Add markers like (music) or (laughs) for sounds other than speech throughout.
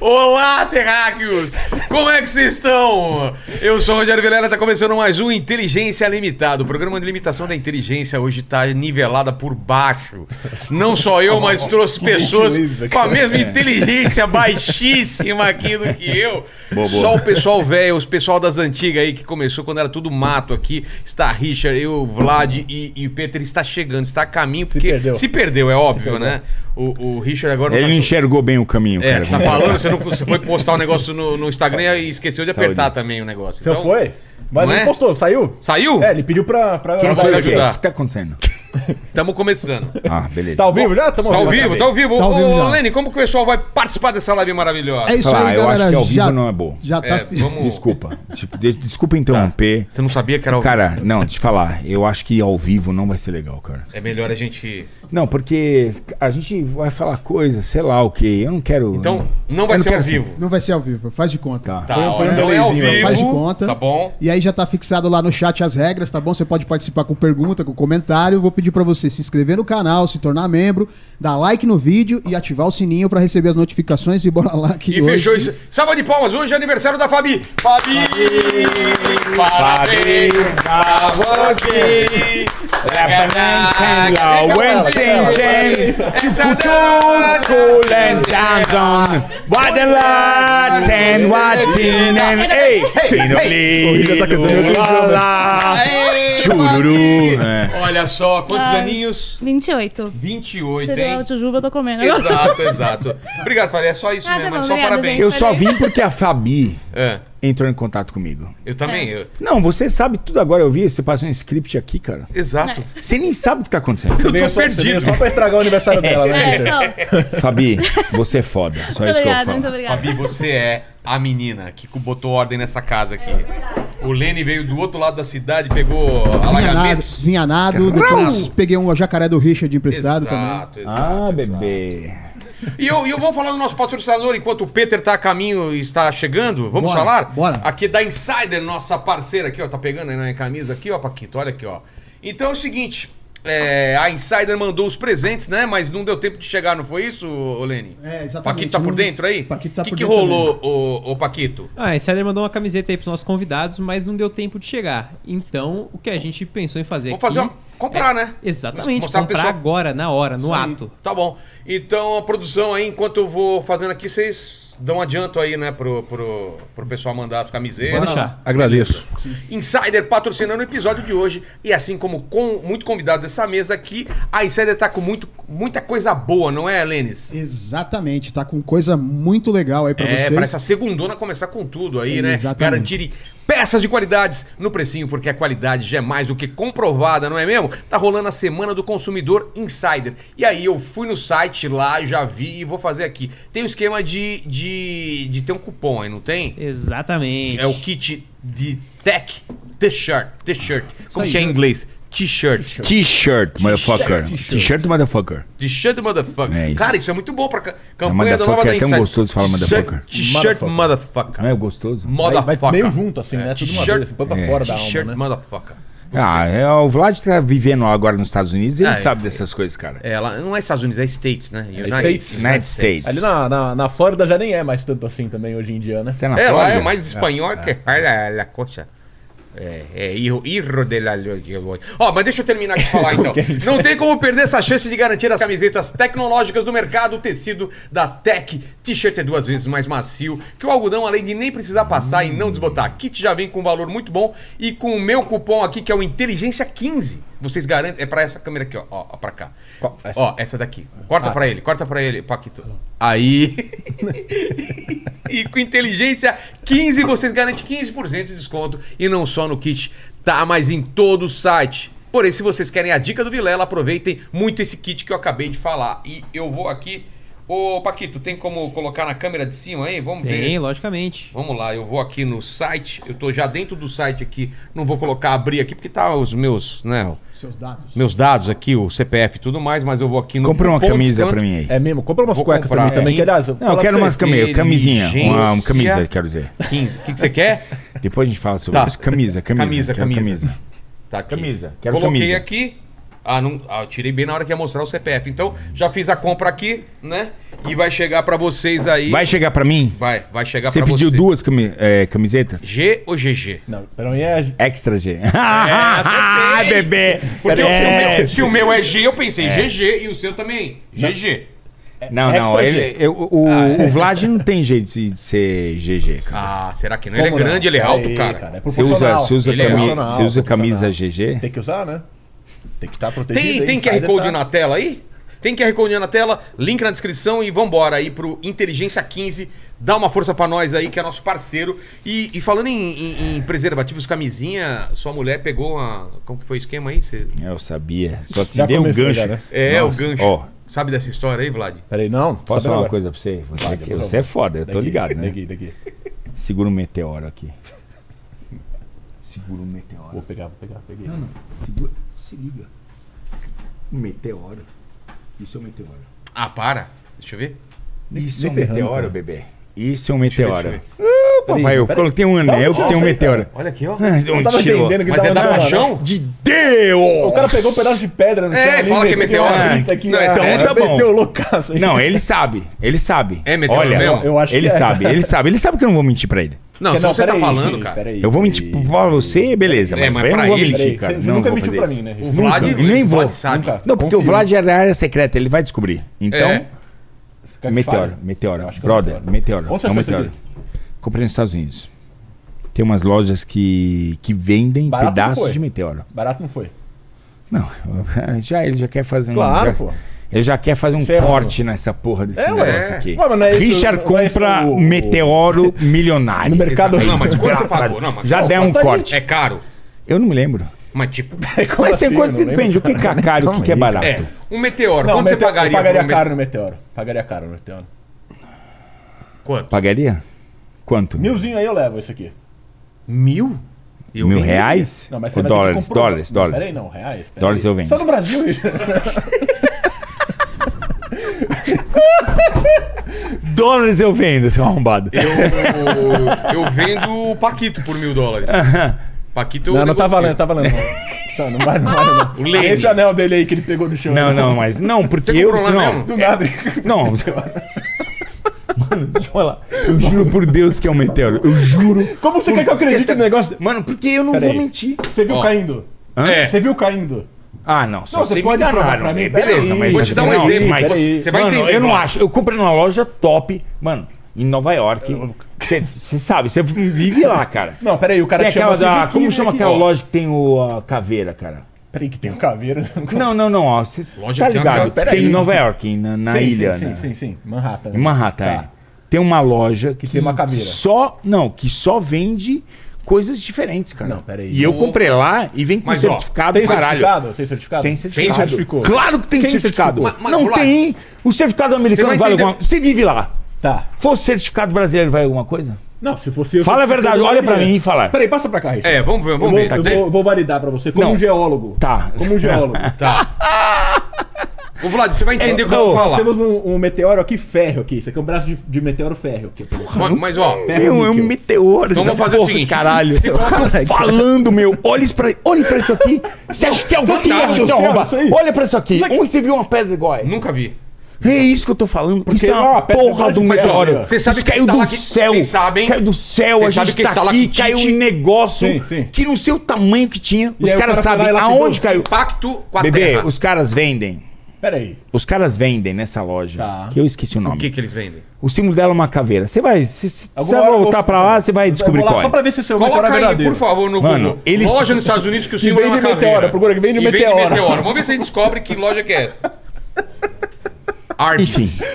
Olá, terráqueos! Como é que vocês estão? Eu sou o Rogério Vilela, tá começando mais um Inteligência Limitada. O programa de limitação da inteligência hoje tá nivelada por baixo. Não só eu, mas trouxe pessoas beleza, com a cara. mesma É. inteligência baixíssima aqui do que eu. Só o pessoal velho, os pessoal das antigas aí que começou quando era tudo mato aqui. Está Richard, eu, Vlad e, e o Peter está chegando, está a caminho, porque perdeu. se perdeu, é óbvio, né? O, o Richard agora Ele não tá- enxergou bem o caminho, é, cara. você tá falando, você, não- você foi postar o negócio no, no Instagram e esqueceu de apertar também o negócio. Você Então, foi? Mas Não ele é? postou, saiu? Saiu? É, ele pediu pra. pra Quem pra- foi vai o quê? ajudar. O que tá acontecendo? Estamos começando. Ah, beleza. Tá ao vivo já? Tamo Tá ao vivo, tá ao vivo. Tá ao vivo Ô, já. Lene, como que o pessoal vai participar dessa live maravilhosa? É isso Falar, aí, eu galera. acho que ao vivo já, não é bom. Já tá. É, vamos... Desculpa. Tipo, de- Desculpa interromper. Você não sabia que era ao Cara, não, te falar, eu acho que ao vivo não vai ser legal, cara. É melhor a gente... Não, porque a gente vai falar coisas, sei lá o que. Eu não quero. Então, não vai Eu ser ao quero ser- vivo. (laughs) Não vai ser ao vivo, faz de conta. Tá. Tá, Põe- ó, põe um então é ao delayzinho, vivo. Faz de conta. Tá bom? E aí já tá fixado lá no chat as regras, tá bom? Você pode participar com pergunta, com comentário. Vou pedir pra você se inscrever no canal, se tornar membro, dar like no vídeo e ativar o sininho pra receber as notificações e bora lá que E hoje- fechou isso. Salva de palmas, hoje é aniversário da Fabi. Fabi, parabéns pra você. é Tipo tá Aê, Chururu. Fabi. É. Olha só, quantos Ai. ajuninhos? 28. 28, hein? Cereal de jujuba, eu tô comendo. Exato, exato. Obrigado, Fabi. É só isso Ah, tá mesmo, é bom, só obrigada, parabéns. gente. Eu só vim porque a Fabi É, entrou em contato comigo. eu também. É. eu- Não, você sabe tudo agora. Eu vi, você passou um script aqui, cara. Exato. Você nem sabe o que tá acontecendo. Eu tô Veio é só- você veio perdido. Só pra estragar o aniversário dela, né? (laughs) (laughs) É, gente? só. (laughs) Fabi, você é foda. Só Muito isso que eu obrigada, muito falo. obrigada. Fabi, você é a menina que botou ordem nessa casa aqui. o Lene veio do outro lado da cidade, pegou Vinhanado, alagamentos. vinhanado depois peguei um jacaré do Richard emprestado também. exato, Ah, exato. bebê. E eu, e eu vou falar do nosso patrocinador enquanto o Peter tá a caminho e está chegando. Vamos Bora, falar? bora. Aqui da Insider, nossa parceira aqui, ó. Tá pegando aí na minha camisa aqui, ó, Paquito. Olha aqui, ó. Então é o seguinte. é, a Insider mandou os presentes, né? Mas não deu tempo de chegar, não foi isso, ô Lene? É, exatamente. Paquito tá por Não- dentro aí? Paquito tá que por que dentro rolou, ô, ô Paquito? Ah, a Insider mandou uma camiseta aí pros nossos convidados, mas não deu tempo de chegar. Então, o que a gente pensou em fazer Vamos aqui... é fazer uma... Comprar, né? Exatamente, Mostrar comprar pro pessoal. agora, na hora, no ato. Tá bom. Então a produção aí, enquanto eu vou fazendo aqui, vocês dão um adianto aí, né, pro, pro, pro pessoal mandar as camisetas. Agradeço. Insider patrocinando o episódio de hoje. E assim como com muito convidado dessa mesa aqui, a Insider tá com muito, muita coisa boa, não é, Lênis? Exatamente, tá com coisa muito legal aí pra É, vocês. para essa segundona começar com tudo aí, né? Exatamente. Garantir peças de qualidades no precinho, porque a qualidade já é mais do que comprovada, não é mesmo? Tá rolando a Semana do Consumidor Insider. E aí eu fui no site lá, já vi e vou fazer aqui. Tem um esquema de, de, de ter um cupom aí, não tem? Exatamente. É o kit de tech t-shirt, t-shirt. Como que é em inglês? T-shirt. T-shirt, motherfucker. T-shirt, motherfucker. T-shirt motherfucker. É isso. Cara, isso é muito bom pra ca- campanha da motherfucker nova é da tão Insight. gostoso de falar motherfucker. T-shirt Motherfucker. motherfucker. Não é gostoso? Vai, Motherfucker. vai meio junto, assim, né? Tudo de uma vez, T-shirt assim, põe pra É. fora da T-shirt alma, né? motherfucker. Ah, é, o Vlad tá vivendo agora nos Estados Unidos e ele Ah, é. sabe dessas coisas, cara. É, lá, não é Estados Unidos, é States, né? United States. United States. Ali na, na, na Flórida já nem é mais tanto assim também hoje em dia, né? Você tá na É, lá Flórida? é mais espanhol que la, la coxa. É, é irro, irro de la Ó, mas deixa eu terminar de falar então. Não tem como perder essa chance de garantir as camisetas tecnológicas do mercado. O tecido da Tech T-shirt é duas vezes mais macio que o algodão, além de nem precisar passar e não desbotar. Kit já vem com um valor muito bom e com o meu cupom aqui que é o Inteligência 15. Vocês garantem. É pra essa câmera aqui, ó. Ó, ó, pra cá. essa? Ó, essa daqui. Corta pra ele, corta pra ele, Paquito. Aí. e com inteligência 15, vocês garantem 15% de desconto. E não só no kit, tá? Mas em todo o site. Porém, se vocês querem a dica do Vilela, aproveitem muito esse kit que eu acabei de falar. E eu vou aqui. Ô, Paquito, tem como colocar na câmera de cima aí? Vamos ver. Tem, logicamente. Vamos lá, eu vou aqui no site. Eu tô já dentro do site aqui. Não vou colocar abrir aqui porque tá os meus, né? Seus dados. Meus dados aqui, o CPF e tudo mais, mas eu vou aqui no. Compra uma no ponto camisa descanto. pra mim aí. É mesmo, compra umas Vou cuecas comprar, pra mim também, é. que aliás... vou Não, eu falar quero pra umas você. cami camisinha. Uma, uma Inteligência. camisa, quero dizer. 15. O que, que você quer? Depois a gente fala sobre Tá. isso. Camisa, camisa. Camisa, quero camisa. Tá aqui. Camisa, quero Coloquei camisa. aqui. Ah, não, ah, eu tirei bem na hora que ia mostrar o CPF. Então, já fiz a compra aqui, né? E vai chegar pra vocês aí. Vai chegar pra mim? Vai, vai chegar Você pra pediu você. duas cami- é, camisetas? G ou GG? Não, pra mim é. Extra G. (laughs) acertei. bebê. Porque o- se, o É. meu, se o meu é G, eu pensei GG e o seu também. GG. é Não, não. Extra ele- eu- o, o Vlad não tem jeito de, de ser GG, cara. Ah, será que não? Ele Como é não? grande, ele é Pera alto, aí, cara. É Você usa, profissional. você usa, Ele é cami- profissional, você usa camisa profissional. GG? Tem que usar, né? Tem tá? que estar protegido. Tem, tem QR Code na tela aí? Tem QR Code na tela, link na descrição e vambora aí pro Inteligência 15. Dá uma força pra nós aí, que é nosso parceiro. E, e falando em, em- em preservativos, camisinha, sua mulher pegou uma. Como que foi o esquema aí? Você- Eu sabia. Só te Já dei um começou, gancho. já, né? É, Nossa, o gancho. Ó, Sabe dessa história aí, Vlad? Peraí, não. sabe posso falar uma agora. coisa pra você? Você, Vai, que- por favor. você é foda, eu tô Daqui, ligado, né? Daqui, daqui. Segura um meteoro aqui. Segura um meteoro. Vou pegar, vou pegar, peguei. Não, não. Segura. Se liga. Um meteoro. Isso é um meteoro. Ah, para. Deixa eu ver. Isso nem é um ferrando, meteoro, cara. bebê. Isso é um meteoro. deixa Ah, papai, eu Peraí, peraí. coloquei um anel que tem um meteoro. Olha aqui, ó. Ah, de Eu onde tava tirou? entendendo que Mas tava é da andando lá, né? paixão? De Deus! O cara pegou um pedaço de pedra no É, chão ali, fala que é meteu meteoro. uma Ah, fita aqui, não, é ah, sério, tá bom. Meteu o loucaço aí. (laughs) Não, ele sabe. Ele sabe. É meteoro Olha, mesmo? Eu acho ele que é. sabe, ele sabe. Ele sabe que eu não vou mentir pra ele. Não, se você tá falando, cara. Eu vou mentir pra você, beleza, É, mas, mas eu pra não vou ele- mentir, Peraí, cara. você- você não nunca vou mentiu fazer pra isso. mim, né? O Vlad, Nunca. Nem o vou. Vlad sabe. Nunca. Não, porque Confio. o Vlad era da área secreta, ele vai descobrir. Então, É. Fica que meteoro, fala. meteoro. Eu acho que é um Brother, meteoro. Onde você É um achou isso meteoro. aqui? Comprei nos Estados Unidos. Tem umas lojas que, que vendem Barato não pedaços foi. de meteoro. Barato não foi. Não, já ele já quer fazer um. Claro, já- pô. Ele já quer fazer um Ferrou. corte nessa porra desse É, ué. negócio aqui. Ué, mas não é isso- Richard não é isso compra o- o- (laughs) meteoro milionário. No mercado- Não, mas quanto você Engraçado. pagou? Não, mas Já quanto- der um tá aí. corte. É caro. Eu não me lembro. Mas tipo. Como (laughs) Mas tem assim? coisa Eu não que lembro. assim? depende. (laughs) O que que é caro e o que que é Calma aí, barato. É. Um meteoro. Não, quanto você meteoro- eu pagaria? pagaria por um caro meteoro? no meteoro. Pagaria caro no meteoro. Quanto? Pagaria? Quanto? Milzinho aí eu levo esse aqui. Mil? Eu Mil nem- reais? Não, mas você vai ter Ou que dólares? comprovar. Dólares, Não, dólares. Peraí, não, reais. peraí. Dólares eu vendo. Só no Brasil. (laughs) isso. Dólares eu vendo, seu arrombado. Eu, eu vendo o Paquito por mil dólares. Paquito eu não, não tá negocio. valendo, tá valendo. (laughs) Não, não, não vale, não vale. Não. O Leme. Esse anel dele aí que ele pegou do chão. (laughs) Não, não, mas não, porque Você eu. comprou lá Não, mesmo? Do nada. não. (laughs) Mano, deixa eu falar. Eu juro por Deus que é um meteoro. Eu juro. Como você quer que eu acredite no negócio? Mano, porque eu não Pera vou aí. mentir. Você viu Ó. caindo? Hã? É. Você viu caindo? Ah, não. Só Não, você você me pode provar enganaram. né? pra mim. Beleza, Peraí, mas. vou te dar um não, exemplo, Mas, peraí. Você vai mano, entender. eu não mano. acho. Eu comprei numa loja top, mano, em Nova York. Você sabe, você vive lá, cara. Não, peraí, o cara Tem te chama aquela assim, da. "Vem aqui, Como vem chama aqui". aquela Ó. loja que é? tem o a caveira, cara? Peraí que tem um caveira. Não, não, não. Ó, cê Loja tá que tem uma ligado? caveira. Tem em Peraí. Nova York, na, na Sim, sim, ilha, sim, né? sim, sim. Manhattan. né? Em Manhattan, é. Tem uma loja que, tem uma caveira. Só, não, que só vende coisas diferentes, cara. Não, peraí. E eu comprei lá e vem com Mas, ó, certificado, Tem caralho. certificado? Tem certificado? Tem certificado. certificou? Claro que tem Quem certificado. certificou? Mas- mas, não Vlad, tem. O certificado você americano vai vale entender- alguma coisa. Você vive lá. Tá. Fosse certificado brasileiro, vale alguma coisa? Não, se fosse eu. Fala a verdade, eu olha faria. pra mim e fala. Peraí, passa pra cá, Richard. É, vamos ver, eu vamos vou, ver. eu Tem- vou, vou validar pra você como tá Não. um geólogo. Tá. (laughs) Como um geólogo. Tá. Ô, Vlad, você vai entender o que eu vou É, não, falar. Temos um, um meteoro aqui férreo aqui. Isso aqui é um braço de, de meteoro férreo. Porra. Mas- Mas, ó, Meu, é um níquel. meteoro. Então essa vamos fazer o porra, seguinte. Caralho. Você coloca- Eu tô Falando, meu. Olha isso pra, olha pra isso aqui. Você acha que é o que fantasma, acha, isso seu aí, arrombado? isso aí. Olha pra isso aqui. Isso aqui- Onde você viu uma pedra igual essa? nunca vi. É isso que eu tô falando. Porque isso é é uma uma pedra porra do de ferro, meteoro. né? Você sabe isso que caiu do instala- céu. Vocês sabem- Caiu do céu. Vocês a sabem que gente tá instala aqui. quitite- Caiu um negócio Sim, sim. que não sei o tamanho que tinha. E Os aí o caras cara foi sabem lá e aonde lapidou. caiu. Pacto com a Bebê, terra. os caras vendem. Peraí. Os caras vendem nessa loja. Tá. Que eu esqueci o nome. O que que eles vendem? O símbolo dela é uma caveira. Você vai, você- você Alguma vai hora eu vou- voltar pra lá, você vai descobrir Eu vou lá qual é. Só pra ver se o seu meteoro é Coloca aí, verdadeiro. por favor, no Mano, Google. eles- Loja nos Estados Unidos que o Que símbolo é uma vende caveira. meteoro, procura que vende E meteoro. Vamos ver se a gente descobre que loja que é essa. Arby's. Enfim,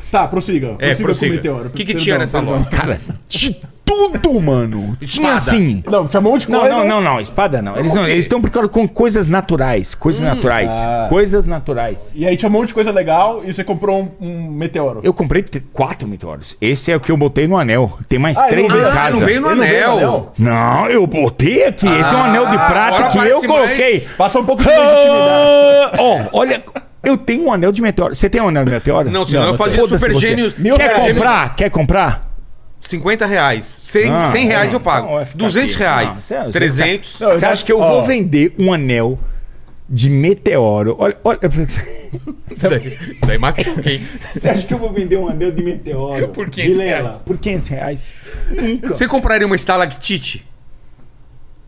(laughs) tá, prossiga. É, prossiga. com o meteoro. O que que tinha Perdão, nessa perdão. loja? cara, de tudo, mano. Tinha Espada. assim. Não, tinha um monte de Não, coisa. não, não, não, espada não. Eles não, ok. eles estão brincando com coisas naturais, coisas naturais, ah. coisas naturais. E aí tinha um monte de coisa legal e você comprou um, um meteoro. Eu comprei te- quatro meteoros. Esse é o que eu botei no anel. Tem mais Ah, três ele em não veio- Ah, casa. não veio no Ele não veio no anel. anel? Não, eu botei aqui. Esse é um Ah, anel de prata agora que eu parece coloquei. mais- Passa um pouco de legitimidade. Ah, Ó, olha, eu tenho um anel de meteoro. Você tem um anel de meteoro? Não, senão eu fazia Foda-se super você. gênios. Mil Quer reais. comprar? Quer comprar? 50 reais. 100, Ah, 100 reais é, eu pago. então vai ficar 200 aqui. reais. Não, você- você- 300. Não, então, eu Você já- acha que eu vou ó. vender um anel de meteoro. Olha, olha. (laughs) Daí, daí machuca, hein? Você acha que eu vou vender um anel de meteoro? Por 500 Vilela, reais. Por 500 reais. Nunca. Você compraria uma estalactite?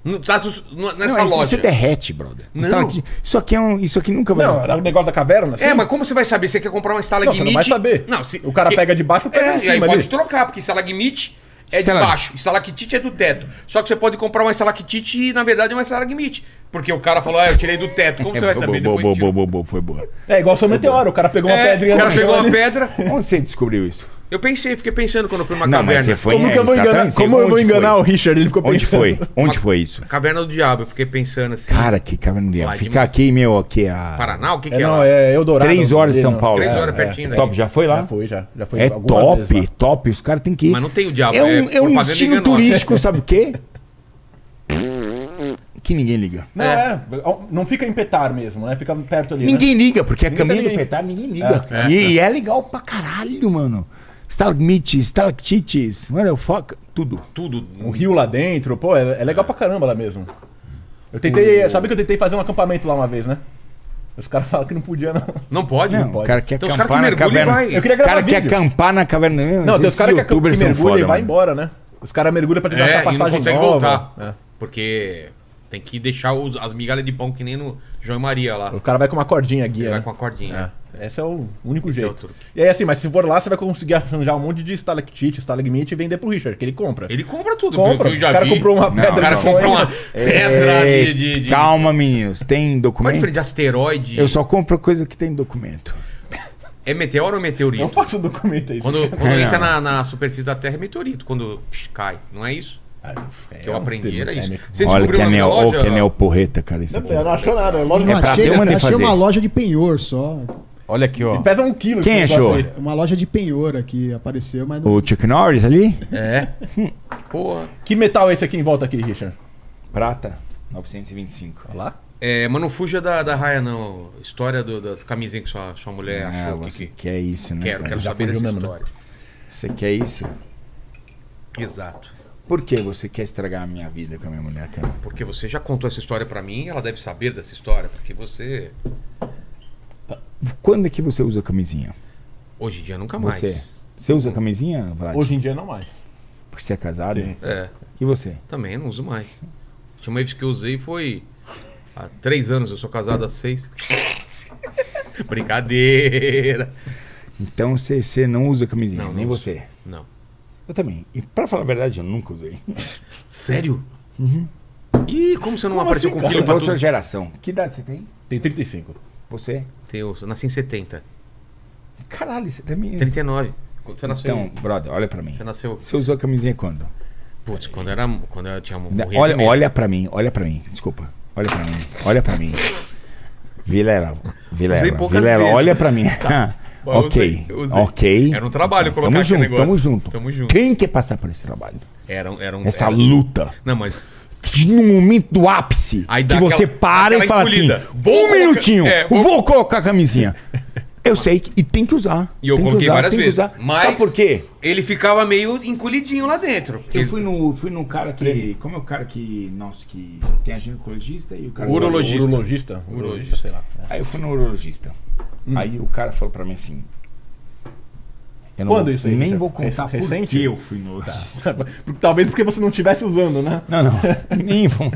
No- tá sus- no- nessa isso loja. Você derrete, brother. Não. Estalactite. Isso aqui, é um, isso aqui nunca vai. Não, era o negócio da caverna, assim. É, mas como você vai saber? Você quer comprar uma Não, estalagmite? você não vai saber. Não, se... O cara que- pega de baixo, pega É, de e aí cima pode ali. trocar, porque estalagmite é Estala- de baixo, estalactite é do teto. Só que você pode comprar uma estalactite e, na verdade, é uma estalagmite. Porque o cara falou, ah, eu tirei do teto. Como você vai boa, saber boa, depois? boa, que tirou? boa, boa, boa, foi boa. É igual seu meteoro, o cara pegou uma pedra e É, o cara lançou pegou uma ali. pedra. (laughs) Onde você descobriu isso? Eu pensei, fiquei pensando quando eu fui numa Não, mas caverna. você foi Como que eu vou enganar, exatamente, como eu vou onde foi? enganar o Richard? Ele ficou Onde pensando. foi? Onde foi isso? Caverna do Diabo, eu fiquei pensando assim. Cara, que caverna do diabo. Lá de Ficar Minas. aqui, meu, aqui a. Paraná, o que que É, é? não, lá? é Eldorado. Três horas de Ele São não- Paulo. Três é, horas é. pertinho daí. Top, já foi lá? Já foi, já. Já foi É algumas top, vezes lá. top. Os caras têm que ir. Mas não tem o diabo, É um, é um propaganda destino enganosa. turístico, sabe o quê? (laughs) Que ninguém liga. Não, é. Não fica em Petar mesmo, né? Fica perto ali, né? Ninguém liga, porque é Nunca caminho do ninguém. petar, ninguém liga. e, e é legal pra caralho, mano. Stalagmites, stalactites, mano, foca, tudo. É Tudo. Um rio lá dentro, pô, é, é legal pra caramba lá mesmo. Eu tentei. Sabe que eu tentei fazer um acampamento lá uma vez, né? Os caras (laughs) falaram que não podia, não. Não pode? Não, o cara quer Então os caras acampar que na mergulham e caverna. vai. Eu queria O cara gravar quer vídeo. acampar na caverna. Não, tem os esses caras que, acam- que youtubers são mergulham e foda, vai mano. embora, né? Os caras mergulham pra tentar achar É, e não passagem consegue nova. voltar. É. Porque tem que deixar os- as migalhas de pão que nem no João e Maria lá. O cara vai com uma cordinha guia. Vai né? com a cordinha. É. Esse é o único Esse é o jeito. truque. e aí, assim, mas se for lá, você vai conseguir arranjar um monte de stalactite, stalagmite e vender pro Richard, que ele compra. Ele compra tudo. É. compra. eu já o cara vi. comprou uma Não, pedra O cara de comprou coisa. uma pedra É, de... de, de... Calma, meninos. Tem Como é diferente documento? de asteroide? Eu só compro coisa que tem documento. É meteoro ou Eu meteorito? faço um documento aí. Quando, quando É, entra não. na, na superfície da Terra é meteorito, quando psh, cai. Não é isso? Ah, Que eu é um aprendi, termo era isso. técnico. Você Olha que na anel, loja- oh, que anel porreta, cara. Isso Não, aqui. eu não achou nada, é lógico. Eu É pra achei, ter uma eu de achei fazer. uma loja de penhor só. Olha aqui, ó. Pesa um quilo. Quem esse negócio achou? aí. Uma loja de penhor aqui apareceu, mas não. O Chuck Norris ali? É. Porra. Que metal é esse aqui em volta aqui, Richard? Prata, 925. Olha lá. É, mas não fuja da, da raia, não. História do, das camisinhas que sua, sua mulher Ah, é, achou. que- você que- quer isso, né? Quero, cara? quero já saber fugiu dessa mesmo, né? história. Você quer isso? Exato. Por que você quer estragar a minha vida com a minha mulher, cara? Porque você já contou essa história pra mim, ela deve saber dessa história, porque você. Quando é que você usa camisinha? Hoje em dia nunca mais. Você. Você usa camisinha, Vlad? Hoje em dia não mais. Porque você é casado? Sim. É, E você? também não uso mais. A última vez que eu usei foi há três anos, eu sou casado há seis. (laughs) Brincadeira. Então você, você não usa camisinha, Não, nem não uso. você. Não. Eu também. E pra falar a verdade, eu nunca usei. Sério? Ih, como você não apareceu assim, com Eu filho sou da pra Uhum. outra tudo? geração. Que idade você tem? Tem 35. Você? Deus, eu nasci em 70. Caralho, você também. 39. Quando você nasceu? Então, brother, olha pra mim. Você nasceu. Você usou a camisinha quando? Putz, quando era. Quando eu tinha morrido. Olha, olha pra mim, olha pra mim. Desculpa. Olha pra mim, olha pra mim. Vilela, Usei Vilela, poucas Vilela, vezes. Tá. olha pra mim. (laughs) Bom, ok, usei, usei. ok. Era um trabalho Então, colocar tamo aquele junto, negócio. Tamo junto, Tamo junto. Quem quer passar por esse trabalho? Era, um- era um. Essa era- luta. Não, mas. Que No momento um do ápice, Aí que dá você aquela- para e aquela fala engolida. assim, Vou um colocar- minutinho, é, vou... vou- colocar (laughs) a camisinha. Eu sei que e tem que usar. E eu tem que coloquei usar, várias tem que vezes. usar. Mas Sabe por quê? Ele ficava meio encolhidinho lá dentro. porque Eu fui no, fui no cara que. Como é o cara que. Nossa, que tem a ginecologista e o cara. Urologista. Urologista? Urologista, sei lá. Aí eu fui no urologista. Hum. Aí o cara falou pra mim assim. Eu Quando vou- isso aí, Nem Richard? vou contar Rec- por recente? que eu fui no (laughs) urologista. Porque- Talvez porque você não estivesse usando, né? Tá. (laughs) Não, não. Nem vou.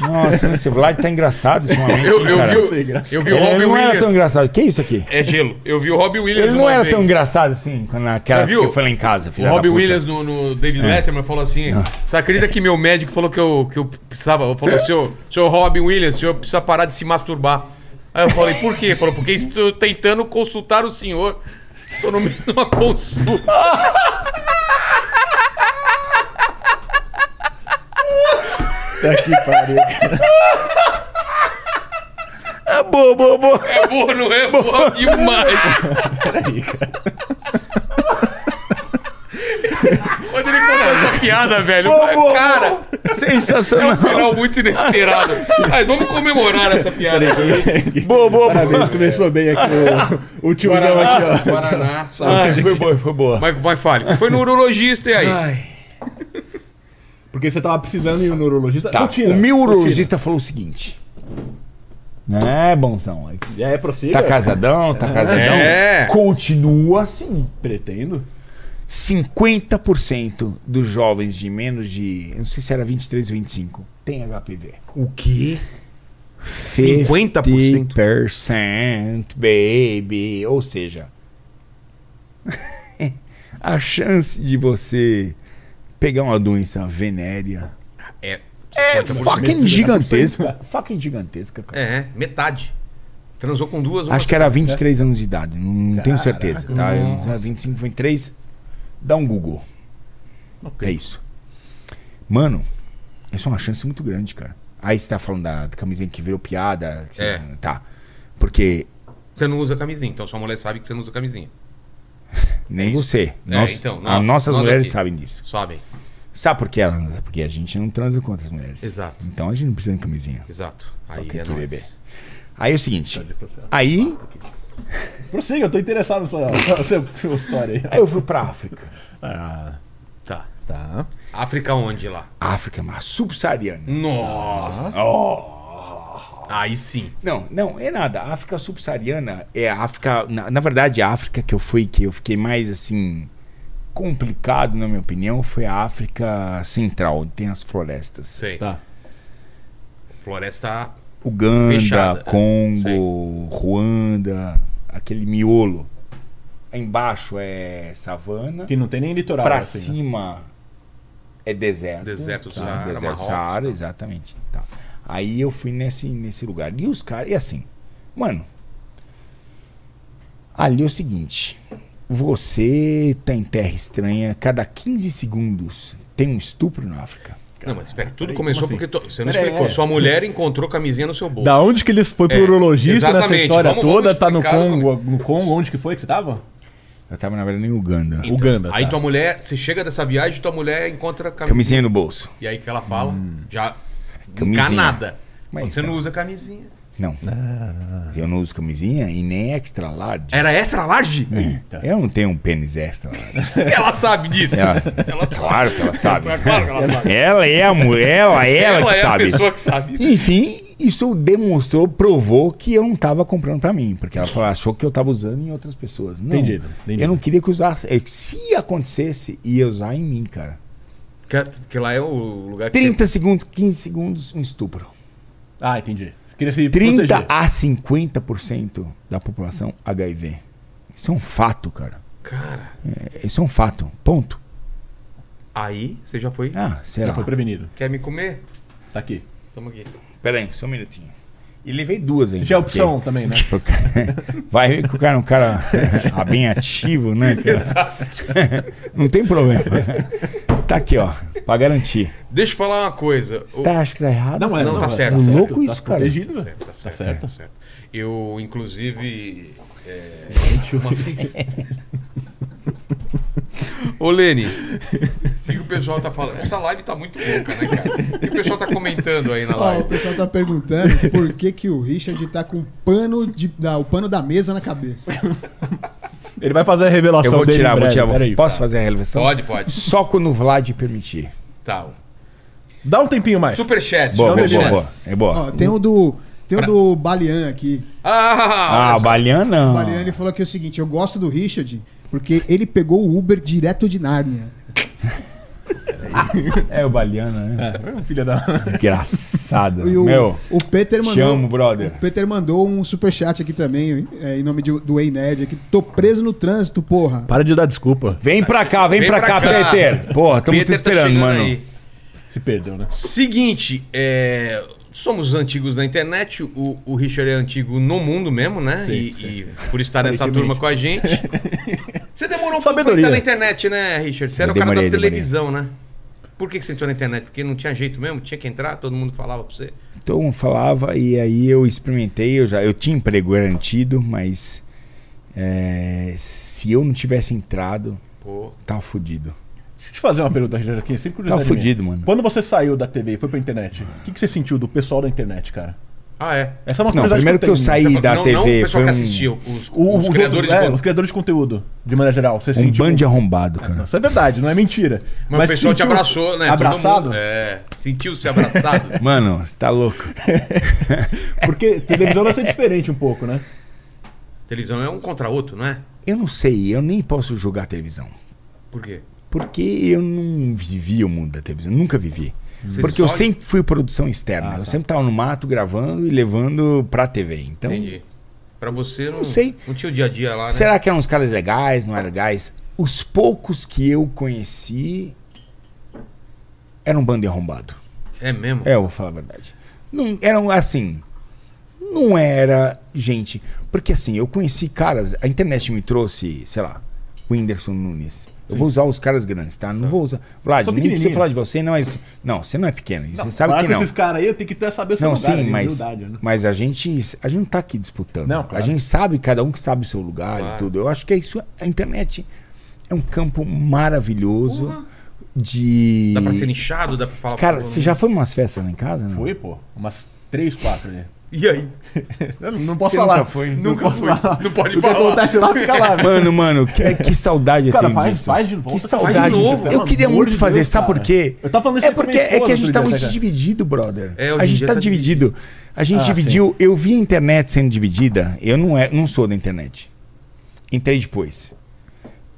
Nossa, esse Vlad tá engraçado ultimamente. Eu, hein, eu cara? vi, Sem o- graça. eu vi o Ele Robbie não era tão Williams. engraçado. Que isso aqui? É gelo. Eu vi o Robbie Williams. Ele não uma era tão vez. engraçado assim, quando naquela Já viu? que eu fui lá em casa, filho. O Robbie Williams (laughs) no, no David É. Letterman falou assim: Ah. Você acredita que meu médico falou que eu, que eu precisava? Falou, seu, seu Robbie Williams, o senhor precisa parar de se masturbar. Aí eu falei, por quê? Ele falou, porque estou tentando consultar o senhor. Estou no (laughs) meio de uma consulta. Tá que pariu. (laughs) Ah, boa, boa, boa. É boa, não é boa demais. Peraí, cara. Quando ele contou essa piada, velho, Boa, boa, cara. É um Sensacional. final muito inesperado. Mas vamos comemorar essa piada. Boa, boa, boa. Parabéns, começou bem aqui o, o tiozão aqui, ó. Paraná. Ah, foi boa, foi boa. Ah. Mas, mas fale, você foi no urologista e aí? Ai. Porque você tava precisando ir no neurologista. Tá. Não tira, o meu não tira. urologista falou o seguinte. É, bonzão. é que- É, prossiga. Tá casadão, tá casadão. É. Continua assim. Pretendo. 50% dos jovens de menos de. eu Não sei se era 23 ou 25. Tem HPV. O quê? 50%? 50%? 50%, baby. Ou seja, (laughs) a chance de você pegar uma doença venérea É. é 50%. fucking gigantesca. Fucking gigantesca, cara. É, metade. Transou com duas, uma Acho que era 23 anos de idade, não tenho certeza, tá? Eu, não sei, Nossa. 25, 23, dá um Google. É isso. Mano, essa é uma chance muito grande, cara. Aí você tá falando da, da camisinha que virou piada, que você- É. tá? Porque Você não usa camisinha, então sua mulher sabe que você não usa camisinha. nem você, nós, É então, as nós- nossas nós mulheres aqui. sabem disso. Sabem. Sabe por que elas? Porque a gente não transa com outras mulheres. Exato. Então a gente não precisa de camisinha. Exato. Aí Toca é Tá aqui, nóis. bebê. Aí é o seguinte, aí Prossiga, eu tô interessado nessa nessa sua (laughs) história aí eu fui pra África. Ah, Tá. tá. África onde lá? África, mas Hum. subsaariana. Nossa. Oh! Aí sim. Não, não, é nada. A África subsaariana é a África. Na, na verdade, a África que eu fui, que eu fiquei mais assim. complicado, na minha opinião, foi a África Central, onde tem as florestas. Sei. Tá. Floresta. Uganda, Fechada, é. Congo, Sei. Ruanda, aquele miolo. Aí embaixo é savana. Que não tem nem litoral. Pra assim, né? cima é deserto. Deserto do tá? Saara, Deserto do Marrocos, Saara, tá? exatamente. Tá. Aí eu fui nesse, nesse lugar. E os caras, e assim, mano. Ali é o seguinte. Você tá em terra estranha, cada 15 segundos tem um estupro na África. Não, mas espera, tudo peraí, começou como porque assim? to- você não Peraí, explicou. é. Sua mulher encontrou camisinha no seu bolso. Da onde que eles foi pro É, urologista nessa exatamente. história Vamos- toda? vamos tá no explicar Congo, como- no Congo, onde que foi que você tava? Eu tava, na verdade, em Uganda. Então, Uganda, Aí tá. tua mulher, você chega dessa viagem, tua mulher encontra camisinha. Camisinha no bolso. E aí que ela fala, já Hum. Camisinha. encanada. Mas você então. não usa camisinha. Não. Ah. Eu não uso camisinha e nem extra large. Era extra large? Tá. Eu não tenho um pênis extra large. (laughs) Ela sabe disso. Ela- É. claro que ela sabe. É claro que ela sabe. Ela é a mulher, ela, ela, Ela que é sabe. a pessoa que sabe. Enfim, isso demonstrou, provou que eu não tava comprando pra mim, porque ela falou, achou que eu tava usando em outras pessoas. Não, Entendido, entendido. Eu não queria que usasse. É que Se acontecesse, ia usar em mim, cara. Que- Porque lá é o lugar que. 30 segundos, 15 segundos, um estupro. Ah, entendi. Você queria se 30 proteger. a 50% da população HIV. Isso é um fato, cara. Cara, É, Isso é um fato. Ponto. aí você já foi. Ah, será? Já foi prevenido. Quer me comer? Tá aqui. É. Tamo aqui. Pera aí, só um minutinho. E levei duas ainda. Tinha a porque- opção (laughs) também, né? Pro cara- Vai ver que o cara é um cara (laughs) ah, bem ativo, (laughs) né? cara? Não tem problema. Tá aqui, ó, pra garantir. Deixa eu falar uma coisa. Você tá, acha que tá errado? Não, é, Não, tá é. certo, É tá louco certo, isso, tá cara. Tá protegido, velho. certo, tá certo, tá certo. certo. Eu, inclusive. é, uma vez. Ô, Lene, o que o pessoal tá falando. Essa live tá muito louca, né, cara? O que o pessoal tá comentando aí na Ó, o live? pessoal tá (laughs) perguntando por que, que o Richard tá com o pano, de, da- o pano da mesa (laughs) na cabeça. Ele vai fazer a revelação Eu vou dele em tirar, vou breve, tirar. vou- peraí. tá. Posso fazer a relevação? Pode, pode. Só quando o Vlad permitir. Tal. Dá um tempinho mais. Superchat, Boa, boa, boa, boa. superchats. É boa. Ó, tem o do. Tem o do Balian aqui. Ah, Ah, o Balian O não. Balian ele falou aqui o seguinte: eu gosto do Richard porque ele pegou o Uber direto de Nárnia. É o Baliana, né? É, filha da... (laughs) Desgraçado. E o, Ah, Meu, o Peter te mandou. amo, brother. O Peter mandou um superchat aqui também, é, em nome de- do Ei Nerd aqui. Tô preso no trânsito, porra. Para de dar desculpa. Vem pra cá, vem, pra, cá, Peter. Porra, tamo te Peter tá esperando, chegando mano. aí. Se perdeu, né? Seguinte, é, somos antigos na internet, o, o Richard é antigo no mundo mesmo, né? e, e por estar nessa turma com a gente. Você demorou um pouco pra Sabedoria. entrar na internet, né, Richard? Você era Eu o cara demorei, da demorei. televisão, né? Por que, que você entrou na internet? Porque não tinha jeito mesmo? Tinha que entrar? Todo mundo falava pra você? Então eu falava e aí eu experimentei, eu já eu tinha emprego garantido, mas é, se eu não tivesse entrado, Pô, tava fudido. Deixa eu te fazer uma pergunta, Richard, aqui. Sempre Tava curiosidade minha. fudido, mano. Quando você saiu da TV e foi pra internet, o que, que você sentiu do pessoal da internet, cara? Ah, é. Essa é uma Não, curiosidade primeiro que eu tenho. saí Você falou- da não, TV não o pessoal foi que um- assistia, os, O- os os, criadores outros- é, de os criadores de conteúdo, de maneira geral. Você Um tipo, sentiu- bando de arrombado, cara. Isso é verdade, não é mentira. Mas, o pessoal te sentiu- abraçou, né? Todo Abraçado? mundo- é. Sentiu-se abraçado. Mano, você tá louco. Porque televisão vai ser diferente um pouco, né? Televisão é um contra outro, não é? Eu não sei, eu nem posso julgar televisão. Por quê? Porque eu não vivi o mundo da televisão, nunca vivi. Você porque eu só- Ah, tá. sempre fui produção externa. Eu sempre tava no mato gravando e levando pra TV. Então, Entendi. Pra você não. sei. Não tinha o dia a dia Tá lá, né? será que eram uns caras legais, não eram legais? Os poucos que eu conheci eram um bando de arrombado. É mesmo? É, eu vou falar a verdade. Não, eram assim. Não era gente. Porque assim, eu conheci caras. A internet me trouxe, sei lá, o Whindersson Nunes. Eu vou usar os caras grandes, tá? Não vou usar. Vlad, Só nem precisa pequenininho. falar de você, não é isso. Não, você não é pequeno. você sabe Falar que com não. esses caras aí, eu tenho que até saber o seu Não, lugar, sim, ali, mas, humildade, né? mas a gente a gente não tá aqui disputando. Não, claro. A gente sabe, cada um que sabe o seu lugar Claro. e tudo. Eu acho que é isso. A internet é um campo maravilhoso de. Dá pra ser nichado, dá pra falar. Cara, pra todo você já foi em umas festas lá em casa? Não? Foi, pô, umas três, quatro ali. mundo. E aí? Eu não posso Você falar. nunca foi? Não Nunca posso foi. falar. Não pode O que falar. acontece lá, (laughs) fica lá. velho. Mano, mano, que, que saudade eu É. Cara, tenho faz- disso. faz de novo, Que volta, faz de saudade. novo. Eu Pelo queria amor muito de fazer, Deus, sabe cara. por quê? Eu tava falando isso é aí com porque minha é que a esposa gente outro tá dia, muito né, cara? dividido, brother. É, hoje a em gente dia tá tá dividido. A gente Ah, dividiu, eu vi a internet sendo dividida. Eu não é, não sou da internet. Entrei depois.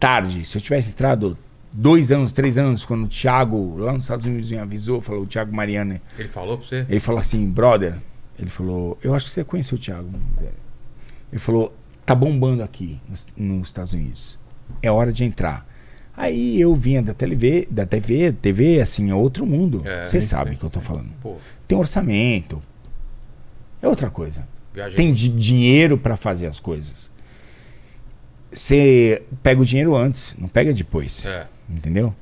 Tarde, se eu tivesse entrado dois anos, três anos, quando o Thiago, lá nos Estados Unidos, me avisou, falou, o Thiago Mariano, Ele falou pra você? ele falou assim, brother. Ele falou, eu acho que você conheceu o Thiago. Ele falou, tá bombando aqui nos, nos Estados Unidos. É hora de entrar. Aí eu vinha da TV, da TV, TV assim, é outro mundo. É, Você sim, sabe sim, o que eu tô falando. Pô, Tem orçamento. É outra coisa. viagem. Tem di- dinheiro pra fazer as coisas. Você pega o dinheiro antes, não pega depois. É. Entendeu?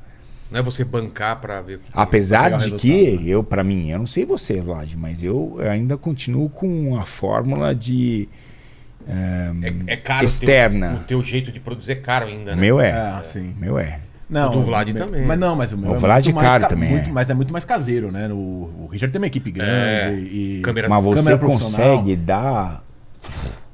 Não é você bancar pra ver. o que- Apesar Pegar o de resultado, né? que eu, pra mim, eu não sei você, Vlad, mas eu ainda continuo com a fórmula de eh, É, é caro. o teu- externa. O teu jeito de produzir é caro ainda, o né? meu é, Ah, sim. o meu é. Não, O do Vlad meu- também. Mas não, mas o meu O Vlad muito é caro mais ca- também, muito- é. mas é muito mais caseiro, né? O, o Richard tem uma equipe É. grande e. Câmera- Mas você Câmera profissional. consegue dar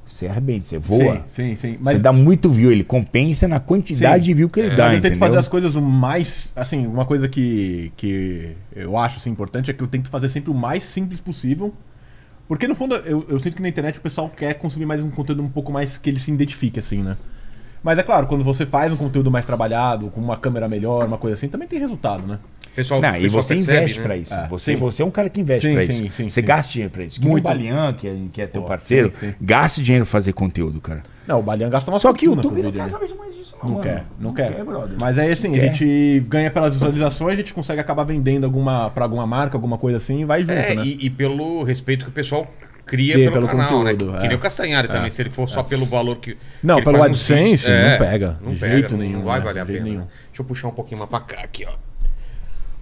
você arrebenta, você Sim, voa. Sim, sim. Mas Mas você dá muito view, ele compensa na quantidade Sim. É. de view que ele Mas dá, eu tento entendeu? fazer as coisas o mais. Assim, uma coisa que, que eu acho assim, importante é que eu tento fazer sempre o mais simples possível. Porque no fundo eu, eu sinto que na internet o pessoal quer consumir mais um conteúdo um pouco mais que ele se identifique, assim, né? Mas é claro, quando você faz um conteúdo mais trabalhado, com uma câmera melhor, uma coisa assim, também tem resultado, né? Pessoal, Não, e pessoal você percebe, investe né? pra isso. Ah, você, sim. você é um cara que investe Sim, pra sim, isso. sim, você sim. gasta dinheiro pra isso. Que Muito. Muito. o Balian, que é, que é teu Pô, parceiro, sim, sim. gasta dinheiro pra fazer conteúdo, cara. Não, o Balian gasta uma Só que o fortuna YouTube pro não vídeo quer dele. saber de mais disso, não. Não mano. quer, não quer. brother. Mas aí assim, a Quer. gente ganha pelas visualizações, a gente consegue acabar vendendo alguma para alguma marca, alguma coisa assim, e vai junto, É, né? e, e pelo respeito que o pessoal cria Cria pelo, pelo canal, conteúdo, né? é. Que nem o Castanhari também, se ele for só pelo valor que. Não, que ele pelo faz nos AdSense, vídeos. não pega, Não de pega, jeito não, nenhum, vai né? valer a De pena. jeito nenhum. Deixa eu puxar um pouquinho mais pra cá aqui, ó.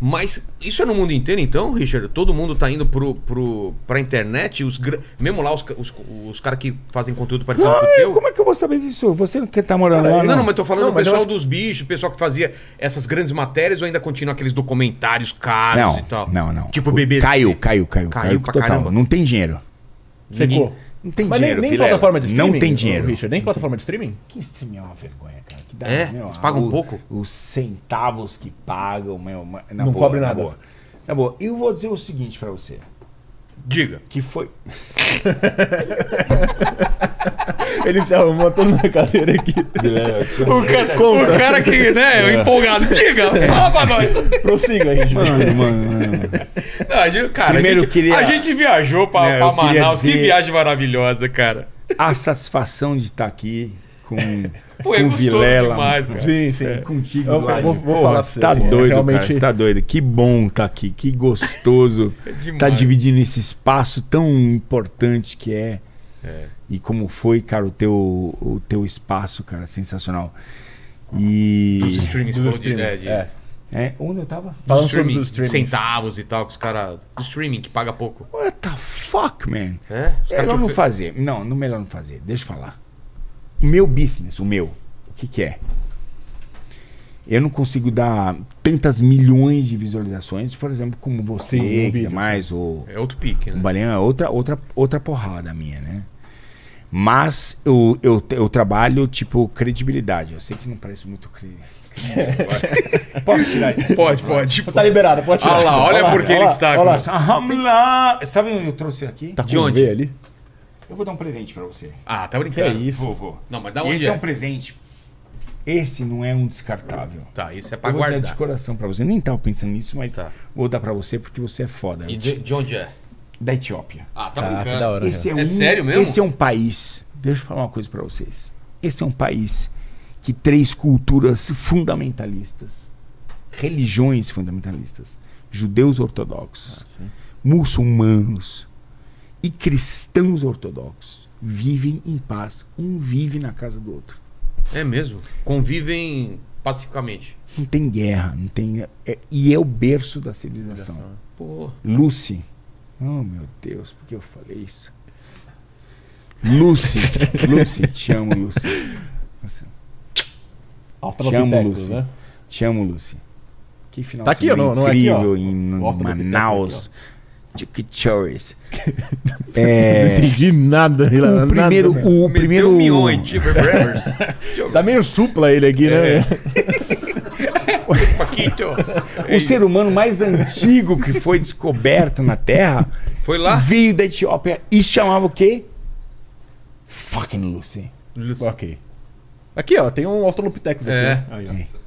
Mas isso é no mundo inteiro, então, Richard? Todo mundo tá indo pro, pro, pra internet, os gra- mesmo lá os, ca- os, os caras que fazem conteúdo parecido com o Ai, teu. como é que eu vou saber disso? Você que tá morando lá. Não, não, mas tô falando Não, do mas eu pessoal acho- dos bichos, pessoal que fazia essas grandes matérias ou ainda continua aqueles documentários caros Não, e tal? não, não. Tipo O- BBC. Caiu, caiu, caiu. Caiu, pra total. caramba. Não tem dinheiro. Secou. ninguém- Não tem Mas nem, dinheiro, nem Vilela. plataforma de streaming. Não tem ô, dinheiro. Richard, nem plataforma de streaming? né? Que streaming é uma vergonha, cara. Que dá, É? Eles pagam o- pouco? Os centavos que pagam, meu. ma- Na Não boa, cobre na nada. Boa. Na boa. Eu vou dizer o seguinte pra você. Diga. Que (laughs) foi... Ele se arrumou todo na cadeira aqui. (laughs) O cara O compra. cara que, É. né, empolgado. Diga, fala pra nós. Prossiga, Richard. Mano, (laughs) mano, mano. Não, a gente- cara, Primeiro a, gente, eu queria- a gente viajou pra, É, pra eu queria Manaus. Que dizer- viagem maravilhosa, cara. A satisfação de estar aqui com, Pô, é com o gostoso Vilela. demais, mano. cara. (laughs) Sim, sim. Contigo, Eu- Vlad. É. vou- vou Porra, falar pra você você, tá assim, doido, cara. realmente- Você tá doido. Que bom tá aqui. Que (laughs) gostoso. É demais. tá dividindo esse espaço tão importante que é. E como foi, cara, o teu, o teu espaço, cara, sensacional. Dos E. streams, Dos falou de, streaming. é, de- É. É, onde eu tava? dos Falando sobre streaming, os streamings. centavos e tal, que os caras. Streaming, que paga pouco. What the fuck, man? É? Os caras É melhor te não ofe- fazer. Não, não melhor não fazer. Deixa eu falar. O meu business, o meu, o que que é? Eu não consigo dar tantas milhões de visualizações, por exemplo, como Sim, você, um que é vídeo, mais, ou É outro pique, o né? Baranhão é outra, outra, outra porrada minha, né? Mas eu, eu, eu trabalho, tipo, credibilidade. Eu sei que não parece muito cri... Posso tirar isso? Pode, pode. Tá liberado, pode tirar. Olha lá, olha lá, porque olha ele lá, está. olha com- lá. Vamos lá! Sabe onde eu trouxe aqui? Tá De com um onde? V ali? Eu vou dar um presente pra você. Ah, tá Que é brincando. isso? Vou, vou. Não, mas da E onde Esse é? é? um presente. Esse não é um descartável. Tá, isso é pra Eu vou dar de guardar. coração pra você. Nem tava pensando nisso, mas Tá. vou dar pra você porque você é foda. E Eu de, te- de onde é? Da Etiópia. Ah, tá Tá, que da brincando. hora. Esse é, É um, sério mesmo? Esse é um país. Deixa eu falar uma coisa pra vocês. Esse é um país que três culturas fundamentalistas, religiões fundamentalistas, judeus Ah, ortodoxos, muçulmanos e cristãos ortodoxos vivem em paz. Um vive na casa do outro. É mesmo. Convivem pacificamente. Não tem guerra, não tem. é- e é o berço da civilização. Pô. Lucy. Oh, meu Deus, por que eu falei isso? Lucy, Lucy, te amo, Lucy. Nossa, Australopithecus, Lucy. né? te amo, Lucy. Que final Tá de aqui semana ou não? Não é aqui, incrível ó. em Mostra no Manaus. Chukichores. é, entendi nada. o primeiro, né? o Meteu primeiro, um mion em ti, Brevers. Tá meio supla ele aqui, né? Um Paquito. o ser humano mais antigo que foi descoberto na Terra Foi lá? veio da Etiópia e se chamava o quê? Fucking Lucy. (laughs) Ok. Aqui, ó, tem um Australopithecus aqui. É. Aí, ó.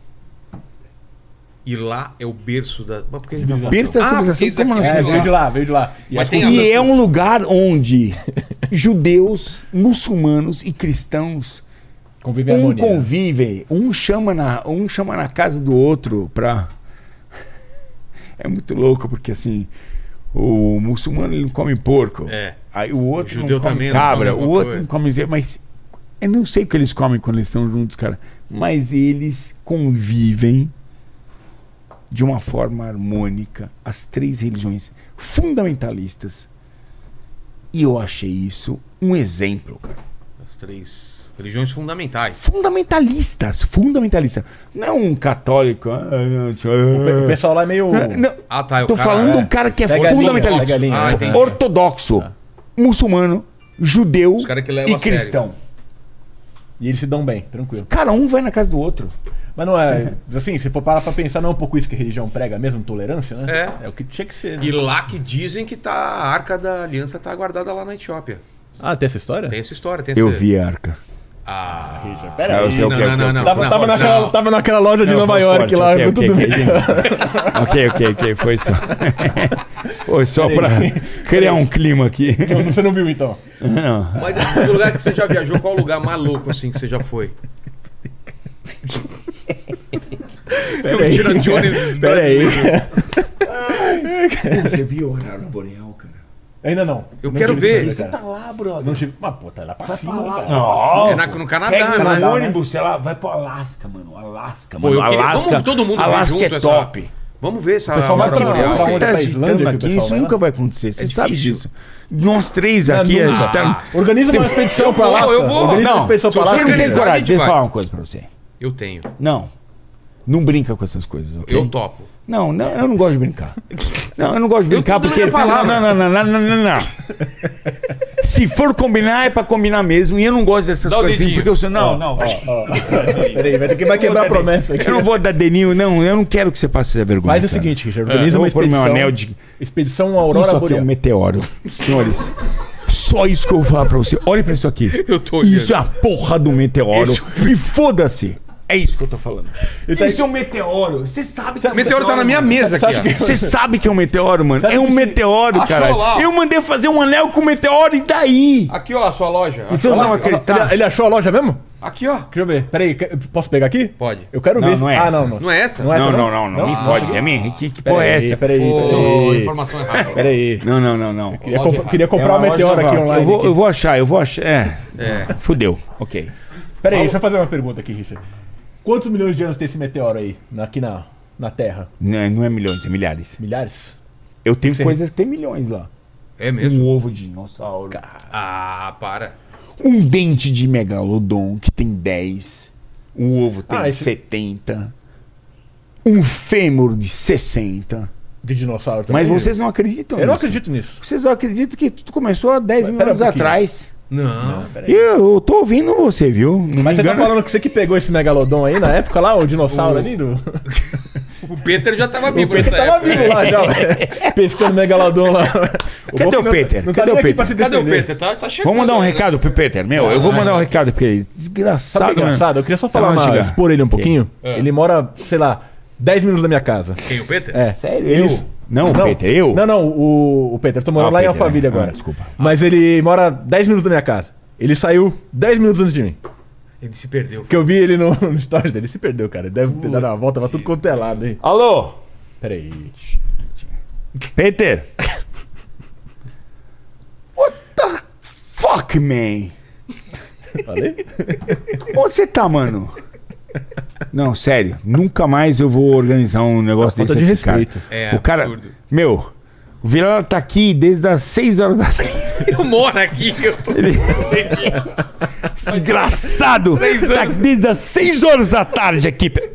E lá é o berço da. Mas por que Berço da Ah, civilização, isso como aqui. nós É, Mas veio tem de lá, veio de lá. E Mas as tem coisas- E é um lugar onde judeus, muçulmanos e cristãos Convive em um harmonia. né? convivem, um chama na, um chama na casa do outro pra. É muito louco porque assim o muçulmano ele não come porco, É. aí o outro O judeu não come também não come cabra, o alguma outro coisa. não come ze- mas eu não sei o que eles comem quando eles estão juntos, cara, mas eles convivem de uma forma harmônica as três religiões fundamentalistas. E eu achei isso um exemplo, cara. As três religiões fundamentais. Fundamentalistas, fundamentalistas. Não é um católico. ah, não, tio, O ah, pessoal lá é meio. não, Ah, tá. é o tô cara- falando é. um cara que é Pega a linha, fundamentalista. pega a linha. Ah. Ah, entendi. ortodoxo, muçulmano, judeu Os cara que leva e a sério. cristão. E eles se dão bem, tranquilo. Cara, um vai na casa do outro. Mas não é. Assim, se for parar pra pensar, não é um pouco isso que a religião prega mesmo, tolerância, né? É. É o que tinha que ser. né? E lá que dizem que tá, a arca da aliança tá guardada lá na Etiópia. Ah, tem essa história? Tem essa história, tem Eu essa- vi a arca. Ah, Pera eu sei o que é, o que é, o que é. Não, Tava, não, tava, não. naquela, tava naquela loja de Não, Nova foi York forte, lá, ok, tudo ok, bem. (laughs) ok, ok, ok. Foi (laughs) só. foi só pra criar um clima aqui. (laughs) Não, Você não viu então? Não. Mas do lugar que você já viajou, qual o lugar maluco assim que você já foi? (laughs) Pera aí. Tira (laughs) Jones Pera aí. um. Você viu o horário boreal, cara? Ainda não. Eu Não quero tive ver. essa, cara. lá, brother. Não tive. Mas, pô, tá lá pra cima, cara. Não, É na- no Canadá, Pega né? um ônibus, sei lá, vai pro Alasca, mano. Alasca, Pô, mano. eu queria- Alasca, Vamos todo mundo ver Alasca é junto essa- top. Vamos ver essa pessoal vai aurora pra- boreal. pra Você onde? tá Pra Islândia agitando que o aqui, pessoal isso vai lá? nunca vai acontecer. Você sabe É difícil. disso. Nós três Não, aqui tá nunca. Ah, agitando. Organiza uma expedição pra lá. eu vou. Organiza uma Não, expedição pra se lá. você não tem organizar, a coragem. gente Deixa eu vai. falar uma coisa pra você. Eu tenho. Não. Não brinca com essas coisas, ok? Eu topo. Não, não, eu não gosto de brincar. Não, eu não gosto de brincar tô dando porque. minha palavra. Não, não, né? não, não, não, não, não, não. Se for combinar, é pra combinar mesmo. E eu não gosto dessas Dá o coisas assim, dedinho. porque eu sou. Não, não. Peraí, vai ter que vai quebrar a promessa aqui. Eu não vou dar deninho, não. Eu não quero que você passe a vergonha. Mas é o cara. seguinte, Richard, Eu organiza vou uma pôr expedição. meu anel de. Expedição Isso Aurora aqui é um Boreal. meteoro. Senhores, só isso que eu vou falar pra você. Olhem pra isso aqui. Eu tô olhando. Isso é a porra do meteoro. E foda-se. É isso que eu tô falando. Isso aí- é um meteoro. Você sabe que é um O meteoro tá na minha mesa Você aqui. acha ó. que- Você sabe que é um meteoro, mano? Sabe é um que se- meteoro, Achou lá, ó. cara. Eu mandei fazer um anel com meteoro e daí? Aqui, ó, a sua loja. Vocês não vão acreditar. Ele, ele achou a loja mesmo? Aqui, ó. Deixa eu ver. Peraí, que- posso pegar aqui? Pode. Eu quero Não, ver. se- não é ah, essa. não, não. Não é essa? é essa, Não, não, não, não. Me fode. É minha. Que, que porra é essa? Peraí, Ô, peraí. informação errada. Peraí. Não, não, não, não. Queria, Loja comp- errada. queria comprar É um uma meteoro loja aqui nova. online. Eu vou, aqui. eu vou achar, eu vou achar. É. É. Fudeu. Ok. Peraí, deixa eu fazer uma pergunta aqui, Richard. Quantos milhões de anos tem esse meteoro aí? na- Aqui na, na Terra? Não é, não é milhões, é milhares. Milhares? Eu tenho Você- coisas que tem milhões lá. É mesmo? Um ovo de dinossauro. Hum. Ah, para. Um dente de megalodon que tem 10. O Um ovo tem Ah, esse- 70. um fêmur de 60. De dinossauro também. Mas vocês não acreditam Eu não nisso. acredito nisso. Vocês não acreditam que tudo começou há 10 Mas mil pera um anos pouquinho. atrás. Não. Peraí. E Eu, eu tô ouvindo você, viu? Não Mas me você tá engana. falando que você que pegou esse megalodon aí na época lá, o dinossauro ali do. O Peter já tava O vivo Peter nessa tava época. vivo lá já, (laughs) ué. pescando megalodon lá. Cadê Wolf o Peter? Não, não tá Cadê nem o aqui Peter? pra se Cadê o defender. Peter? Tá, tá chegando. Vamos mandar um recado pro Peter, meu. Eu vou mandar um recado pra ele. Desgraçado, Ah, é. Sabe o que é mano. engraçado? Eu queria só falar Tá, uma, Chica. expor ele um pouquinho. É. Ele mora, sei lá, 10 minutos da minha casa. Quem, o Peter? É. Sério? Ele- Eu? Não, Peter, eu? Não, não, o, o Peter. Tô morando Ah, lá em Peter, Alphaville né? agora. Ah, desculpa. Mas ele mora 10 minutos da minha casa. Ele saiu 10 minutos antes de mim. Ele se perdeu. Porque eu vi ele no, (laughs) no stories dele. Ele se perdeu, cara. Deve ter dado uma volta, tava tudo quanto é lado, hein? Alô? Peraí. Peter? What the fuck, man? Falei? Onde você tá, mano? Não, sério, nunca mais eu vou organizar um negócio Falta desse de aqui, cara. respeito. É, o cara, absurdo. meu, o Vilela tá aqui desde as 6 horas da tarde. Eu moro aqui, eu tô... (laughs) Ele- Desgraçado! Tá aqui desde as 6 horas da tarde aqui. pe-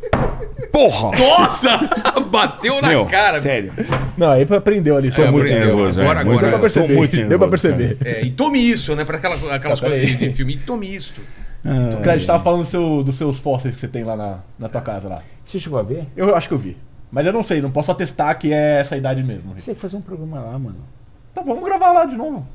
Porra! Nossa! (laughs) Bateu na Meu, cara. sério. Não, aí aprendeu ali. É, Foi muito aprendeu. nervoso, Agora, é, agora. muito- Deu pra Tô perceber. muito Deu pra nervoso, cara. perceber. É, e tome isso, né? Pra aquela- aquelas Tá, coisas peraí. de, de filme. E tome isso. Ah, Cara, a gente tava falando do seu- dos seus fósseis que você tem lá na, na tua casa lá. Você chegou a ver? Eu acho que eu vi. Mas eu não sei, não posso atestar que é essa idade mesmo. Você tem que fazer um programa lá, mano. Tá, vamos gravar lá de novo.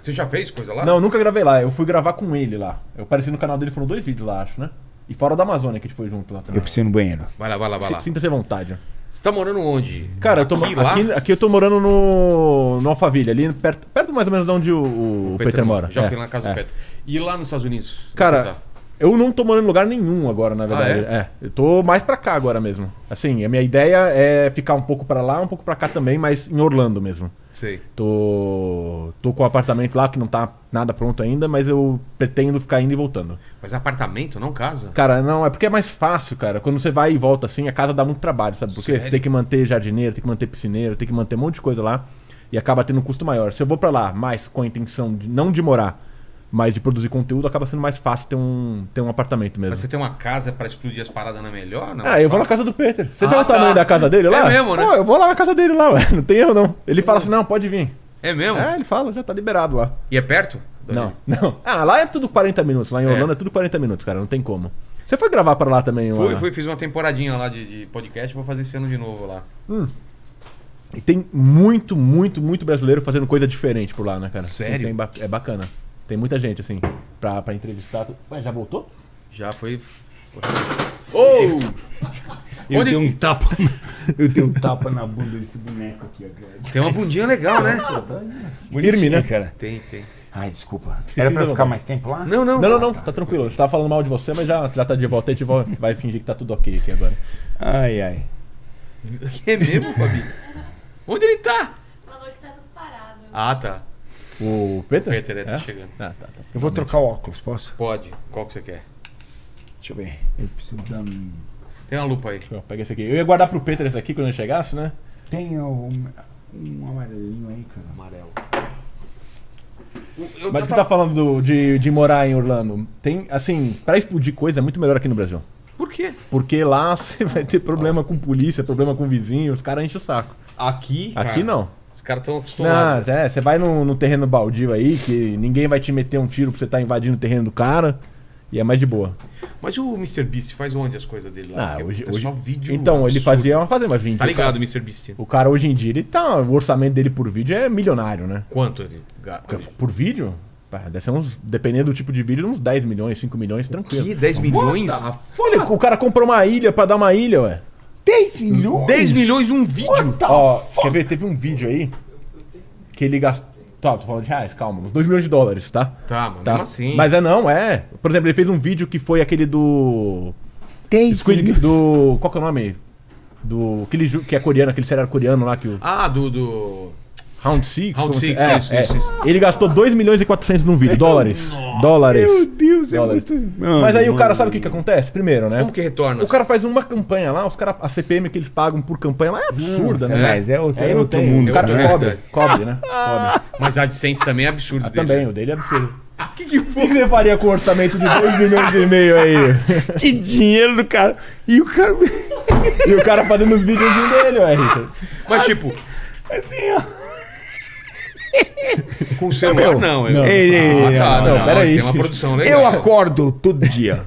Você já fez coisa lá? Não, eu nunca gravei lá. Eu fui gravar com ele lá. Eu apareci no canal dele, foram dois vídeos lá, acho, né? E fora da Amazônia que a gente foi junto lá Eu também. preciso ir no banheiro. Vai lá, vai lá, vai lá. Si- Sinta-se à vontade. Você tá morando onde? Cara, eu tô Aqui, aqui, lá? aqui, eu tô morando no, no Alphaville, ali perto, perto mais ou menos de onde o, o, Peter, mora. Já É, fui lá na casa é. do Peter. E lá nos Estados Unidos? tá- Cara, eu não tô morando em lugar nenhum agora, na verdade. Ah, é? eu tô mais pra cá agora mesmo. Assim, a minha ideia é ficar um pouco pra lá, um pouco pra cá também, mas em Orlando mesmo. Sei. Tô, tô com um apartamento lá que não tá nada pronto ainda, mas eu pretendo ficar indo e voltando. Mas apartamento, não casa? Cara, não, é porque é mais fácil, cara. Quando você vai e volta assim, a casa dá muito trabalho, sabe? Porque Sério? você tem que manter jardineiro, tem que manter piscineiro, tem que manter um monte de coisa lá e acaba tendo um custo maior. Se eu vou pra lá, mais com a intenção de, não de morar, mas de produzir conteúdo, acaba sendo mais fácil ter um, ter um apartamento mesmo. Mas você tem uma casa pra explodir as paradas na melhor? Não? Ah, eu vou na casa do Peter. Você Ah, viu o tá. tamanho da casa dele É lá? mesmo, né? Pô, eu vou lá na casa dele lá, ué. (laughs) Não tem erro, não. Ele fala assim, não, pode vir. É mesmo? É, ele fala, já tá liberado lá. E é perto? Não, não. Ah, lá é tudo 40 minutos. Lá em É. Orlando é, tudo 40 minutos, cara. Não tem como. Você foi gravar pra lá também? Fui, lá? fui, fiz uma temporadinha lá de, de podcast, vou fazer esse ano de novo lá. E tem muito, muito, muito brasileiro fazendo coisa diferente por lá, né, cara? Sério? Assim, tem ba- é bacana. Tem muita gente, assim, pra, pra entrevistar. Ué, já voltou? Já foi. Ou! Eu Onde- dei um tapa na... (laughs) Eu dei um tapa na bunda desse boneco aqui agora. Tem uma bundinha legal, né? (laughs) Firme, né? cara? Tem, tem. Ai, desculpa. Era pra de eu ficar levantar. mais tempo lá? Não, não. Não, não, não. Tá tranquilo. A gente tava falando mal de você, mas já, já tá de volta. A gente vai, vai fingir que tá tudo ok aqui agora. Ai, ai. É mesmo, Fabi? Onde ele tá? Falou que tá tudo parado. Ah, tá. O Peter? Peter, ele tá É? chegando. Ah, tá, tá. Eu vou trocar o óculos, posso? Pode. Qual que você quer? Deixa eu ver. Eu preciso dar um... Tem uma lupa aí. Ó, Pega esse aqui. Eu ia guardar pro Peter esse aqui quando ele chegasse, né? Tem um, um amarelinho aí, cara. Amarelo. Eu Mas o que tava- tá falando do- de, de morar em Orlando? Tem, assim, pra explodir coisa é muito melhor aqui no Brasil. Por quê? Porque lá (laughs) você vai ter problema com polícia, problema com vizinho, os caras enchem o saco. Aqui? Aqui não. Os caras estão Não, acostumados. é, você vai num num terreno baldio aí, que ninguém vai te meter um tiro pra você tá invadindo o terreno do cara. E é mais de boa. Mas o Mr. Beast faz onde as coisas dele lá? Ah, Porque hoje, tá hoje... só vídeo então, ele absurdo. fazia uma fazenda, mas hoje em Tá dia o cara- ligado, Mr. Beast? O cara hoje em dia, ele tá. O orçamento dele por vídeo é milionário, né? Quanto ele? ga- Porque Por vídeo? pá, Deve ser uns. Dependendo do tipo de vídeo, uns 10 milhões, 5 milhões, tranquilo. Que 10 milhões? Olha, o cara comprou uma ilha pra dar uma ilha, ué. 10 milhões? 10 milhões um vídeo? Ó, quer ver? Teve um vídeo aí que ele gastou. Tá, tô falando de reais, calma. Uns 2 milhões de dólares, tá? Tá, mano, Tá? mesmo assim. Mas é não, é. Por exemplo, ele fez um vídeo que foi aquele do. 10 Squid milhões? do. Qual que é o nome? Do. Aquele ju- que é coreano, aquele seriado coreano lá que o. Ah, do. do... Round 6? Round Six, é, isso, é. isso, isso. Ele gastou 2 milhões e 400 num vídeo. Dólares. dólares. Meu Deus, é Dólares. muito... Mano, Mas aí o cara mano. sabe o que, que acontece? Primeiro, né? Como que é? retorna? O cara faz uma campanha lá, os cara, a CPM que eles pagam por campanha lá é absurda, Nossa, né? Mas é outro, É, é não outro tem. mundo. O cara né? cobre, cobre, né? Cobre. Mas a AdSense também é absurdo. dele. Também, o dele é absurdo. O que, que O que foi? que você faria com um orçamento de 2 milhões e meio aí? Que dinheiro do cara. (laughs) E o cara... E o cara fazendo os videozinhos dele, ué, Richard. Mas, tipo, Assim, ó. com o celular, Não, não. não. eu- Ei, ei, Ah, ei, tá, não, não, não, pera aí. Tem uma produção legal. Eu acordo todo dia.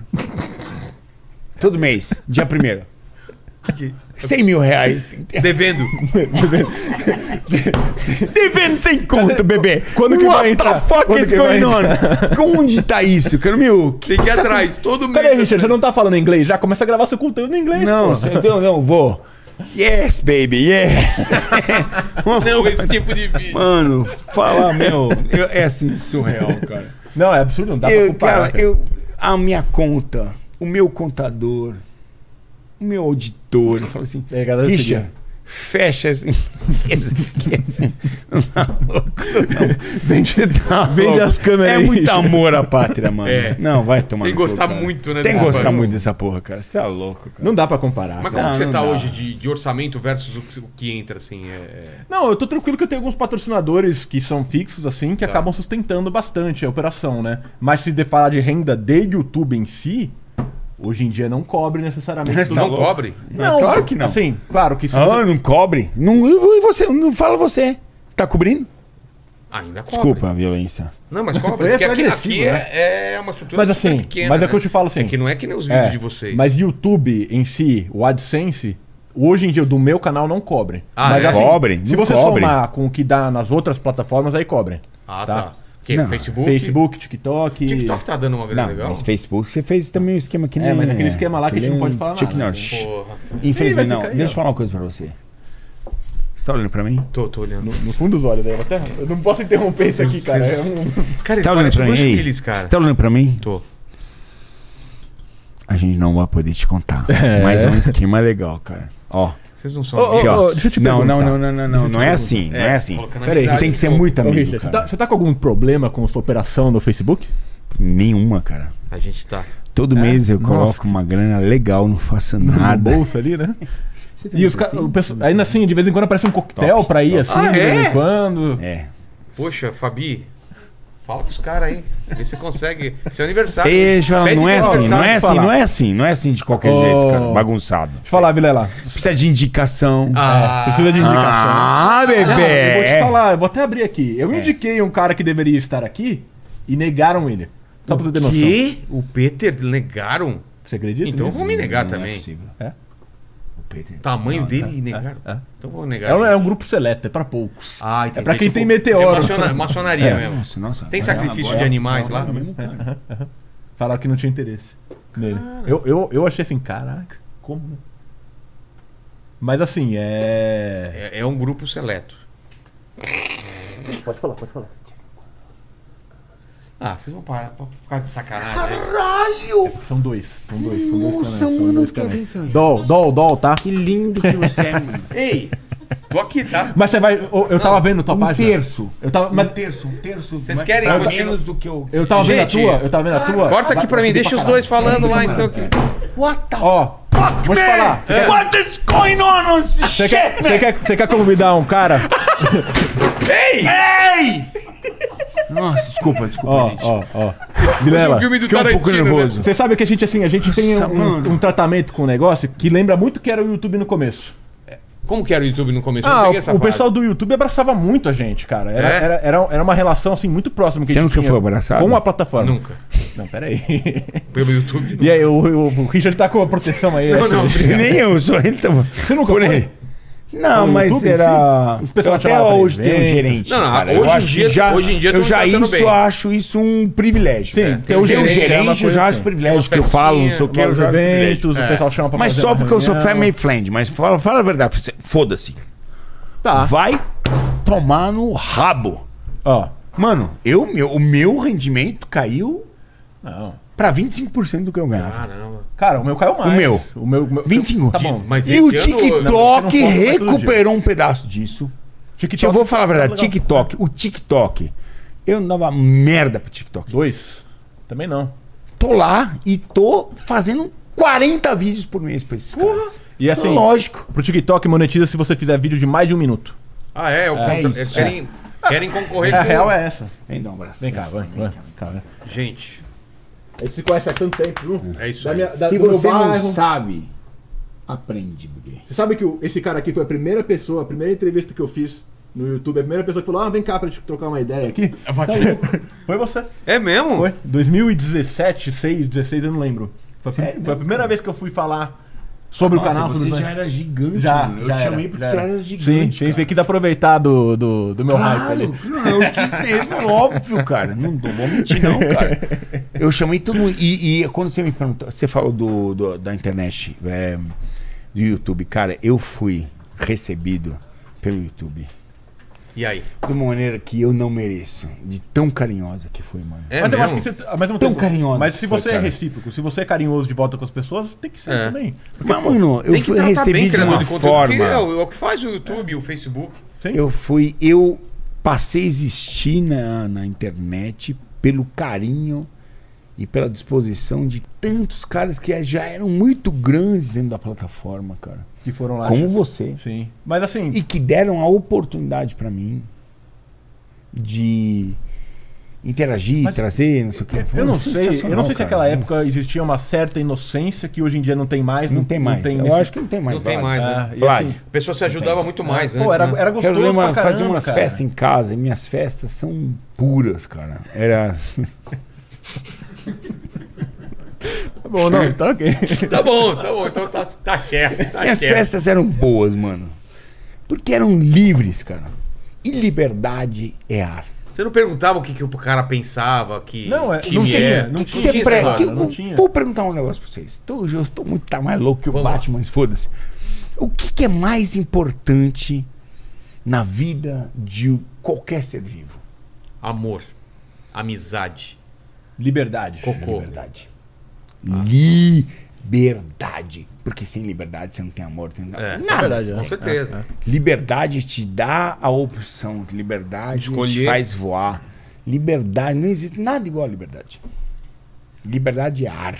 todo mês, dia primeiro. 100 mil reais. Devendo. Devendo sem conta, bebê. Quando que What vai entrar? the fuck Quando is que vai going on? Onde tá isso? Quero meu. Tem que ir (laughs) atrás, todo mundo. Cadê, Richard? Você não tá falando inglês? Já começa a gravar seu conteúdo em inglês, Não, pô. você- não, não, vou. Yes, baby, (laughs) yes. Não, esse tipo de vídeo. Mano, fala, meu. eu- é assim, surreal, cara. Não, é absurdo, não dá pra eu, comparar. cara, eu, a minha conta, o meu contador, o meu auditor, eu falo assim, É, galera, Richard, fecha esse... (laughs) esse, esse não, tá não. Vende, Você tá vende louco. as câmeras É aí, muito Richard. amor à pátria, mano. É. Não, vai tomar Tem que no cu, gostar cara. muito, né, Tem que dessa gostar porra. muito dessa porra, cara. Você tá louco, cara. Não dá pra comparar. Mas cara. como Não, que você não tá dá. hoje de, de orçamento versus o que, o que entra, assim? É, Não, eu tô tranquilo que eu tenho alguns patrocinadores que são fixos, assim, que acabam sustentando bastante a operação, né? Mas se de falar de renda de YouTube em si, hoje em dia não cobre necessariamente. Tu tudo. não cobre? Não, claro que não. Assim, claro que se Ah, você- não cobre? Não, e você, não fala você. Tá cobrindo? Ainda cobre. Desculpa a violência. Não, mas Foi cobre. Porque aqui, agressivo, né? aqui é, é uma estrutura Mas super assim, mas é que eu te falo assim. É que não é que nem os vídeos É, de vocês. Mas YouTube em si, o AdSense, hoje em dia do meu canal não cobre. Ah, mas assim, é? Cobre? Se Não você cobre. somar com o que dá nas outras plataformas, aí cobre. Ah, tá. tá. Que, Não, Facebook? Facebook, TikTok. TikTok tá dando uma grana Não, legal. mas Facebook você fez também o esquema que É, mas aquele esquema lá que a gente não pode falar Check nada. Não, shh. Porra. Infelizmente Ih, vai não. ficar aí, ó. Deixa eu falar uma coisa pra você. Você tá olhando pra mim? Tô, tô olhando. No fundo dos olhos daí, eu até- eu não posso interromper isso aqui, cara. É um- Cara, você tá ele olhando parece pra mim? Bruce Ei, Willis, cara. Você tá olhando pra mim? Tô. A gente não vai poder (laughs) te contar. Mas é um esquema legal, cara. Ó. Vocês não são... Ô, ô, aqui, ó. deixa eu te não, não, perguntar. não, não, não, não. Não é assim. Não é assim. colocando Peraí, amizade, Tem que ser pô. muito Ô, amigo, Richard, você cara. tá, você tá com algum problema com sua operação no Facebook? Nenhuma, cara. A gente tá... Todo mês eu É? Nossa. Uhum. coloco uma grana legal, não faço nada. No bolso ali, né? E os caras. Ainda assim, de vez em quando aparece um coquetel pra ir assim, Ah, de é? vez em quando. É. Poxa, Fabi, fala com os caras aí. Vê se consegue. Seu Tá. aniversário. Deixa eu- Pede não é pra assim, conversar. não é assim, falar. não é assim, não é assim de qualquer Ô. jeito, Ah. cara. Bagunçado. Deixa eu falar, Vilela. É, Precisa de indicação. Ah, Precisa de indicação. Ah, bebê! Não, eu É. vou te falar, eu vou até abrir aqui. Eu indiquei um cara que deveria estar aqui e negaram ele. Só pra você ter noção. Que? O Peter negaram? Você acredita? Então eu nisso? vou me negar Não É também. Tá possível. É? O Peter. Tamanho dele negaram? Então eu vou negar. é, um, é gente. um grupo seleto, é pra poucos. Ah, entendi. É pra quem tem meteoro. é maçona- maçonaria mesmo. Nossa, nossa. Tem agora- sacrifício agora- de animais agora- lá? mesmo, cara. Falaram que não tinha interesse nele. Eu, eu, eu achei assim, caraca, como? né? Mas assim, é. É, é um grupo seleto. Pode falar, pode falar. Ah, vocês vão parar pra ficar de sacanagem. né? é São dois. São dois, são dois canais. São dois canais. Dol, dol, dol, tá? Que lindo que você é, (laughs) mano. Ei, tô aqui, tá? Mas você vai. Eu, eu tava vendo tua Um página. terço. Eu tava. Mas Um terço, um terço. Vocês mas- querem mais ou continuar? menos do que eu. eu tava vendo a Gente, tua. Eu tava vendo a tua. Corta aqui pra mim, deixa os dois falando lá então. que- What the Ó, fuck, vou te man? falar. Você quer- É. What is going on on this Você shit, quer, man? você quer, você quer convidar um cara? Ei! Nossa, desculpa, desculpa, Ó, gente. ó, ó. Vilela, O filme do Fiquei um pouco Tarantino, nervoso. né? você sabe que a gente, assim, a gente tem Nossa, um, mano. um tratamento com o negócio que lembra muito que era o YouTube no começo. Como que era o YouTube no começo? Eu não Ah, peguei o, essa o fase. pessoal do YouTube abraçava muito a gente, cara. Era, É? era, era, era uma relação, assim, muito próxima que Você a gente nunca tinha foi abraçado? Com a plataforma. Nunca. Não, peraí. (laughs) Pelo YouTube, não. E aí, o, o, o Richard tá com a proteção aí. Não, essa, não, gente. Nem eu, sou ele. Tava... Você nunca Por foi? aí. Não, No mas YouTube em era. si? Os pessoal Eu até chamavam pra hoje ele, tem um vem. gerente. Não, não, cara. Eu hoje em acho que dia- já, hoje em dia eu tão já tratando isso bem. acho isso um privilégio. Sim, cara. tem o Tem um gerente, é uma gerente, eu coisa já assim. acho privilégio Uma que eu falo, não festinha, sei o que. Os eu já- eventos, o É. pessoal chama pra Mas fazer só uma porque eu sou reunião. family friend, mas fala, fala a verdade pra você. Foda-se. Tá. Vai tomar no rabo. Ó, Mano, eu, meu, o meu rendimento caiu não. pra 25% do que eu ganhava. Caramba. Cara, o meu caiu mais. meu. O meu. o meu- 25. Tá bom. Mas e o esse ano- Não, eu não TikTok posso mais todo recuperou um pedaço disso. TikTok- Eu vou falar a verdade, tá Legal. TikTok, o TikTok, eu não dava merda pro TikTok. Dois? Também não. Tô lá e tô fazendo 40 vídeos por mês pra esses caras. E assim- Lógico. Pro TikTok monetiza se você fizer vídeo de mais de um minuto. Ah, é? Eu contra- isso. eles querem, querem concorrer É, a com- real é essa. Vem dar um abraço. Vem cá, vai. vai. Tá, vai. Gente, A gente se conhece há tanto tempo, viu? é isso Da aí. minha- da- Se do meu você não bairro. sabe Aprende, Buguê. Você sabe que o- esse cara aqui foi a primeira pessoa, a primeira entrevista que eu fiz no YouTube, a primeira pessoa que falou: Ah, vem cá pra gente trocar uma ideia aqui. É Tá louco? Foi você. É mesmo? Foi. 2017, 6, 16, eu não lembro. Foi, a prim- Sério? foi a primeira vez que eu fui falar sobre o canal. você sobre os- já era gigante, já, mano. Eu já te era, chamei porque já você era. era gigante. Sim, sim, você cara. quis aproveitar do, do, do meu hype Claro, ali. não, eu quis mesmo, é óbvio, cara. Não, não vou mentir, não, cara. Eu chamei todo mundo. E, e quando você me perguntou, você falou do, do- da internet, é, do YouTube, cara, eu fui recebido pelo YouTube E aí? de uma maneira que eu não mereço, de tão carinhosa que foi, mano. É mas eu acho mesmo? que você. Ao mesmo Tão tempo, carinhosa Mas se que foi, você é cara. recíproco, se você é carinhoso de volta com as pessoas, tem que ser É. também. Porque, Mas, pô, mano, eu fui tratar bem, recebido de criador uma conteúdo, porque É forma. o, é o que faz o YouTube, o Facebook. sim. Eu fui, eu passei a existir na, na internet pelo carinho e pela disposição de tantos caras que já eram muito grandes dentro da plataforma, cara. que foram lá. Como você. Sim. Mas assim, E que deram a oportunidade pra mim de interagir, Mas trazer, não sei o que. eu não sei, eu não sei se naquela época existia uma certa inocência que hoje em dia não tem mais. Não tem mais. Eu nesse- acho que não tem mais. Não tem Vlad. mais, né? Ah, e Vlad. assim, A pessoa se ajudava muito mais antes. Pô, era, é né? era gostoso eu lembro, pra caramba, fazia umas cara. festas em casa e minhas festas são puras, cara. Era. Tá bom, não, tá ok. (laughs) Tá bom, tá bom. Então tá, tá quieto, tá Minhas quieto. festas eram boas, mano. Porque eram livres, cara. E liberdade é ar. Você não perguntava o que, que o cara pensava, que Não, é- que não me tinha, é. não Que que você tinha pre- essa que- parada, não vou- tinha. Vou perguntar um negócio pra vocês. Tô, hoje eu estou muito tá mais louco que o Vamos lá. Batman, mas foda-se. O que, que é mais importante na vida de qualquer ser vivo? Amor, amizade, Liberdade. cocô. Liberdade. Liberdade. Porque sem liberdade você não tem amor, tem É, isso é nada. verdade, Com né? certeza. Liberdade te dá a opção, liberdade te Escolher. faz voar. Liberdade, não existe nada igual a liberdade. Liberdade é ar.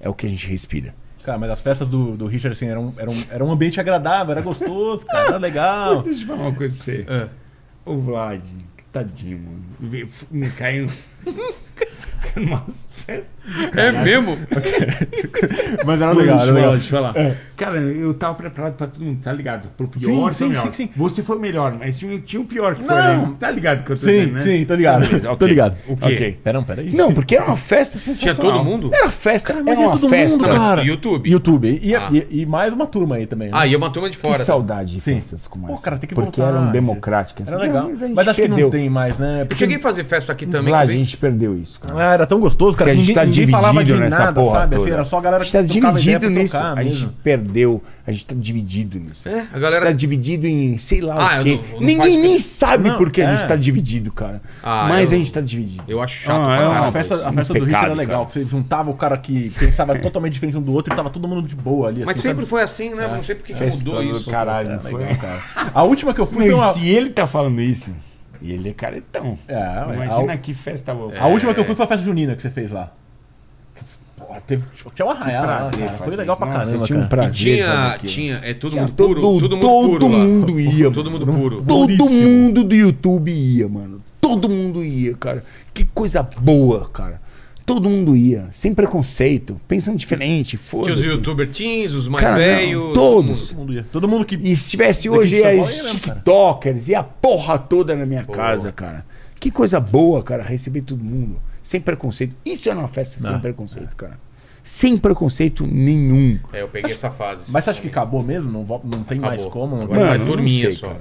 É o que a gente respira. Cara, mas as festas do, do Richard assim, eram, eram, era um ambiente agradável, era gostoso, cara, era legal. Deixa eu falar uma coisa pra você. É. O Vlad, que tadinho, mano. Vê- f- Me caiu. (laughs) Nossa, festa. É mesmo? Mas era Não, legal, era deixa eu falar, legal. deixa eu falar. Cara, eu tava preparado pra tudo, tá ligado? Pro pior, Sim, pra sim, melhor. sim, sim. Você foi melhor, mas tinha, tinha o pior que foi. Não! né? Tá ligado que eu tô Sim, dizendo, né? sim, tô ligado. Beleza, ok. Tô ligado. O quê? Ok. Pera, peraí. Não, porque era uma festa sensacional. todo mundo? Era festa, Cara, cara, mas era ia uma todo mundo, festa. cara. YouTube. YouTube. E, Ah. e, e mais uma turma aí também. né? Ah, e uma turma de Que fora. saudade de festas como Pô, essa. cara, tem que Porque voltar. né? eram democráticas. Era Não, legal. a gente Mas acho que perdeu. não tem mais, né? Eu Porque- cheguei a fazer festa aqui também. Lá, a que vem- gente perdeu isso, cara. Ah, era tão gostoso, cara. Porque a gente ninguém, tá ninguém falava de dividido nessa nada, porra sabe? Assim, toda. era só a A galera gente tá trocava ideia pra dividido nisso. trocar A gente mesmo. perdeu. A gente tá dividido nisso. É, a galera- A gente tá dividido em sei lá Ah, o eu quê. não- não faz Ninguém tempo. nem sabe Não, por que a gente é. tá dividido, cara. Ah, Mas eu- a gente tá dividido. Eu acho chato pra Ah, é uma caralho. A festa, a festa Um do Richard pecado, era legal, cara. que você juntava o cara que pensava totalmente diferente um do outro e tava todo mundo de boa ali. Mas assim, sempre sabe? foi assim, né? Não sei por que que Festa mudou do isso. caralho, É, não foi? legal, cara. A última que eu fui foi Meu, uma... e se ele tá falando isso, e ele é caretão. É, ué, Imagina a- É. que festa boa. A última né? que eu fui foi a festa junina que você fez lá. Pô, teve... Tinha um arraial lá, Prazer cara. fazer Foi legal isso. pra Nossa, caramba, tinha um cara. prazer fazer Tinha, aquilo. tinha, é todo Tinha mundo puro, todo- todo mundo todo puro lá. mundo ia, Todo mundo mano. puro. Todo Puríssimo. mundo do YouTube ia, mano. Todo mundo ia, cara. Que coisa boa, cara. Todo mundo ia, sem preconceito, pensando diferente, Tinha os foda-se. youtuber teens, os mais Cara, não, velhos. todos. Todo mundo ia. Todo mundo que... E se tivesse Daqui de hoje São Paulo as ia mesmo, né, cara. tiktokers e a porra toda na minha casa, cara. Que coisa boa, cara, receber todo mundo. Sem preconceito. Isso era uma festa Ah. sem preconceito, cara. Sem preconceito nenhum. É, eu peguei essa fase. Mas você acha que acabou mesmo? Não, vo- não tem mais Acabou. como? Agora Mano, faz eu não turminha sei, só. cara.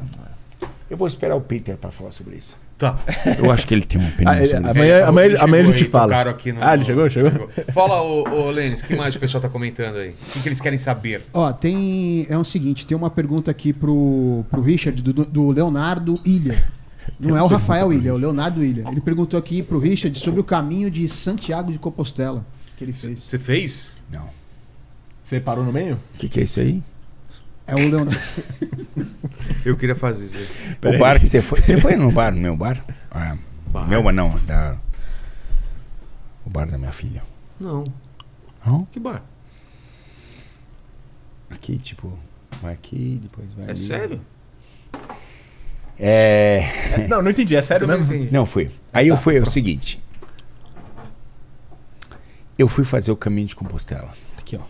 Eu vou esperar o Peter pra falar sobre isso. Tá. Eu acho que ele tem uma opinião Ah, ele- sobre isso. amanhã- É, amanhã ele- chegou amanhã ele aí, te fala. tocaram aqui no- Ah, ele chegou? Chegou? Fala, ô, ô Lênis, o que mais o pessoal tá comentando aí? O que, que eles querem saber? Ó, tem. É o seguinte, tem uma pergunta aqui pro, pro Richard, do, do Leonardo Ilha. Não é o Rafael Ilha, é o Leonardo Ilha. Ele perguntou aqui pro Richard sobre o caminho de Santiago de Compostela que ele fez. Você fez? Não. Você parou no meio? O que, que é isso aí? É o Leonardo. Eu queria fazer isso. o bar que você foi. Você foi no bar, no meu bar? Ah, Meu bar não, da. O bar da minha filha. Não. Não? Que bar? Aqui, tipo. Vai aqui, depois vai. É ali. sério? É. Não, não entendi. É sério Também mesmo? não entendi. Não, fui. Aí eu fui, é o seguinte. Eu fui fazer o caminho de Compostela. Aqui, ó.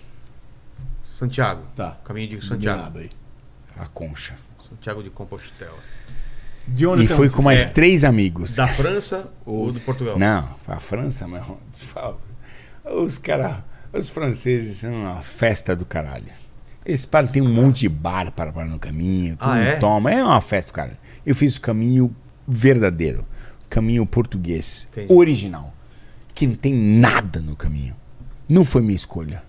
Santiago. Tá. Caminho de Santiago. Combinado aí. A concha. Santiago de Compostela. De onde E tem fui um- com mais É. três amigos. Da França ou do Portugal? Não, a França, meu. (laughs) te falo. Os caras, os franceses são uma festa do caralho. Eles param, tem um monte de bar para parar no caminho, todo Ah, mundo é? toma. É uma festa do caralho. Eu fiz o caminho verdadeiro, caminho português, Entendi. original, que não tem nada no caminho. Não foi minha escolha.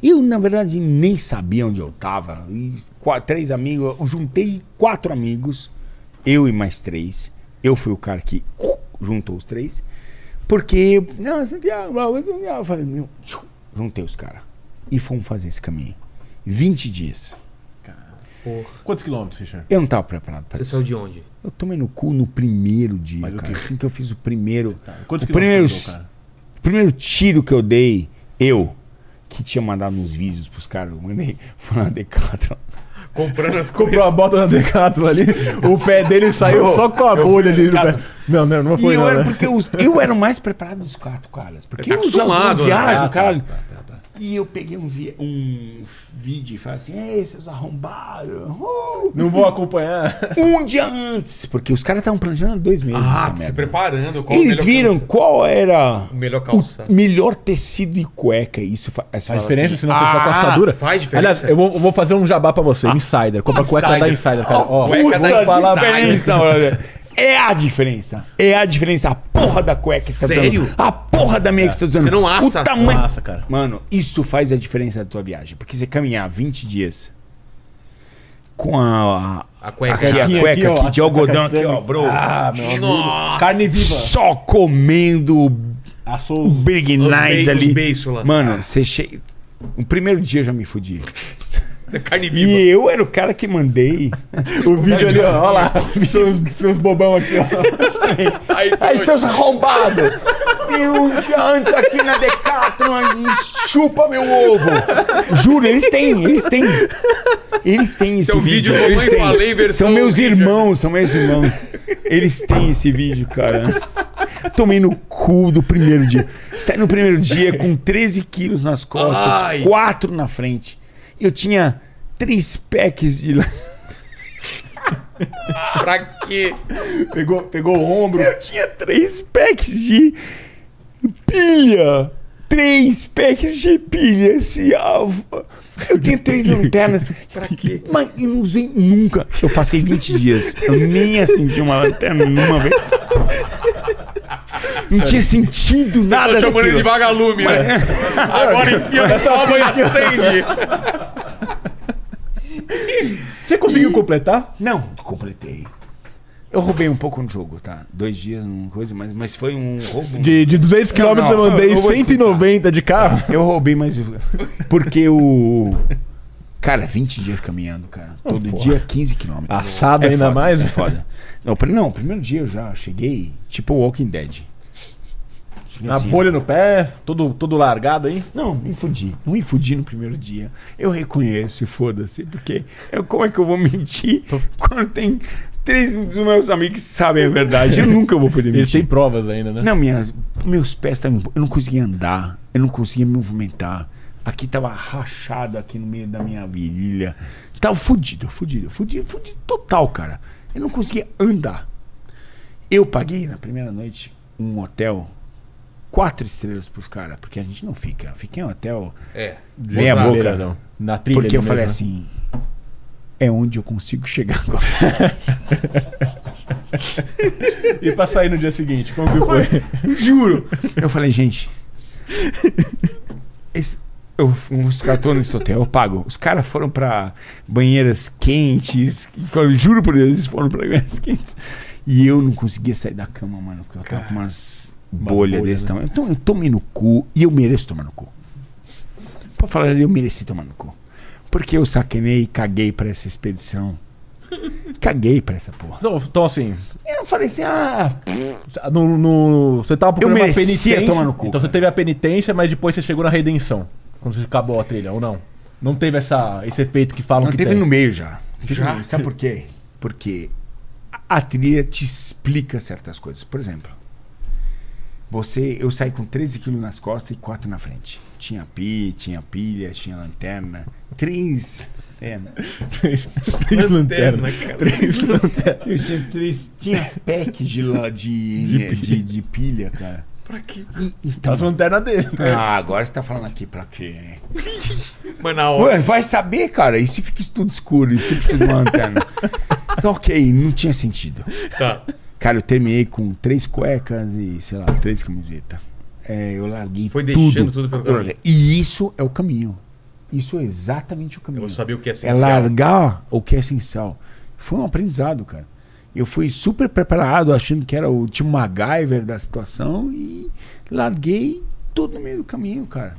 Eu, na verdade, nem sabia onde eu tava. E qua- três amigos, eu juntei quatro amigos, eu e mais três. Eu fui o cara que juntou os três. Porque, não, é Santiago, blá, blá, blá. eu falei, meu, tchum, juntei os caras. E fomos fazer esse caminho. 20 dias. Quantos quilômetros, Richard? Eu não tava preparado pra Você isso. saiu de onde? Eu tomei no cu no primeiro dia, Mas o cara. quê? Assim que eu fiz o primeiro. Tá. Quantos o primeiro, quilômetros você deu, cara? o primeiro tiro que eu dei, eu, que tinha mandado uns vídeos pros caras, eu mandei, foi na Decathlon. Comprando as Comprou a coisas. bota na Decathlon ali, o pé dele saiu só com a bolha ali no pé. Não, não, não E foi eu, não, era, né? porque os- eu era o mais preparado dos quatro caras. Porque Tá eu já acostumado, não né? viajo, Ah, tá, caralho. E eu peguei um, vi- um vídeo e falei assim, ei, seus arrombados. uh." Não vou acompanhar. Um dia antes, porque os caras estavam planejando há dois meses Ah, essa se merda. preparando. qual o Eles melhor viram calça- qual era o melhor calça. o melhor tecido e cueca. Isso fa- aí Faz você fala diferença, assim, senão você fica com ah, assadura. faz diferença. Ah, Aliás, eu vou, eu vou fazer um jabá pra você, Insider. Compra a cueca da Insider, cara. Ó, cueca vou da falar pra Insider. você. diferença, brother. É a diferença. É a diferença. A porra da cueca que você tá Sério? usando. A porra da É. meia que você tá usando. Você não assa O a tamanho... Massa, cara. Mano, isso faz a diferença da tua viagem. Porque você caminhar 20 dias com a, a, A cueca. aqui, a Aqui, cueca aqui, ó, aqui, de a algodão cueca aqui, ó, dele. bro. Ah, meu amigo. Nossa. Carne viva. Só comendo Assou. o Big Os Nights bacon, os ali. bacon lá. Mano, você chega. O primeiro dia eu já me fudi. Carne viva. E eu era o cara que mandei. O vídeo ali, ó. Ó lá. (laughs) Seus, seus bobão aqui, ó. Aí, tu- Aí, seus arrombados! E um dia antes aqui na Decathlon, aí, chupa meu ovo! Juro, eles têm, eles têm. Eles têm esse Seu vídeo vídeo. mamãe eles têm. falei em versão são meus vídeo. irmãos, são meus irmãos. Eles têm esse vídeo, cara. Tomei no cu do primeiro dia. Saí no primeiro dia com 13 quilos nas costas, Ai. 4 na frente. Eu tinha 3 packs de... lá. pra quê? Pegou, pegou o ombro. Eu tinha três packs de pilha. Três packs de pilha. Esse alfa. Eu tinha três lanternas. Pra quê? Mas eu não usei nunca. Eu passei 20 dias. Eu nem acendi uma lanterna nenhuma vez. Não tinha sentido nada Tô (laughs) chamando ele de daquilo. vagalume, né? (laughs) Agora enfia no salvo e acende. Você conseguiu completar? Não, completei. Eu roubei um pouco no jogo, tá? Dois dias, uma coisa, mas, mas foi um roubo. De, de 200 km eu não, mandei eu vou 190 de carro. Eu roubei, mas. eu- Porque o. Cara, 20 dias caminhando, cara. Todo dia 15 É quilômetros. Assado Ah, ainda foda, mais? É foda. Não, pri- não, primeiro dia eu já cheguei, tipo Walking Dead. Cheguei A assim, bolha no pé, todo, todo largado aí. Não, me fudi. Não me fudi no primeiro dia. Eu reconheço e foda-se, porque eu, como é que eu vou mentir quando tem três dos meus amigos que sabem a verdade? Eu nunca vou poder Ele mentir. tem provas ainda, né? Não, minhas, meus pés estavam. Eu não conseguia andar, eu não conseguia me movimentar. Aqui tava rachado aqui no meio da minha virilha. Tava fudido, fudido, fudido, fudido total, cara. Eu não conseguia andar. Eu paguei na primeira noite um hotel, quatro estrelas pros caras, porque a gente não fica. Fiquei em um hotel É. meia Na boca. beira, não. Na trilha. né? Porque eu ali falei mesmo, assim. É onde eu consigo chegar agora. né? E pra sair no dia seguinte, como que foi? Juro. Eu falei, gente. esse- eu os caras estão nesse hotel, eu pago. Os caras foram pra banheiras quentes. eu Juro por Deus, eles foram pra banheiras quentes. E eu não conseguia sair da cama, mano. Porque eu tava com umas bolhas bolhas, desse né? tamanho. Então eu tomei no cu e eu mereço tomar no cu. Pra falar, eu mereci tomar no cu. Porque eu saquenei e caguei pra essa expedição. Caguei pra essa porra. (laughs) Então, então, assim, Eu falei assim, ah, no, no- você tava procurando Eu uma merecia penitência. tomar no cu, então você cara. teve a penitência, mas depois você chegou na redenção. Quando você acabou a trilha, ou não? Não teve essa, esse efeito que falam Não, que teve tem. (laughs) no meio já. Teve Já? no meio. Sabe por quê? Porque a- a trilha te explica certas coisas. Por exemplo, Você, eu saí com 13 quilos nas costas e 4 na frente. Tinha pi, tinha pilha, tinha lanterna. Três é, né? lanternas. Três lanternas. né, Três lanternas. Eu tinha três. Tinha pack de, la- de, de, de, de pilha, cara. Pra quê? E- então, As lanternas dele. ah, agora você tá falando aqui pra quê? Mas na hora. Ué, vai saber, cara. E se fica tudo escuro e você precisa de uma lanterna? Então, ok, não tinha sentido. Tá. Cara, eu terminei com três cuecas e, sei lá, três camisetas. É, eu larguei Foi tudo. deixando tudo pelo Eu caminho. larguei. E isso é o caminho. Isso é exatamente o caminho. Eu sabia o que é É essencial. largar o que é essencial. Foi um aprendizado, cara. Eu fui super preparado, achando que era o time MacGyver da situação e larguei tudo no meio do caminho, cara.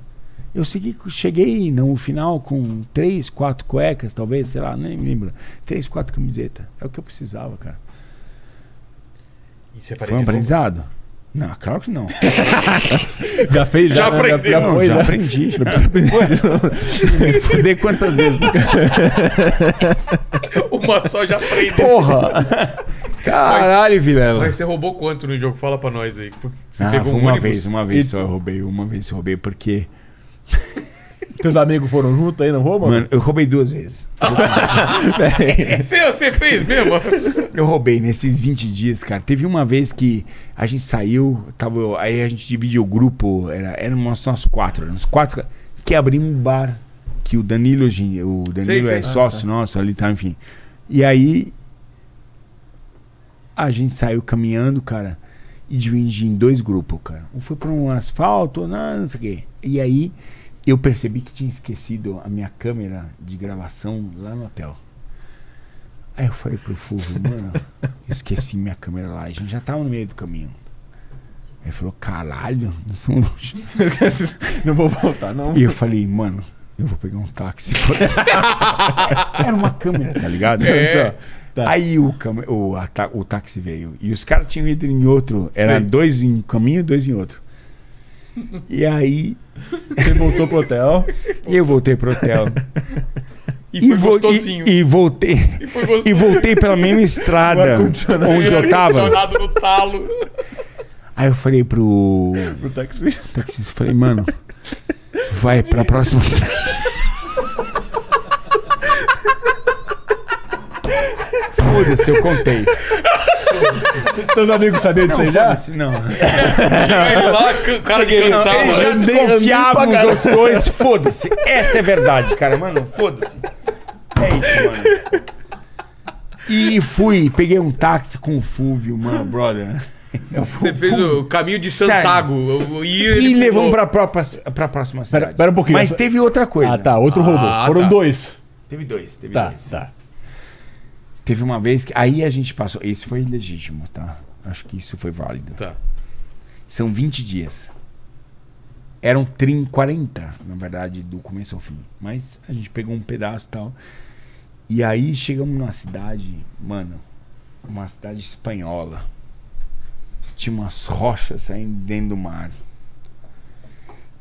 Eu segui, cheguei no final com três, quatro cuecas, talvez, sei lá, nem lembro. Três, quatro camisetas. É o que eu precisava, cara. E você Foi um aprendizado? Não, claro que não. Já fez? Já né? aprendeu. (laughs) Já, Não, foi, já já. aprendi. Não precisa Me fuder quantas vezes. (laughs) Uma só já aprendeu. (laughs) Porra! Caralho, Vilela. Mas você roubou quanto no jogo? Fala pra nós aí. Porque Você Ah, pegou foi um uma ônibus. vez, uma vez só eu roubei, uma vez eu roubei, porque. Teus amigos foram juntos aí no Roma? Mano, eu roubei (laughs) duas vezes. (laughs) Você, você fez mesmo? (laughs) Eu roubei nesses 20 dias, cara. Teve uma vez que a gente saiu, tava, eu- aí a gente dividiu o grupo, era, éramos nós quatro, éramos quatro que abrimos um bar que o Danilo, hoje em- o Danilo sei. é sócio nosso ali, tá, enfim. E aí a gente saiu caminhando, cara, e dividi em dois grupos, cara. Um foi pra um asfalto, não, não sei o quê. E aí eu percebi que tinha esquecido a minha câmera de gravação lá no hotel. Aí eu falei pro Fulvio, mano, eu esqueci minha câmera lá. A gente já tava no meio do caminho. Aí ele falou, caralho, não são longe. (laughs) Não vou voltar, não. E eu falei, mano, eu vou pegar um táxi. (laughs) foda-se." Era uma câmera, tá ligado? É. Tá. Aí o, cam- o, a ta- o táxi veio. E os caras tinham ido em outro. Era Sim. dois em um caminho e dois em outro. E aí Você voltou pro hotel. eu voltei pro hotel. E foi vo- gostosinho. e voltei. Foi gostoso. E voltei pela mesma estrada ar-condicionado. onde eu tava. Acionado Tá no talo. Aí eu falei pro Pro taxista. taxista, falei, mano, vai pra próxima. (laughs) estrada." Foda-se, eu contei. Teus amigos sabiam disso aí já? Foda-se, não. Aí lá, ca- cara de cansado. Eles já né? eu nem- eu nem desconfiavam os pagava. outros dois. Foda-se. Essa é verdade, cara, mano. Foda-se. É isso, mano. E fui, peguei um táxi com o Fúvio, mano, brother. Eu fui- Você fez o caminho de Santago. o- E, ele E um pulou. levamos pra, própria- pra próxima cidade. Pera- pera um pouquinho. Mas teve outra coisa. Ah, tá. Outro Ah, roubo. Foram tá. dois. Teve dois, teve Tá, dois. tá. Teve uma vez que. Aí a gente passou. Esse foi legítimo, tá? Acho que isso foi válido. Tá. São 20 dias. Eram 30, 40, na verdade, do começo ao fim. Mas a gente pegou um pedaço e tal. E aí chegamos numa cidade, mano, uma cidade espanhola. Tinha umas rochas saindo dentro do mar.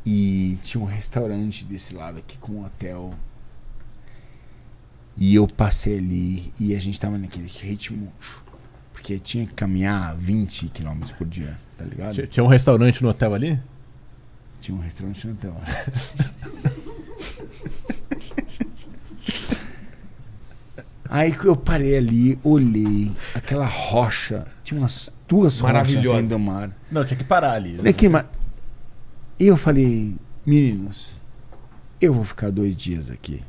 E tinha um restaurante desse lado aqui com um hotel. E eu passei ali e a gente tava naquele ritmo. Porque tinha que caminhar 20 km por dia, tá ligado? Tinha- Tinha um restaurante no hotel ali? Tinha um restaurante no hotel. Aí que eu parei ali, olhei aquela rocha. Tinha umas duas rochas Maravilhosa. saindo do mar. Não, tinha que parar ali. né? Daqui, mas... E eu falei, meninos, eu vou ficar dois dias aqui.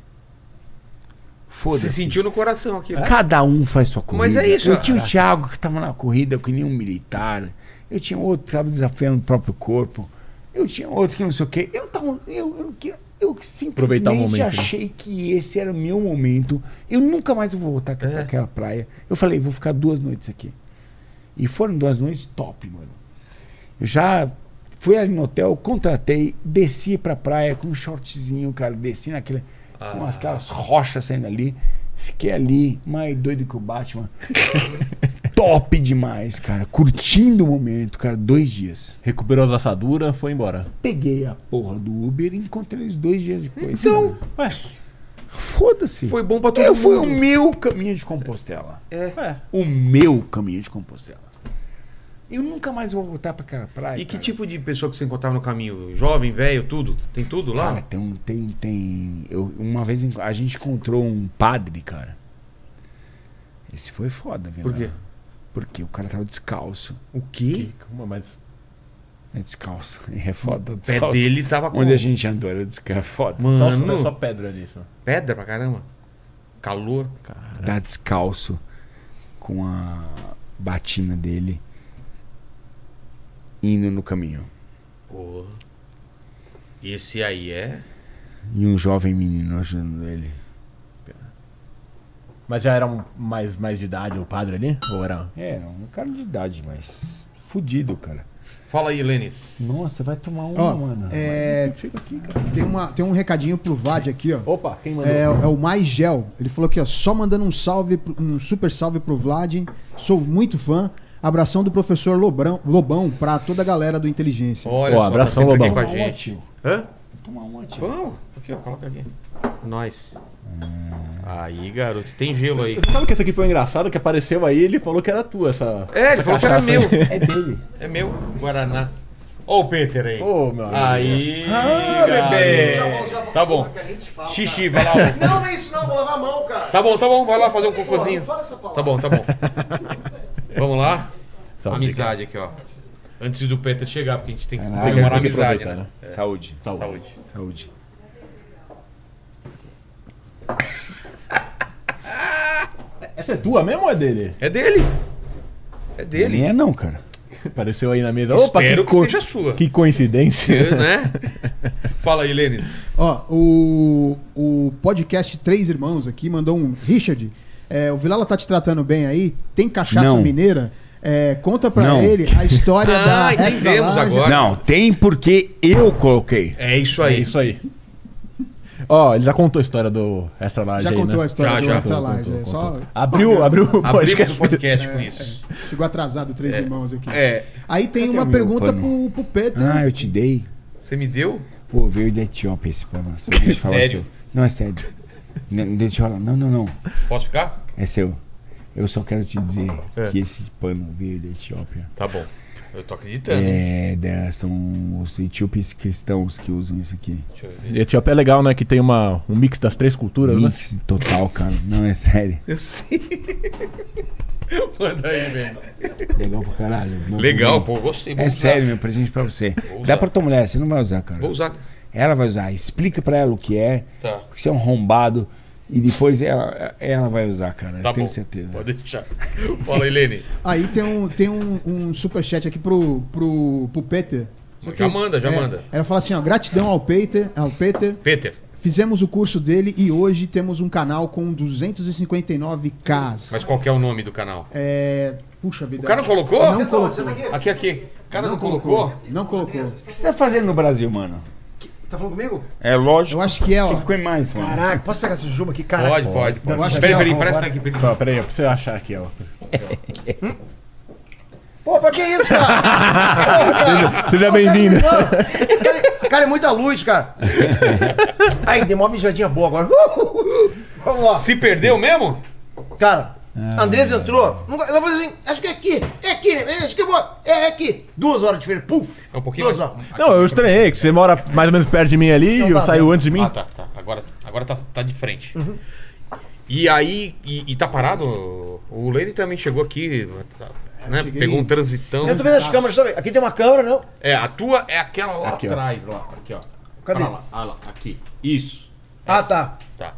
Você Foda-se. sentiu no coração aqui. Cada um faz sua corrida. Mas é isso, Eu tinha o cara. Thiago que tava na corrida que nem um militar. Eu tinha outro que tava desafiando o próprio corpo. Eu tinha outro que não sei o quê. Eu tava. Eu, eu, não queria- eu simplesmente Aproveitar o momento, né? achei que esse era o meu momento. Eu nunca mais vou voltar É. aqui pra aquela praia. Eu falei, vou ficar duas noites aqui. E foram duas noites top, mano. Eu já fui ali no hotel, contratei, desci pra praia com um shortzinho, cara. Desci naquele. Ah. Com aquelas rochas saindo ali. Fiquei ali, mais doido que o Batman. (laughs) Top demais, cara. Curtindo o momento, cara. Dois dias. Recuperou as assaduras, foi embora. Peguei a porra do Uber e encontrei eles dois dias depois. Então, cara. Ué, foda-se. Foi bom pra todo Eu fui um o mundo. meu caminho de Compostela. é. O meu caminho de Compostela. Eu nunca mais vou voltar pra aquela praia. E que cara. tipo de pessoa que você encontrava no caminho? Jovem, velho, tudo? Tem tudo Cara, lá? tem, um- tem, tem. Eu, uma vez enco- a gente encontrou um padre, cara. Esse foi foda, viu? Por quê? Porque o cara tava descalço. O quê? Calma, mas. É descalço. (laughs) É foda. O pé Descalço. dele tava com Onde a gente andou era descalço. É foda. Só, Mano, é só pedra nisso. pedra pra caramba. Calor. Tá descalço com a batina dele indo no caminho. Pô. Esse aí é. E um jovem menino ajudando ele. Mas já era um mais, mais de idade o padre ali? Ou era. É, um cara de idade, mas fudido, cara. Fala aí, Lênis. Nossa, vai tomar uma, Ó, mano. é, Chega aqui, cara. Tem, uma, tem um recadinho pro Vlad aqui, ó. Opa, quem mandou? É, é o Mais Gel. Ele falou aqui, ó, só mandando um salve, pro- um super salve pro Vlad. Sou muito fã. Abração do professor Lobrão, Lobão pra toda a galera do Inteligência. Olha Ó, só, tá abração, sempre aqui Lobão. com a Toma uma, gente. tio. Hã? Toma uma, tio. Vamos. Aqui, ó, coloca aqui. Nós. Hum. Aí, garoto, tem gelo aí. Você sabe que esse aqui foi engraçado que apareceu aí ele falou que era tua essa. É, ele essa falou que era cachaça meu. aí. É dele. É meu, Guaraná. Ô, o Peter aí. Ô, meu amigo. Aí, garoto. Tá bom. Xixi, vai lá. ó. Não, não é isso não, vou lavar a mão, cara. Tá bom, tá bom, vai lá fazer um Porra, cocôzinho. não fala essa Tá palavra. bom, tá (laughs) bom. Vamos lá? Sabe, amizade aqui, ó. Antes do Peter chegar, porque a gente Tá, tem que Caralho, Tem que, comemorar a tem que amizade, aproveitar, né? né? Saúde. Saúde. Saúde. Saúde. (laughs) Essa é tua mesmo ou é dele? É dele. É dele. Ele é não, cara. Apareceu aí na mesa. Opa, Espero que, que, co- seja sua. que coincidência. Né? Fala aí, Lênis. Ó, o, o podcast Três Irmãos aqui mandou um. Richard, é, o Vilela tá te tratando bem aí? Tem cachaça Não. mineira? É, conta pra Não. ele a história (laughs) Ah, da entendemos Extra Laje. agora. Não, tem porque eu coloquei. É isso É aí. isso aí. Ó, ele já contou a história do Extra Large Já aí, contou a né? história Já, do já. Extra Contou, Large. contou, é só... É, contou. Abriu, abriu o Abrimos podcast. o podcast com É, isso. Chegou atrasado, Três Irmãos aqui. É, Aí tem uma meu pergunta pro, pano? pro Peter. Ah, eu te dei. você me deu? Pô, veio da Etiópia esse pano. (laughs) Só deixa eu falar Sério? seu. Não, é sério. Não, deixa eu falar. Não, não, não. Posso ficar? É seu. Eu só quero te dizer É. que esse pano veio da Etiópia. Tá bom. Eu tô acreditando. hein? É, da- são os etíopes cristãos que usam isso aqui. Deixa eu ver. Etiópia é legal, né? Que tem uma, um mix das três culturas, né? Mix total, cara. Não, (laughs) é sério. Eu sei. (laughs) Manda aí, velho. Legal pra caralho. Bom, Legal, bom. pô, gostei. vou É usar. sério, meu presente pra você. Vou Dá usar. pra tua mulher, você não vai usar, cara. Vou usar. Ela vai usar. Explica pra ela o que é. Tá. Porque você é um rombado. E depois ela, ela vai usar, cara. Tá eu tenho bom. certeza. Pode deixar. Fala aí, Lene. Aí tem um, tem um, um superchat aqui pro, pro, pro Peter. Só Já manda, já é, manda. Ela fala assim, ó, gratidão ao Peter, ao Peter. Peter, Fizemos o curso dele e hoje temos um canal com 259Ks. mas qual que é o nome do canal? É. Puxa vida. O cara não colocou? tá Não colocou. Aqui, aqui. O cara não, colocou? Não colocou. O que você tá fazendo no Brasil, mano? Tá falando comigo? É lógico. Eu acho que é, ó. que mais, mano. Caraca, posso pegar essa juba aqui, cara? Pode, pode, Eu pode. acho Peraí, que é, peraí, ó, presta aqui, Peter. Pera, peraí, eu preciso achar aqui, ó. Pô, pra que isso, cara? Seja bem-vindo. Cara, cara, é muita luz, (laughs) cara. Aí, dei uma mijadinha boa agora. Uh, Vamos lá. Se perdeu mesmo? Cara, Ah. a Andresa entrou. não- Ela falou assim: acho que é aqui, é aqui, né? acho que eu vou. É, é aqui. Duas horas de feira. Puf! É um pouquinho Duas mais- horas. Não, eu estranhei que você mora mais ou menos perto de mim ali Então e eu tá saiu bom. antes de mim. Ah, tá, tá. Agora, agora tá, tá de frente. E aí, e, e tá parado? O Lene também chegou aqui, tá, né? cheguei- Pegou um transitão. Eu tô tá. vendo as câmeras também. Aqui tem uma câmera, não? É, a tua é aquela lá Aqui, ó. atrás, lá. Aqui, ó. Cadê? Pra lá, ah, lá, aqui. Isso. Ah, tá. Tá.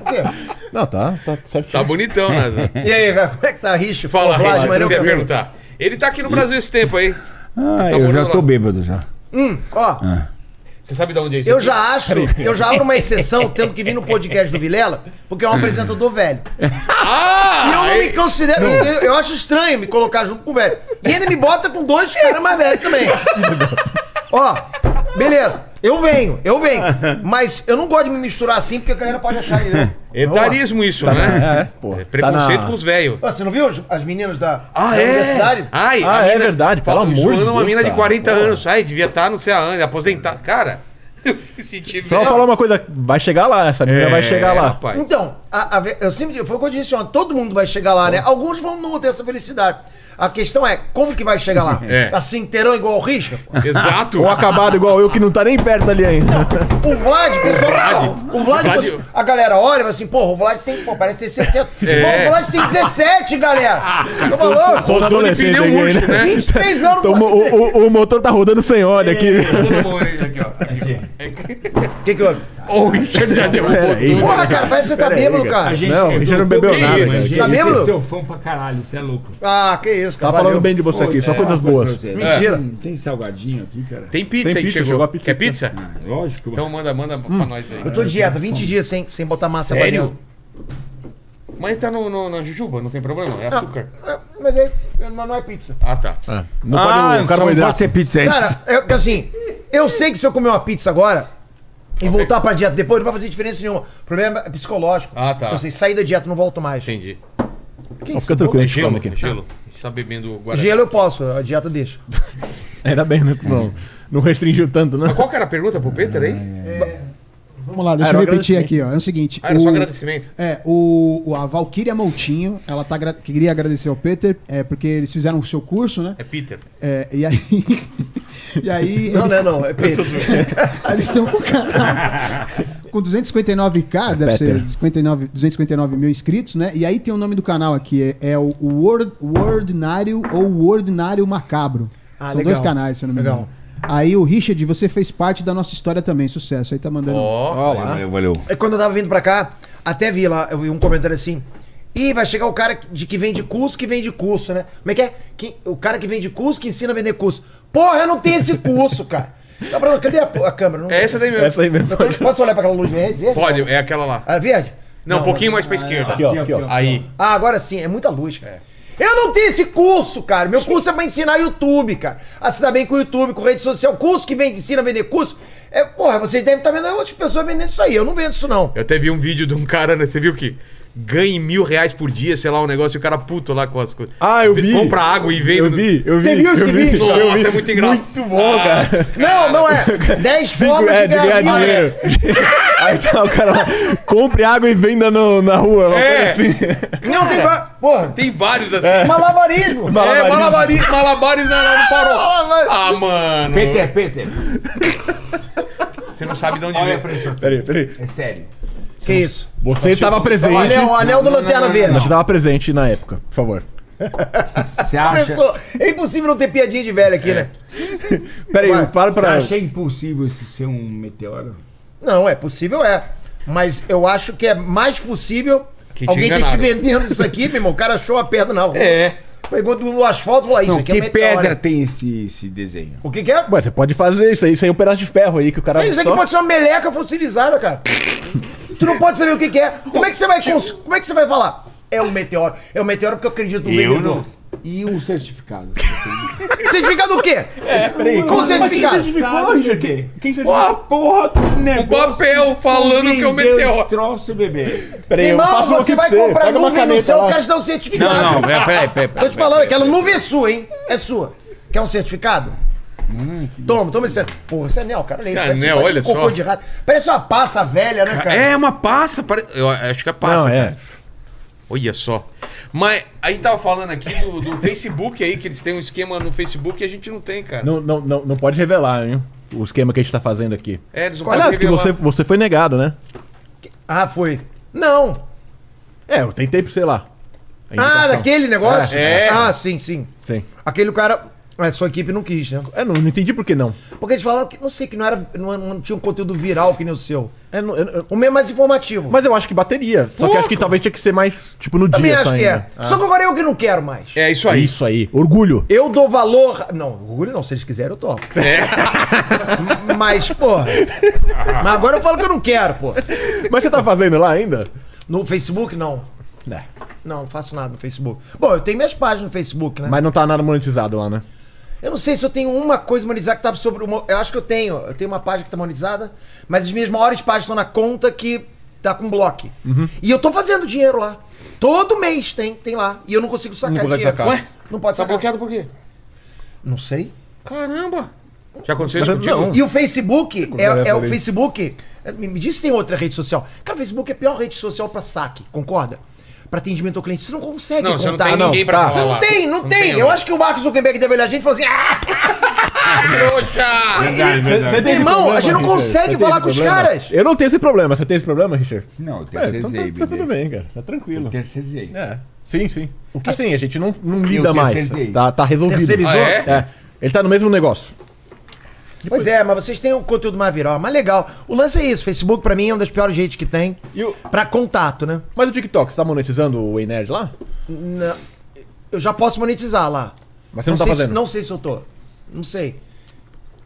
O quê? Não, tá, tá certo. Tá bonitão, né? E aí, cara, como é que tá, Rich? Fala, Pô, Vlad, Renato, Maria, você ia Camilo. perguntar. Ele tá aqui no Brasil esse tempo aí. Ah, Tá eu já morando tô lá. bêbado já. Hum, ó, Você sabe de onde é isso? eu aqui? já acho, eu já abro uma exceção tendo que vir no podcast do Vilela, porque é um apresentador velho. Ah! E eu não aí- me considero. Eu, eu acho estranho me colocar junto com o velho. E ainda me bota com dois caras mais velhos também. Ó, beleza. Eu venho, eu venho. Mas eu não gosto de me misturar assim, porque a galera pode achar né? eu. Etarismo isso, Tá na- né? é, pô. É preconceito Tá na- com os velhos. Ó, você não viu as- as meninas da, da Ai, Ah, é verdade, pelo amor de zoando uma Deus, mina de cara. 40 anos. Ai, devia estar, não sei aonde, aposentar. Cara, (laughs) eu me senti Só velho. falar uma coisa, vai chegar lá, essa menina vai chegar É, lá. Rapaz. Então, a- a ve- eu sempre digo, foi o que eu disse ontem, todo mundo vai chegar lá, né? Alguns vão não ter essa felicidade. A questão é, como que vai chegar lá? É. Assim, inteirão igual o Richard? Exato. Ou acabado igual eu, que não tá nem perto (laughs) ali ainda. O Vlad, pessoal, pessoal, o Vlad, Vlad- você- a galera olha e fala assim, porra, o Vlad tem, pô, parece ser 60. É. Pô, o Vlad tem 17, galera. Tá maluco? Todo Todo de pneu murcho, né? 23 anos. Então, Vlad. o, o- o motor tá rodando sem óleo aqui. Que que houve? Ô, O Richard já deu Peraí. Porra, cara, parece que você tá bêbado, cara. Não, o Richard não bebeu que nada. isso? né? Tá bêbado? Seu fã pra caralho, você é louco. Ah, que isso, Tá cara. falando valeu. bem de você aqui, só coisas boas. Mentira. Não tem salgadinho aqui, cara? Ah, Tem pizza Tem aí que pizza, chegou. chegou a pizza. né? Hum. Quer pizza? Lógico. Então manda, manda pra nós aí. Eu tô de dieta, 20 dias sem, sem botar massa pra Sério? dentro. Mas tá no, no- na jujuba, não tem problema, é açúcar. Ah, Mas, é, mas não é pizza. Ah, tá. Não Ah, pode o não pode, carboidrato. ser pizza antes. Cara, é que assim, eu sei que se eu comer uma pizza agora e voltar pra dieta depois, não vai fazer diferença nenhuma. O problema é psicológico. Ah, tá. Eu sei, sair da dieta, não volto mais. Entendi. Que Ó, isso? Fica tranquilo, É a gente gelo, come aqui. é gelo. A gente tá bebendo guaraná. Gelo eu posso, a (laughs) dieta deixa. Ainda bem, né? Não, não restringiu tanto, né? Qual que era a pergunta pro Peter aí? Vamos lá, deixa Era eu um repetir agradecimento. aqui, ó. É o seguinte. Ah, era só o- agradecimento. É, o, o- a Valkyria Moutinho, ela tá, agra- queria agradecer ao Peter, é, porque eles fizeram o seu curso, né? É Peter. É, e aí. (laughs) e aí. Não, eles, não, é não, é peito. aí (laughs) eles estão com o canal. Com É 259k, deve ser 59, 259 mil inscritos, né? E aí tem o nome do canal aqui, é, é o Word, Ordinário ou o Ordinário Macabro. Ah, São legal. dois canais, se eu não me engano. Legal. Aí o Richard, você fez parte da nossa história também, sucesso. Aí tá mandando. Ó, Valeu, valeu. É quando eu tava vindo pra cá, até vi lá, eu vi um comentário assim. Ih, vai chegar o cara de que vende curso que vende curso, né? Como é que é? Que- o cara que vende curso que ensina a vender curso. Porra, eu não tenho esse curso, cara. Tá pra- Cadê a, a câmera? Não- É essa daí mesmo. Essa aí mesmo. Eu (laughs) tô- posso olhar pra aquela luz verde? verde? Pode, é aquela lá. Ah, verde? Não, um pouquinho mais pra esquerda. Aqui, ó, aqui, ó. Aí. Ah, agora sim, é muita luz, cara. Eu não tenho esse curso, cara. Meu curso é pra ensinar YouTube, cara. Assinar bem com o YouTube, com rede social. Curso que vende, ensina a vender curso. É, porra, vocês devem estar vendo outras pessoas vendendo isso aí. Eu não vendo isso, não. Eu até vi um vídeo de um cara, né? Você viu que ganhe mil reais por dia, sei lá, um negócio, e o cara puto lá com as coisas. Ah, eu Vê- vi. Compra água e vende. Eu vi, eu vi. Você viu esse eu vi, vídeo? eu Nossa, vi. é muito engraçado. Ah, Muito bom, cara. Não, não é. 10 Cinco, formas é, de ganhar mil, dinheiro. né? Aí tá o cara lá, compre água e venda no- na rua. Uma É. coisa assim. (laughs) Não, tem. va- Porra, Tem vários assim. tem malabarismo. É, Malabarismo. malabari, malabares na- lá no farol. Ah, mano. Peter, Peter, Você não sabe de onde olha veio. pra isso aqui. Peraí, peraí. É sério. Que isso? Você tava O presente. anel, o anel do Lanterna Você Verde. tava presente na época, por favor. Você acha, Começou. É impossível não ter piadinha de velho aqui, né? Peraí, Vai, para você pra. acha é impossível isso ser um meteoro? Não, é possível, é. Mas eu acho que é mais possível Que te alguém ter te enganaram. vendendo isso aqui, meu irmão. O cara achou a pedra na rua. É. Pegou do no asfalto e falou: Isso Não, aqui que é meteoro. pedra tem esse, esse desenho? O que, que é? Ué, você pode fazer isso aí sem um pedaço de ferro aí que o cara. Isso aqui só- é pode ser uma meleca fossilizada, cara. tu não pode saber o que, que é. Como é que você vai cons- Como é que você vai falar? É um meteoro. É um meteoro porque eu acredito no Eu vendedor. não. E um certificado? Certificado do quê? Peraí, Com certificado. Certificado de quê? quem você Ó, porra do negócio. papel falando Quem que é o vendeu meteoro. esse troço, bebê. Peraí, eu Irmão, faço você vai comprar nuvem no céu, o cara te dá um certificado. Não, não, é, peraí, peraí. Tô te falando, aquela nuvem é sua, hein? É sua. Quer um certificado? Toma, toma esse anel. Porra, esse anel, cara. Esse Hum, Esse anel, olha um cocô só. de rato. Parece uma passa velha, né, cara? É uma passa, pare- eu acho que é passa. Não, cara. é. Olha só. Mas aí tava falando aqui do, do Facebook aí, que eles têm um esquema no Facebook e a gente não tem, cara. Não, não, não, não pode revelar, hein? O esquema que a gente tá fazendo aqui. É, eles não Aliás, podem que revelar. você, você foi negado, né? Ah, foi. Não. É, eu tentei, pra, sei lá. a Ah, indicação. daquele negócio? tá É. Ah, sim, sim. Sim. Aquele cara. A sua equipe não quis, né? É, não, não entendi por que não. Porque eles falaram que, não sei, que não, era, não, não tinha um conteúdo viral que nem o seu. É, não- eu- eu- O meu é mais informativo. mas eu acho que bateria. Só que eu acho que talvez tinha que ser mais, tipo, no Também dia acho só que é. ainda. Só que agora eu que não quero mais. Ah. É isso aí. Isso aí. Orgulho. Eu dou valor. Não, orgulho não, se eles quiserem eu topo. (laughs) Mas, porra. Mas agora eu falo que eu não quero, pô. Mas você tá fazendo lá ainda? No Facebook, não. É. Não, não faço nada no Facebook. Bom, eu tenho minhas páginas no Facebook, né? Mas não tá nada monetizado lá, né? Eu não sei se eu tenho uma coisa monetizada que tá sobre. Uma... Eu acho que eu tenho. Eu tenho uma página que tá monetizada, mas as minhas maiores páginas estão na conta que tá com bloco. Uhum. E eu tô fazendo dinheiro lá. Todo mês tem, tem lá. E eu não consigo sacar Não consegue dinheiro. sacar. Ué? Não pode Tá sacar. bloqueado por quê? Não sei. Caramba. Já aconteceu isso Não. contigo? E o Facebook que é, eu é o falei? Facebook É, Me, me diz se tem outra rede social. Cara, o Facebook é a pior rede social pra saque, concorda? Pra atendimento ao cliente. Você não consegue Não, você não contar. Ah, tem ninguém Tá. pra Você falar. não tem, não, Não tem. tem, Eu não. acho que o Marcos Zuckerberg deve olhar a gente e falar assim... Ah! Trouxa! é Ele- Meu irmão, a gente não consegue falar com os caras. Eu não tenho esse problema. Você tem esse problema, Richard? Não, eu É, então tá, terceirizei. tá tudo bebê. bem, cara. Tá tranquilo. Eu terceirizei. É. Sim, sim. Assim, a gente não, não lida Eu mais. terceirizei. Tá, tá resolvido. Terceirizou? Ah, é? É. Ele tá no mesmo negócio. Pois é, mas vocês têm um conteúdo mais viral, mais legal. O lance é isso. Facebook, pra mim, é uma das piores redes que tem. E o- Pra contato, né? Mas o TikTok, você tá monetizando o Ei Nerd lá? Não, eu já posso monetizar lá. Mas você não tá sei fazendo? Se, não sei se eu tô. Não sei.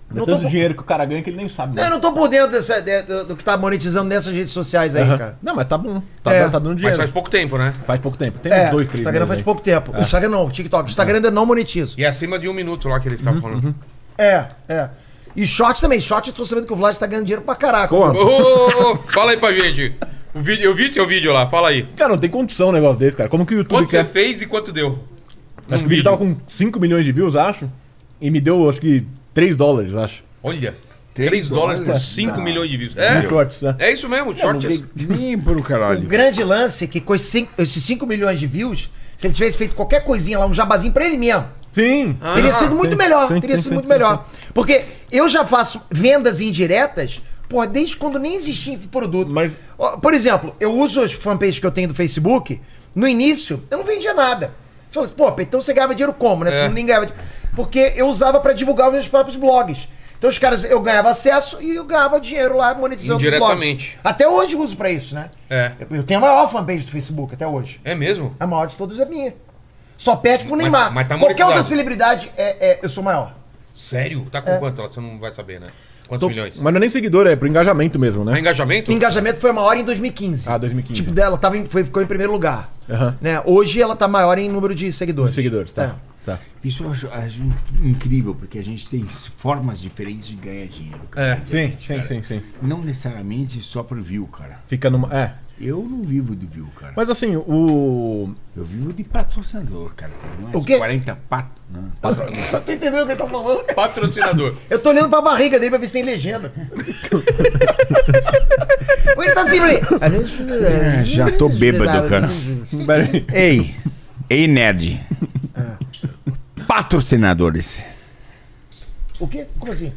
Dá Não tô, por- É dinheiro que o cara ganha que ele nem sabe. Não, eu não tô por dentro dessa- de- do, do que tá monetizando nessas redes sociais aí, Aham. cara. Não, mas tá bom. Tá, É. dando- tá dando Mas dinheiro. faz Faz... pouco tempo, né? pouco tempo. Tem É, uns dois, três. Instagram meses faz aí. É. pouco tempo. Instagram não, TikTok. Instagram ainda não monetizo. E é acima de um minuto lá que ele tava Uhum, falando. É, é. E short também. Short eu tô sabendo que o Vlad tá ganhando dinheiro pra caraca. Ô, ô, ô, ô, fala aí pra gente. O vídeo, eu vi seu vídeo lá, fala aí. Cara, não tem condição um negócio desse, cara. Como que o YouTube Quanto você quer. fez e quanto deu? Um Acho que o um vídeo tava com 5 milhões de views, acho. E me deu, acho que, 3 dólares, acho. Olha, Três 3 dólares por dólares? 5 Não. milhões de views. É? É, shorts, né? é isso mesmo, o short. é- Limpo pro O um (laughs) caralho. grande lance é que com esses 5, milhões de views, se ele tivesse feito qualquer coisinha lá, um jabazinho pra ele mesmo, Sim. teria sido muito Ah, sim, melhor. sim, teria sim, sido sim, muito sim, melhor. Porque eu já faço vendas indiretas, porra, desde quando nem existia produto. Mas- Ó, Por exemplo, eu uso as fanpages que eu tenho do Facebook, no início, eu não vendia nada. Você falou assim, pô, Pedro, então você ganhava dinheiro como, né? Você É. não nem ganhava dinheiro. Porque eu usava pra divulgar os meus próprios blogs. Então os caras, eu ganhava acesso e eu ganhava dinheiro lá monetizando os blogs. Indiretamente. Até hoje eu uso pra isso, né? É. Eu- Eu tenho a maior fanpage do Facebook até hoje. É mesmo? A maior de todas é minha. Só perde pro Mas- Neymar. mas tá Qualquer monetizado. outra celebridade, é, é- eu sou maior. Sério? Tá com É. quanto lá? Você não vai saber, né? Quantos milhões? Mas não é nem seguidor, é pro engajamento mesmo, Ah, né? engajamento? O engajamento foi maior em 2015. Ah, 2015. Tipo dela, tava em- foi, ficou em primeiro lugar. Aham. Né? Hoje ela tá maior em número de seguidores. Seguidores, tá. É. Tá. Isso eu acho, acho incrível, porque a gente tem formas diferentes de ganhar dinheiro. cara. É. Sim, sim, sim, sim. Não necessariamente só pro view, cara. Fica numa. É. Eu não vivo do view, cara. Mas assim, o. Eu vivo de patrocinador, cara. Tem mais O quê? 40 pato. Ah, Não, Tá entendendo o que ele tá falando? (laughs) Patrocinador. Eu tô olhando pra barriga dele pra ver se tem legenda. ele tá assim, falei. É, já tô bêbado, cara. Peraí. Ei, (laughs) ei, nerd. É. Patrocinadores. O quê? Como assim?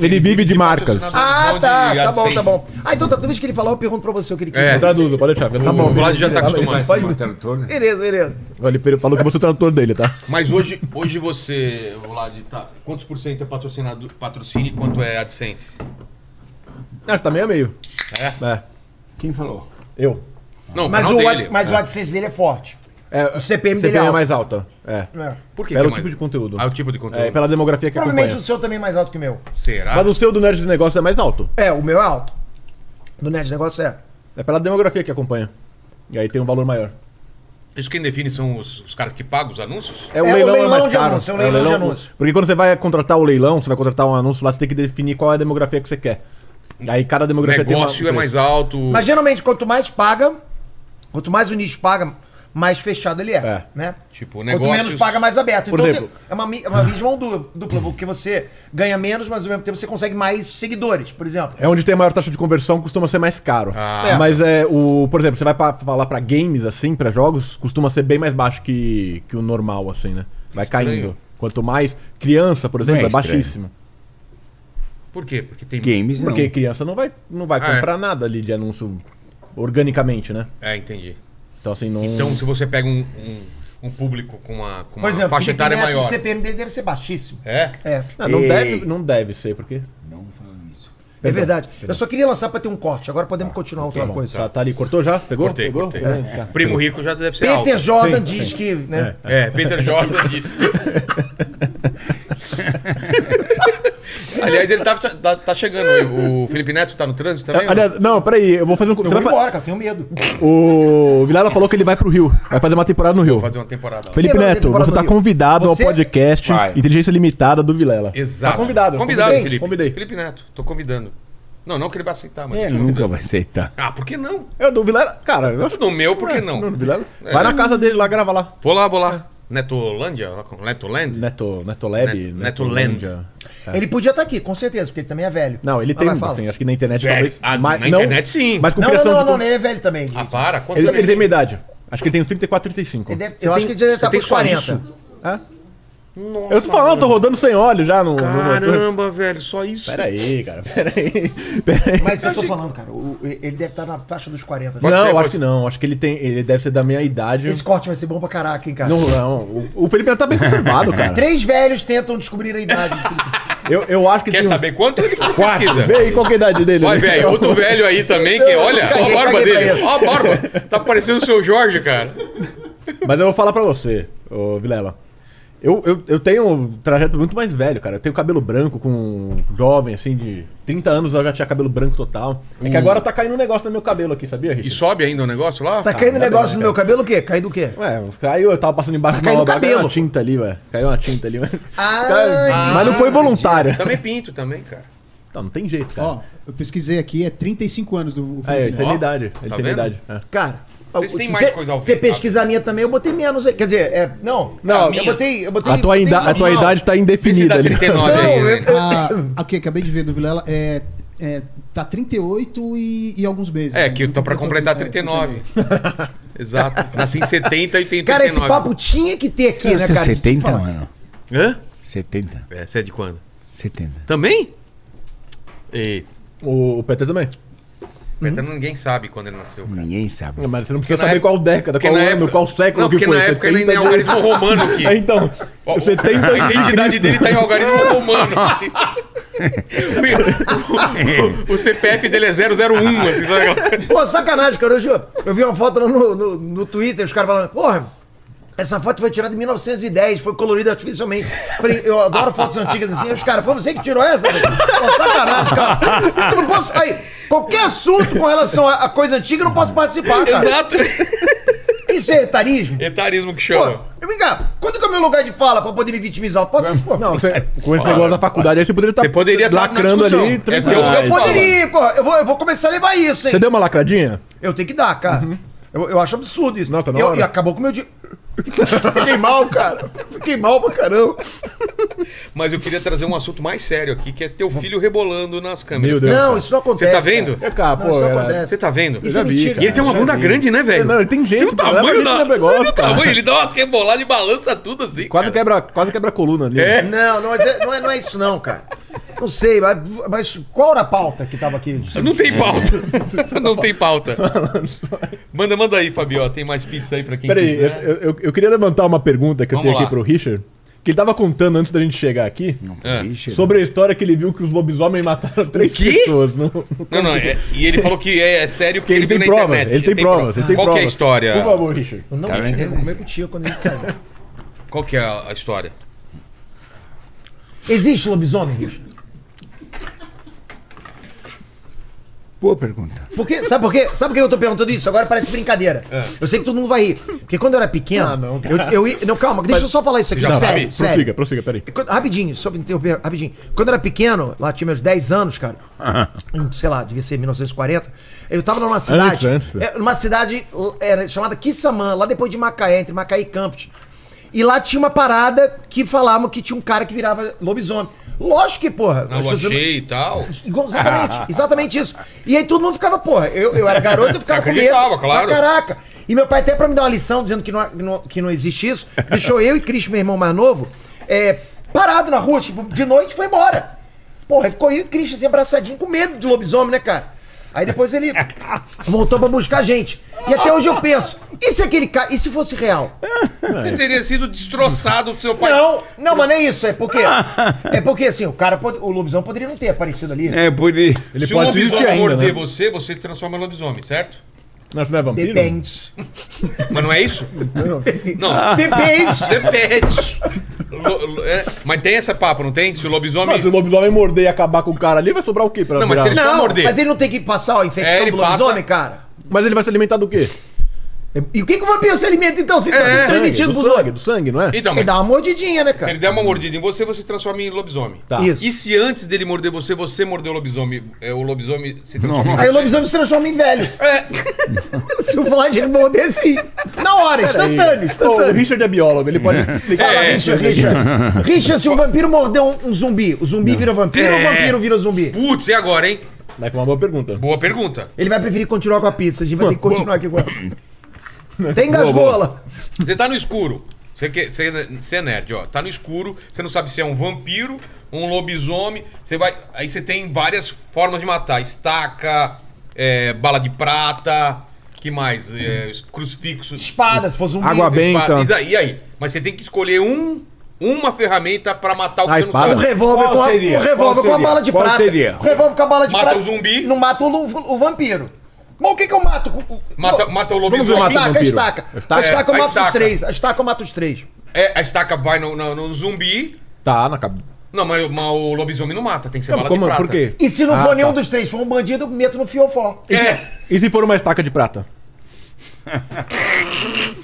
Ele vive de marcas. Ah, Não tá. de Tá bom, tá AdSense. bom. Ah, então tá, toda vez que ele falar, eu pergunto pra você o que ele É. quer. Traduzo, pode deixar. fica Tá tranquilo. O bom. Vlad já tá acostumado. Pode botar no torno? Beleza, beleza. Olha, ele falou que você é o tradutor dele, tá? Mas hoje, hoje você, Vlad, tá. Quantos por cento é patrocinado, patrocínio e quanto é AdSense? Ah, Acho que tá meio a meio. É? É. Quem falou? Eu. Não, Mas, canal o, dele. Ad, mas o AdSense dele é forte. É, O CPM CPM dele é é alto. mais alta. É. É. Por que? que Pelo é tipo mais- de conteúdo. Ah, o tipo de conteúdo. É, e pela demografia que Provavelmente acompanha. o seu também é mais alto que o meu. Será? Mas o seu do Nerd de Negócio é mais alto. É, o meu é alto. Do Nerd Negócio é. É pela demografia que acompanha. E aí tem um valor maior. Isso quem define são os, os caras que pagam os anúncios? É o É o leilão, é leilão mais de caro. anúncio, é o É o leilão de anúncio. Porque quando você vai contratar o leilão, você vai contratar um anúncio lá, você tem que definir qual é a demografia que você quer. Aí cada O demografia tem uma- negócio é mais alto. Mas geralmente, quanto mais paga, quanto mais o nicho paga, mais fechado ele é. É. Né? Tipo, Quanto negócios- menos paga, mais aberto. Por então exemplo- tem- é uma, mi- é uma visão du- dupla, porque você ganha menos, mas ao mesmo tempo você consegue mais seguidores, por exemplo. É onde tem a maior taxa de conversão, costuma ser mais caro. Ah. É. Mas é o, por exemplo, você vai pra, falar pra games assim, pra jogos, costuma ser bem mais baixo que, que o normal assim, né? Vai Estranho. caindo. Quanto mais criança, por exemplo, é, Não é estranho. baixíssimo. Por quê? Porque tem. Games não. Porque criança não vai não vai Ah, é. comprar nada ali de anúncio organicamente, né? É, entendi. Então assim, não Então, se você pega um, um, um público com uma, com uma Por exemplo, Ah, faixa Felipe etária é Neto, maior. é, o CPM dele deve ser baixíssimo. É? É. Ah, não Ei. deve, não deve ser, porque Não falando isso. É verdade. Eu só queria lançar pra ter um corte. Agora podemos continuar outra Tá, coisa. tá, tá ali, cortou já? Pegou? Cortei, Pegou? cortei. Pegou? Tá. Primo Rico já deve ser alto. Peter Jordan Sim, diz que. Né? É, (laughs) Peter Jordan. de- Aliás, ele tá, tá, tá chegando. aí. O Felipe Neto tá no trânsito também? Ah, Aliás, não, peraí, eu vou fazer um. Eu Você vou vai fa... embora, cara, eu tenho medo. O Vilela falou que ele vai pro Rio. Vai fazer uma temporada no Rio. Vou fazer uma temporada lá. Felipe Quem vai fazer Neto, temporada você no tá Rio? convidado Você? ao podcast Vai. Inteligência Limitada do Vilela. Exato. Tá convidado. eu Convidado, convidei, Felipe. Convidei. Felipe Neto, tô convidando. Não, não que ele vai aceitar, mas. eu Ele tô É, nunca convidando. vai aceitar. Ah, por que não? Eu do Vilela. Cara, eu acho No meu, por que É, não? no do Vilela. É. Vai na casa dele lá, grava lá. Vou lá, vou lá. Netolândia? Netoland? Neto, Netolab. Neto- Netolândia. Ele podia estar aqui, com certeza, porque ele também é velho. É. Não, ele Mas tem, vai, fala. assim, acho que na internet Velho. talvez. Ah, mas na internet, sim. Mas com Não, não, pressão não, de- não, ele é velho também. Ah, para. Quantos Ele, anos ele tem? tem minha idade. Acho que é ele tem uns 34, 35. Ele deve- eu acho que ele deve tá estar tem pros só 40. isso? Nossa, Eu tô falando, tô rodando sem óleo já no. no motor. Caramba, velho, só isso. Pera aí, cara, pera (laughs) aí. Pera aí. Mas eu tô falando, cara, o- ele deve estar na faixa dos 40. Pode não, ser, acho pode- que não. Acho que ele tem. Ele deve ser da minha idade. Esse corte vai ser bom pra caraca, hein, cara. Não, não. O, o Felipe ainda tá bem conservado, cara. Três velhos tentam descobrir (laughs) a idade. Eu, eu acho que ele Quer tem saber quanto ele (laughs) Quatro. pesquisa? Vem, qual que é a idade dele? Olha, velho, (laughs) outro velho aí também, que Eu olha, caguei, ó a barba caguei pra dele. ele. Ó a barba. Tá parecendo o seu Jorge, cara. Mas eu vou falar pra você, ô Vilela. Eu, eu, eu tenho um trajeto muito mais velho, cara. Eu tenho cabelo branco com jovem, assim, de 30 anos eu já tinha cabelo branco total. É que Hum. agora tá caindo um negócio no meu cabelo aqui, sabia, E Richard? sobe ainda o negócio lá? Tá caindo ainda negócio bem, no meu cabelo o quê? Caindo o quê? Ué, caiu, eu tava passando embaixo Tá de uma caindo obra, caiu uma cabelo. tinta ali, ué. Caiu uma tinta ali, ué. Ah, Caiu- mas não foi voluntário. Também pinto, também, cara. Então, não tem jeito, cara. Ó, eu pesquisei aqui, é 35 anos do o Aí, ele Felipe tem Ó, minha idade. Ele tem tá minha vendo? idade. é. Cara, Vocês têm se mais você- coisa ao Você vivo, tá? pesquisar a minha também, eu botei menos. aí. Quer dizer, é, não. Não, eu minha. botei. Eu botei A tua, botei ida- a tua normal. idade tá Esse indefinida dá ali. 39 Não, aí, eu- (laughs) né? Ah, aqui, acabei de ver do Vilela. É, é, tá 38 e, e alguns meses. É, né? que eu tô pra completar 39. Exato. Nasci em 70 e tem 39. Cara, esse papo tinha que ter aqui, né, Você é cara? 70, Fala. mano. Hã? 70. É, você é de quando? 70. Também? Eita. (laughs) O, o PT também. Então ninguém sabe quando ele nasceu, cara. Ninguém sabe. Mas você não precisa na saber época- qual década, porque qual na ano, época- qual século Não, que porque foi. na época ele ainda é 70 (laughs) de- algarismo romano aqui. É, então, Ó, o 70 A identidade Cristo. dele tá em algarismo romano. assim. (laughs) o, o- o CPF dele é 001, assim, sabe? Pô, sacanagem, cara. Hoje eu, eu vi uma foto no, no, no- no Twitter, os caras falando, porra, essa foto foi tirada em 1910, foi colorida artificialmente. Falei, eu adoro fotos antigas assim. Os caras, foi você que tirou essa? Pô, sacanagem, cara. Eu não posso. Aí, qualquer assunto com relação a, a coisa antiga, eu não posso participar, cara. Exato. Isso é etarismo? Etarismo que Pô, chama. vem cá, quando que é o meu lugar de fala pra poder me vitimizar? Eu Posso, pô, Não, (laughs) você, com esse negócio da faculdade aí, você poderia estar Você poderia tá na lacrando discussão. ali. É tranquilo. teu- Ah, eu poderia, pô. Eu vou, eu vou começar a levar isso, hein? Você deu uma lacradinha? Eu tenho que dar, cara. Eu, eu acho absurdo isso. Uhum. Não, tá na eu, hora. E acabou com o meu dia. (laughs) Fiquei mal, cara. Fiquei mal pra caramba. Mas eu queria trazer um assunto mais sério aqui, que é teu filho rebolando nas câmeras. Meu Deus. Não, isso não acontece. Você tá vendo? cara. Eu, É, cara, não, pô, isso não era- acontece. Você tá vendo? Isso é vi, mentira. cara. E ele tem uma Já bunda vi. grande, né, velho? Não, ele tem jeito, Você viu o cara. tamanho Ele da... tem negócio, Você viu o cara. tamanho? Ele dá umas reboladas e balança tudo assim, quase, cara. quebra, quase quebra a coluna ali. É. Não, não, mas é, não, é, não é isso, não, cara. Não sei, mas, mas qual era a pauta que tava aqui? Não tem pauta. Não tem pauta. Manda, manda aí, Fabio. ó, Tem mais pizza aí pra quem Peraí, eu, quiser. eu, eu queria levantar uma pergunta que eu Vamos tenho aqui lá. pro Richard. Que ele tava contando antes da gente chegar aqui. Ah. Ixi, Sobre a história que ele viu que os lobisomens mataram três quê? pessoas. No, no- Não, não. é- e ele falou que é, é sério porque Ele, tem viu na provas, internet. ele tem provas, ele tem Qual provas. que é a história? Por favor, Richard. Eu não Tá na tá internet. comer contigo quando a gente saiu. Qual que é a a história? Existe lobisomem, Richard? Boa pergunta. Porque, sabe por quê? Sabe por que eu tô perguntando isso? Agora parece brincadeira. Eu sei que todo mundo vai rir. Porque quando eu era pequeno. É. Ah, não, cara. eu, eu ia- Não, calma, deixa eu só falar isso aqui. Já sabe? sério, sério. Prossiga, prossiga, peraí. Quando- rapidinho, só me interromper, rapidinho. Quando eu era pequeno, lá tinha meus 10 (laughs) anos, cara. em, sei lá, devia ser 1940. Eu tava numa cidade. antes, pô. é, numa cidade era chamada Kissamã, lá depois de Macaé, entre Macaé e Campos. E lá tinha uma parada que falavam que tinha um cara que virava lobisomem. Lógico que, porra. Na Tá as pessoas- lochei e tal. Igual- Exatamente, exatamente isso. E aí todo mundo ficava, porra, eu, eu era garoto, eu ficava com medo. Acreditava, claro. pra caraca. E meu pai até pra me dar uma lição, dizendo que não, que não, que não existe isso, deixou eu e Cris, meu irmão mais novo, é, parado na rua, tipo, de noite e foi embora. Porra, aí ficou eu e Cris assim, abraçadinho, com medo de lobisomem, né, cara? Aí depois ele voltou pra buscar a gente. E até hoje eu penso, e se aquele cara, e se fosse real? Você teria sido destroçado, seu pai. Não, não, mas não é isso, é porque, é porque assim, o cara, pod- o lobisomem poderia não ter aparecido ali. É, por ele. Ele Se o pode existir lobisomem ainda, morder né? você, você se transforma em lobisomem, certo? Não, isso não é vampiro? Depende. Mas não é isso? Não. Ah. Depende. Depende. Lo- lo- é, Mas tem essa papo, não tem? Se o lobisomem. Mas se o lobisomem morder e acabar com o cara ali, vai sobrar o quê pra Não, mas se virar? ele- só Não, morder. mas ele não tem que passar a infecção É, ele do lobisomem, passa- cara. Mas ele vai se alimentar do quê? E o que, que o vampiro se alimenta então? Se ele tá É, sendo transmitido do pros sangue, outros? do sangue, não é? Então, Ele mas dá uma mordidinha, né, se cara? ele der uma mordida em você, você se transforma em lobisomem. Tá. Isso. E se antes dele morder você, você mordeu o lobisomem, é, o lobisomem se transforma em Não. (laughs) Aí o lobisomem se transforma em velho. É. se o Vlad ele morder, sim. Na na hora, instantâneo, O instantâneo. Richard é biólogo, ele pode explicar. Fala, É. Richa, Richa. (laughs) Richa, se o vampiro morder um, um zumbi, o zumbi vira vampiro ou o É. vampiro vira zumbi? Putz, e agora, hein? Daí foi uma boa pergunta. Boa pergunta. Ele vai preferir continuar com a pizza, a gente vai ter que continuar aqui com ela. Tem gasgola. Você tá no escuro. Você, que, você, você é nerd, ó. Tá no escuro, você não sabe se é um vampiro, um lobisomem. Você vai. Aí você tem várias formas de matar: estaca, é, bala de prata, que mais? É, crucifixo. Espada, se for zumbi. Água bem- Espa- Benta. Isso aí, E aí? Mas você tem que escolher um, uma ferramenta pra matar o que Ah, você não espada. Um sabe. revólver Qual com a, seria? um revólver Qual com a seria? bala de Qual prata. seria? Um revólver com a bala de Mata prata. o zumbi. Não mata o, lu- o vampiro. Mas o que que eu mato? com- o- Mata- não, mata o a lobisomem. estaca, a estaca. A estaca, É, eu a mato os estaca. três. A estaca eu mato os três. É, a estaca vai no, no- no zumbi. Tá, na cabeça. Não, mas, mas o lobisomem não mata, tem que ser bala de Como, prata. por quê? E se não Ah, for tá. nenhum dos três, for um bandido, eu meto no fiofó. É, E se for uma estaca de prata?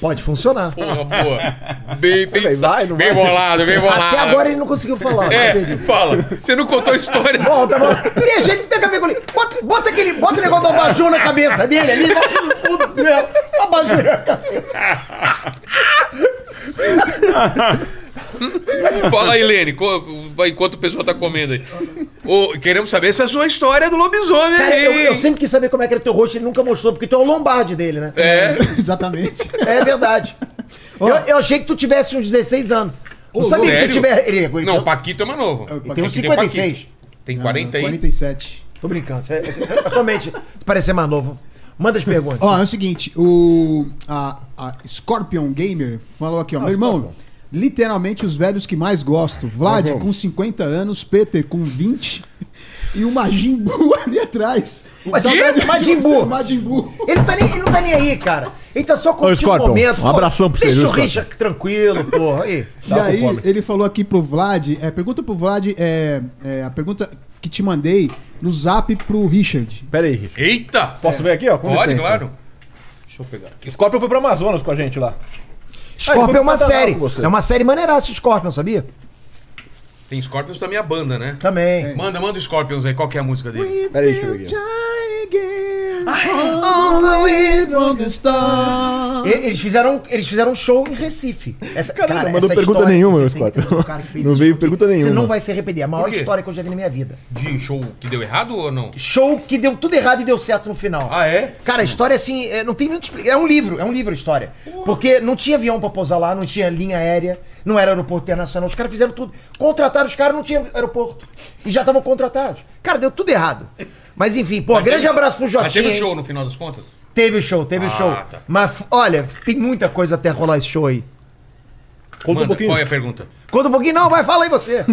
Pode funcionar. porra, boa. Bem pensado. vai, não bem vai? bolado, bem bolado. Até agora ele não conseguiu falar. tá É, perdido. fala. Você não contou a história. Bom, tá bom. Deixa ele ter que ver com ele. Bota, bota aquele. Bota o negócio do abajur na cabeça dele ali. Bota o- o- né, abajur na cacete. Fala aí, Lene, co- vai, enquanto o pessoal tá comendo aí. Ô, queremos saber essa sua história é do lobisomem Cara, aí. eu, eu hein? sempre quis saber como é que era teu rosto, ele nunca mostrou, porque tu é o lombarde dele, né? É, (laughs) Exatamente. (laughs) É verdade. Eu, eu achei que tu tivesse uns 16 anos. Não sabia que sério? tu tivesse. Ele, ele- Não, o eu- Paquito é mais novo. ele Paquito tem uns um 56. Tem Ah, 40 aí. 47. Tô brincando. é, Você, você- realmente, se parecer mais novo. Manda as perguntas. Ó, é o seguinte, o a, a Scorpion Gamer falou aqui, ó, Ah, meu irmão, literalmente os velhos que mais gosto. Vlad com 50 anos, Peter com 20 (laughs) e o Majin Buu (laughs) ali atrás. Majin- Saudade de Majin você, Buu. Majin Buu. Ele, tá nem, ele não tá nem aí, cara. Ele tá só curtindo o Scorpion, momento. um Pô, abração pra você, Deixa viu, o Scorpion? Richard tranquilo, porra. Aí. E aí, ele falou aqui pro Vlad, é, pergunta pro Vlad, é, é, a pergunta que te mandei no zap pro Richard. Pera aí, Richard. Eita! Posso ver aqui, ó? Com É. Pode, licença. claro. Deixa eu pegar aqui. Scorpion foi pro Amazonas com a gente lá. Ah, ele Scorpion foi é uma pra Pantanal série. com você. É uma série maneiraça, Scorpion, sabia? Tem Scorpions também a banda, né? Também. Manda, manda o Scorpions aí, qual que é a música dele? Pera aí, deixa eu ver aqui. All the way from- Star. E- Eles fizeram, eles fizeram um show em Recife. Essa, Caralho, cara, não mandou essa pergunta história- nenhuma, você meu tem que Scorpion. conhecer o cara que fez Não isso veio aqui. pergunta Você nenhuma. não vai se arrepender. É a maior quê? história que eu já vi na minha vida. De show que deu errado ou não? Show que deu tudo errado e deu certo no final. Ah, é? Cara, a história assim, é, não tem muito expli- É um livro, é um livro a história. Porque não tinha avião pra pousar lá, não tinha linha aérea, não era aeroporto internacional. Os caras fizeram tudo. Contrataram os caras, não tinha aeroporto. E já estavam contratados. Cara, deu tudo errado. Mas enfim, pô, grande teve- abraço pro Jotinho. Mas teve um hein? show no final das contas? Teve show, teve Ah, show. tá. Mas f- olha, tem muita coisa até rolar esse show aí. Conta um Manda, pouquinho. qual é a pergunta? Conta um pouquinho, não, vai, fala (laughs) aí você.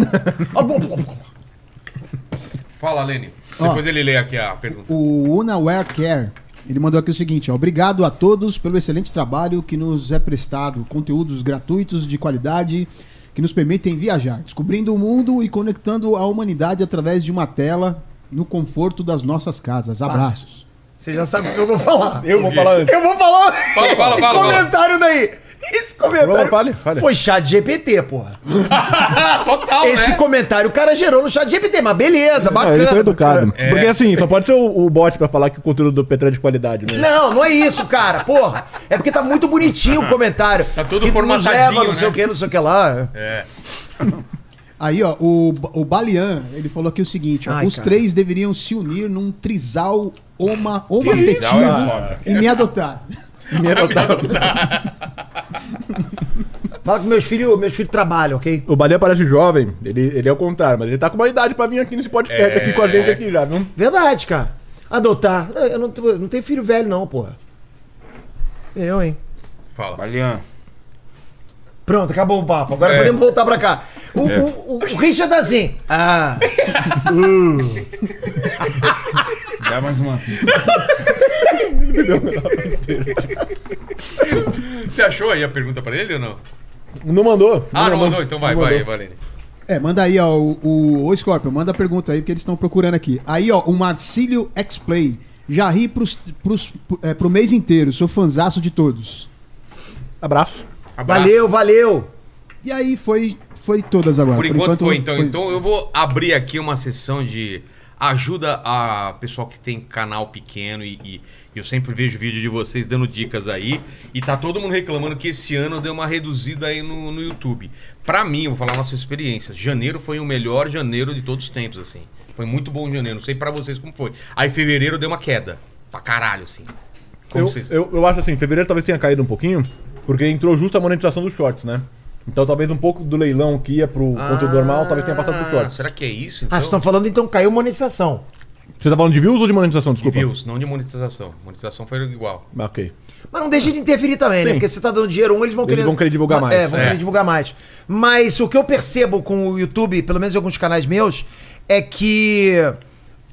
Fala, Lene. Ó. Depois ele lê aqui a pergunta. O Unaware Care, ele mandou aqui o seguinte, ó, obrigado a todos pelo excelente trabalho que nos é prestado, conteúdos gratuitos de qualidade que nos permitem viajar, descobrindo o mundo e conectando a humanidade através de uma tela no conforto das nossas casas. Abraços. você já sabe o que eu vou falar. Eu vou falar antes. Eu vou falar Fala, esse fala, fala, comentário daí. Esse Fala, comentário fale, fale. foi chat GPT, porra. Ah, total, Esse né? comentário o cara gerou no chat GPT, mas beleza, Ah, ele foi bacana. educado. É. Porque assim, só pode ser o, o bot pra falar que o conteúdo do Petra é de qualidade, né? Não, não é isso, cara, porra. É porque tá muito bonitinho o comentário. Tá tudo Que nos formatadinho, leva, não sei né? o que, não sei o que lá. É. Aí, ó, o, Ba- o Balian, ele falou aqui o seguinte, ó, Ai, os cara. três deveriam se unir num trisal oma, oma Trisal é foda. e me adotar. (laughs) Fala que meus filhos, meus filhos trabalham, ok? O Balé parece jovem, ele, ele é o contrário, mas ele tá com uma idade pra vir aqui nesse É. podcast, aqui com a gente aqui já, viu? Verdade, cara. Adotar. Eu não, tô- eu não tenho filho velho, não, porra. Eu, hein? Fala. Balian. Pronto, acabou o papo. Agora É. podemos voltar pra cá. O, É. o- o- o Richard tá assim. Ah. Dá mais uma. Você achou aí a pergunta pra ele ou não? Não mandou. Ah, não mandou? Então vai, Não vai, mandou. vai, Lene. É, manda aí, ó, o, o, o Scorpion, manda a pergunta aí, porque eles estão procurando aqui. Aí, ó, o Marcílio X-Play. Já ri pros, pros, é, pro mês inteiro, sou fanzaço de todos. Abraço. Abraço. Valeu, valeu. E aí foi, foi todas agora. então. Por enquanto, foi, então. Então eu vou abrir aqui uma sessão de ajuda a pessoal que tem canal pequeno e, e- e eu sempre vejo vídeo de vocês dando dicas aí. E tá todo mundo reclamando que esse ano deu uma reduzida aí no, no YouTube. Pra mim, eu vou falar a nossa experiência. Janeiro foi o melhor janeiro de todos os tempos, assim. Foi muito bom janeiro. Não sei pra vocês como foi. Aí fevereiro deu uma queda. Pra caralho, assim. Como Eu, vocês- eu, eu acho assim, fevereiro talvez tenha caído um pouquinho, porque entrou justo a monetização dos shorts, né? Então talvez um pouco do leilão que ia pro conteúdo normal, talvez tenha passado pro Ah, shorts. Será que é isso? Ah, vocês estão falando então caiu monetização. Você tá falando de views ou de monetização, de desculpa? views, não de monetização. Monetização foi igual. Ah, Ok. Mas não deixa de interferir também, né? Sim. Porque você tá dando dinheiro um, eles vão Eles querer. vão querer divulgar mais. É, vão É. querer divulgar mais. Mas o que eu percebo com o YouTube, pelo menos em alguns canais meus, é que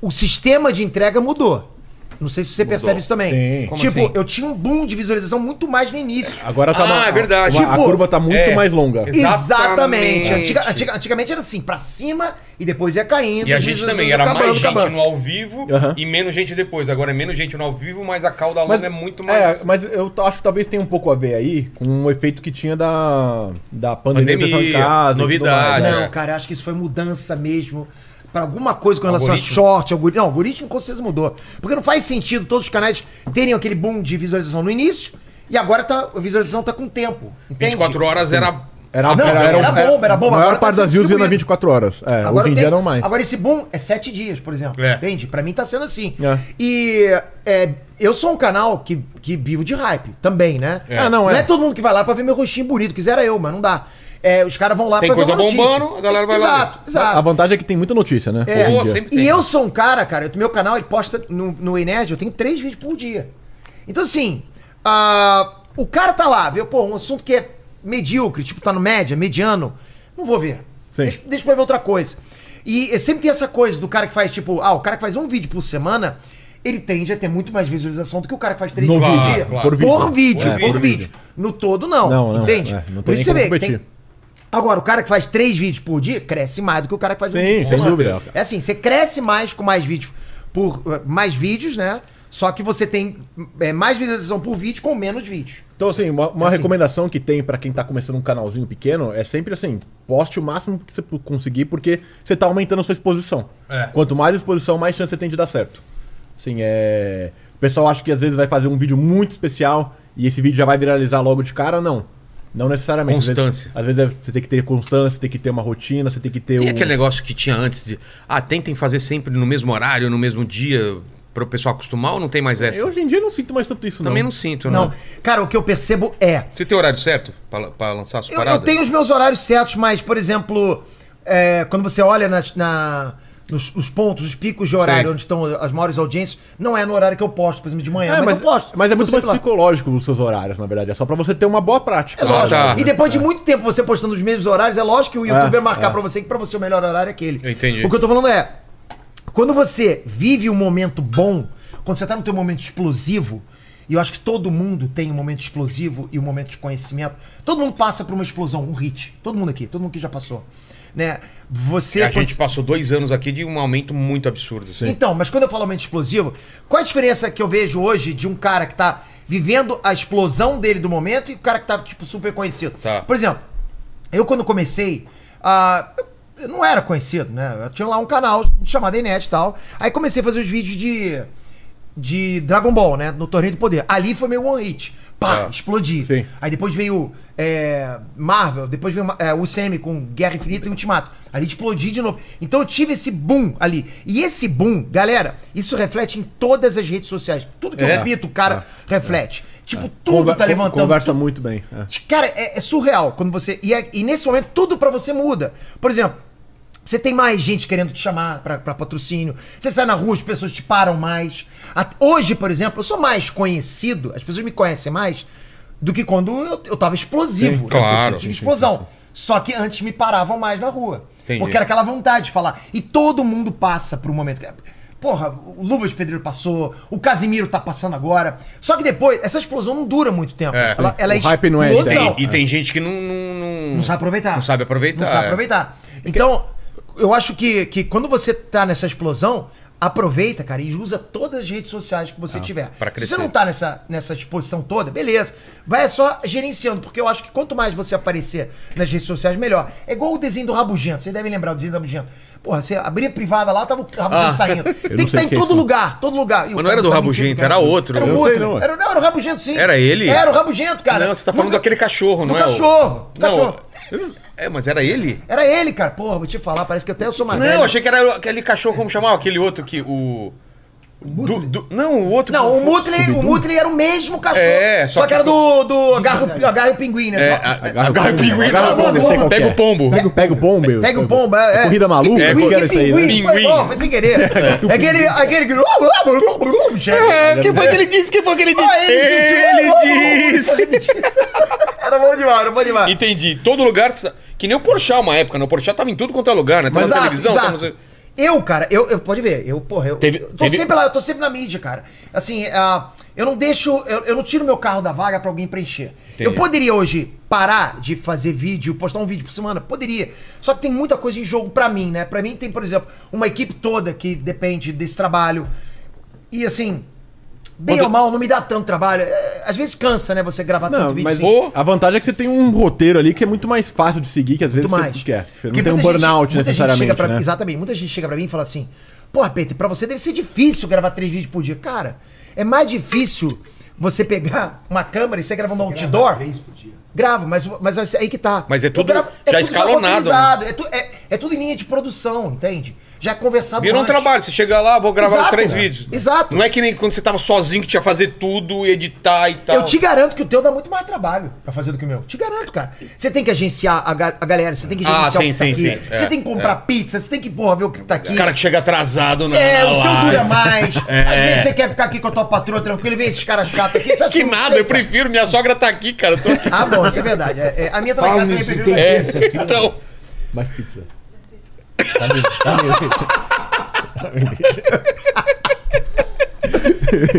o sistema de entrega mudou. Não sei se você percebe isso também. Sim. Como Tipo, assim? eu tinha um boom de visualização muito mais no início. Agora tá Ah, uma- é verdade. uma- a Tipo, curva tá muito é. mais longa. Ex- Exatamente. Exatamente. Antiga- antiga- antigamente era assim, pra cima e depois ia caindo. E a as gente também, visualizações era Uhum. acabando, mais gente acabando. no ao vivo Aham. e menos gente depois. Agora é menos gente no ao vivo, mas a cauda Mas longa é muito mais. É, mas eu t- acho que talvez tenha um pouco a ver aí com o efeito que tinha da, da pandemia, Pandemia, pessoal em casa. e tudo mais, novidade. né? Não, É. cara, eu acho que isso foi mudança mesmo. Pra alguma coisa com relação Algoritmo. a short, algoritmo. Não, algoritmo com certeza mudou. Porque não faz sentido todos os canais terem aquele boom de visualização no início e agora tá, a visualização tá com tempo. Entende? 24 horas era. Era, Ah, Não, era, um, era era, bomba, era bomba, A maior agora tá parte das sendo views ia na distribuído. 24 horas. É, Agora hoje em tem- dia não mais. Agora esse boom é sete dias, por exemplo. É. Entende? Pra mim tá sendo assim. É. E é, eu sou um canal que, que vivo de hype também, né? É. Ah, não, é. todo mundo que vai lá pra ver meu rostinho bonito. Quisera eu, mas não dá. É, os caras vão lá Tem pra coisa ver uma notícia. bombando, a galera vai lá Exato, exato. A vantagem é que tem muita notícia, né? É. hoje em Pô, dia. sempre tem. E eu sou um cara, cara, eu- meu canal ele posta no, no Enerd, eu tenho três vídeos por dia. Então, assim, ah, o cara tá lá, viu, pô, um assunto que é medíocre, tipo, tá no média, mediano, não vou ver. Sim. Deixa, deixa pra ver outra coisa. E eh, sempre tem essa coisa do cara que faz, tipo, ah, o cara que faz um vídeo por semana, ele tende a ter muito mais visualização do que o cara que faz três No vídeos vídeo, por dia. claro. Por vídeo, por vídeo. É, por vídeo. No todo, não. Não, não, entende? é, não tem por isso você nem como vê, que tem, competir. Agora, o cara que faz três vídeos por dia cresce mais do que o cara que faz um Sim, vídeo por sem semana. dúvida. É assim, você cresce mais com mais vídeos por eh, mais vídeos, né? Só que você tem eh, mais visualização por vídeo com menos vídeos. Então, assim, uma, uma Assim. recomendação que tem pra quem tá começando um canalzinho pequeno é sempre assim, poste o máximo que você pu- conseguir, porque você tá aumentando a sua exposição. É. Quanto mais exposição, mais chance você tem de dar certo. Assim, é. O pessoal acha que às vezes vai fazer um vídeo muito especial e esse vídeo já vai viralizar logo de cara, não. Não necessariamente. Às vezes- Constância. Às vezes, é- você tem que ter constância, tem que ter uma rotina, você tem que ter Tem um- aquele negócio que tinha antes de. Ah, tentem fazer sempre no mesmo horário, no mesmo dia, para o pessoal acostumar ou não tem mais essa? Eu hoje em dia não sinto mais tanto isso, Também não, não. sinto, Não. né? Cara, o que eu percebo é. Você tem horário certo pra pra lançar as Eu, eu paradas? tenho os meus horários certos, mas, por exemplo, é, quando você olha nas- na- nos, nos pontos, os picos de horário Sei. onde estão as maiores audiências, não é no horário que eu posto, por exemplo, de manhã. É, mas, Ah, eu posto. mas é Eu muito mais sempre lá. psicológico os seus horários, na verdade. É só pra você ter uma boa prática. É lógico. Ah, tá. E depois de muito tempo você postando os mesmos horários, é lógico que o YouTube É, vai é. marcar pra você que pra você o melhor horário é aquele. Eu entendi. O que eu tô falando é, quando você vive um momento bom, quando você tá no teu momento explosivo, e eu acho que todo mundo tem um momento explosivo e um momento de conhecimento. Todo mundo passa por uma explosão, um hit. Todo mundo aqui, todo mundo que já passou. Né? Você. É A quando gente passou dois anos aqui de um aumento muito absurdo. assim. então, mas quando eu falo aumento explosivo, qual a diferença que eu vejo hoje de um cara que tá vivendo a explosão dele do momento e o cara que tá, tipo, super conhecido? Tá. Por exemplo, eu quando comecei, ah, eu não era conhecido, né? Eu tinha lá um canal chamado Enet e tal. Aí comecei a fazer os vídeos de. De Dragon Ball, né? No Torneio do Poder. Ali foi meu one hit. Pá, Tá. explodi. Sim. Aí depois veio é, Marvel, depois veio é, o UCM com Guerra Infinita e Ultimato. Ali explodi de novo. Então eu tive esse boom ali. E esse boom, galera, isso reflete em todas as redes sociais. Tudo que É. eu repito, o cara reflete. Tipo, tudo Conver- tá levantando. Conversa muito bem. é. Cara, é, é surreal quando você. E, é- e nesse momento tudo pra você muda. Por exemplo, você tem mais gente querendo te chamar pra, pra patrocínio. Você sai na rua, as pessoas te param mais. A- hoje, por exemplo, eu sou mais conhecido, as pessoas me conhecem mais do que quando eu, eu tava explosivo. Sim, claro. Eu tive explosão. Só que antes me paravam mais na rua. Entendi. Porque era aquela vontade de falar. E todo mundo passa por um momento. Porra, o Luva de Pedreiro passou, o Casimiro tá passando agora. Só que depois, essa explosão não dura muito tempo. É. Ela, ela é O hype não é Tem- explosão. e tem gente que não. Não, não- Não sabe aproveitar. Não sabe aproveitar. Não sabe é. aproveitar. Então, eu acho que, que quando você tá nessa explosão, Aproveita, cara, e usa todas as redes sociais que você tiver. Ah, pra Se crescer. você não tá nessa, nessa exposição toda, beleza. Vai só gerenciando, porque eu acho que quanto mais você aparecer nas redes sociais, melhor. É igual o desenho do Rabugento. Vocês devem lembrar o desenho do Rabugento. Porra, você abria privada lá, tava o Rabugento Ah. (laughs) saindo. Tem que não sei estar em quem é todo esse. lugar, todo lugar. E Mas o não cara era do sabe Rabugento, quem era outro. Era o Eu sei, outro. não, é. era, não, era o Rabugento, sim. Era ele? Era o Rabugento, cara. Não, você tá falando Nunca- daquele cachorro, não do é? o- cachorro, do Não, cachorro. eu- É, mas era ele? Era ele, cara. Porra, vou te falar, parece que até eu sou mais Não, velho. achei que era aquele cachorro, como chamava? Aquele outro que o... Mutley. do- do- não, o outro... Não, o Mutley. Mutley, o Mutley era o mesmo cachorro. É, só, só que, que era do, do agarro, agarro o pinguim, né? É, Não, a- agarra o pombo, pinguim. agarra não, o pombo, eu sei qual Pega que é. o pombo. Pega, o- pega o pombo. eu- Pega o pombo, é. é. Corrida maluca? Que o que pinguim, era isso aí, né? pinguim, foi- Pinguim. ó, foi sem querer. É aquele... aquele... que- É, quem foi que ele disse? Quem foi que ele disse? Ah, Ele disse! Ele disse. Era bom demais, era bom demais. Entendi. Todo lugar... Que nem o Porchat uma época, né? O Porchat tava em tudo quanto é lugar, né? Tava na televisão, tava no... Eu, cara, eu, eu- pode ver, eu, porra, eu, Teve- eu tô teve- sempre lá, eu tô sempre na mídia, cara. Assim, ah, eu não deixo, eu, eu não tiro meu carro da vaga pra alguém preencher. Eu poderia hoje parar de fazer vídeo, postar um vídeo por semana? Poderia. Só que tem muita coisa em jogo pra mim, né? Pra mim tem, por exemplo, uma equipe toda que depende desse trabalho. E assim, bem ou mal, não me dá tanto trabalho. É, Às vezes cansa, né, você gravar Não, tanto vídeo. mas assim. Vou- a vantagem é que você tem um roteiro ali que é muito mais fácil de seguir, que às vezes muito mais. você quer. Você não Porque tem um muita gente- burnout muita gente chega necessariamente, pra- né? Exatamente. Muita gente chega pra mim e fala assim, porra, Peter, pra você deve ser difícil gravar três vídeos por dia. Cara, é mais difícil você pegar uma câmera e você gravando um outdoor... Grava, mas, mas aí que tá. Mas é Eu tudo gravo- já tudo escalonado, né? roteirizado, É, tu- é- é tudo em linha de produção, entende? Já é conversado Virou um antes. trabalho, você chega lá, vou gravar Exato, três né? vídeos. Exato. Não é que nem quando você tava sozinho que tinha que fazer tudo, editar e tal. Eu te garanto que o teu dá muito mais trabalho pra fazer do que o meu. Te garanto, cara. Você tem que agenciar a, ga- a galera, você tem que Ah, gerenciar sim, o que tá sim, aqui. sim. Você É, tem que comprar pizza, você tem que, porra, ver o que tá aqui. O cara que chega atrasado né? na É, o seu live. É. dura (laughs) mais. Às vezes você quer ficar aqui com a tua patroa tranquila e vê esses caras chatos aqui. Você (laughs) acha Que eu não nada, sei, Ah, eu prefiro, minha sogra tá aqui, cara. Eu tô aqui. cara? Ah, bom, isso é verdade. É, é, a minha tá lá em Fala casa também nisso, prefiro. tem É, isso né? aqui, então. Mais pizza. Tá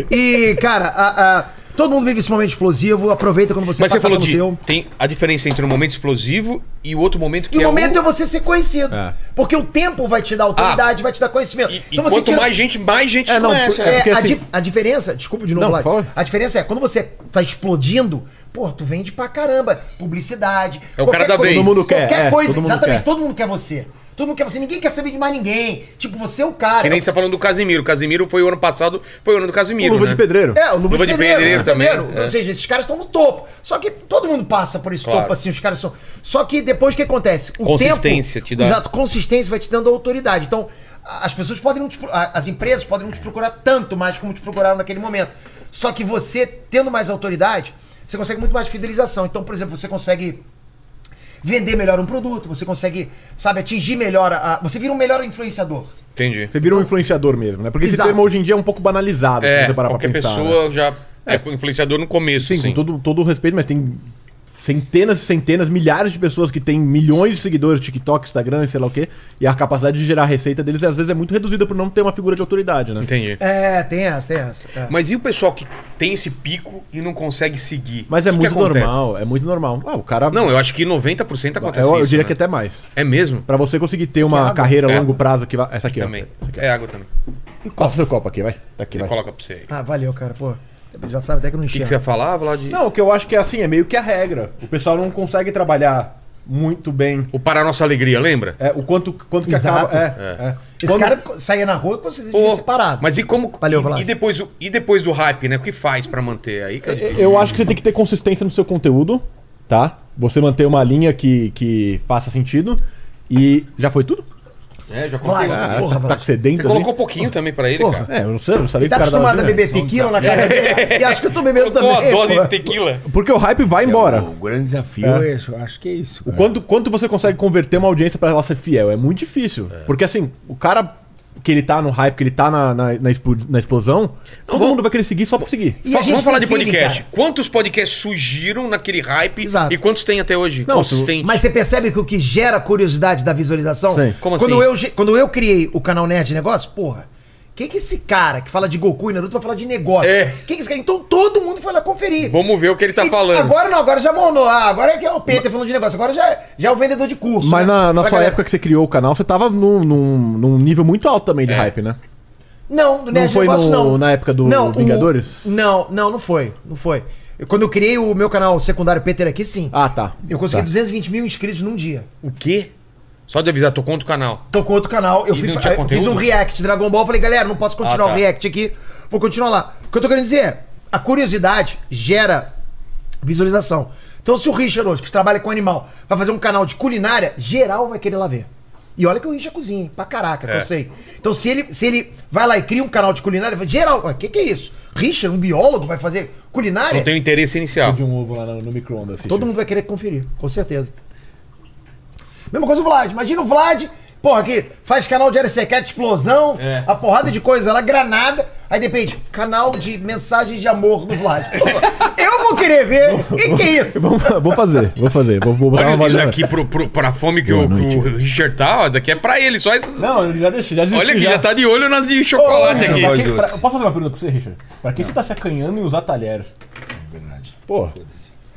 É. E, cara, a- a- todo mundo vive esse momento explosivo. Aproveita quando você Mas você passar falou pelo de. teu. Tem a diferença entre um momento explosivo e o outro momento que E o é. momento é você ser conhecido. Porque o tempo vai te dar autoridade, vai te dar conhecimento. Ah. E, e Então você quanto tira- mais gente, mais gente É, não, conhece. por- né? É, porque a, assim- dif- a diferença, desculpa de novo, Não, Lai, por favor. a diferença é, quando você tá explodindo, pô, tu vende pra caramba. Publicidade. É o cara qualquer da vez. Todo mundo quer, Qualquer é, coisa, todo mundo exatamente. quer. Todo mundo quer você. Todo mundo quer você. Ninguém quer saber de mais ninguém. Tipo, você é o cara. Que nem você tá falando do Casimiro. O Casimiro foi o ano passado, foi o ano do Casimiro. Luva né? de pedreiro. É, o Luva, Luva de, de Pedreiro, Pedreiro Luva de também, Pedreiro. é. Ou seja, esses caras estão no topo. Só que todo mundo passa por esse Claro. topo, assim, os caras são. Só que depois o que acontece? O Consistência tempo, te dá. Exato, consistência vai te dando autoridade. Então, a- as pessoas podem não te. pro- a- As empresas podem não te procurar tanto mais como te procuraram naquele momento. Só que você, tendo mais autoridade, você consegue muito mais fidelização. Então, por exemplo, você consegue vender melhor um produto, você consegue, sabe, atingir melhor. a- a- você vira um melhor influenciador. Entendi. Você vira um influenciador mesmo, né? Porque Exato. esse termo hoje em dia é um pouco banalizado, É, se você parar pra qualquer pensar. né? pessoa já é influenciador no começo. Sim, assim. com todo, todo o respeito, mas tem centenas e centenas, milhares de pessoas que têm milhões de seguidores, TikTok, Instagram, e sei lá o quê, e a capacidade de gerar receita deles às vezes é muito reduzida por não ter uma figura de autoridade, né? Entendi. É, tem essa, tem essa. é. Mas e o pessoal que tem esse pico e não consegue seguir? Mas é O que muito que acontece? normal, é muito normal. Ah, o cara. Não, eu acho que 90% eu, acontece eu isso, diria né? que até mais. É mesmo? Pra você conseguir ter uma carreira a É. longo prazo que vai. Essa aqui, Também. ó. Essa aqui, ó. É água também. Passa seu copo aqui, vai. Tá aqui, Ele vai. coloca pra você aí. O Ah, valeu, cara, pô. Já sabe até que eu não que, é. enxergo. que você ia falar, Vlad? Não, o que eu acho que é assim, é meio que a regra. O pessoal não consegue trabalhar muito bem O Para Nossa Alegria, lembra? é, o quanto, quanto que Exato. acaba. É, É. é. Esse Quando- cara saía na rua com certeza Pô, devia ser parado. Mas e como. Valeu, e, Vlad. e, depois, o- e depois do hype, né? O que faz pra manter aí? cara? Eu acho que você tem que ter consistência no seu conteúdo, tá? Você manter uma linha que, que faça sentido. E. Já foi tudo? É, já Vlad, coloquei. outra. ah, Cara, porra, tá, tá Vlad. com sedento Você ali? colocou um pouquinho também pra ele, cara. É, eu não sei, eu não sabia Ele tá que o cara tava acostumado a bebendo. beber tequila na É. casa dele. E acho que eu tô bebendo Colocou uma também. dose pô. de tequila. Porque o hype vai embora. Bora. é O grande desafio é, isso, eu acho que é isso. O cara. quanto, quanto você consegue converter uma audiência pra ela ser fiel? É muito difícil. Porque assim, o cara que ele tá no hype, que ele tá na, na, na expo- na explosão, todo vamos- mundo vai querer seguir só pra seguir. E Fa- a gente Vamos falar de tem filme, podcast. cara. Quantos podcasts surgiram naquele hype Exato. e quantos tem até hoje? Não, Consistente. Mas você percebe que o que gera curiosidade da visualização? Sim. Como quando assim? Eu, ge- quando eu criei o canal Nerd Negócio, porra, quem que é esse cara que fala de Goku e Naruto vai falar de negócio? É. Quem que esse cara? Então todo mundo foi lá conferir. Vamos ver o que ele tá E falando. Agora não, agora já mornou. Ah, agora é que é o Peter falando de negócio. Agora já, já é o vendedor de curso. Mas né? na, na Pra sua galera. É. época que você criou o canal, você tava num, num, num nível muito alto também de hype, né? Não, do Não Nerd foi Negócio no- não. na época do não, Vingadores? o- não, não, não foi. Não foi. Eu- Quando eu criei o meu canal secundário Peter aqui, sim. Ah, tá. eu consegui Tá. 220 mil inscritos num dia. O quê? Só de avisar, tô contra o canal. Tô com outro canal, eu, E fui, não tinha eu fiz conteúdo? um react de Dragon Ball, falei, galera, não posso continuar Ah, tá. o react aqui, vou continuar lá. O que eu tô querendo dizer é, a curiosidade gera visualização. Então se o Richard hoje, que trabalha com animal, vai fazer um canal de culinária, geral vai querer lá ver. E olha que o Richard cozinha, hein, pra caraca, que É. eu sei. Então se ele, se ele vai lá e cria um canal de culinária, vai- geral, o que que é isso? Richard, um biólogo, vai fazer culinária? Não tenho interesse inicial. De um ovo lá no, no micro-ondas. assim, Todo mundo vai querer conferir, com certeza. Mesma coisa o Vlad. Imagina o Vlad, porra, que faz canal de área secreta, explosão, É. a porrada de coisa lá, granada. Aí de repente, canal de mensagens de amor (laughs) do Vlad. Porra, Eu vou querer ver. O que, que é (laughs) isso? Vamos- vou fazer, vou fazer. Vou, vou botar Olha uma isso né? vaga- aqui pro, pro, pra fome que, o, que o Richard tá, ó, daqui é pra ele, só essas... Não, eu já deixei, já desisti. Olha aqui, já tá de olho nas de chocolate Não, aqui. pra Olha que- doce. pra- posso fazer uma pergunta pra você, Richard? Pra que você tá se acanhando em usar talher? Verdade. Pô,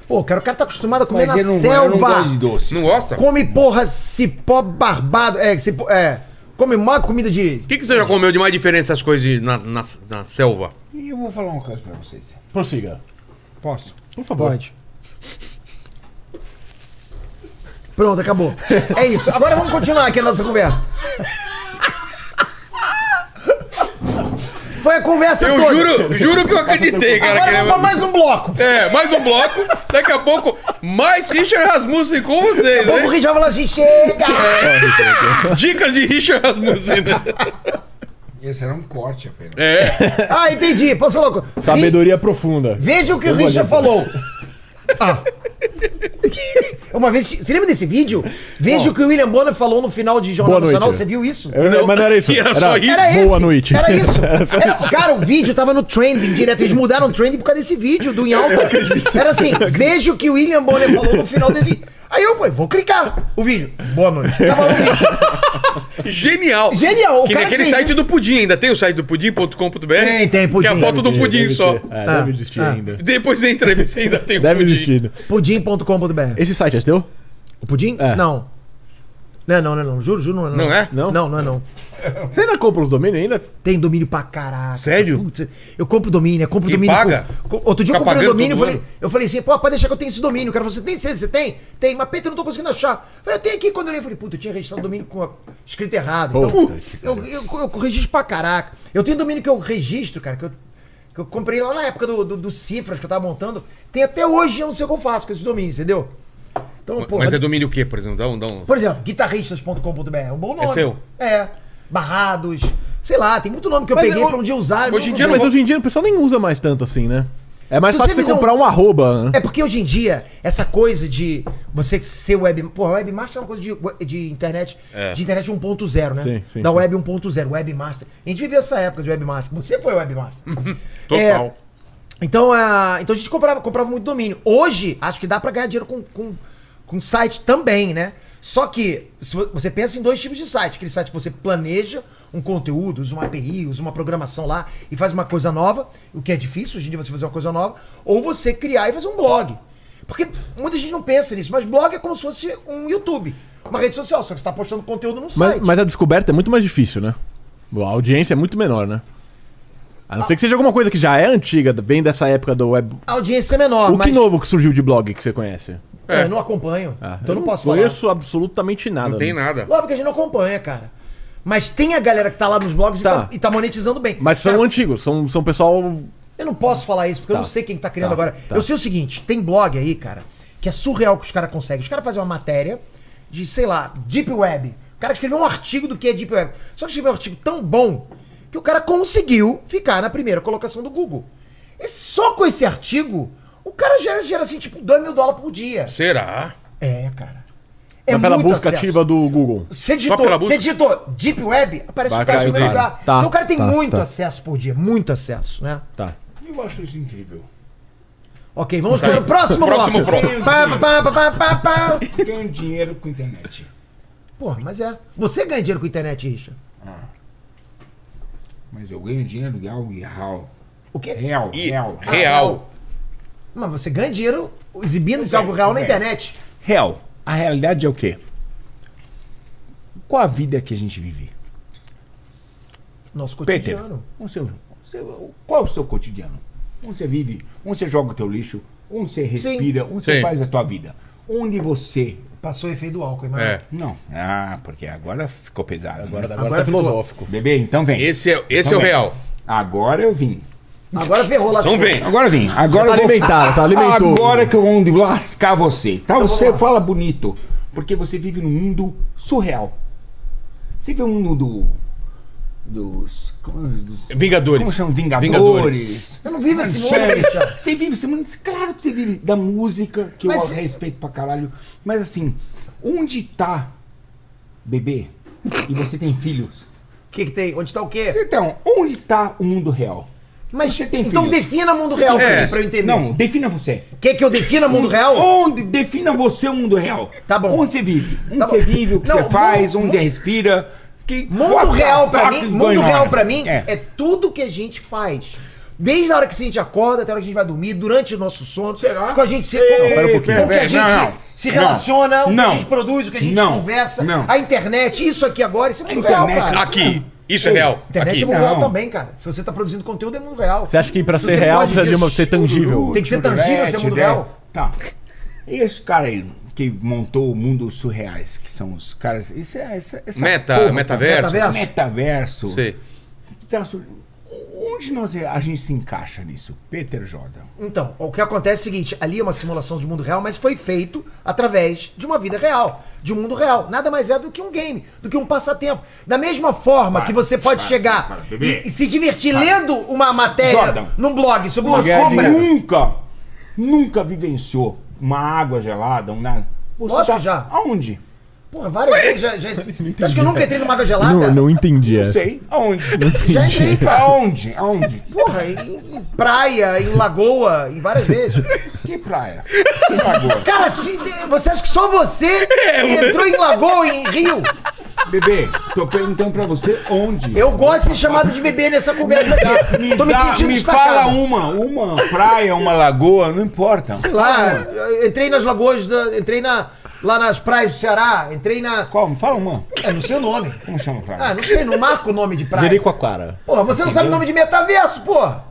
Pô, cara, o cara tá acostumado a comer Mas na eu não, eu não selva. gosto de doce. Não gosta? O Come, porra, cipó barbado. É, cipó, é. Come mó comida de. que, que você já comeu de mais diferente essas coisas de- na, na, na selva? E eu vou falar uma coisa pra vocês. prossiga. Posso? Por favor. Pode. Pronto, acabou. É isso. Agora vamos continuar aqui a nossa conversa. Foi a conversa Eu toda. juro, juro que eu acreditei, cara. Agora que- vamos pra mais um bloco. É, mais um bloco. Daqui a pouco, mais Richard Rasmussen com vocês, Vamos né? rir, já falar assim, chega! Dicas de Richard Rasmussen. né? Esse era um corte apenas. É. Ah, entendi. Posso falar? uma coisa? Sabedoria profunda. Ri- Veja o que o Eu vou Richard olhar pra- falou. Ah. Uma vez. Você lembra desse vídeo? Veja o que o William Bonner falou no final de Boa Jornal noite. Nacional. Você viu isso? Eu- Não, mas não era isso. (laughs) era só isso. Era Boa esse. noite. (laughs) Era isso. Era- cara, o vídeo tava no trending direto. Eles mudaram o trending por causa desse vídeo do Em Alta. Era assim: veja o que o William Bonner falou no final do vídeo. Aí eu falei, vou clicar o vídeo. Boa noite. Tava no vídeo. Genial. Genial, o Que cara nem aquele fez site isso. do Pudim ainda. Tem o site do pudim.com.br? Tem, tem, Que é a Pudim. foto do Pudim Deve só. ter. É, deve existir ainda. Depois da entrevista ainda tem o Deve Pudim. existir. Pudim.com.br. Esse site é teu? O pudim? É. Não. Não, não, não, não. Juro, juro, não é. Não é? Não, não, não. é, não. Você ainda compra os domínios ainda? Tem domínio pra caraca. Sério? Putz, eu compro domínio, eu compro E domínio. paga? com- com- outro dia eu Fica comprei um pagando domínio, eu todo falei, ano? eu falei assim, pô, pode deixar que eu tenho esse domínio. O cara falou, você tem certeza? Você tem? Tem, mas Pedro, eu não tô conseguindo achar. Eu falei, eu tenho aqui quando eu li, eu falei, puta, eu tinha registrado o domínio com a- escrito errado. Então, Puta putz, eu, eu, eu, registro pra caraca. Eu tenho domínio que eu registro, cara, que eu, que eu comprei lá na época do, do, do Cifras que eu tava montando. Tem até hoje, eu não sei o que eu faço com esse domínio, entendeu? Então, pô. Mas é domínio o quê, por exemplo? Dá um... Dá um... Por exemplo, guitarristas.com.br é um bom nome. É seu? É. Barrados. Sei lá, tem muito nome que eu Mas peguei eu- pra um dia usar. Hoje em não dia usei. não Mas hoje em dia o pessoal nem usa mais tanto assim, né? É mais Se fácil você você fizer comprar um- um... arroba, né? É porque hoje em dia, essa coisa de você ser web. Porra, webmaster é uma coisa de, de internet. É. De internet 1.0, né? Sim, sim, da sim. web 1.0, webmaster. A gente viveu essa época de webmaster. Você foi webmaster. (laughs) Total. É, Então, ah, então a gente comprava, comprava muito domínio. Hoje, acho que dá pra ganhar dinheiro com, com, com site também, né? Só que se vo- você pensa em dois tipos de site. Aquele site que você planeja um conteúdo, usa uma API, usa uma programação lá e faz uma coisa nova, o que é difícil hoje em dia você fazer uma coisa nova, ou você criar e fazer um blog. Porque muita gente não pensa nisso, mas blog é como se fosse um YouTube, uma rede social, só que você tá postando conteúdo num Mas, site. mas a descoberta é muito mais difícil, né? A audiência é muito menor, né? A não ser que seja alguma coisa que já é antiga, vem dessa época do web. A audiência é menor, o mas que novo que surgiu de blog que você conhece? Ah, é, eu não acompanho, então eu não posso falar. conheço absolutamente nada. Não tem né? nada. Lógico que a gente não acompanha, cara. Mas tem a galera que tá lá nos blogs e Tá. tá- e, tá, monetizando bem. Mas são Cara, antigos, são, são pessoal. Eu não posso falar isso, porque eu Tá. não sei quem tá criando Tá, agora. tá. Eu sei o seguinte, tem blog aí, cara, que é surreal que os caras conseguem. Os caras fazem uma matéria de, sei lá, Deep Web. O cara escreveu um artigo do que é Deep Web. Só que escreveu um artigo tão bom que o cara conseguiu ficar na primeira colocação do Google. E só com esse artigo, o cara gera, gera assim, tipo, 2 mil dólares por dia. Será? É, cara. É pela busca acesso. ativa do Google. Você digitou, Só pela busca? você digitou Deep Web, aparece Vai o cara cair em o primeiro cara. lugar. Tá, então o cara tem tá, muito tá. acesso por dia, muito acesso, né? Tá. Eu acho isso incrível. Ok, vamos para o próximo Próximo bloco. bloco. Pá, pá, pá, pá, pá, pá. Ganho dinheiro com internet. Porra, mas é. Você ganha dinheiro com internet, Richard? Mas eu ganho dinheiro real e real. O quê? Ah, Real, E real. real. Mas você ganha dinheiro exibindo isso algo real na É. internet. Real. A realidade é o quê? Qual a vida que a gente vive? Nosso Peter, cotidiano. onde você- você- qual é o seu cotidiano? Onde você vive? Onde você joga o teu lixo? Onde você respira? Onde você Sim. faz a tua vida? Onde você... Passou o efeito do álcool, imagina. É. Não. Ah, porque agora ficou pesado. Agora, agora, né? Agora é tá ficou. filosófico. Bebê, então vem. Esse é, esse é Então o vem. real. Agora eu vim. Agora ferrou lá de Então fora. vem. Agora vim. Agora Tá eu vou... alimentado, tá alimentou. Agora que eu vou lascar você. Tá? você Então vamos lá. fala bonito. Porque você vive num mundo surreal. Você vive um mundo do- dos. como- dos Vingadores. como chamam? Vingadores. Vingadores. Eu não vivo esse mundo, Manchete. bicho. Você vive esse mundo. Claro que você vive da música, que Mas- eu respeito pra caralho. Mas assim, onde tá bebê e você tem filhos? O que, que tem? Onde tá o quê? Então, onde tá o mundo real? Mas Você tem então filho. defina mundo real É. pra mim, pra eu entender. Não, defina você. Quer que eu defina mundo real? Onde defina você o mundo real? Tá bom. Onde você vive? Onde Tá bom. você vive, o que Não, você faz, mundo- onde você respira. Que Mundo quatro real pra sacos mim, de mundo banho real hora. para mim É. é. tudo que a gente faz. Desde a hora que a gente acorda até a hora que a gente vai dormir, durante o nosso sono, Será? com a gente se, Ei, com, pera um com o que pouquinho. a Pera, gente não, não. se Não. relaciona, o que Não. a gente produz, o que a gente Não. conversa, Não. a internet, isso aqui agora, isso é mundo real, internet, cara. Aqui. Isso é real. Internet Aqui. é mundo real Não. também, cara. Se você tá produzindo conteúdo, é mundo real. Você acha que pra Se ser você real foge precisa de uma, disso, ser tangível? Tem que ser tangível, ser mundo Ideia. real. Tá. E esse cara aí que montou o mundo surreais, que são os caras. Isso é, essa, essa Meta, porra, metaverso. tá? Metaverso. Sei. Tá, su- onde nós, é, a gente se encaixa nisso? Peter Jordan. Então, o que acontece é o seguinte: ali é uma simulação de mundo real, mas foi feito através de uma vida real, de um mundo real. Nada mais é do que um game, do que um passatempo. Da mesma forma que você pode chegar e, e se divertir lendo uma matéria Jordan. num blog sobre uma Você sombra. nunca, nunca vivenciou uma água gelada, um nada. Você Lógico que já. Aonde? Porra, várias vezes já. já... Você acha que eu nunca entrei numa água gelada? Não, não entendi Não essa. sei. Aonde? É. Já entrei, cara. Aonde? Aonde? Porra, em, em praia, em lagoa, em várias vezes. Que praia? Que lagoa? Cara, se- você acha que só você entrou em lagoa, em rio? Bebê, tô perguntando pra você onde. Eu gosto de ser chamado de bebê nessa conversa aqui. Tá, Me, Tô me dá- sentindo me destacado. fala um uma, uma praia, uma lagoa, não importa. Sei lá, eu entrei nas lagoas, da- entrei na, lá nas praias do Ceará, entrei na. Qual? Me fala uma. Ah, não sei o nome. Como chama a Ah, praia? não sei, não marco o nome de praia. Jericoacoara. Porra, você não sabe o nome de metaverso, porra.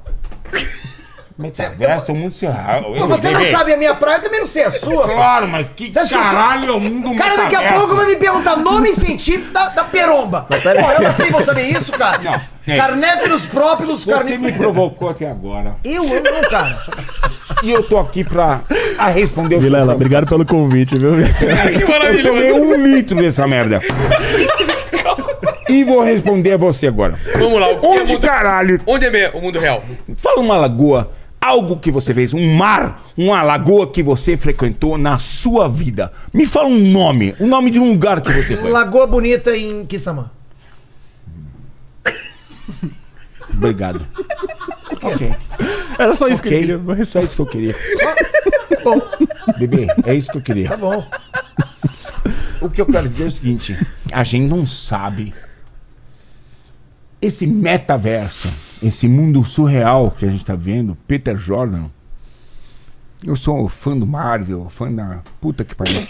Metaverso, mundo surreal. Pô, você não Bebê, sabe a minha praia, eu também não sei a sua. Claro, mas que Você acha que eu sou- caralho é o mundo Cara, daqui a metaverso? pouco vai me perguntar nome científico da, da peromba. Porra, eu não sei, vou saber isso, cara. Não, é. Carnéfilos própilos, Você carne... me provocou até agora. Eu, eu não, cara. E eu tô aqui pra a responder os Vilela, obrigado pelo convite, viu? Que Eu tomei maravilhoso. um litro dessa (laughs) merda. E vou responder a você agora. Vamos lá. o que é Onde mundo- caralho? Onde é me- o mundo real? Fala uma lagoa, algo que você fez, um mar, uma lagoa que você frequentou na sua vida. Me fala um nome, o nome de um lugar que (laughs) você foi. Lagoa Bonita em Kissamã. Obrigado. Ok. Era só isso que eu Ok. queria. uma Só resposta. isso que eu (laughs) queria. Bebê, é isso que eu queria. Tá bom. O que eu quero dizer é o seguinte: a gente não sabe. Esse metaverso, esse mundo surreal que a gente tá vendo, Peter Jordan. Eu sou fã do Marvel, fã da puta que pariu.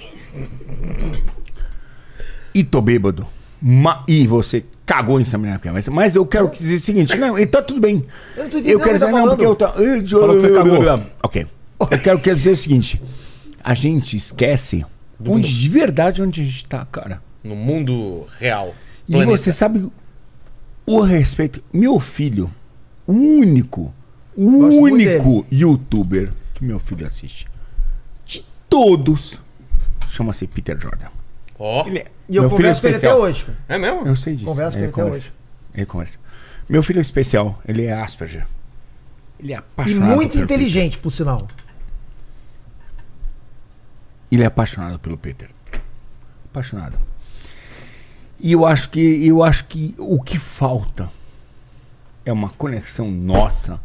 e tô bêbado. Ma- e você cagou em Samir mas, mas eu quero dizer o seguinte: não, então tudo bem. Eu não tô entendendo Eu o que quero tá dizer, não, falando. porque eu tá. eu- Falou que você cagou. Ok. Eu quero quer dizer o seguinte: a gente esquece onde de verdade onde a gente tá, cara. No mundo real. E Planeta. você sabe o respeito. Meu filho, o único, o Gosto muito único youtuber que meu filho assiste. De todos, chama-se Peter Jordan. Ó. Ele é- E eu meu filho é converso com ele até especial. hoje. cara. É mesmo? Eu sei disso. Converso com ele até conversa. hoje. Ele conversa. Meu filho é especial, ele é Asperger. Ele é E apaixonado muito pelo Peter. inteligente, por sinal. Ele é apaixonado pelo Peter. Apaixonado. E eu acho que eu acho que o que falta é uma conexão nossa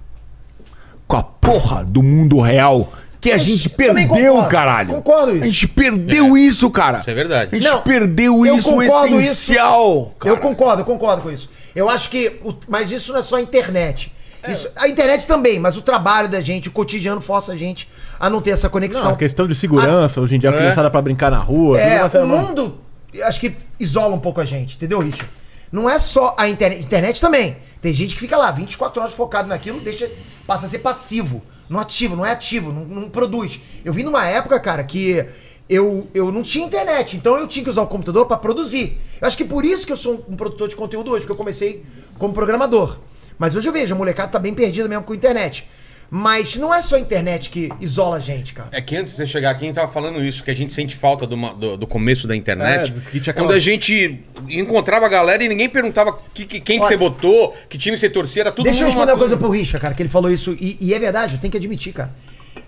com a porra do mundo real que a gente também perdeu, concordo. caralho. Concordo isso. A gente perdeu isso, cara. Isso é A verdade. gente Não, perdeu eu isso o concordo isso. essencial. cara. Eu concordo, eu concordo com isso. Eu acho que. o- mas isso não é só a internet. Isso- a internet também, mas o trabalho da gente, o cotidiano, força a gente a não ter essa conexão. Não, a questão de segurança, hoje em É. dia a criançada pra brincar na rua. É, segurança o mundo, eu acho que isola um pouco a um gente, entendeu, Richard? Não é só a internet. Internet também. Tem gente que fica lá 24 horas focado naquilo, deixa. Passa a ser passivo. Não ativo, não é ativo, não, não produz. Eu vim numa época, cara, que eu, eu não tinha internet, então eu tinha que usar o computador pra produzir. Eu acho que por isso que eu sou um produtor de conteúdo hoje, porque eu comecei como programador. Mas hoje eu vejo, a molecada tá bem perdida mesmo com a internet. Mas não é só a internet que isola a gente, cara. É que antes de você chegar aqui, a gente tava falando isso, que a gente sente falta do, ma- do, do começo da internet. É, do que tinha Quando aquela- a gente encontrava a galera e ninguém perguntava que, que- quem que você Olha- botou, que time você torcia, era tudo Deixa eu mundo responder uma matando. coisa pro Richa, cara, que ele falou isso. E, e é verdade, eu tenho que admitir, cara.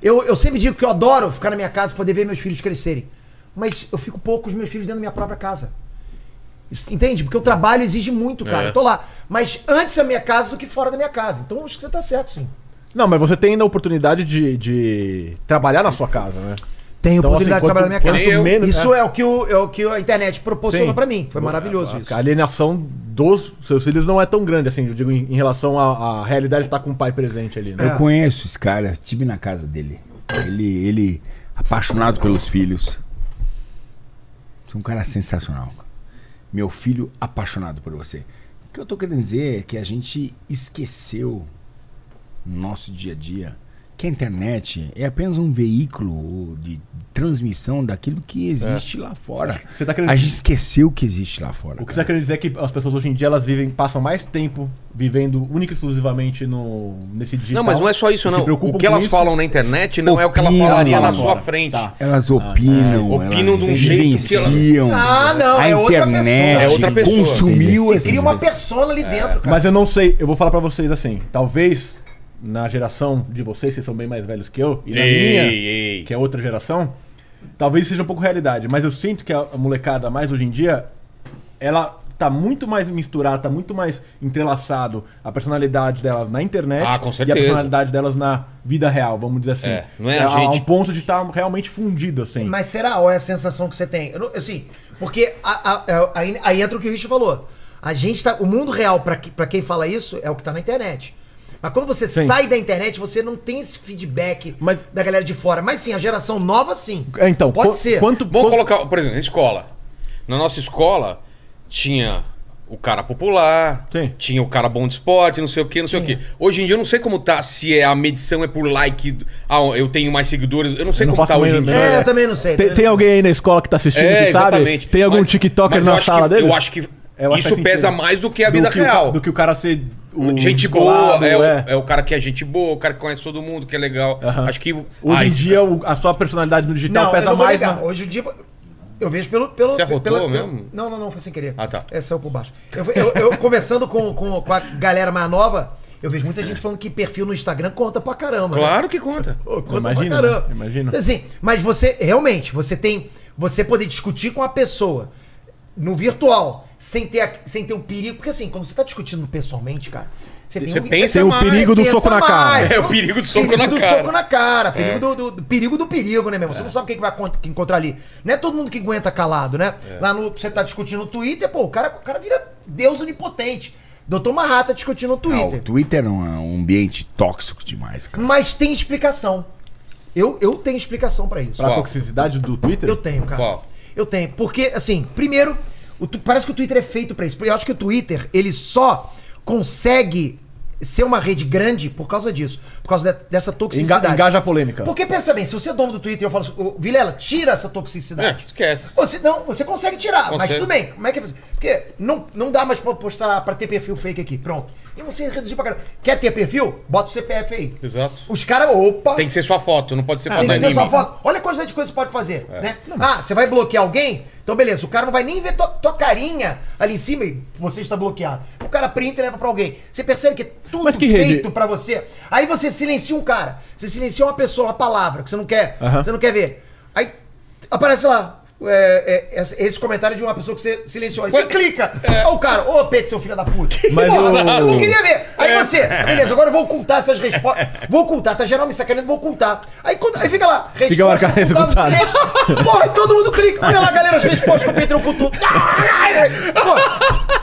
Eu, eu sempre digo que eu adoro ficar na minha casa e poder ver meus filhos crescerem. Mas eu fico pouco com os meus filhos dentro da minha própria casa. Isso- Entende? Porque o trabalho exige muito, cara. É. Eu tô lá. Mas antes da minha casa do que fora da minha casa. Então acho que você tá certo, sim. Não, mas você tem ainda a oportunidade de, de trabalhar na sua casa, né? Tenho Então, oportunidade assim, de trabalhar na minha quanto- casa. quanto Eu- menos- né? Isso é o, que o, é o que a internet proporcionou Sim. pra mim. Foi maravilhoso isso. A alienação dos seus filhos não é tão grande, assim, eu digo, em, em relação à, à realidade de estar com o pai presente ali, né? Eu conheço esse cara, tive na casa dele. Ele, ele apaixonado pelos filhos. Você é um cara sensacional. cara. Meu filho apaixonado por você. O que eu tô querendo dizer é que a gente esqueceu no nosso dia a dia que a internet é apenas um veículo de transmissão daquilo que existe lá fora. É. Você tá querendo- A gente esqueceu o que existe lá fora. O que você cara. está querendo dizer é que as pessoas hoje em dia elas vivem, passam mais tempo vivendo única e exclusivamente no, nesse digital. Não, mas não é só isso, Se não. preocupam O que elas com isso. falam na internet não é o que elas falam lá na Opinam. sua frente. Tá. Elas opinam, Opinam elas de um jeito que ela- vivenciam. Ah, não, a é outra internet pessoa. É outra pessoa. consumiu assim, Você essas cria uma coisas. persona ali dentro, cara. Mas eu não sei, eu vou falar pra vocês assim, talvez na geração de vocês, vocês são bem mais velhos que eu, e na Ei, minha, ei. que é outra geração, talvez seja um pouco realidade, mas eu sinto que a a molecada mais hoje em dia, ela tá muito mais misturada, tá muito mais entrelaçado a personalidade delas na internet Ah, com e a certeza. personalidade delas na vida real, vamos dizer assim. É, não é a um gente- ponto de estar realmente fundido assim. Mas será? Ou é a sensação que você tem? Eu não- assim, porque a- a- a- aí, aí entra o que o Richard falou. A gente tá. O mundo real, pra, que- pra quem fala isso, é o que tá na internet. Mas quando você Sim. sai da internet, você não tem esse feedback Mas- da galera de fora. Mas sim, a geração nova, sim. É, então, Pode qu- ser. Quanto, Vamos quanto- colocar, por exemplo, na escola. Na nossa escola tinha o cara popular, Sim. tinha o cara bom de esporte, não sei o que, não sei o que. Hoje em dia eu não sei como tá, se é a medição é por like, ah, eu tenho mais seguidores, eu não sei Eu não como faço tá hoje em ainda, dia. né? É, eu também não sei. Tem, tem alguém aí na escola que tá assistindo É, que sabe? Tem algum Mas- TikToker mas eu na acho sala que- dele? Eu acho que Eu acho que isso faz pesa sentido. mais do que a vida do que o ca- real. do que o cara ser. o gente descolado, boa, é, o- é. é o cara que é gente boa, o cara que conhece todo mundo, que é legal. Aham. Acho que. Hoje Ah, em isso- dia o- a sua personalidade no digital Não, eu pesa não vou mais. ligar. né? Hoje em dia. Eu vejo pelo. pelo Você arrotou pela- pelo- mesmo? Não, não, não, foi sem querer. Ah, tá. É, saiu por baixo. Eu, eu- eu conversando com, com, com a galera mais nova, eu vejo muita gente falando que perfil no Instagram conta pra caramba. né? Claro que conta. Pô, conta pra Imagino, caramba. né? Imagino. Então, assim, mas você, realmente, você tem. Você poder discutir com a pessoa no virtual, sem ter, a- sem ter o perigo. Porque assim, quando você tá discutindo pessoalmente, cara, você tem Você um- pensa tem Tem o mais, perigo do soco na pensa cara. mais. É, o perigo do soco perigo na do cara. É. soco na cara, perigo, do, do- do- perigo do perigo, né, meu irmão? Você não sabe o que que vai acon- que encontrar ali. Não é todo mundo que aguenta calado, né? É. Lá no. Você tá discutindo no Twitter, pô, o cara, o cara vira Deus onipotente. Doutor Marrata discutindo no Ah, Twitter. o Twitter é um ambiente tóxico demais, cara. Mas tem explicação. Eu, eu tenho explicação pra isso. Pra Qual? toxicidade do Twitter? Eu tenho, cara. Qual? Eu tenho. Porque, assim, primeiro, o tu- parece que o Twitter é feito pra isso. Eu acho que o Twitter, ele só consegue ser uma rede grande por causa disso. Por causa de- dessa Enga- toxicidade. engaja a polêmica. Porque pensa bem, se você é dono do Twitter e eu falo assim, "Ô, Vilela, tira essa É, toxicidade. esquece. Você, não, você consegue tirar, mas Consegue. tudo bem. Como é que é? Porque não, não dá mais pra postar, pra ter perfil fake aqui. Pronto. E você reduzir pra caramba. Quer ter perfil? Bota o CPF aí. Exato. Os caras, opa. Tem que ser sua foto, não Ah, pode ser Tem que ser só anônima. foto. Olha a quantidade de coisas que você pode fazer, É. né? Ah, você vai bloquear alguém? Então, beleza, o cara não vai nem ver tua, tua carinha ali em cima e você está bloqueado. O cara printa e leva pra alguém. Você percebe que é tudo Mas que rede? feito pra você. Aí você silencia um cara, você silencia uma pessoa, uma palavra que você não quer, Aham. você não quer ver. Aí aparece lá é, é, esse esse comentário de uma pessoa que você silenciou. Aí você Ué, clica. Ó o cara, ô Pedro, seu filho da puta. É. Mas Porra, o- eu não queria ver. É. Aí você, tá, beleza, agora eu vou ocultar essas respostas. Vou ocultar, tá geral me sacaneando, vou ocultar. Aí, quando, aí fica lá, Fica resposta marcado, ocultada. É. Porra, aí todo mundo clica. Olha lá, galera, as respostas que o Pedro ocultou. Pô,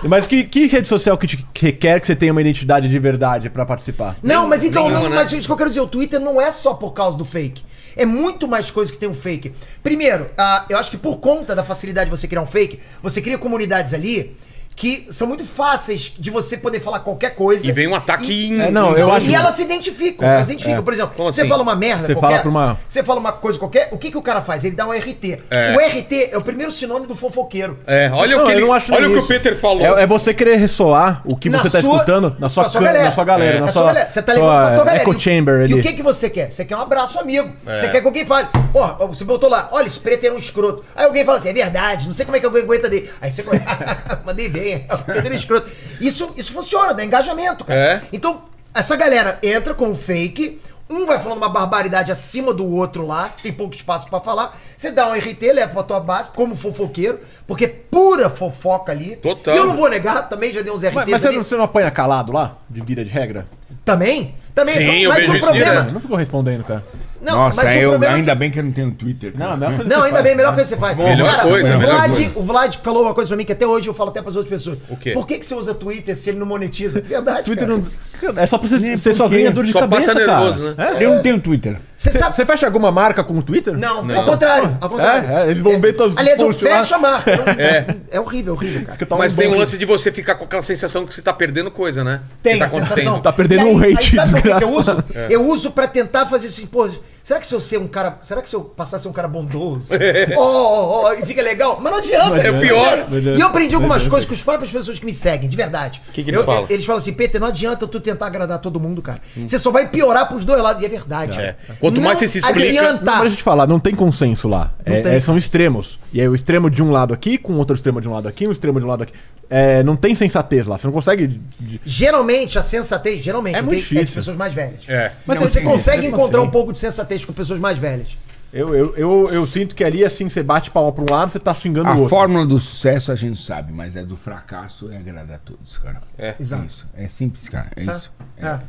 Mas que, que rede social que te requer que você tenha uma identidade de verdade pra participar? Não, mas então, nenhuma, não, né? mas isso que eu quero dizer, o Twitter não é só por causa do fake. É muito mais coisa que tem um fake. Primeiro, ah, eu acho que por conta da facilidade de você criar um fake, você cria comunidades ali que são muito fáceis de você poder falar qualquer coisa. E vem um ataque em- É, não, eu acho- E elas se identificam. É, elas se identificam. é. Por exemplo, Como você assim? fala uma merda Você qualquer. fala pra uma- Você fala uma coisa qualquer, o que, que o cara faz? Ele dá um RT. O RT é o primeiro sinônimo do fofoqueiro. É, olha Não, o que, eu ele, não acho olha o, que isso. o Peter falou. É, é você querer ressoar o que Na você tá sua- escutando na sua, na sua galera. galera. na sua galera, É na só sua, olhar, Você tá ligando sua pra tua galera. echo chamber E ali. o que, que você quer? Você quer um abraço amigo. É. Você quer que alguém fale. Ó, ó, você botou lá, olha, esse preto era um escroto. Aí alguém fala assim, é verdade, não sei como é que alguém aguenta dele. Aí você fala, (laughs) mandei bem, o preto era um escroto. Isso, isso funciona, dá engajamento, cara. É. Então, essa galera entra com o fake. Um vai falando uma barbaridade acima do outro lá, tem pouco espaço pra falar. Você dá um RT, leva pra tua base, como fofoqueiro, porque é pura fofoca ali. Total. E eu não vou negar, também já dei uns RTs. Mas, mas você, ali. não, você não apanha calado lá? De vida de regra? né? Também? Também. Sim, eu mas vejo o isso problema. Eu não ficou respondendo, cara. Não, Nossa, mas o eu, problema é ainda que- bem que eu não tenho Twitter. cara. Não, a melhor coisa Não, que você ainda faz, bem, a melhor né? coisa que você faz. Melhor coisa, o, melhor Vlad, coisa. o Vlad falou uma coisa pra mim que até hoje eu falo até pras outras pessoas. O quê? Por que, que você usa Twitter se ele (laughs) não monetiza? Verdade. Ah, Twitter cara. não. Cara, É só pra você. Você só por quê? ganha dor de Só cabeça, passa cara. nervoso, né? É? Eu não tenho Twitter. Você Você sabe. você fecha alguma marca com o Twitter? Não, ao contrário. Ao contrário. É, é, eles vão ver todos os Aliás, eu posts lá. fecho a (laughs) marca. É. é horrível, horrível, cara. Porque eu tava Mas tem bom- um lance de você ficar com aquela sensação que você tá perdendo coisa, né? Tem que tá a sensação. Tá perdendo E um aí- hate, aí sabe o que que eu uso? desgraça. Eu uso pra tentar fazer assim, pô, será que se eu ser um cara, será que se eu passar a ser um cara bondoso? Ó, ó, ó, e fica legal? Mas não adianta. É não pior. adianta. E eu aprendi algumas coisas com os próprios pessoas que me seguem, de verdade. Que que eles Eu- falam? Eles falam assim, Peter, não adianta tu tentar agradar todo mundo, cara. Você só vai piorar pros dois lados, e é verdade. É. Quanto mais você se explica... explica- adianta. Não, mas a gente falar, não tem consenso lá. É- tem. é, são extremos. E aí o extremo de um lado aqui, com outro extremo de um lado aqui, um extremo de um lado aqui. É, não tem sensatez lá. Você não consegue. de- de- Geralmente, a sensatez, geralmente, É eu muito tenho- de difícil. pessoas mais velhas. É. Mas Não, você sim, consegue mesmo encontrar assim. um pouco de sensatez com pessoas mais velhas. Eu, eu, eu, eu sinto que ali, assim, você bate palma pra um lado, você tá xingando A o outro. fórmula do sucesso a gente sabe, mas é do fracasso é agradar a todos, cara. É, Exato. isso. É simples, cara. É isso. É.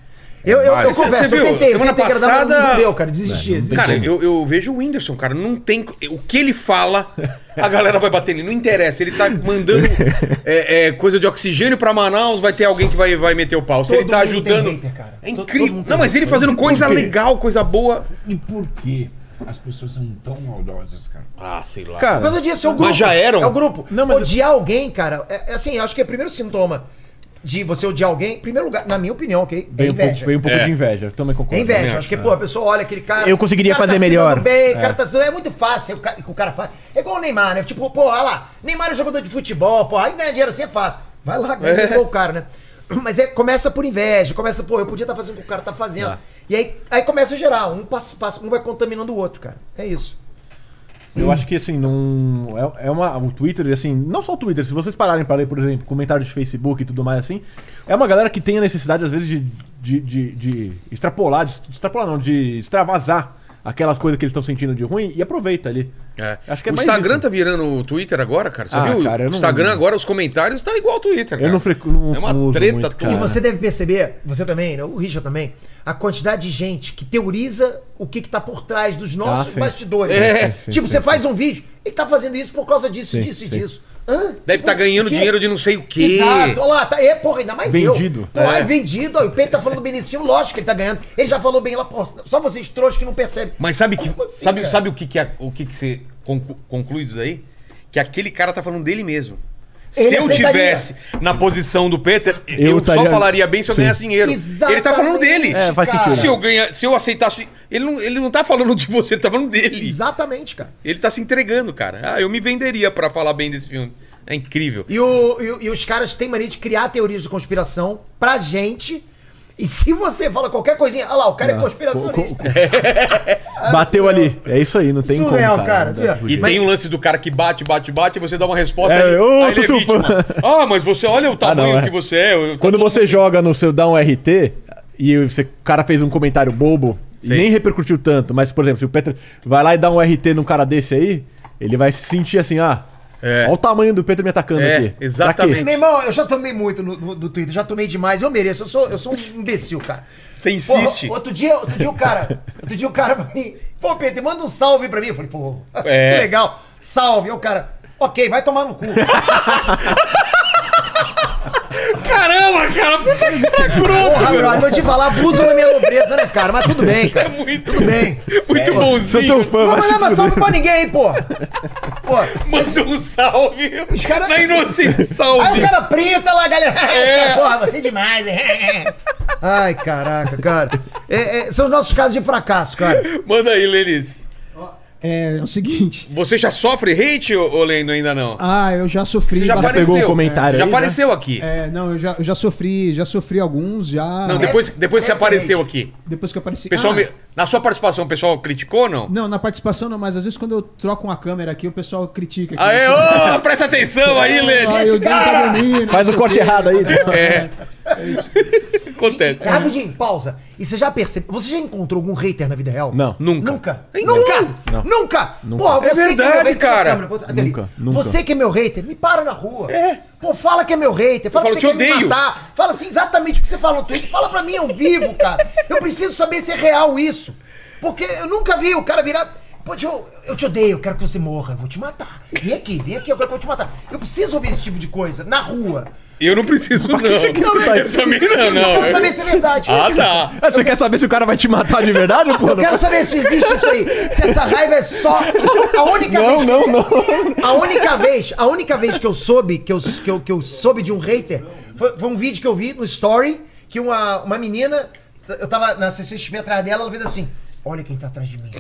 Eu, eu, eu básico. confesso, Você eu viu? tentei, eu Semana tentei agradar, mas passada- não deu, cara, desisti. desisti. Cara, eu, eu vejo o Whindersson, cara, não tem. O que ele fala, a galera vai bater nele. Não interessa. Ele tá mandando é, é, coisa de oxigênio pra Manaus, vai ter alguém que vai, vai meter o pau. Se Todo ele tá mundo tem ajudando. hater, cara. É Todo- todo incrível. mundo Não, tem mas ele fazendo coisa legal, coisa boa. E por que as pessoas são tão maldosas, cara? Ah, sei lá. Cara, Mas eu disse, é o grupo. Mas já eram? É o grupo. Não, mas- Odiar alguém, cara, é, é assim, eu acho que é o primeiro sintoma de você odiar alguém, em primeiro lugar, na minha opinião, ok? É vem um pouco, inveja. vem um pouco É. de inveja. Eu também concordo. É inveja. Acho que, pô, a pessoa olha aquele cara. Eu conseguiria o cara fazer tá se dando melhor. Bem, O É. cara tá se dando- É muito fácil o ca- que o cara faz. É igual o Neymar, né? Tipo, pô, olha lá. Neymar é jogador de futebol, pô. Aí ganhar dinheiro assim é fácil. Vai (laughs) lá, ganha igual o cara, né? Mas é, começa por inveja, começa, pô, eu podia estar fazendo o que o cara tá fazendo. E aí, aí começa a gerar, um passa, passa, um vai contaminando o outro, cara. É isso. Eu acho que assim, não. É, é uma. O Twitter, assim, não só o Twitter, se vocês pararem pra ler, por exemplo, comentários de Facebook e tudo mais assim, é uma galera que tem a necessidade, às vezes, de, de, de, de extrapolar, de extrapolar não, de extravasar aquelas coisas que eles estão sentindo de ruim e aproveita ali. É. Acho que é o mais Instagram isso. tá virando o Twitter agora, cara. Você Ah, viu? cara, eu o não- Instagram agora, os comentários tá igual ao Twitter. Eu não frequ- não- É uma não uso treta muito, toda. cara. E você deve perceber, você também, né? o Richard também, a quantidade de gente que teoriza o que, que tá por trás dos nossos Ah, sim. bastidores. É. né? Sim, tipo, sim, você sim. faz um vídeo, ele tá fazendo isso por causa disso, Sim, disso e sim. disso. Hã? Tipo, Deve Tipo, estar tá ganhando dinheiro de não sei o quê. Exato, olha lá, tá, é, porra, ainda mais Vendido. eu. Pô, é. É. vendido. ó, O Peito tá falando bem nesse filme, lógico que ele tá ganhando. Ele já falou bem lá, pô, só vocês trouxas que não percebem. Mas sabe que, Como assim, sabe, cara? sabe o que, que é- o que, que você conclu- conclui disso aí? Que aquele cara tá falando dele mesmo. Ele se eu aceitaria. tivesse na posição do Peter, eu, Eu só estaria- falaria bem se eu Sim. ganhasse dinheiro. Ele tá falando dele. É, faz cara. sentido. Se eu ganhar, se eu aceitasse, ele não, ele não tá falando de você, ele tá falando dele. Exatamente, cara. Ele tá se entregando, cara. Ah, eu me venderia pra falar bem desse filme. É incrível. E, o- e o- e os caras têm mania de criar teorias de conspiração pra gente. E se você fala qualquer coisinha, olha lá, o cara é Ah, co- conspiracionista. co- Bateu ali. É isso aí, não tem tá Surreal, como. cara, Não dá surreal. pra E fugir. Mas- tem um lance do cara que bate, bate, bate, e você dá uma resposta É, ele- eu ele sou é seu fã. vítima. Ah, mas você olha o tamanho não, é. que você é. eu- Quando você joga no seu Down RT e você- o cara fez um comentário bobo e Sim. nem repercutiu tanto, mas, por exemplo, se o Peter vai lá e dá um RT num cara desse aí, ele vai se sentir assim, ah, É. olha o tamanho do Peter me atacando É, aqui. Pra quê? exatamente. Meu irmão, eu já tomei muito no, no- do Twitter, já tomei demais, eu mereço, eu sou, eu sou um imbecil, cara. Você Porra, insiste. outro dia, outro dia o cara, outro dia o cara pra mim, pô, Pedro, manda um salve pra mim. Eu falei, pô, É. que legal. Salve, Aí o cara. Ok, vai tomar no cu. Caramba! Toma, cara! Puta cara Porra, grosso! brother, vou te falar, abusam da minha nobreza, né, cara? Mas tudo bem, cara. Muito, Tudo bem. muito Sou bonzinho. teu fã, Não vai se é, mandava fuder. salve pra ninguém, hein, pô. Pô. Manda um salve. Os caras- Na inocência, (laughs) Aí salve. o cara printa lá, galera. (laughs) Porra, você é demais, hein? Ai, caraca, cara. É, é, são os nossos casos de fracasso, cara. Manda aí, Lenis. É, é o seguinte. Você já sofre hate, ô ô Lendo, ainda não? Ah, eu já sofri. Você já bastante- apareceu. pegou o comentário Você já aí, né? apareceu aqui. É, não, eu já, eu já sofri, já sofri alguns, já. Não, depois, depois você é apareceu aqui. Depois que eu apareci. Pessoal, Ah, me- na sua participação, o pessoal criticou ou não? Não, na participação não, mas às vezes quando eu troco uma câmera aqui, o pessoal critica. aqui. Aê, ô, presta atenção aí, Ah, Lenis. eu dei um caderninho, Faz não o sei corte quê. errado aí. É. Acontece. E- Rapidinho, pausa. E você já percebeu? Você já encontrou algum hater na vida real? Não. Nunca. Nunca? Nunca! Nunca! Porra, É verdade, que é meu hater, cara. Câmera, bota- Adeli, Nunca, nunca. Você que é meu hater, me para na rua. É. Pô, fala que é meu hater. Fala Eu que falo, "Te você quer me odeio." matar. Fala assim exatamente o que você falou no Twitter. Fala pra mim ao vivo, cara. Eu preciso saber se é real isso. Porque eu nunca vi o cara virar... Pô, tio, eu te odeio, eu quero que você morra, eu vou te matar. Vem aqui, vem aqui, eu quero que eu vou te matar. Eu preciso ouvir esse tipo de coisa, na rua. Eu não preciso, não. Eu também não, Eu quero saber não. se é verdade. Ah, tá. Ah, Você quer saber se o cara vai te matar (laughs) de verdade, pô? Eu quero saber se existe isso aí. Se essa raiva é só. A única Não, vez. não, não. A única vez, a única vez que eu soube, que eu, que eu, que eu soube de um hater, foi, foi um vídeo que eu vi no story, que uma, uma menina. Eu tava na CCXP atrás dela, ela fez assim. Olha quem tá atrás de mim.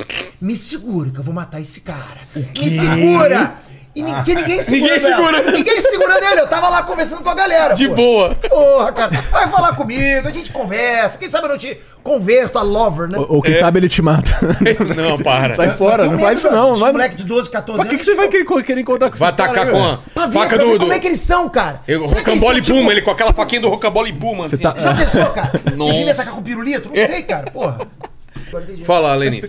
Me segura que eu vou matar esse cara. Me segura! E ninguém, tinha ninguém segurando. Ah. Ninguém ela. segurando. Ninguém segurando ele. Eu tava lá conversando com a galera. De pô. boa. Porra, cara. Vai falar comigo, a gente conversa. Quem sabe eu não te converto a lover, né? Ou ou quem sabe ele te mata. É. (laughs) Não, para. Sai fora, Eu não tenho faz isso medo, não. Esse Vai... moleque de 12, 14 Pra que, que você vai querer, querer encontrar com Vai esses caras, né? atacar meu? com a Pra ver, faca pra ver do. do... como é que eles são, cara. Eu- Será que eles Rocambole são, tipo, Puma, ele com aquela faquinha do Rocambole Puma. Assim. tá- Já pensou, cara? Nossa. Se ele atacar com pirulito? Não sei, cara, porra. Fala, Lenis.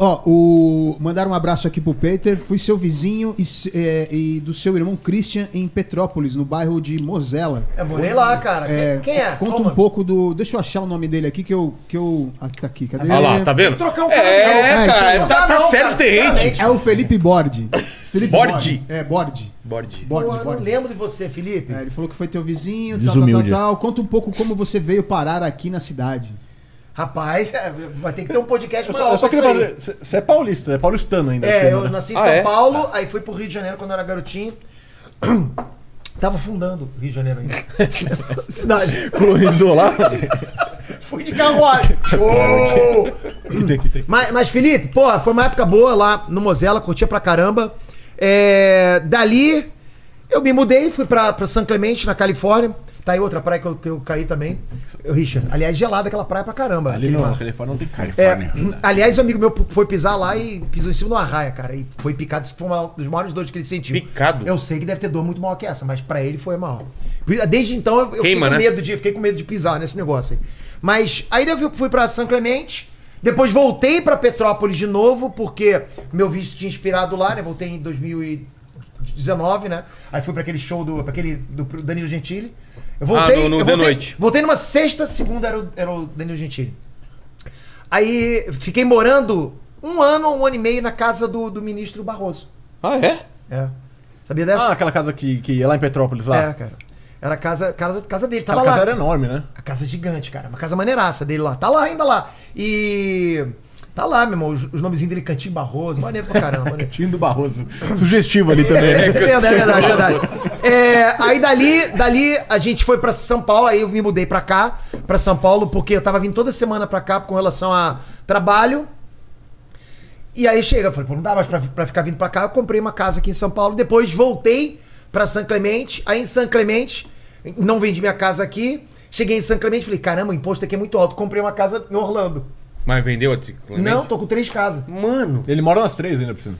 Ó, o... mandaram um abraço aqui pro Peter. Fui seu vizinho e, se- é, e do seu irmão Christian em Petrópolis, no bairro de Mozela. Eu morei lá, cara. É, Quem- Quem é? Conta um pouco do. Deixa eu achar o nome dele aqui que eu. Que eu... Ah, tá aqui, cadê? Olha lá, tá vendo? trocar um o É, cara. cara, Não, tá, tá não, sério cara, ter hate. sinceramente. É o (laughs) Felipe Borde. Felipe Borde? É, Borde. Borde. Pô, Borde, eu não Borde. lembro de você, Felipe. É, ele falou que foi teu vizinho, tal, tal, tal, Desumilde. tal. Conta um pouco como você veio parar aqui na cidade. Rapaz, vai ter que ter um podcast Eu maior só, eu só pra queria isso aí. fazer. Você é paulista, é paulistano ainda. É, entendo, eu né? nasci em Ah, São é? Paulo, aí fui pro Rio de Janeiro quando eu era garotinho. (clears throat) Tava fundando o Rio de Janeiro ainda. Cidade. Colonizou lá. Fui de carruagem. Uou! (laughs) Tem que- tem que- Mas, mas, Felipe, porra, foi uma época boa lá no Mozela, curtia pra caramba. É, dali, eu me mudei, fui pra, pra São Clemente, na Califórnia. Tá aí outra praia que eu, que eu caí também. Eu, Richard, aliás, gelada aquela praia pra caramba. Ali aquele não, mar. aquele fora não tem cara. É, Califórnia. aliás, um amigo meu foi pisar lá e pisou em cima de uma raia, cara. E foi picado. Isso foi uma das maiores dores que ele sentiu. Picado? Eu sei que deve ter dor muito maior que essa, mas pra ele foi a maior. Desde então eu, eu fiquei, Queima, com né? medo de, fiquei com medo de pisar nesse negócio aí. Mas aí daí eu fui pra São Clemente. Depois voltei pra Petrópolis de novo, porque meu visto tinha inspirado lá, né? Voltei em 2019, né? Aí fui pra aquele show do, pra aquele, do Danilo Gentili. Ah, Eu voltei, no- no eu The voltei, Noite. voltei numa sexta, segunda era o, era o Danilo Gentili. Aí fiquei morando um ano ou um ano e meio na casa do, do ministro Barroso. (laughs) Ah, é? É. Sabia Ah, dessa? aquela casa que, que é lá em Petrópolis lá. é, cara. Era a casa, casa, casa dele. Tava Aquela lá. casa era enorme, né? A casa gigante, cara. Uma casa maneiraça dele lá. Tá lá ainda lá. E. Tá lá, meu irmão. Os, os nomezinhos dele, Cantinho Barroso. Maneiro pra caramba, né? Tinho do Barroso. (laughs) Sugestivo ali também. É né? verdade, é verdade, é verdade. É, aí dali, dali a gente foi pra São Paulo, aí eu me mudei pra cá, pra São Paulo, porque eu tava vindo toda semana pra cá com relação a trabalho. E aí chega, eu falei, pô, não dá mais pra, pra ficar vindo pra cá. Eu comprei uma casa aqui em São Paulo, depois voltei pra São Clemente. Aí em São Clemente, não vendi minha casa aqui. Cheguei em São Clemente, falei, caramba, o imposto aqui é muito alto. Comprei uma casa em Orlando. Mas vendeu a Clemente? Não, tô com três casas. Mano. Ele mora nas três ainda, por cima.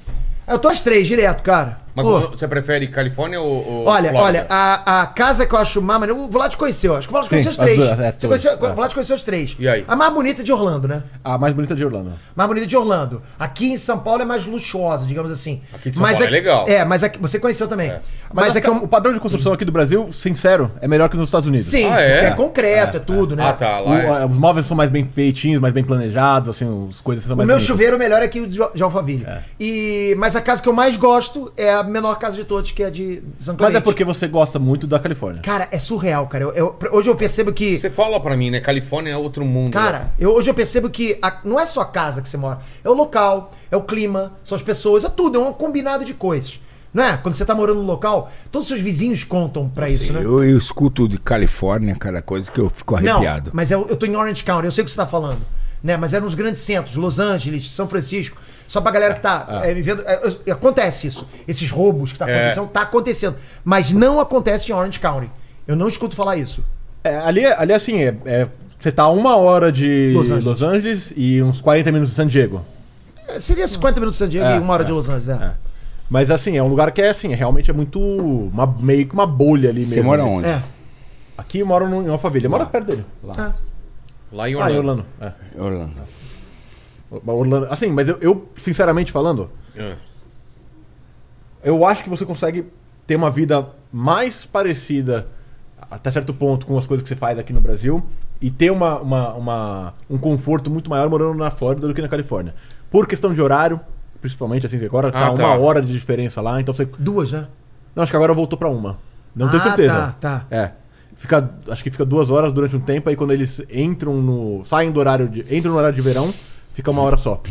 Eu tô às três, direto, cara. Mas Pô. você prefere Califórnia ou. ou Olha, Flórida? olha, a, a casa que eu acho mais maneira. O Vlad conheceu, acho que o Vlad conheceu os as três. duas, é, Você todas, conheceu, é. O Vlad conheceu os três. E aí? A mais bonita de Orlando, né? A mais bonita é de Orlando. Mais bonita é de Orlando. Aqui em São Paulo é mais luxuosa, digamos assim. Aqui em São Paulo é aqui- legal. tá- É, mas aqui, você conheceu também. Mas, é a que é ca- um. o padrão de construção aqui do Brasil, sincero, é melhor que nos Estados Unidos. Sim, Ah, é? porque é concreto, é, tudo, né? Ah, tá. O- Lá é- a- os móveis são mais bem feitinhos, mais bem planejados, assim, as coisas são O mais meu bonitas. É. chuveiro melhor é que o de Jo- de Alphaville. E, mas a casa que eu mais gosto é a menor casa de todos, que é de São Mas Clemente. é porque você gosta muito da Califórnia. Cara, é surreal, cara. Eu- eu- hoje eu percebo que. Você fala pra mim, né? Califórnia é outro mundo. Cara, eu- hoje eu percebo que a- não é só a casa que você mora, é o local, é o clima, são as pessoas, é tudo, é um combinado de coisas. Não é? Quando você tá morando no local, todos os seus vizinhos contam pra isso, né? Eu, eu escuto de Califórnia cada coisa que eu fico Não, arrepiado. mas é eu, eu tô em Orange County, eu sei o que você tá falando. Né? Mas é nos grandes centros, Los Angeles, São Francisco. Só pra galera que tá Ah, é, vivendo. é, é, acontece isso. Esses roubos É. que tá acontecendo, tá acontecendo. Mas não acontece em Orange County. Eu não escuto falar isso. É, ali, é- ali é assim, é, é- você tá a uma hora de Los Los Angeles. Angeles, e uns 40 minutos de San Diego. É, Seria 50 minutos de San Diego É, e uma hora é. de Los Angeles, é. É. Mas assim, é um lugar que é assim, é realmente é muito. uma- meio que uma bolha ali mesmo. Você mora né? onde? É. tá. Aqui eu moro no- em Alphaville. Eu moro perto dele. Lá em Ah, em Orlando. Orlando. É. Orlando. Orlando. Assim, mas eu, eu, sinceramente falando, É. eu acho que você consegue ter uma vida mais parecida, até certo ponto, com as coisas que você faz aqui no Brasil e ter uma, uma- uma- um conforto muito maior morando na Flórida do que na Califórnia. Por questão de horário, principalmente, assim, que agora tá, Ah, tá. uma hora de diferença lá, então você. Duas, né? Não, acho que agora voltou pra uma. Não tenho Ah, certeza. tá, tá. É. Fica, acho que fica duas horas durante um tempo, aí quando eles entram no. saem do horário de. entram no horário de verão, fica uma hora só.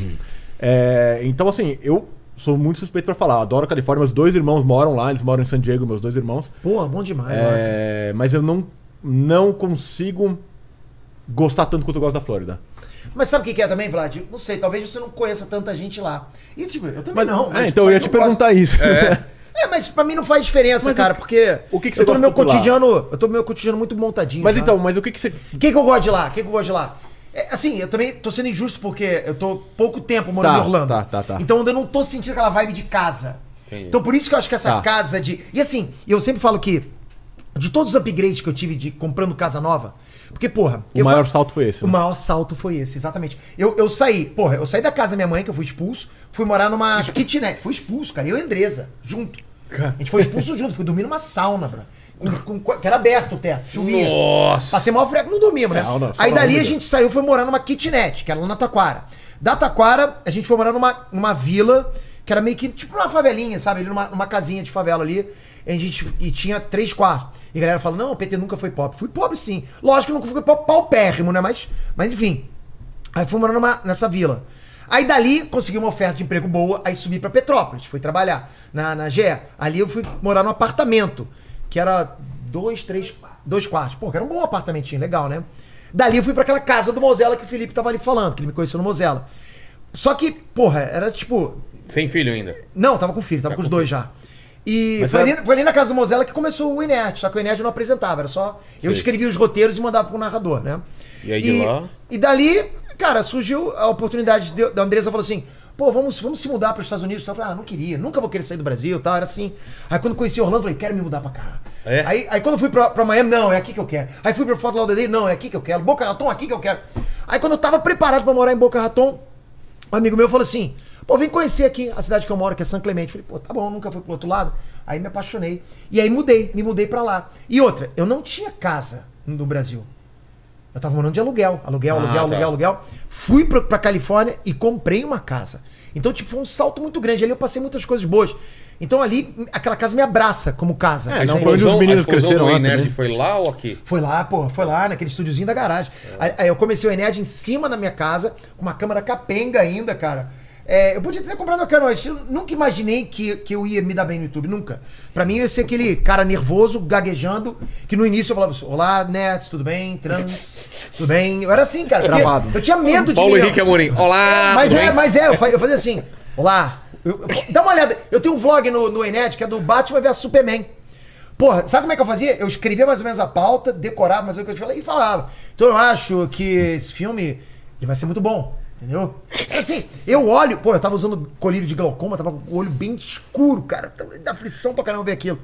É, então, assim, eu sou muito suspeito pra falar. Adoro a Califórnia, meus dois irmãos moram lá, eles moram em San Diego, meus dois irmãos. Pô, bom demais, mano. É, mas eu não, não consigo gostar tanto quanto eu gosto da Flórida. Mas sabe o que que é também, Vlad? Não sei, talvez você não conheça tanta gente lá. E, tipo, eu também Mas, não. é, então eu ia te gosto. perguntar isso. É, mas pra mim não faz diferença, cara, porque. o que que você eu tô no gosta meu popular? cotidiano. Eu tô no meu cotidiano muito (laughs) montadinho. mas sabe? então, mas o que, que você. O que, que eu gosto de lá? O que, que eu gosto de lá? É, assim, eu também tô sendo injusto porque eu tô pouco tempo morando Tá, em Orlando. tá, tá, tá. Então eu não tô sentindo aquela vibe de casa. Então por isso que eu acho que essa Tá. casa de. E assim, eu sempre falo que. De todos os upgrades que eu tive de comprando casa nova. Porque, porra. O eu maior falo- salto foi esse. o né? maior salto foi esse, exatamente. Eu, eu saí, porra, eu saí da casa da minha mãe, que eu fui expulso, fui morar numa kitnet. Fui expulso, cara. Eu e a Andresa, junto. A gente foi expulso junto, fui dormir numa sauna, bro. Com- com- que era aberto o teto, chovia. Nossa. Passei maior freco, não dormimos, né? Não, não, Aí só dali dormir. a gente saiu foi morar numa kitnet, que era lá na Taquara. Da Taquara, a gente foi morar numa, numa vila, que era meio que tipo uma favelinha, sabe? Ali numa, numa casinha de favela ali. E, a gente, e tinha três quartos. E a galera fala: não, o PT nunca foi pobre. Fui pobre sim. Lógico que nunca fui pau- paupérrimo, né? Mas, mas enfim. Aí fui morar numa- nessa vila. Aí dali consegui uma oferta de emprego boa, aí subi pra Petrópolis, fui trabalhar na, na GE. Ali eu fui morar num apartamento, que era dois, três, dois quartos. Pô, que era um bom apartamentinho, legal, né? Dali eu fui pra aquela casa do Mozela que o Felipe tava ali falando, que ele me conheceu no Mozela. Só que, porra, era tipo, Sem filho ainda. não, tava com o filho, Tá tava com os dois já. E Mas foi, era- ali, foi ali na casa do Mozella que começou o Inert, só que o Inert não apresentava, era só. Eu escrevia os roteiros e mandava pro narrador, né? E aí de lá? E dali, cara, surgiu a oportunidade de, da Andresa falou assim: pô, vamos, vamos se mudar para os Estados Unidos. Eu falei, ah, não queria, nunca vou querer sair do Brasil tal. Era assim. Aí quando conheci Orlando, eu falei, quero me mudar pra cá. É? Aí, aí quando eu fui pra, pra Miami, não, é aqui que eu quero. Aí fui pra Fort Lauderdale, não, é aqui que eu quero. Boca Raton, aqui que eu quero. Aí quando eu tava preparado pra morar em Boca Raton, um amigo meu falou assim: pô, vem conhecer aqui a cidade que eu moro, que é São Clemente. Falei, pô, tá bom, nunca fui pro outro lado. Aí me apaixonei. E aí mudei, me mudei pra lá. E outra, eu não tinha casa no Brasil. Eu tava morando de aluguel, aluguel, Ah, aluguel, tá. aluguel, aluguel. Fui pra, pra Califórnia e comprei uma casa. Então, tipo, foi um salto muito grande. Ali eu passei muitas coisas boas. Então ali, aquela casa me abraça como casa. É, não a foi onde os explosão- meninos a explosão cresceram do lá Ei Nerd também. foi lá ou aqui? Foi lá, porra, foi lá, naquele estúdiozinho da garagem. É. Aí, aí eu comecei o Ened em cima da minha casa, com uma câmera capenga ainda, cara. É, eu podia ter comprado uma câmera, mas eu nunca imaginei que, que eu ia me dar bem no YouTube, nunca. Pra mim, eu ia ser aquele cara nervoso, gaguejando, que no início eu falava assim, olá, Nets, tudo bem? Trans, tudo bem? Eu era assim, cara. porque Travado. Eu tinha medo de Paulo me- Henrique é Amorim. Olá! mas tudo é, bem? mas é, eu fa- eu fazia assim. Olá. eu- eu- dá uma olhada. Eu tenho um vlog no, no Enet que é do Batman vs Superman. Porra, sabe como é que eu fazia? Eu escrevia mais ou menos a pauta, decorava mais ou menos o que eu falava e falava. Então eu acho que esse filme ele vai ser muito bom, entendeu? Era Assim, eu olho, pô, eu tava usando colírio de glaucoma, tava com o olho bem escuro, cara. tava- Dá aflição pra caramba ver aquilo.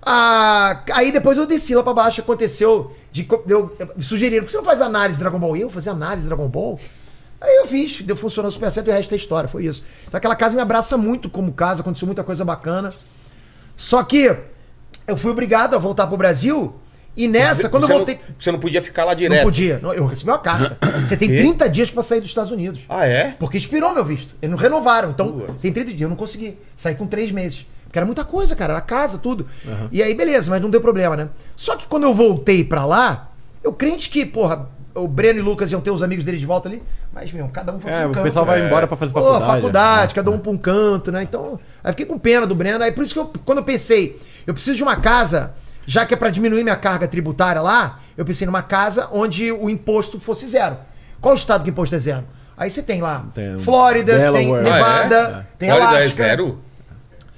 Ah, aí depois eu desci lá pra baixo, aconteceu de co- eu, eu- me sugeriram "Por que você não faz análise de Dragon Ball. Eu fazer análise de Dragon Ball. Aí eu fiz, deu funcionou super certo e o resto é história, foi isso. Então aquela casa me abraça muito como casa, aconteceu muita coisa bacana. Só que eu fui obrigado a voltar pro Brasil e nessa, quando você eu voltei, Não, você não podia ficar lá não direto. podia, Não, eu recebi uma (laughs) carta. Você tem Quê? 30 dias pra sair dos Estados Unidos. Ah, é? Porque expirou meu visto. Eles não renovaram. Então, tem 30 dias. Eu não consegui. Saí com 3 meses. Porque era muita coisa, cara. Era casa, tudo. E aí, beleza, mas não deu problema, né? Só que quando eu voltei pra lá, eu crente que, porra, o Breno e o Lucas iam ter os amigos deles de volta ali. Mas, meu, cada um foi É, pro o canto, pessoal vai embora pra fazer Pô, faculdade. faculdade, cada um pra um canto, né? Então, aí fiquei com pena do Breno. Aí por isso que eu, quando eu pensei, eu preciso de uma casa, já que é pra diminuir minha carga tributária lá, eu pensei numa casa onde o imposto fosse zero. Qual o estado que o imposto é zero? Aí você tem lá Tem um Flórida, tem Delaware. Ah, Nevada, tem Olha, Alaska. é zero?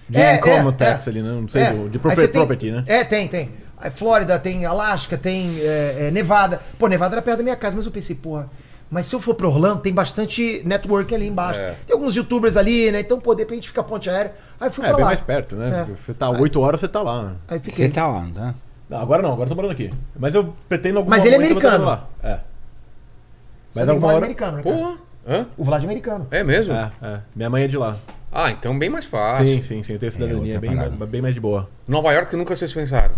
De É, income é, tax é. ali, né? Não sei, É. do- de Aí você property, tem- property, né? É, tem, tem. Aí Flórida, tem Alasca, tem é, é, Nevada. Pô, Nevada era perto da minha casa, mas eu pensei, porra, mas se eu for pra Orlando, tem bastante network ali embaixo. É. Tem alguns youtubers ali, né? Então, pô, de repente fica ponte aérea. Aí fui É, pra bem lá. mais perto, né? É. Você tá 8 horas, você tá lá. né? Aí Você fiquei. tá lá, não tá? Não, agora não, agora eu tô morando aqui. Mas eu pretendo alguma Mas ele é momento eu vou americano. trabalhar lá. É. Você Mas tem alguma Vlad hora... americano, né, cara? Porra. Hã? O Vlad é americano. É mesmo? É, é. Minha mãe é de lá. Ah, então bem mais fácil. Sim, sim, sim. Eu tenho cidadania. É outra bem, parada. bem mais de boa. Nova York nunca vocês pensaram.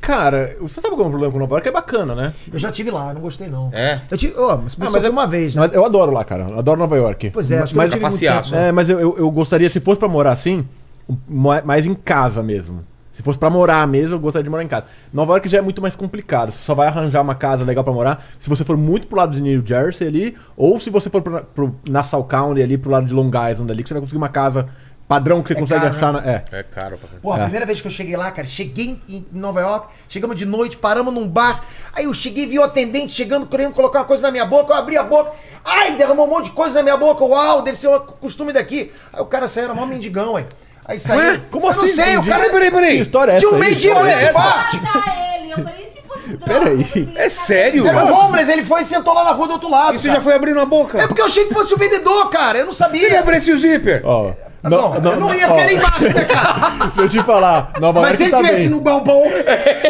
Cara, você sabe qual é o problema com Nova York? É bacana, né? Eu já tive lá, não gostei não. É. Eu tive, ó, mas, mas é uma vez, né? Ah, Mas eu adoro lá, cara. Eu Adoro Nova York. Pois é, acho que mas, eu tive muito passear, tempo, só. né? é, mas eu, eu, eu gostaria, se fosse pra morar assim, um- ma- mais em casa mesmo. Se fosse pra morar mesmo, eu gostaria de morar em casa. Nova York já é muito mais complicado. Você só vai arranjar uma casa legal pra morar se você for muito pro lado de New Jersey ali, ou se você for pro, pro Nassau County ali, pro lado de Long Island ali, que você vai conseguir uma casa padrão que você consegue caro, né? achar. na- é. É caro pra caramba. Pô, a É. primeira vez que eu cheguei lá, cara, cheguei em Nova York, chegamos de noite, paramos num bar. Aí eu cheguei, vi o atendente chegando, querendo colocar uma coisa na minha boca, eu abri a boca, ai, derramou um monte de coisa na minha boca, uau, deve ser um costume daqui. Aí o cara saiu, era mó mendigão, ué. Aí saiu. Ué, como eu assim? não sei, Entendi. o cara. Peraí, peraí. Que história é essa? Tinha aí? um meio-dia Olha, mulher essa? forte! Mata ele. Eu falei, e se fosse droga? assim, Peraí. Você ia É catar- sério? Era um homeless, ele foi e sentou lá na rua do outro lado. E você cara. já foi abrindo a boca? né? É porque eu achei que fosse o vendedor, cara. Eu não Ele sabia. abriu esse zíper. Ó, Não, não, não, Tá eu não ia ó, porque era embaixo, né, cara? (laughs) Deixa eu te falar, Nova Mas York se ele tá bem. tivesse no balbão.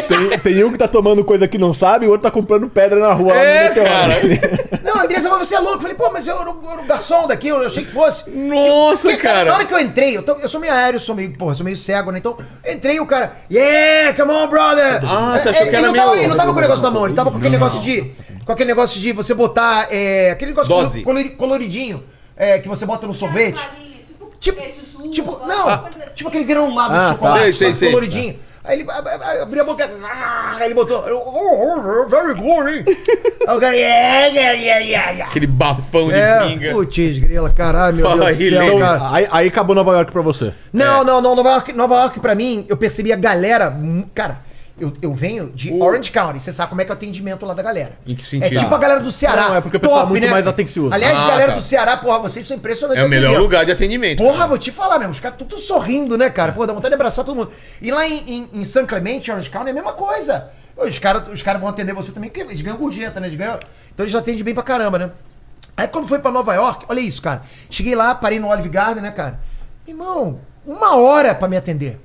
Tem, tem um que tá tomando coisa que não sabe e o outro tá comprando pedra na rua. lá no É, meteoro. (laughs) cara. Não, Andressa, mas você é louco. Eu falei, pô, mas eu era o, eu era o garçom daqui, eu achei que fosse. Nossa, Porque, cara. Na hora que eu entrei, eu, tô- eu sou meio aéreo, sou meio, porra, sou meio cego, né? Então, eu entrei e o cara, yeah, come on, brother. Ah, você É, achou ele, que era ele não tava, meu- ele não tava com o negócio na mão, ele tava com aquele negócio de, com aquele negócio de você botar, é, aquele negócio Dose. colori- coloridinho, é, que você bota no sorvete. Tipo, é tipo, não, assim." tipo aquele granulado de Ah, chocolate, Ah. tá. Sei, sabe, sei, sei. coloridinho. Aí ele ab- ab- abriu a boca, ah, aí ele botou, eu, oh, oh, very good, hein? aí o cara, yeah, yeah, yeah, yeah, yeah. Aquele bafão de É, pinga. putz, grila, caralho, meu Fala Deus do aí, É. céu, Leo. cara. Então, Aí, aí acabou Nova York pra você. Não, não, não, Nova York, Nova York pra mim, eu percebi a galera, mu- cara, eu, eu venho de Orange County, você sabe como é que é o atendimento lá da galera. Em que sentido? É tipo a galera do Ceará. né? Não, é porque o pessoal é muito mais atencioso. Aliás, Ah, galera tá. do Ceará, porra, vocês são impressionantes. É o melhor entendeu? lugar de atendimento. Porra, vou te falar mesmo. Os caras tudo sorrindo, né, cara? Porra, dá vontade de abraçar todo mundo. E lá em, em, em San Clemente, Orange County, é a mesma coisa. Os caras os cara vão atender você também, porque eles ganham gorjeta, né? Eles ganham... Então eles já atendem bem pra caramba, né? Aí quando foi pra Nova York, olha isso, cara. Cheguei lá, parei no Olive Garden, né, cara? Irmão, uma hora pra me atender.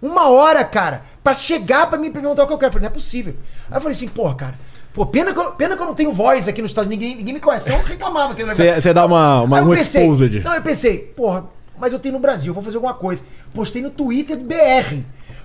Uma hora, cara, pra chegar pra me perguntar o que eu quero. Eu falei, não é possível. Aí eu falei assim, porra, cara. Pô, pena que, eu, pena que eu não tenho voz aqui no estado, ninguém, ninguém me conhece. Então Eu reclamava que eu Você você dá uma, uma Aí eu um pensei, exposed. Não, eu pensei, porra, mas eu tenho no Brasil, vou fazer alguma coisa. Postei no Twitter do BR.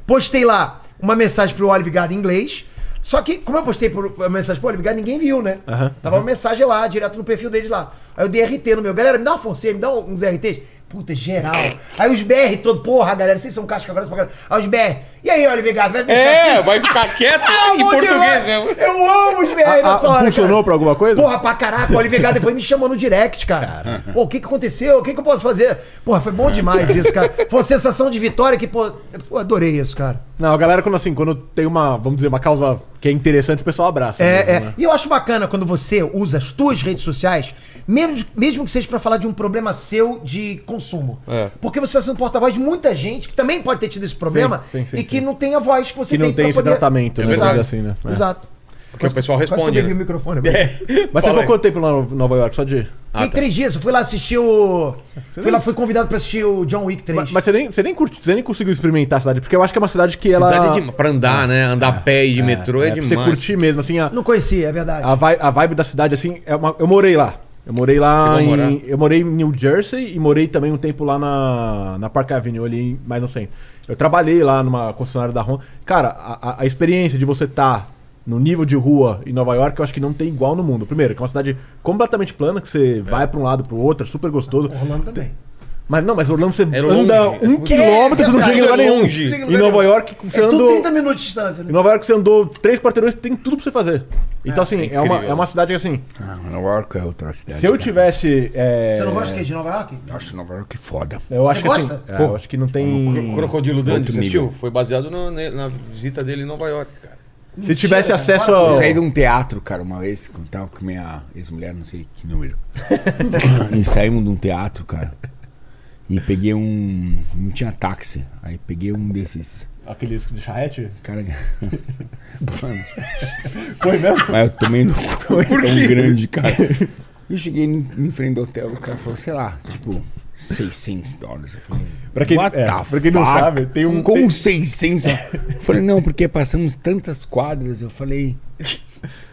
Postei lá uma mensagem pro Olive Garden em inglês. Só que, como eu postei por, uma mensagem pro Olive Garden, ninguém viu, né? Aham, Tava uma mensagem lá, direto no perfil deles lá. Aí eu dei RT no meu. Galera, me dá uma forcinha, me dá um, uns RTs. Puta, geral. Aí os BR todo, porra, galera, vocês são casca grossa pra caralho. Aí os BR. E aí, Olive Garden, vai deixar É, assim? vai ficar quieto Ah, em bom português demais. mesmo. Eu amo os BR Ah, é nessa hora. funcionou cara. pra alguma coisa? Porra, pra caraca, o Oliver Garden foi e me chamou no direct, cara. Pô, o que que aconteceu? O que que eu posso fazer? Porra, foi bom demais isso, cara. Foi uma sensação de vitória que, pô, eu adorei isso, cara. Não, a galera, quando assim, quando tem uma, vamos dizer, uma causa que é interessante, o pessoal abraça. mesmo, É, é. né? E eu acho bacana quando você usa as tuas redes sociais, mesmo, mesmo que seja pra falar de um problema seu de consumo. É. Porque você está sendo porta-voz de muita gente que também pode ter tido esse problema Sim, sim, sim, e que sim. não tem a voz que você Que não tem pra esse tratamento, né? Exato. Vamos dizer assim, né? É. Exato. Porque o pessoal Quase que eu responde. peguei o né? microfone. é agora. (laughs) Mas Fala você aí. ficou quanto tempo lá no Nova York? Só de. Fiquei três dias, eu fui lá assistir o. Fui lá, não- fui convidado pra assistir o John Wick 3. Mas, mas você, nem, você, nem curte, você nem conseguiu experimentar a cidade, porque eu acho que é uma cidade que ela. Cidade é de... Pra andar, né? Andar a pé e de metrô é, é, pra demais. você curtir mesmo, assim, a, Não conhecia, é verdade. a, vi- a vibe da cidade, assim, é uma- eu morei lá. Eu morei lá Chegou a morar? em. Eu morei em New Jersey e morei também um tempo lá na, na Park Avenue, ali em- mais no centro. Eu trabalhei lá numa concessionária da Honda. Cara, a, a- a experiência de você estar no nível de rua em Nova York, eu acho que não tem igual no mundo. Primeiro, que é uma cidade completamente plana, que você vai pra um lado pro outro, é super gostoso. Orlando também. Mas não, mas Orlando você É anda longe, é um muito quilômetro, você não longe. chega em lugar É nenhum. longe. Chega em Em lugar Nova nenhum. York, você É tudo andou. 30 minutos de distância, Em né? Nova York você andou três quarteirões, tem tudo pra você fazer. Então, assim, é, uma, incrível. é uma cidade que, assim, Ah, Nova York é outra cidade. se eu cara. tivesse. é, Você não gosta de quê? De Nova York? Eu acho Nova York foda. Eu acho Você que assim. gosta? é, um eu acho que não tem. O Crocodilo Dante, Outro você assistiu? nível. Foi baseado no- ne- na visita dele em Nova York, cara. Se tivesse acesso Eu ao. saí de um teatro, cara, uma vez, quando tava com minha ex-mulher, não sei (laughs) que número. e saímos de um teatro, cara. E peguei um. Não tinha táxi. Aí peguei um desses. Aqueles de charrete? Cara. (laughs) Mano, Foi mesmo? (laughs) mas eu tomei no cu é Por quê? tão grande, cara. Eu cheguei em, em frente do hotel, o cara falou, sei lá, tipo, 600 dólares. Eu falei, Pra quem, What é, the pra quem não fuck? sabe, tem um. Como tem- 600? Eu falei, não, porque passamos tantas quadras. Eu falei,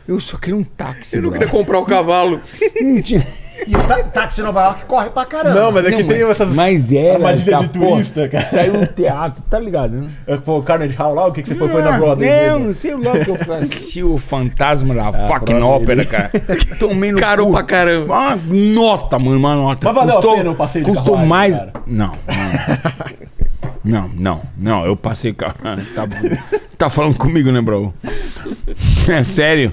eu só queria um táxi. Eu não brother. queria comprar o cavalo. (laughs) Não tinha- E o tá- táxi em Nova York corre pra caramba. Não, mas é que Não, tem essas. Mas era armadilha essa de turista, cara. Saiu no teatro, tá ligado, né? É, Foi o Carnage Hall lá? O que, que você foi? Foi na Broadway? Não, mesmo? não sei lá que eu fui assistir o Fantasma da fucking Broadway. ópera, cara. (laughs) Tomei no Caro cu. pra caramba. Uma nota, mano, uma nota. Mas valeu a pena o passeio de Custou carruagem, mais... cara? Não, não. Não, não, não. Eu passei... (laughs) Tá, tá falando comigo, né, bro? É sério?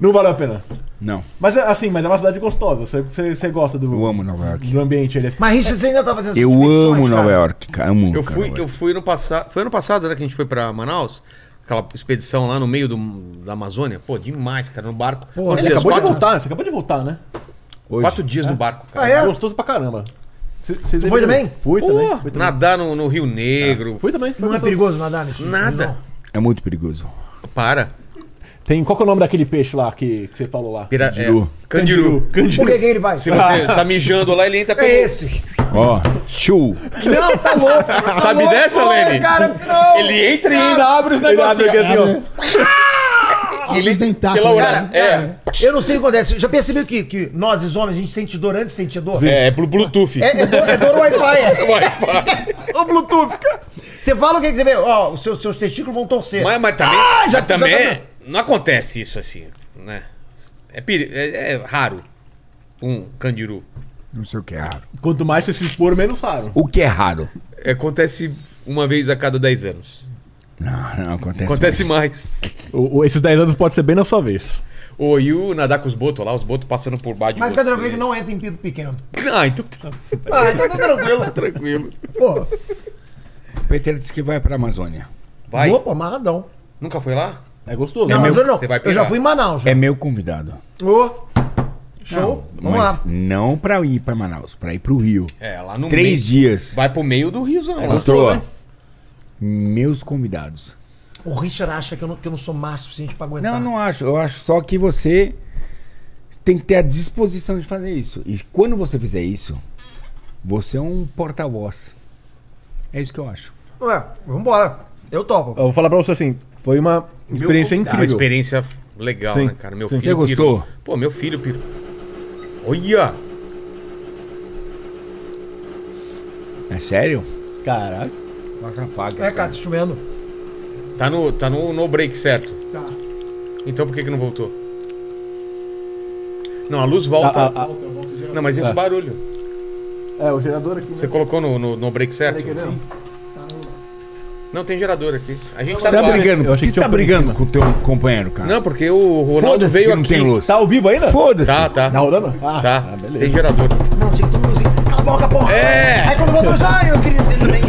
Não valeu a pena. Não. Mas é, assim, mas é uma cidade gostosa. Você, você, você gosta do, Eu amo Nova York. do ambiente ali. Assim. né? Mas Richard, você ainda tá fazendo essas Eu expedições, amo cara? Nova York, cara. Amo, Eu cara, fui, Nova eu York. fui ano passado. Foi ano passado, né, que a gente foi pra Manaus? Aquela expedição lá no meio do, da Amazônia. Pô, demais, cara, no barco. Pô, Você acabou de voltar, você acabou de voltar, né? Hoje. quatro dias no barco, cara. Ah, é? Gostoso pra caramba. Você você Tu foi deveria- também? Fui Pô, também. Fui também. nadar no, no Rio Negro. Fui também. Foi Não é gostoso. perigoso nadar nesse Nada. É muito perigoso. Para. Tem, qual que é o nome daquele peixe lá que, que você falou lá? Pira, Candiru. É, candiru. Por que, que ele vai? Se você tá mijando lá, ele entra Ah. É pelo... esse. Ó, show. Não, tá louco. tá Sabe louco, tá dessa, Lene? Cara, não. Ele entra e ainda abre os Ele abre negócios. aqui assim, ó. Ele- Os dentáculos. pela Cara, orelha. É. cara, eu não sei o que acontece. Já percebeu que, que nós, os homens, a gente sente dor antes de sentir dor? É, É, é pelo Bluetooth. é dor, é dor Wi-Fi. É. Wi-Fi. Ô, Bluetooth, cara. Você fala o que que você vê? Ó, os seus, seus testículos vão torcer. Mas, mas também, Ah, já- mas também já tá- não acontece isso assim, né? É, peri- é- é raro um candiru. Não sei o que é raro. Quanto mais você se expor, menos raro. O que é raro? Acontece uma vez a cada 10 anos. Ah, Não, não, acontece, Acontece mais. O- o- esses 10 anos pode ser bem na sua vez. Ô, e o nadar com os botos lá, os botos passando por baixo de Mas fica você. tranquilo que não entra em pinto pequeno. Ah, então tá Ah, então tá tranquilo. tranquilo. Pô, O Peter disse que vai pra Amazônia. Vai. opa, amarradão. Nunca foi lá? É gostoso. Não, né? mas eu não. você vai Eu já pirar. fui em Manaus. Já. É meu convidado. Ô, show. mas Vamos lá. não pra ir pra Manaus, pra ir pro Rio. É, lá no Três meio. dias. Vai pro meio do riozão É lá. Patroa. Meus convidados. O Richard acha que eu não, que eu não sou macho o suficiente pra aguentar. Não, não acho. Eu acho só que você tem que ter a disposição de fazer isso. E quando você fizer isso, você é um porta-voz. É isso que eu acho. Ué, vambora. Eu topo. Eu vou falar pra você assim, foi uma experiência É uma incrível. experiência legal, Sim. né, cara? Meu Sim. filho Você gostou? pirou. Pô, meu filho pirou. Olha! É sério? Caraca. Mostra faca. É, cara, tá chovendo. Tá no, tá no, no break, certo? Tá. Então por que que não voltou? Não, a luz volta. Ah, A- a- a- Não, mas esse barulho. é, o gerador aqui. Você colocou no, no, no break Tá certo? Sim. Não, tem gerador aqui. A gente Você tá tá no ar. brigando? Eu Por achei que que você tinha tá um brigando com o teu companheiro, cara? Não, porque o Ronaldo Foda-se veio que não aqui. tem luz. Tá ao vivo ainda? Foda-se. Tá, tá. Tá rodando? Ah, Tá. ah, tem beleza. gerador. Não, tinha que todo mundo assim, cala a boca, porra. É. Aí quando voltou, eu já, ah, eu queria ser também.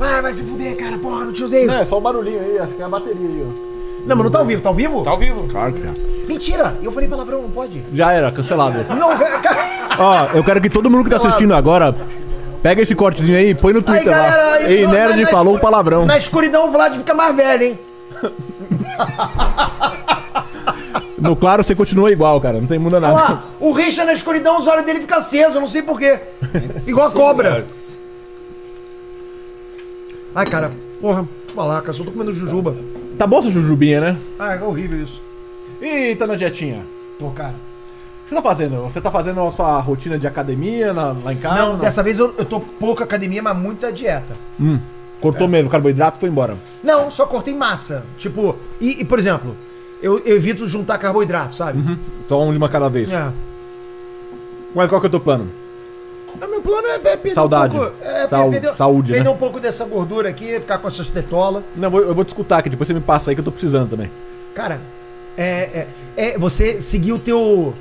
Ah, vai se fuder, cara, porra, não te odeio. Não, Não, é só o barulhinho aí, acho que é a bateria aí, ó. mas não tá ao vivo, tá ao vivo? Tá ao vivo. Claro que tá. Mentira, eu falei palavrão, não pode. Já era, cancelado. Não, ca- ca- Ó, eu quero que todo mundo que tá Cancelado. assistindo agora pega esse cortezinho aí e põe no (laughs) (laughs) Aí, Twitter galera. lá. aí, Então, Ei, na- Nerd na falou um escu- palavrão. Na escuridão o Vlad fica mais velho, hein? No claro, você continua igual, cara. Não tem muda Olha nada. lá, o Richard na escuridão, os olhos dele ficam acesos, eu não sei porquê. Igual a cobra. Ai, cara, porra, deixa eu falar, cara, só tô comendo jujuba. Tá bom essa jujubinha, né? Ah, é horrível isso. Ih, tá na dietinha. Tô, cara. O que você tá fazendo? Você tá fazendo a sua rotina de academia na- lá em casa? Não, dessa vez eu, eu tô pouco academia, mas muita dieta. Cortou mesmo, carboidrato foi embora. Não, só cortei massa. Tipo, e, e, por exemplo, eu, eu evito juntar Uhum. carboidrato, sabe? Só um lima cada vez. É. Mas qual que é o teu plano? Não, meu plano é, é perder Saudade. um pouco. É, Sau- perder, saúde, perder né? um pouco dessa gordura aqui, ficar com essas tetolas. Não, vou- eu vou te escutar aqui, depois você me passa aí que eu tô precisando também. Cara, é, é, é você seguir o teu.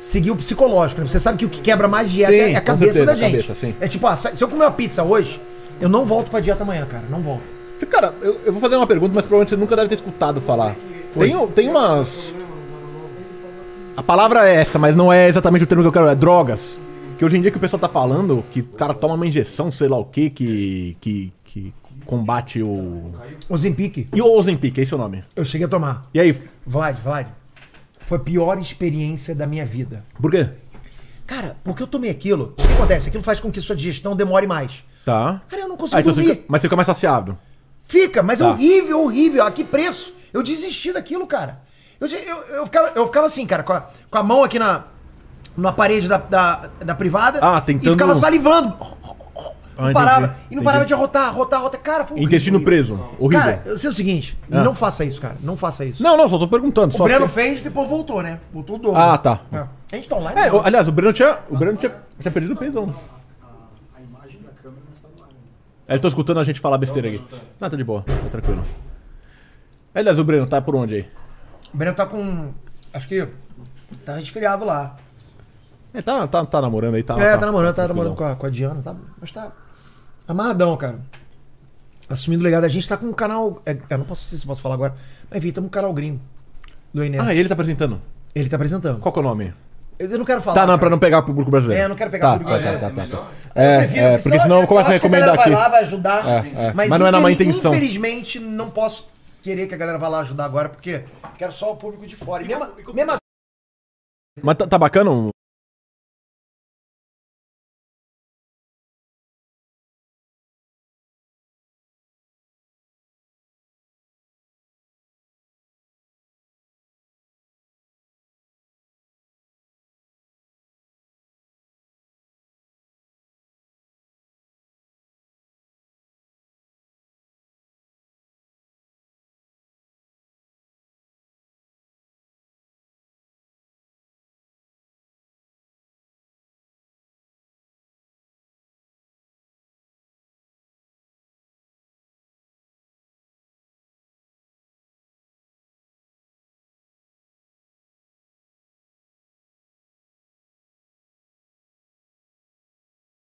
Seguir o psicológico, né? Você sabe que o que quebra mais dieta Sim, é a com cabeça certeza, da a gente. cabeça, sim. É tipo, ah, se se eu comer uma pizza hoje, eu não volto pra dieta amanhã, cara. Não volto. Cara, eu, eu vou fazer uma pergunta, mas provavelmente você nunca deve ter escutado falar. Tem, o- tem umas. A palavra é essa, mas não é exatamente o termo que eu quero, é drogas. Que hoje em dia que o pessoal tá falando que o cara toma uma injeção, sei lá o quê, que. que. que combate o. Ozempic, E o Ozempic, é esse o nome. eu cheguei a tomar. E aí, Vlad, Vlad, foi a pior experiência da minha vida. por quê? Cara, porque eu tomei aquilo, o que acontece? Aquilo faz com que sua digestão demore mais. Tá. Cara, eu não consigo Ah, então você dormir. fica, mas você fica mais saciado. Fica, mas é Tá. horrível, horrível. A que preço? Eu desisti daquilo, cara. Eu, de- eu, eu ficava, eu ficava assim, cara, com a, com a mão aqui na, na parede da, da, da privada Ah, tentando- Ah, e ficava salivando. Não entendi, parava, e não entendi. parava de rotar, rotar, rotar. Cara, foi Intestino preso. Horrível. Cara, eu sei o seguinte, Ah. não faça isso, cara. Não faça isso. não, não, só tô perguntando. o só Breno porque- fez e depois voltou, né? Voltou o dobro. Ah, tá. É. A gente tá online. É, né? o- aliás, o Breno tinha. O Breno tinha, tinha perdido o peso. né? É, Eles estão escutando a gente falar besteira aqui. Não, tá de boa, tá tranquilo. Aliás, o Breno tá por onde aí? O Breno tá com. Acho que. Tá resfriado lá. Ele tá, tá, tá namorando aí, tá? é, tá namorando, tá tranquilo. namorando com a, com a Diana, tá? Mas tá amarradão, cara. Assumindo o legado. A gente tá com um canal. é, eu não posso, não sei se posso falar agora. Mas enfim, tamo com um canal gringo. Do Enem. Ah, ele tá apresentando. Ele tá apresentando. Qual que é o nome? Eu, eu não quero falar. Tá, não, pra cara. não pegar o público brasileiro. Ah, É, eu não quero pegar tá, o público tá, brasileiro. Tá, tá, tá. É, Prefiro, é, porque senão eu começo a acho que recomendar galera aqui. Vai lá, vai ajudar. É, é. Mas não é na má infeliz- intenção. Infelizmente, não posso querer que a galera vá lá ajudar agora, porque quero só o público de fora. E mesmo, mesmo assim, Mas tá, tá bacana? o-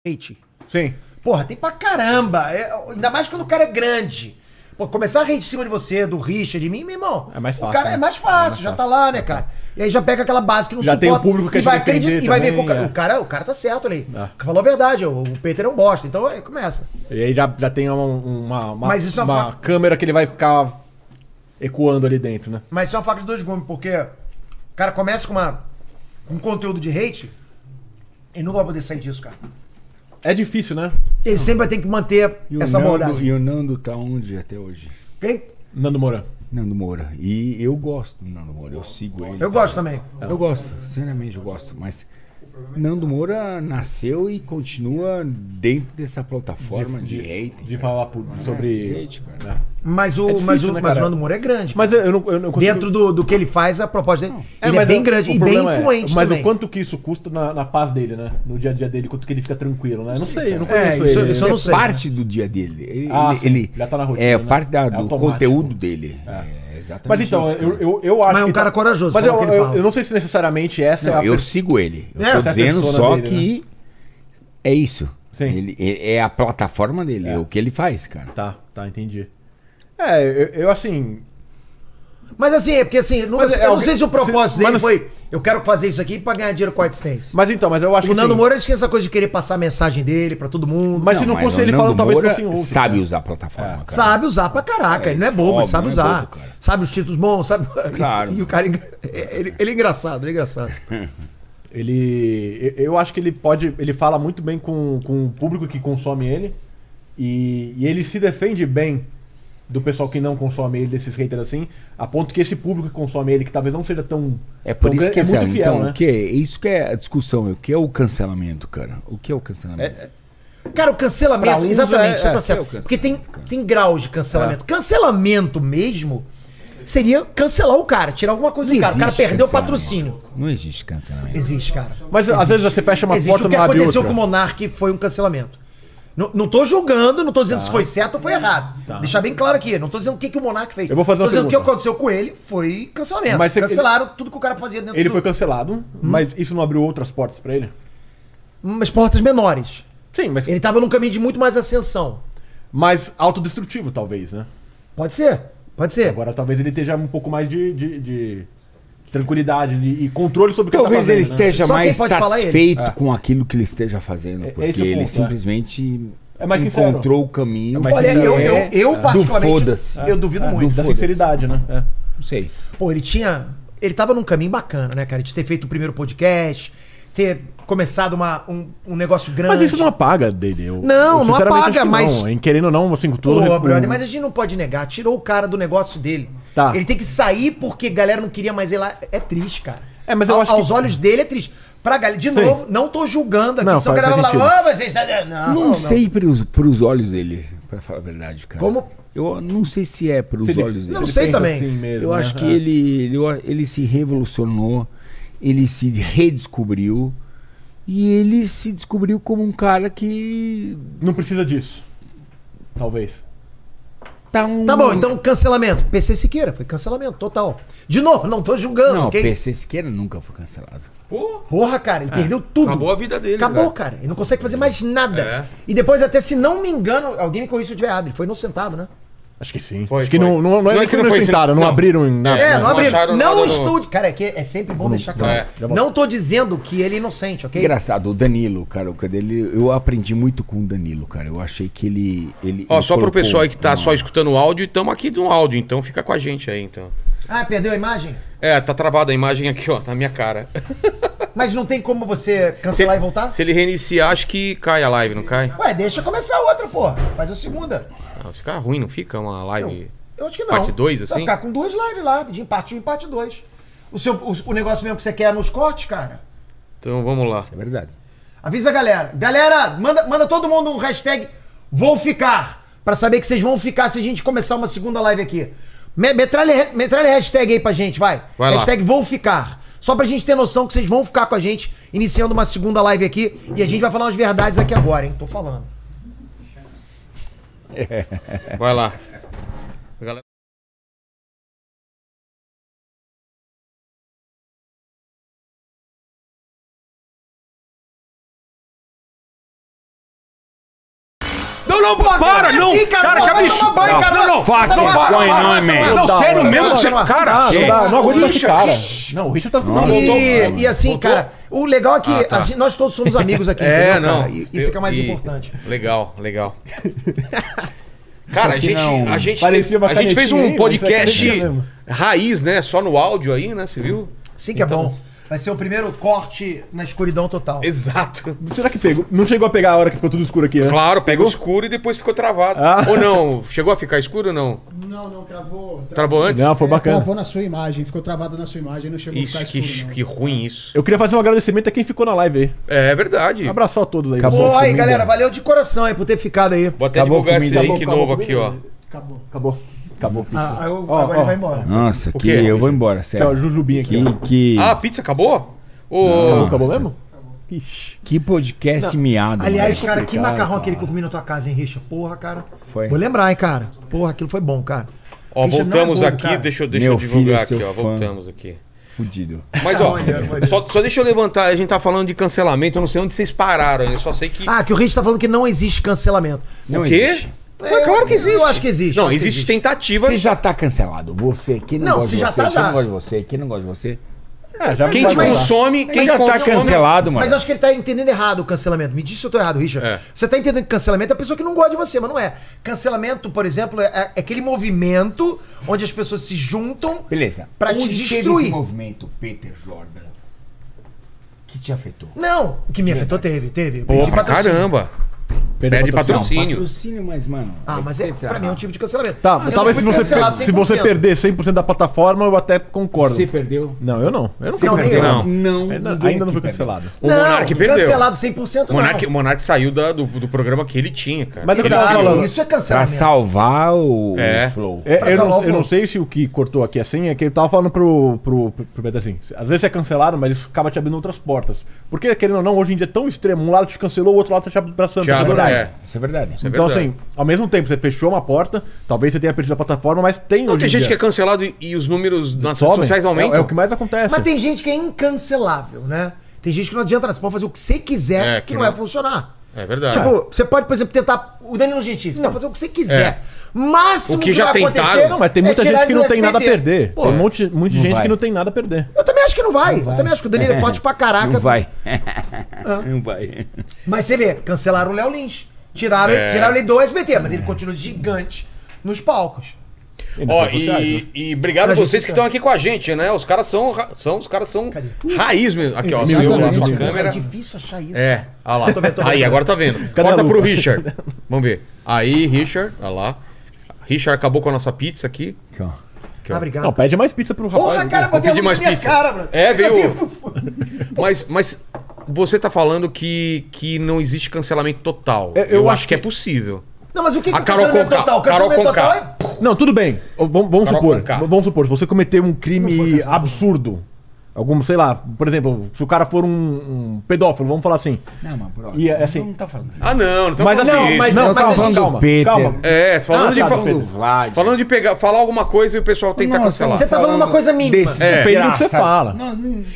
hate. Sim. Porra, tem pra caramba. É, ainda mais quando o cara é grande. Pô, começar a rir de cima de você, do Richard, de mim, meu irmão. É mais fácil, O cara né? é mais É fácil, mais já fácil. tá lá, né, cara? E aí já pega aquela base que não Já tem o público que e a vai gente vai acreditar entender e vai ver que o também, é. cara, o cara, o cara tá certo ali. Ah. Falou a verdade, o, o Peter é um bosta. Então aí começa. E aí já, já tem uma, uma, uma, Mas isso é uma fa- câmera que ele vai ficar ecoando ali dentro, né? Mas isso é uma faca de dois gumes, porque o cara começa com uma com um conteúdo de hate e não vai poder sair disso, cara. É difícil, né? Ele sempre vai ter que manter E o essa Nando- maldade. E o Nando tá onde até hoje? Quem? Nando Moura. Nando Moura. E eu gosto do Nando Moura, eu sigo ele. Eu gosto né? também. Eu gosto, sinceramente eu gosto, mas Nando Moura nasceu e continua dentro dessa plataforma de, hate. De falar por- sobre. é Hate, cara. Mas o, É difícil, mas o, né, mas o cara? Nando Moura é grande. Mas eu eu não, eu não consigo. Dentro do, do que ele faz, a proposta dele. ele é mas bem o- grande o e bem problema é, influente. mas também. o quanto que isso custa na, na paz dele, né? No dia a dia dele, quanto que ele fica tranquilo, né? Eu não sei, eu não É, conheço isso- ele. isso eu né? não sei. parte do dia dele. Ele, Ah, ele- sim, ele- já tá na rotina, É né? parte da- É do automático. conteúdo dele. É, exatamente. Mas então, isso, eu, cara. eu, eu acho Mas é um que tá- cara corajoso, Mas fala eu, o que ele eu, fala. eu não sei se necessariamente essa é Não, a eu per- sigo ele. Eu É, tô essa é a dizendo persona só dele, né? que é isso. Sim. Ele, é, é a plataforma dele, é. É. o que ele faz, cara. Tá, tá, entendi. É, eu, eu, assim. Mas assim, é porque assim, não, Mas é eu não alguém- sei se o propósito se- dele mas não- foi. Eu quero fazer isso aqui pra ganhar dinheiro com a AdSense. Mas então, mas eu acho o que. Nando sim. Moura tinha essa coisa de querer passar a mensagem dele pra todo mundo. né? Mas se não fosse o ele Nando falando, talvez Moura fosse em outro, sabe né? usar a plataforma, cara. Sabe usar pra caraca, ele não é bobo, ele óbvio, sabe não é usar. bobo, cara. sabe os títulos bons, sabe. (laughs) Claro. (laughs) E o cara. engra- Ele, ele (laughs) é engraçado, ele é engraçado. Ele. eu- Eu acho que ele pode. Ele fala muito bem com, com o público que consome ele. E, e ele se defende bem do pessoal que não consome ele, desses haters assim. A ponto que esse público que consome ele, que talvez não seja tão. É por tão isso grande, que é esse- muito fiel, então, né? o que é, isso que é a discussão, o que é o cancelamento, cara? O que é o cancelamento? Cara, o Pra cancelamento, uns exatamente, é- você é, tá é o certo. cancelamento, Porque tem, cara. tem graus de cancelamento. Cancelamento mesmo seria cancelar o cara, tirar alguma coisa do cara. O cara existe perdeu o cancelamento. patrônio. Não existe cancelamento. Existe, cara. Mas às vezes você fecha uma Existe. porta O que e não abre aconteceu outra. com o Monark foi um cancelamento. Não, não tô julgando, não tô dizendo Tá. se foi certo ou foi errado. Deixar bem claro aqui, não tô dizendo o que, que o Monark fez. Eu vou fazer tô uma dizendo que o que pergunta. aconteceu com ele foi cancelamento. Mas você- Cancelaram tudo que o cara fazia dentro Ele do... foi cancelado, mas isso não abriu outras portas pra ele? Umas portas menores. Sim, mas, Ele tava num caminho de muito mais ascensão. mas autodestrutivo, talvez, né? Pode ser, pode ser. Agora talvez ele esteja um pouco mais de, de- de tranquilidade e, e controle sobre o que Então, Talvez ele ele tá fazendo, né? esteja Só quem mais pode falar é ele. satisfeito É. com aquilo que ele esteja fazendo, É- porque esse é o ele ponto, é. simplesmente É mais sincero. encontrou o caminho. mais Olha, sincero. eu, eu, É. eu Do particularmente, foda-se. eu duvido muito. Da sinceridade, né? É. Não sei. Pô, ele tinha. Ele tava num caminho bacana, né, cara? De ter feito o primeiro podcast, ter começado uma, um, um negócio grande. Mas isso não apaga dele. Eu, Não, eu não sinceramente acho apaga, que mas- Não, hein? Querendo ou não, assim, com todo... Pô, o- brother, mas a gente não pode negar. Tirou o cara do negócio dele. Tá. Ele tem que sair porque a galera não queria mais ele lá. É triste, cara. É, mas eu acho que- Aos olhos dele é triste. Pra galera, de novo, não tô julgando aqui. Não, senão faz- a galera vai faz falar, ô, você está. Ah, Não, não, sei pros, pros olhos dele, pra falar a verdade, cara. Como? Eu não sei se é pros Se ele- olhos se dele. Não ele sei pensa também. assim mesmo, Eu né? acho que É. ele, ele, ele se revolucionou, ele se redescobriu e ele se descobriu como um cara que Não precisa disso. Talvez. tá um. Tá bom, então cancelamento. PC Siqueira, foi cancelamento, total. De novo, não tô julgando. Não, quem- PC Siqueira nunca foi cancelado. Pô, Porra, É. cara, ele perdeu tudo. acabou a vida dele. Acabou, velho. cara. Ele não consegue fazer mais nada. É. E depois, até se não me engano, alguém me corrige se eu tiver errado. Ele foi inocentado, né? Acho que sim. Foi, acho que foi. não, não, não, Não é é que que não não foi sentaram, não não. abriram em Ah, nada. É, É, não não abriu. acharam Não nada no- estou. de- Cara, é, que é sempre bom deixar claro. É. Não tô dizendo que ele é inocente, ok? Engraçado, o Danilo, cara, o cara dele, eu aprendi muito com o Danilo, cara. Eu achei que ele. ele Ó, ele só pro colocou pessoal aí que tá uma- só escutando o áudio, estamos aqui no áudio, então fica com a gente aí, então. Ah, perdeu a imagem? É, tá travada a imagem aqui, ó, na minha cara. Mas não tem como você cancelar e voltar? Se ele reiniciar, acho que cai a live, não cai? Ué, deixa começar outra, porra. Faz a segunda. Ah, fica ruim, não fica uma live. Eu acho que não. Parte dois, Vai assim? ficar com duas lives lá, de parte 1 e parte 2. O, seu, o, o negócio mesmo que você quer é nos cortes, cara? Então vamos lá. É verdade. Avisa a galera. Galera, manda, manda todo mundo um hashtag vou ficar. Pra saber que vocês vão ficar se a gente começar uma segunda live aqui. Me- Metralha, metralha hashtag aí pra gente, vai. Vai lá. hashtag vou ficar. Só pra gente ter noção que vocês vão ficar com a gente, iniciando uma segunda live aqui. E a gente vai falar umas verdades aqui agora, hein? Tô falando. Vai lá. Galera- Não, não, para, é não! assim, cara, cara, pô, que vai absurdo! tomar banho, cara, vai- Não, Fuck, Tá bom, vai, vergonha, vai, não é, vai, man. vai, não, vai, sério vai, mesmo? vai, que você- vai, Cara, Ah, não, gente. dá, não aguento mais esse Richard, cara. Richard. Não, o Richard tá... Não, voltou. E, e assim, Voltou? cara, o legal é que Ah, tá. a gente- nós todos (laughs) somos amigos aqui, É, entendeu, não. cara? E, isso que é mais E- importante. Legal, legal. (laughs) Cara, a que gente, não. a, gente Parecia uma a gente fez canetinha aí, um mas podcast é canetinha mesmo. raiz, né? Só no áudio aí, né? Você viu? Sim que é então- bom. Vai ser o primeiro corte na escuridão total. Exato. Será que pegou? Não chegou a pegar a hora que ficou tudo escuro aqui, né? Claro, pegou escuro e depois ficou travado. Ah. Ou não? Chegou a ficar escuro ou não? Não, não, travou. Travou antes? Não, foi É, bacana. Travou na sua imagem, ficou travado na sua imagem, não chegou Isso, a que, ficar escuro, não. que ruim isso. Eu queria fazer um agradecimento a quem ficou na live aí. É verdade. Abraçar a todos aí. Acabou. Pô, Vocês aí, também, galera, velho. valeu de coração aí por ter ficado aí. Vou até Acabou divulgar comigo, esse acabou, link novo aqui, ó. Acabou. Acabou. Acabou. Ah, eu- Ó, agora ó. ele vai embora. Nossa, que quê? eu vou embora, Tem uma sério. jujubinha aqui. ó. Que, que, Ah, a pizza acabou? Ô, Não. Acabou Nossa. mesmo? Ixi. que podcast miado. Aliás, mano. cara, que Complicado, macarrão cara. aquele que eu comi na tua casa, hein, Richard? Porra, cara. Foi. Vou lembrar, hein, cara. Porra, aquilo foi bom, cara. ó, Richard, não é voltamos bobo, aqui. cara. Deixa, eu- deixa Meu eu divulgar filho é aqui, seu ó. fã. Voltamos aqui. Fudido. (laughs) Mas, ó, Olha, olha. só, só deixa eu levantar. A gente tá falando de cancelamento. Eu não sei onde vocês pararam. Eu só sei que. Ah, que o Richard tá falando que não existe cancelamento. Não o quê? existe. É, claro que existe. Eu acho que existe. Não, acho que existe, tentativa. Você já tá cancelado. Você, quem não, Não, gosta se de já você, tá, quem já. É, não gosta de você, quem não gosta de você. Ah, já Quem vai lá. consome, quem Quem já tá consome- cancelado, mano. Mas eu acho que ele tá entendendo errado o cancelamento. Me diz se eu tô errado, Richard. É. Você tá entendendo que cancelamento é a pessoa que não gosta de você, mas não é. Cancelamento, por exemplo, é, é aquele movimento onde as pessoas se juntam Beleza. pra te Onde Teve destruir. esse movimento, Peter Jordan, que te afetou? Não, o que me afetou teve, teve. Eu Pô, perdi pra patrocínio. caramba. Perde patrocínio. Patrocínio, mas, mano. Ah, mas é, pra mim é um tipo de cancelamento. Tá, Eu não talvez se fui você, cancelado se você 100%. perder 100% da plataforma, eu até concordo. Você perdeu? Não, eu não. Eu não Você não, Não. cancelado. Não. Ainda- ninguém ainda não foi aqui perdeu. cancelado. O Monark perdeu. Cancelado 100% O não. Monark, o Monark saiu da- do, do programa que ele tinha, cara. Mas eu ele, tava Exato, tá falando. Isso é Pra cancelamento. salvar o, É. o Flow. É, eu, Essa não, nova- eu não sei se o que cortou aqui a senha é que ele tava falando pro, pro, pro, pro Beto assim. Às vezes você é cancelado, mas isso acaba te abrindo outras portas. Porque, querendo ou não, hoje em dia é tão extremo. Um lado te cancelou, o outro lado você te abre pra Santa. Te abre, pra é. Isso é verdade. é Então, verdade. assim, ao mesmo tempo, você fechou uma porta, talvez você tenha perdido a plataforma, mas tem. Não, hoje tem em gente que dia. é cancelado e, e os números nas redes Sobem. sociais aumentam. É, é o que mais acontece. Mas tem gente que é incancelável, né? Tem gente que não adianta nada. Você pode fazer o que você quiser É, que, que não, não- vai funcionar. É verdade. Tipo, você pode, por exemplo, tentar. O Danilo Gentili, você pode fazer o que você quiser. É. Máximo O que já vai tentaram. acontecer Não, mas tem muita é tirar gente que ele não do tem nada a SBT. perder. Pô, tem um monte, um monte de não gente vai. que não tem nada a perder. Eu também acho que não vai. Eu também acho que o Danilo é forte pra caraca. Não vai. (laughs) Não vai. Mas você vê, cancelaram o Léo Lins. Tiraram, É. tiraram ele do SBT, mas ele continua gigante nos palcos. nas Ó, redes sociais, e, né? e obrigado a Nas redes vocês que estão aqui com a gente, né? Os caras são, ra- são os caras são Cadê? raiz mesmo. Aqui, ó, Exatamente. subiu lá a sua Porra, É câmera. difícil achar isso. É, olha lá. Tô vendo, tô vendo. Aí, agora tá vendo. Cadê a Corta lupa? pro Richard. Vamos ver. Aí, Richard, olha lá. Richard acabou com a nossa pizza aqui. Aqui, ó. Ah, obrigado. Não, pede mais pizza pro rapaz. né? Porra, cara, vou botei a pedir mais luz na minha pizza. cara, mano. É, Isso veio- assim, Mas, mas você tá falando que, que não existe cancelamento total. Eu- eu acho acho que é que- possível. Não, mas o que, que A é Carol cancelamento Conká. total? Carol Cancelamento Conká. total é... Não, tudo bem. Vamos, vamos Carol supor. Conká. Vamos supor, se você cometer um crime absurdo. Algum, sei lá, por exemplo, se o cara for um, um pedófilo, vamos falar assim. Não, mas bro. E, assim- não tá falando. Ah, não, não tô Mas assim, falando não, disso. mas- não, mas calma, a gente- calma, Peter. calma. É, falando Ah, de tá, fa- Pedro. Vlad. falando de pegar, falar alguma coisa e o pessoal tentar Nossa, cancelar. Você tá falando uma coisa mínima. Desse- É. Depende do que você Desgraça. fala. Não,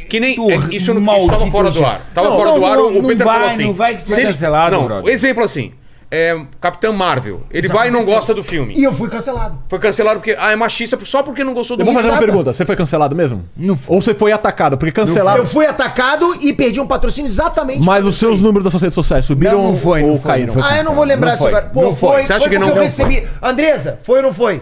Que nem. do- é, Isso eu não maldito estava fora do ar. jeito. Tava Não, fora não, do ar, não, o não Peter vai, falou assim. não vai que você se vai ele- cancelado, Não, brother. exemplo assim. É, Capitão Marvel. Ele vai e não gosta do filme. E eu fui cancelado. Foi cancelado porque. Ah, é machista só porque não gostou do Eu vou fazer um- uma Exato. pergunta. Você foi cancelado mesmo? Não fui. Ou você foi atacado? Porque cancelado. Eu fui atacado e perdi um patrocínio exatamente. Mas os seus números das suas redes sociais subiram Não, não foi, não ou foi, caíram? não foi. Ah, eu não vou lembrar Não disso foi. agora. Pô, Não foi. foi. Você acha que porque não- eu não recebi. Andresa, foi ou não foi?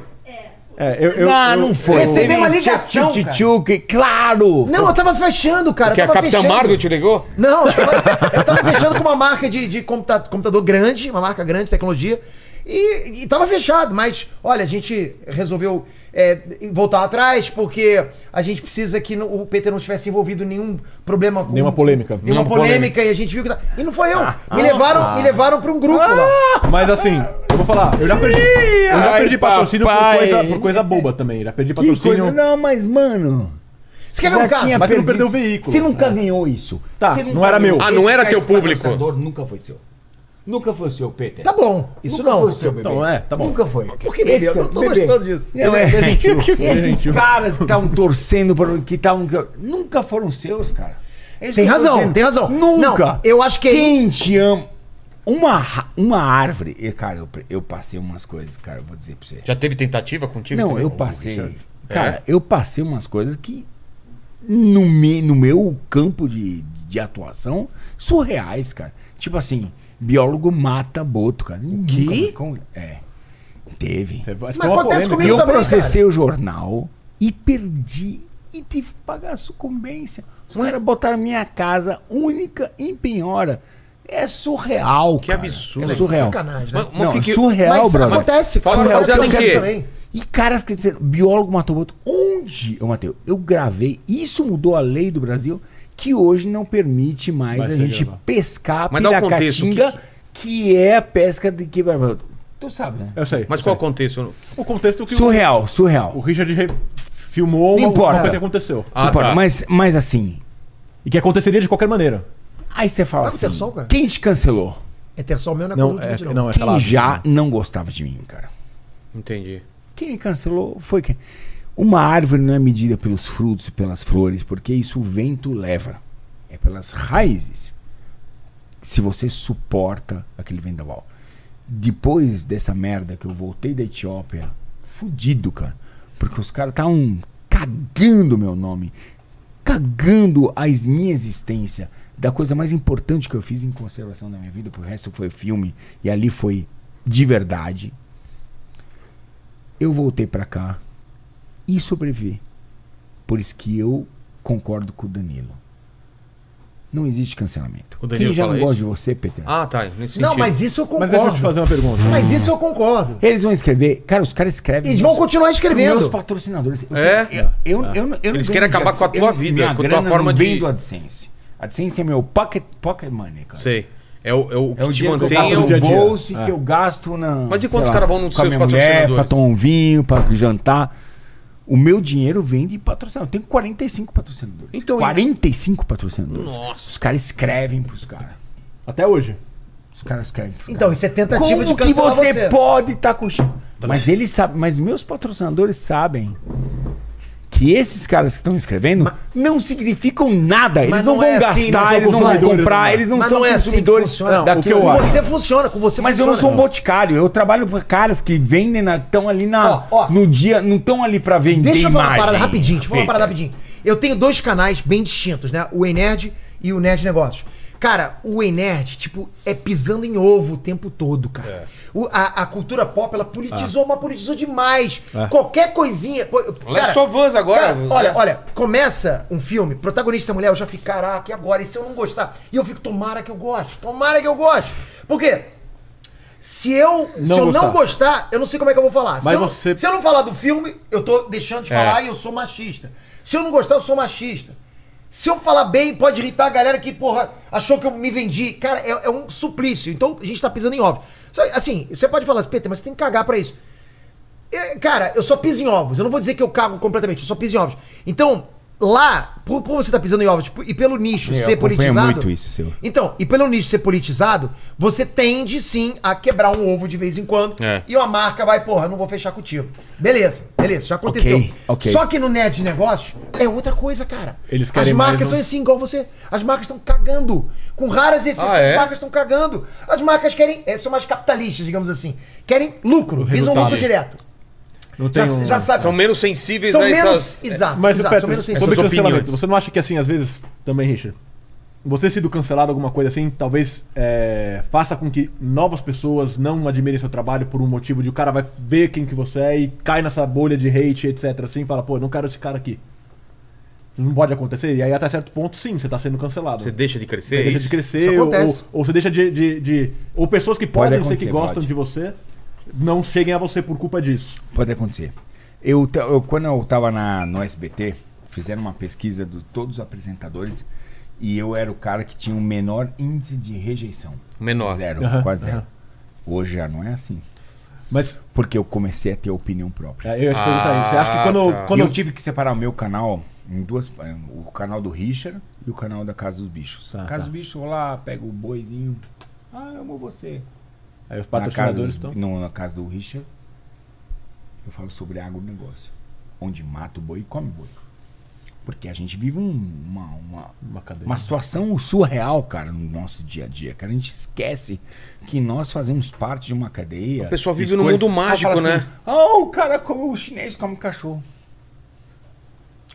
É, eu, eu, Ah, eu- não foi. Recebeu uma Tchau, ligação, tchau, cara. tchau, que- Claro! Não, eu tava fechando, cara. Que eu a tava Capitã fechando. é Marvel tipo. te ligou? Não, eu tava, eu tava fechando com uma marca de, de computa- computador grande, uma marca grande de tecnologia. E, e tava fechado, mas olha, a gente resolveu é, voltar atrás porque a gente precisa que no- o PT não estivesse envolvido em nenhum problema com. Nenhuma polêmica. Nenhuma Nenhuma polêmica, polêmica. e a gente viu que. tá- E não foi eu. Me levaram, me levaram pra um grupo lá. Mas assim, eu vou falar, eu já perdi. Eu já Ai, perdi patrocínio por papai. coisa, por coisa boba também. Já perdi Que coisa. patrocínio. Não, mas, mano. Você quer ver um já caso? tinha Mas você não perdeu perdido. o veículo. Você nunca ganhou isso. Tá, Você nunca não era ganhou. meu. Ah, não Esse- era teu esse público. patrocinador Nunca foi seu. Nunca foi seu, Peter. Tá bom, isso Nunca não. foi seu, bebê. Então, é, tá bom. Nunca foi. Por que, bebê? Eu não tô gostando disso. Não, é, esses caras que estavam torcendo, pra, que estavam. Nunca foram seus, cara. É isso Tem que eu tô razão, dizendo. tem razão. Nunca. Não, eu acho que- é Quem te ama. Uma, ra- uma árvore. E, cara, eu, pre- eu passei umas coisas, cara, eu vou dizer pra você. Já teve tentativa contigo? Não, também? eu passei. um É? Cara, eu passei umas coisas que no, me, no meu campo de, de atuação surreais, cara. Tipo assim, biólogo mata boto, cara. Que? É. Teve. Mas acontece E comigo eu também, processei o jornal e perdi e tive que pagar a sucumbência. Os caras botaram minha casa única em penhora. É surreal, Que cara. absurdo. É surreal. Sacanagem, né? Mas, é mas Não, que que- surreal, Mas isso é brother. acontece. Fala, Fala, rapaziada, eu em quero quê? isso também. E caras que dizem, biólogo matou boto. Onde eu matei? Eu gravei. Isso mudou a lei do Brasil, que hoje não permite mais Mas a você gente grava. pescar Mas dá um contexto, piracatinga, que... é a pesca de que. Tu sabe, né? Eu sei. Mas eu qual o sei. contexto? o contexto que o- Surreal, o, surreal. Richard re- filmou Não uma, importa. uma coisa que aconteceu. Ah, Não, tá. mas, mas assim, E que aconteceria de qualquer maneira. aí você fala Sabe o assim, Tersol, cara? quem te cancelou? É ter só o meu na Não, é, não, é quem calado. já não gostava de mim, cara. Entendi. Quem me cancelou foi quem? Uma árvore não é medida pelos frutos e pelas flores, porque isso o vento leva. É pelas raízes. Se você suporta aquele vendaval. Depois dessa merda que eu voltei da Etiópia, fudido, cara. Porque os caras estavam cagando meu nome. Cagando a es- minha existência. Da coisa mais importante que eu fiz em conservação da minha vida, porque o resto foi filme. E ali foi de verdade. Eu voltei pra cá e sobrevivi. Por isso que eu concordo com o Danilo. Não existe cancelamento. O Danilo Quem já fala não gosta isso? de você, Peter? Ah, tá. Nesse Não, sentido. mas isso eu Mas deixa eu te concordo. fazer uma pergunta. Mas isso eu concordo. Eles vão escrever. Cara, os caras escrevem. Eles vão meus- continuar escrevendo. Meus patrocinadores. Eu É? tenho- Eu, eu, eu, eu Eles não querem ganho acabar de com a AdSense. tua Eu- vida, minha com a tua grana forma não de- Vem do AdSense. AdSense é meu pocket, pocket money, cara. Sei. É o, é o que É o te dinheiro que eu mantém. gasto é no o- dia a dia. bolso e que eu gasto na. Mas e sei quantos lá, caras vão nos com a seus minha mulher, patrocinadores? Pra tomar um vinho, pra jantar. O meu dinheiro vem de patrocinador. Eu tenho 45 patrocinadores. Então, e- 45 patrocinadores. Nossa. Os caras escrevem pros caras. Até hoje. Os caras escrevem pros caras. Então, isso é tentativa Como de que cancelar você, você. pode estar cochichando? Mas eles sabem, mas meus patrocinadores sabem que esses caras que estão escrevendo não significam nada. Eles Mas não, não vão é assim, não gastar, são eles não vão consumidores, comprar, não é. eles não Mas são não é assim que consumidores funciona. Não, daquilo o que eu lá. acho. Você funciona, com você Mas eu funciona. não sou um boticário, eu trabalho para caras que vendem, estão ali na, Ó, ó. no dia, não estão ali para vender Deixa eu falar uma imagem. parada rapidinho, deixa eu falar uma Peter. parada rapidinho. Eu tenho dois canais bem distintos, né? O Enerd e o Nerd Negócios. Cara, o Enerd, tipo, é pisando em ovo o tempo todo, cara. O- a, a cultura pop, ela politizou, mas politizou demais. Qualquer coisinha. pô, Last of Us agora. cara, olha, olha, começa um filme, protagonista mulher, eu já fico, caraca, e agora? E se eu não gostar? E eu fico, tomara que eu goste, tomara que eu goste. Por quê? Se eu não, se Não eu não gostar. gostar, eu não sei como é que eu vou falar. Mas se, eu, não- você- se eu não falar do filme, eu tô deixando de É. falar e eu sou machista. Se eu não gostar, eu sou machista. Se eu falar bem, pode irritar a galera que, porra, achou que eu me vendi. Cara, é, é um suplício. Então a gente tá pisando em ovos. Só- Assim, você pode falar assim, Peter, mas você tem que cagar pra isso. É, Cara, eu só piso em ovos. Eu não vou dizer que eu cago completamente, eu só piso em ovos. Então, lá, por, por você estar pisando em ovos tipo, e pelo nicho Eu ser acompanho politizado. É, muito isso, seu. Então, e pelo nicho ser politizado, você tende sim a quebrar um ovo de vez em quando. É. E uma marca vai, porra, não vou fechar contigo. Beleza, beleza, já aconteceu. Ok, ok. Só que no net de negócio é outra coisa, cara. Eles querem As marcas mais um- são assim, igual você. As marcas estão cagando. Com raras exceções, Ah, é? as marcas estão cagando. As marcas querem. é, são mais capitalistas, digamos assim. Querem lucro, visam resultado. lucro direto. Não tem Já, um... já sabe. São menos sensíveis São a menos. essas. Exato, Mas, Ah, exato, são Petro, é menos sensíveis. sobre Essas cancelamento, opiniões. você não acha que assim, às vezes, também, Richard, você sido cancelado alguma coisa assim, talvez é, faça com que novas pessoas não admirem seu trabalho por um motivo de o cara vai ver quem que você é e cai nessa bolha de hate, etc. Assim, e fala, pô, eu não quero esse cara aqui. Isso não pode acontecer. E aí, até certo ponto, sim, você tá sendo cancelado. Você deixa de crescer? Você deixa isso? de crescer, Isso ou, acontece. ou- ou você deixa de, de- de- Ou pessoas que Pode podem ser que acontecer, gostam pode. de você não cheguem a você por culpa disso. Pode acontecer. Eu, ta- eu- quando eu tava na, no SBT, fizeram uma pesquisa de todos os apresentadores e eu era o cara que tinha o menor índice de rejeição. Menor. Zero, Aham, quase zero. aham. Hoje já não é assim. Mas Porque eu comecei a ter opinião própria. é, eu ia te perguntar isso. Você acha que Ah, quando. tá. Quando quando eu tive que separar o meu canal em duas. eh, O canal do Richard e o canal da Casa dos Bichos. Tá, Casa tá. dos Bichos, eu vou lá, pego o boizinho. Ah, amo você. Aí os Na casa, patrocinadores estão. no, na casa do Richard, eu falo sobre agronegócio. Onde mata o boi e come o boi. Porque a gente vive um- uma, uma, Uma cadeia. uma situação surreal, cara, no nosso dia a dia. Cara, a gente esquece que nós fazemos parte de uma cadeia. O pessoal vive Escolha- num mundo Ela fala mágico, né? Ah, o cara come o chinês, come cachorro.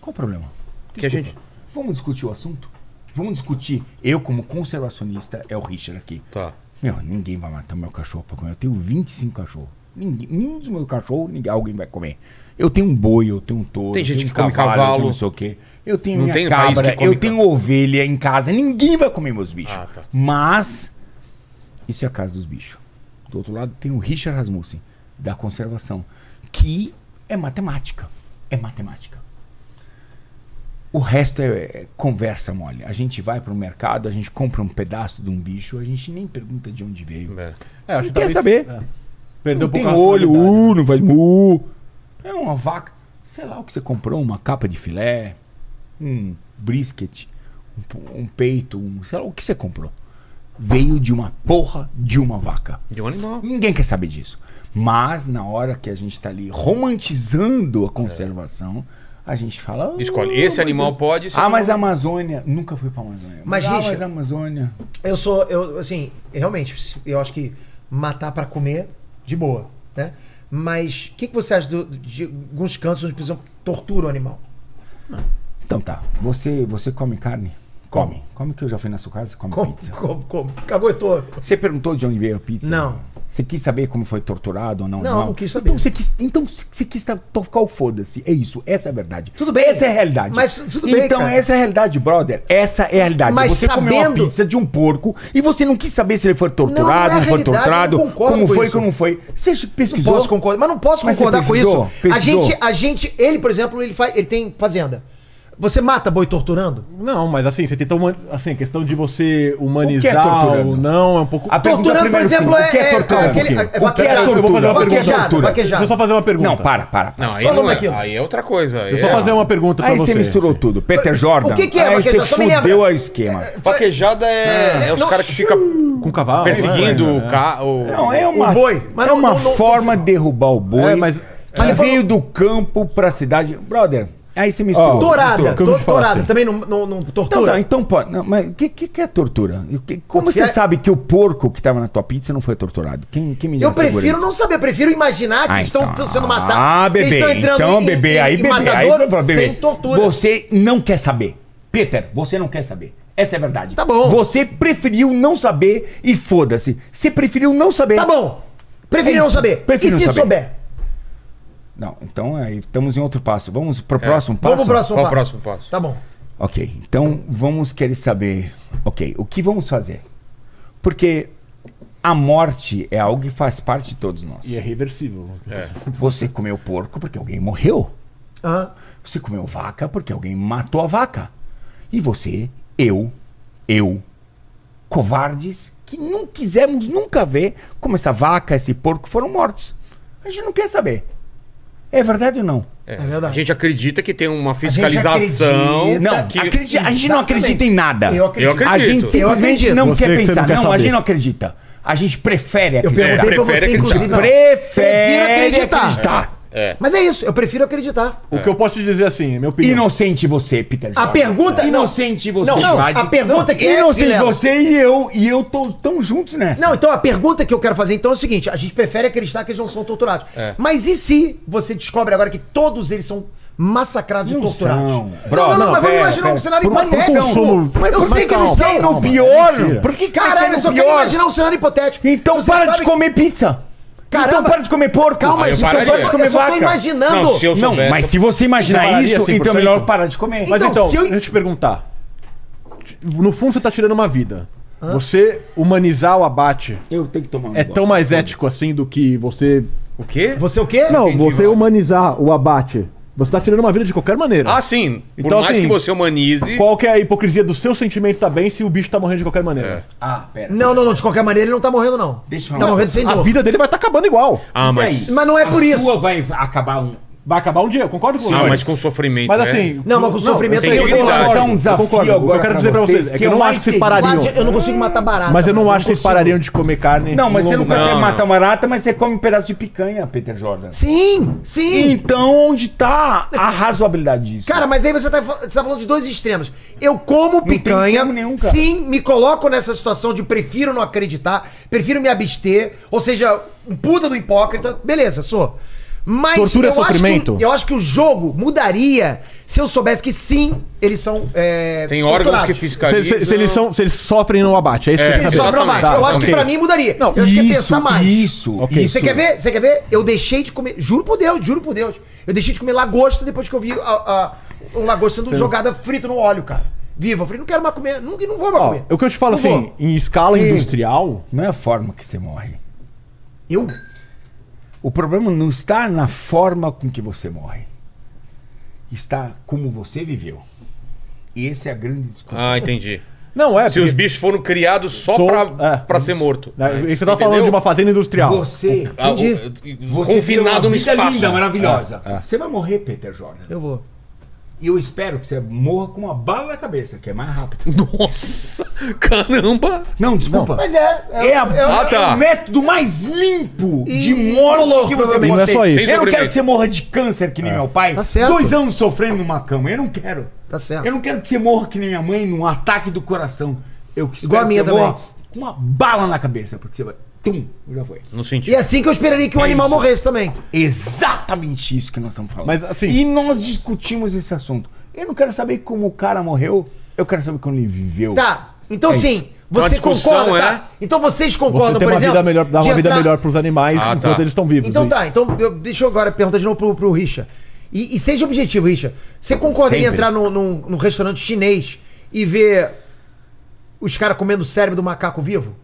Qual o problema? Que a Desculpa. gente- Vamos discutir o assunto? Vamos discutir. Eu, como conservacionista, é o Richard aqui. Tá. Meu, ninguém vai matar meu cachorro pra comer. Eu tenho 25 cachorros. Ninguém, nenhum dos meus cachorros, ninguém, alguém vai comer. Eu tenho um boi, eu tenho um touro. Tem eu gente tenho que come eu cavalo. tenho não sei o quê. Eu tenho Não minha tem um país cabra, que come eu tenho ovelha em casa. Ninguém vai comer meus bichos. Ah, tá. Mas, isso é a casa dos bichos. Do outro lado tem o Richard Rasmussen, da conservação, que é matemática. É matemática. O resto é, é conversa mole. A gente vai pro mercado, a gente compra um pedaço de um bicho, a gente nem pergunta de onde veio. É. É, acho Não que talvez- quer saber. é. Perdeu não um pouco tem a olho, racionalidade. uh, não faz mu. É uma vaca. Sei lá o que você comprou, uma capa de filé, um brisket, um, po- um peito, um, sei lá o que você comprou. Veio de uma porra de uma vaca. De um animal. Ninguém quer saber disso. Mas na hora que a gente tá ali romantizando a conservação, a gente fala. "Ah, Escolhe. Esse mas animal eu- pode. esse Ah, mas a animal Amazônia. Nunca fui pra Amazônia. Mas, ah, mas Richard- a Amazônia. Eu sou, eu, assim, realmente, eu acho que matar pra comer, de boa, né? Mas o que, que você acha do- de alguns cantos onde precisam tortura o animal? Então tá. Você, você come carne? Come. Come que eu já fui na sua casa, come Como, pizza. como, como? Caguetou. Você perguntou de onde veio a pizza? Não. Você quis saber como foi torturado ou não? Não, não quis saber. Então você quis, então, você quis ta- tocar o foda-se. É isso, essa é a verdade. Tudo bem. Essa é a realidade. Mas tudo bem, Então cara. essa é a realidade, brother. Essa é a realidade. Mas você comeu uma sabendo- pizza de um porco e você não quis saber se ele foi Não, não é a torturado, não, foi realidade, torturado, eu não concordo como com foi, isso. como não foi. Você Não pesquisou? posso concordar, mas não posso Mas você concordar com pesquisou? isso. A Pesquisou? gente, a gente, ele, por exemplo, ele faz, ele tem fazenda. Você mata boi torturando? Não, mas assim, você tenta uma, assim, a questão de você humanizar é torturando? ou não é um pouco. A pergunta Torturando, por primeiro, exemplo, sim, o que é é- é torturando? aquele- Kim? é O que é vaquejado. Eu vou fazer uma tortura? pergunta. Vaquejado, Arthur. vaquejado. Deixa eu só fazer uma pergunta. Não, para, para. para. Não, aí, Qual não nome é, aquilo? aí é outra coisa. aí Eu só é- fazer um- uma pergunta pra Aí você. você misturou tudo. Peter Jordan. o que que é, Aí você vaquejado? Só me lembra. fudeu o esquema. Vaquejada é, é os Não, caras que ficam Com cavalo. perseguindo né? o carro. Não, é uma, O boi, mas é não- uma não- não- forma de derrubar o boi É, mas- que veio do campo pra cidade. Brother, aí você Ó, misturou. Dourada, misturou. Que eu vou te falar dourada, assim. também não, não, não Então, tortura? tá, então pode. Não, mas o que, que, que é tortura? E o que- como Porque você é- sabe que o porco que tava na tua pizza não foi torturado? Quem, quem me Eu assegura prefiro isso? não saber, eu prefiro imaginar que Ah, estão então. sendo matados. Ah, que eles bebê. estão entrando então, em- bebê, em- aí, em bebê, aí, matador bebê. sem tortura. Você não quer saber. Peter, você não quer saber. Essa é a verdade. Tá bom. Você preferiu não saber e foda-se. Você preferiu não saber. Tá bom. Prefiro É não isso, saber. prefiro e não se saber. souber? Não, então aí estamos em outro passo. Vamos pro próximo passo? É, Vamos pro próximo Qual o passo. próximo passo? Tá bom. Ok, então vamos querer saber. Ok, o que vamos fazer? Porque a morte é algo que faz parte de todos nós. E é reversível. Você comeu porco porque alguém morreu. Aham. Você comeu vaca porque alguém matou a vaca. E você, eu, eu, covardes, que não quisemos nunca ver como essa vaca, esse porco foram mortos. A gente não quer saber. É verdade ou não? É, verdade. A gente acredita que tem uma gente fiscalização. acredita- Não, que... acredita- a gente não acredita em nada. Eu acredito. Tá Eu acredito. A gente Eu simplesmente acredito. não Você quer que você pensar. não quer Não, a saber. gente não acredita. A gente prefere Eu acreditar. perguntei pra prefere acreditar. você, inclusive. não. Prefiro Prefere acreditar. acreditar. É. Mas é isso, eu prefiro acreditar. O que eu posso te dizer assim, meu opinião. Inocente você, Peter. A Jordan. pergunta- não. Inocente você, Não, não, Vlad. a pergunta que é- Inocente Guilherme. você e eu. E eu tô tão juntos nessa. Não, então a pergunta que eu quero fazer então é o seguinte: a gente prefere acreditar que eles não são torturados. É. Mas e se você descobre agora que todos eles são massacrados Não e torturados? são. Não, Bro, não, não, não, mas vamos pera, imaginar um pera. cenário Por uma hipotético. consumo- Mas eu Mas sei que calma, eles Tem são. no Calma, mas é pior. mentira. Por que que você Caralho, eu quer só no quero pior? imaginar um cenário hipotético. Então Você para sabe de comer pizza. Caramba. Então para de comer porco. Calma, Ah, eu isso pararia. eu, só- eu comer só tô vaca. imaginando. Não, se eu Não, soubesse- mas se você imaginar Trabalharia isso, então é 100%? melhor parar de comer. Mas Então, então, se eu- deixa eu te perguntar. No fundo, você tá tirando uma vida. Você humanizar o abate eu tenho que tomar um é tão negócio. mais ético assim do que você. O quê? Você o quê? Não, entendi, você Walter. humanizar o abate. Você tá tirando uma vida de qualquer maneira. Ah, sim. Por Então, mais assim, que você humanize. Qual que é a hipocrisia do seu sentimento tá bem se o bicho tá morrendo de qualquer maneira? É. Ah, pera. Não, não, não. De qualquer maneira, ele não tá morrendo, não. Deixa eu Tá falar. morrendo sem A dor. vida dele vai estar acabando igual. Ah, E mas. aí? Mas não é por A isso. sua vai acabar um... Vai acabar um dia, eu concordo com Ah, senhores. mas com sofrimento. Mas né? assim. Não, mas com sofrimento tem eu dignidade. concordo. Lançar um desafio concordo. agora Eu quero pra dizer pra vocês vocês, é que que eu eu não acho que mais vocês tenho- parariam. Vlad, Eu não consigo matar barata. Mas eu não mano. acho que vocês consigo. parariam de comer carne. Não, mas no você longo nunca prazo. você não. mata uma barata, mas você come um pedaço de picanha, Peter Jordan. Sim, sim. Então, onde tá a razoabilidade disso? Cara, mas aí você tá, fa- você tá falando de dois extremos. Eu como tem picanha, extremo nenhum, cara. sim, me coloco nessa situação de prefiro não acreditar, prefiro me abster, ou seja, um puta do hipócrita. Beleza, sou. Mas Tortura é eu, acho que, sofrimento? o- eu acho que o jogo mudaria se eu soubesse que sim, eles são. é, Tem órgãos que torturados. Se, fiscalizam. se- se eles são, se eles sofrem no abate, é isso É, que Sim, você só pra Exatamente. baixo. eu Tá, acho que ok. pra mim mudaria. Não, eu acho que é pensar mais. é Isso, Ok. isso. Você quer ver? Você quer ver? Eu deixei de comer. Juro por Deus, juro por Deus. Eu deixei de comer lagosta depois que eu vi a, a, um lagosta sendo jogada frito no óleo, cara. Viva. Eu falei, não quero mais comer. Nunca não vou mais Ó, comer. o que eu te falo Não assim, vou. em escala Ih. industrial, Não é a forma que você morre. Eu? O problema não está na forma com que você morre. Está como você viveu. E essa é a grande discussão. Ah, entendi. não é. Se os porque- bichos foram criados só Sou- pra, é. pra ser morto. é, isso que eu tava falando de uma fazenda industrial. Você, Ah, o- Um você Confinado viveu no uma vida espaço. linda, maravilhosa. É, Você vai morrer, Peter Jordan. Eu vou. E eu espero que você morra com uma bala na cabeça, que é mais rápido. Nossa! Caramba! Não, desculpa. Mas é. É, a, Ah, tá. é o método mais limpo E- de morte louco, que você provavelmente. Não é só ter. isso. Sem Eu não quero sofrimento. que você morra de câncer que nem meu pai. Tá certo. Dois anos sofrendo numa cama. Eu não quero. Tá certo. Eu não quero que você morra que nem minha mãe num ataque do coração. Eu espero Igual a minha que você também. morra com uma bala na cabeça, porque você vai. Tum, já foi. Não senti. E é assim que eu esperaria que um É animal isso. morresse também. Exatamente isso que nós estamos falando. Mas, assim- E nós discutimos esse assunto. Eu não quero saber como o cara morreu, eu quero saber como ele viveu. Tá. Então, É sim, isso. Então, a Você discussão concorda, é- tá? Então vocês Você concordam, tem por uma exemplo, vida melhor, dá de uma vida entrar- melhor pros animais Ah, tá. enquanto eles estão vivos. Então aí. tá, então eu- deixa eu agora perguntar de novo pro, pro Richa. E, e seja objetivo, Richa. Você concorda em Sempre. entrar num, num- num restaurante chinês e ver os caras comendo o cérebro do macaco vivo?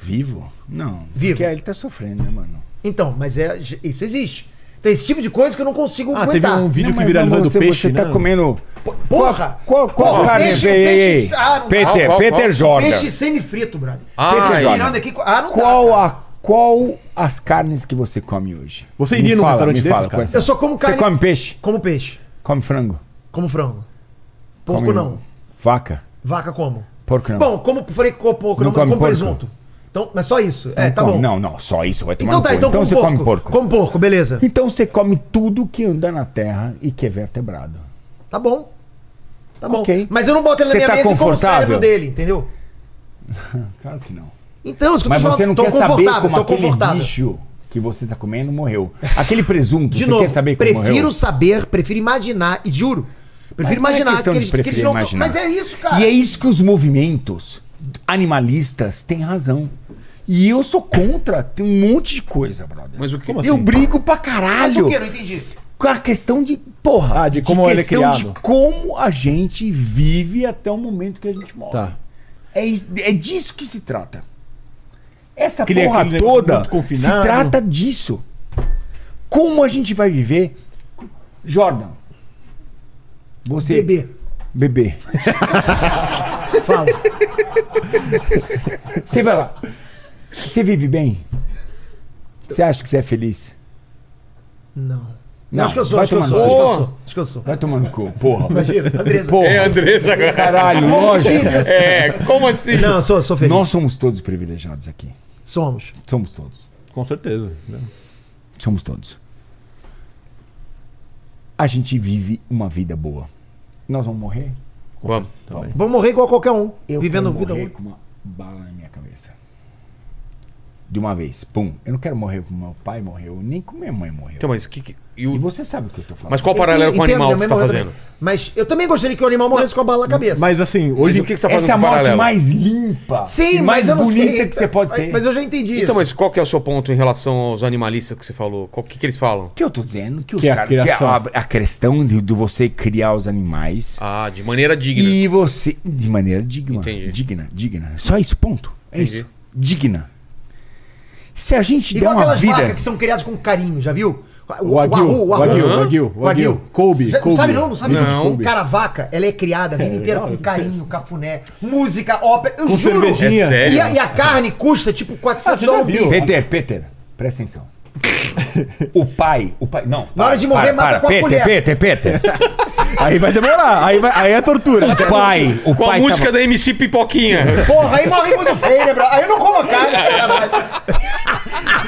Vivo? Não. Vivo. Porque ele tá sofrendo, né, mano? Então, mas é, isso existe. Então, esse tipo de coisa que eu não consigo Ah, teve um vídeo Não, que mas viralizou você, do peixe, Você tá né? comendo... Porra! Qual, qual, Porra, carne? peixe- Ei, ei, peixe- ah, não dá. Peter, Qual, qual, Peter qual? Jordan. Peixe tá semifrito, brother. Ah, Peter aí. Miranda aqui. Ah, não dá, Qual, cara. a, qual as carnes que você come hoje? Você Me iria num fala, restaurante me desses, fala, cara? quais- Eu só como Você carne. come peixe? Como peixe. Come frango? Como frango. Porco Come não. Vaca? Vaca como. Porco não. Bom, como falei que como porco, Não não, mas come como porco. presunto. Então, mas só isso. é, Não tá come- bom. Não, não, só isso vai tomar Então no tá, cu. então, como você porco. come porco. Como porco, beleza. Então você come tudo que anda na terra e que é vertebrado. Tá bom. Tá bom. Ok. Mas eu não boto ele na Você minha tá mesa e como o confortável? cérebro dele, entendeu? Claro que não. Então, isso que eu tô Mas falando, você não tô quer saber confortável, como tô aquele confortável. bicho que você tá comendo morreu. Aquele presunto, De você novo, quer saber como prefiro morreu? saber, prefiro imaginar, e juro, prefiro Mas não é imaginar questão de preferir não tão- imaginar. Mas é isso, cara. E é isso que os movimentos animalistas têm razão. E eu sou contra, tem um monte de coisa, brother. Mas o que? Eu assim? brigo pra Mas o caralho que? Não entendi. com a questão de, porra, Ah, de como ele é questão criado. de como a gente vive até o momento que a gente morre. Tá. É, i- é disso que se trata. Essa Aquele- porra aquele negócio toda é muito se confinado. trata disso. Como a gente vai viver? Jordan, você... Bebê, Bebê. (laughs) fala. Você vai lá. Você vive bem? Você acha que você é feliz? Não. Não, acho que eu sou, vai acho que eu tomar sou, no acho que eu cu. sou. Acho que eu sou. Vai tomar no cu, porra. Imagina, (laughs) Andresa. Porra. É, Andressa agora. Caralho, lógico. Jesus. É, como assim? Não, eu sou, sou feliz. Nós somos todos privilegiados aqui. Somos. Somos todos. Com certeza. né? Somos todos. A gente vive uma vida boa. Nós vamos morrer? Vamos. Vamos. Vamos morrer igual qualquer um, Eu vivendo quero vida morrer única. com uma bala na minha cabeça. De uma vez. Pum. Eu não quero morrer como meu pai morreu, nem como minha mãe morreu. Então, mas o que. que- e E o- você sabe o que eu tô falando. Mas qual o paralelo com o Entendo, é animal que minha você mãe tá morreu fazendo? também. Mas eu também gostaria que o animal morresse com a bala na cabeça. Mas assim, Mas hoje. o que, que você tá fazendo Essa é com a o morte paralelo? mais limpa Sim, e mas mais eu não sei. bonita que você pode ter. Mas eu já entendi Então, isso. mas qual que é o seu ponto em relação aos animalistas que você falou? Qual- O que, que eles falam? O que eu tô dizendo? Que, os Que é a caras- que criação. a, a questão de, de você criar os animais Ah, de maneira digna. e você. De maneira digna. Entendi. Digna, digna. Só isso, ponto. É Entendi. isso. Digna. Se a gente der Igual uma aquelas vida. vacas que são criadas com carinho, já viu? O Wagyu, o Wagyu, Wagyu. Hã? Wagyu, Wagyu, Wagyu. Kobe, Já- Kobe. Sabe não, não sabe Bife de Kobe. Cara, a vaca, ela é criada a vida inteira com carinho, cafuné, música, ópera, eu Com juro. cervejinha. É sério? E a, e a carne custa tipo 400 Ah, você já dólares. viu? bife. Peter, Peter, presta atenção. o pai, o pai. Não. hora de morrer, mata com a Peter, colher. Peter, Peter, (laughs) Aí vai demorar, aí, vai, aí é tortura. O pai. O com a pai música tava- da MC Pipoquinha. Porra, aí morre muito feio, né, bro? Aí eu não como a carne, sacanagem.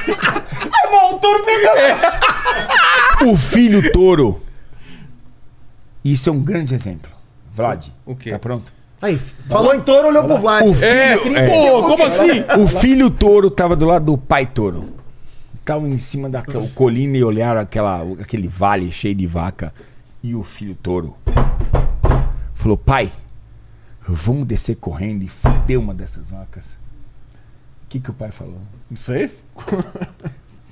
Aí morre um touro pegando. O filho touro. Isso é um grande exemplo. Vlad. O quê? Tá pronto? Aí, falou em touro, olhou pro Vlad. O filho, É, pô, como assim? O filho touro tava do lado do pai touro. Estavam em cima daquela colina e olharam aquela, aquele vale cheio de vaca. E o filho touro falou: Pai, vamos descer correndo e fuder uma dessas vacas. O que, que o pai falou? Não sei.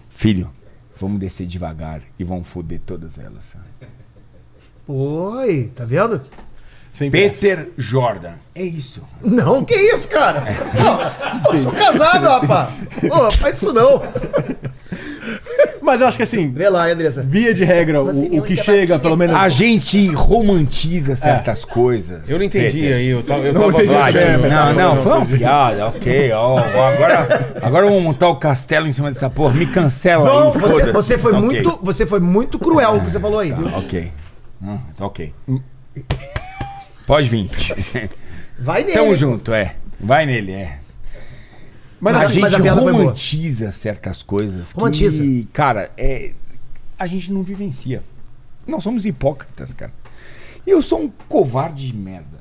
Filho, vamos descer devagar e vamos foder todas elas. Oi, tá vendo? Sempre Peter Jordan. É isso. É. Não, que isso, cara? Pô, eu sou casado, rapaz. Pô, faz isso não. é. Mas eu acho que assim, Vê lá, Andressa. via de regra, o, Assim, o que muita chega, pelo menos. A gente romantiza certas coisas. É. Eu não entendi Peter. aí, eu tava, eu Não tava entendi válido. a piada. Não, não, foi uma piada, ok. ó, agora, agora vamos montar o castelo em cima dessa porra. Me cancela Não, aí, você, foda-se. Tá você foi Ok. muito, você foi muito cruel o que você falou aí, viu? Tá, ok. Não, tá ok. Pode (laughs) vir. Vai nele. Tamo junto, é. Vai nele, é. Mas, a assim, gente mas a piada foi boa. romantiza certas coisas Romantiza. que, cara, é, a gente não vivencia. Nós somos hipócritas, cara. Eu sou um covarde de merda.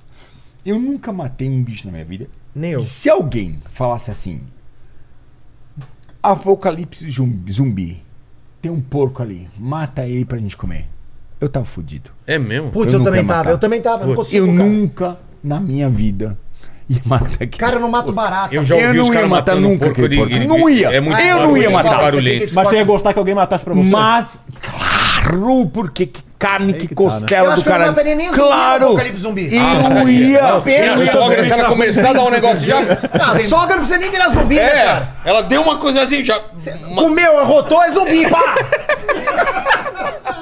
Eu nunca matei um bicho na minha vida. Nem eu. E se alguém falasse assim: Apocalipse zumbi, zumbi, tem um porco ali, mata ele pra gente comer. Eu tava fudido. É mesmo? Putz, Eu eu, nunca também ia matar. tava, eu também tava, eu não Putz, consigo. eu cara. nunca na minha vida e mata aqui. Cara, eu não mato barata. Eu já ouvi Eu os não caras ia matar matando nunca porco, aquele ele- porco. ele- Não ia. É muito Eu não barulho, ia é muito matar. barulhento. Mas você ia gostar que alguém matasse pra você? Ah, Mas, claro, porque que carne, que, que tá, costela né? Eu acho do que eu não cara. mataria nem o zumbi claro. no Apocalipse Zumbi. Eu Ah, mataria. ia. Não, Minha eu ia sogra, bem. se ela começar (laughs) a dar um negócio já. é- Ah, sogra não precisa nem virar zumbi, né, É, cara? ela deu uma coisa assim, já. Uma- Comeu, arrotou, é zumbi, pá!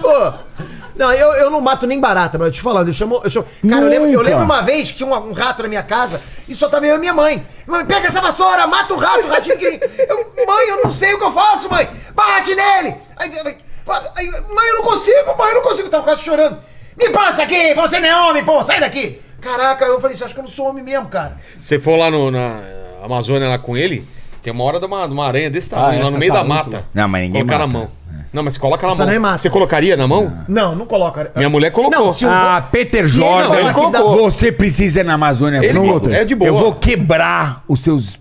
Pô. Não, eu, eu não mato nem barata, mas eu te falando, eu chamo. Eu chamo cara, eu lembro, eu Nunca. lembro uma vez que tinha um, um rato na minha casa e só tava eu e minha mãe. Mãe, pega essa vassoura, mata o rato, o ratinho que. Eu, mãe, eu não sei o que eu faço, mãe! Bate nele! Aí, aí, mãe, eu não consigo, mãe, eu não consigo. Eu tava quase chorando. Me passa aqui, você não é homem, pô, sai daqui! Caraca, eu falei, você acha que eu não sou homem mesmo, cara? Você for lá no- na Amazônia lá com ele, tem uma hora de uma, de uma aranha desse tamanho, Ah, é, lá no meio da tarântula. mata. Não, mas ninguém Colocar na mata. mão. Não, mas coloca na Essa mão. aranha mata. Você colocaria na mão? Não, não coloca. Minha mulher colocou. Não, se o- Ah, Peter Se ele Jordan, não falar que dá- você precisa ir na Amazônia. Ele comigo. botou. É de boa. Eu vou quebrar os seus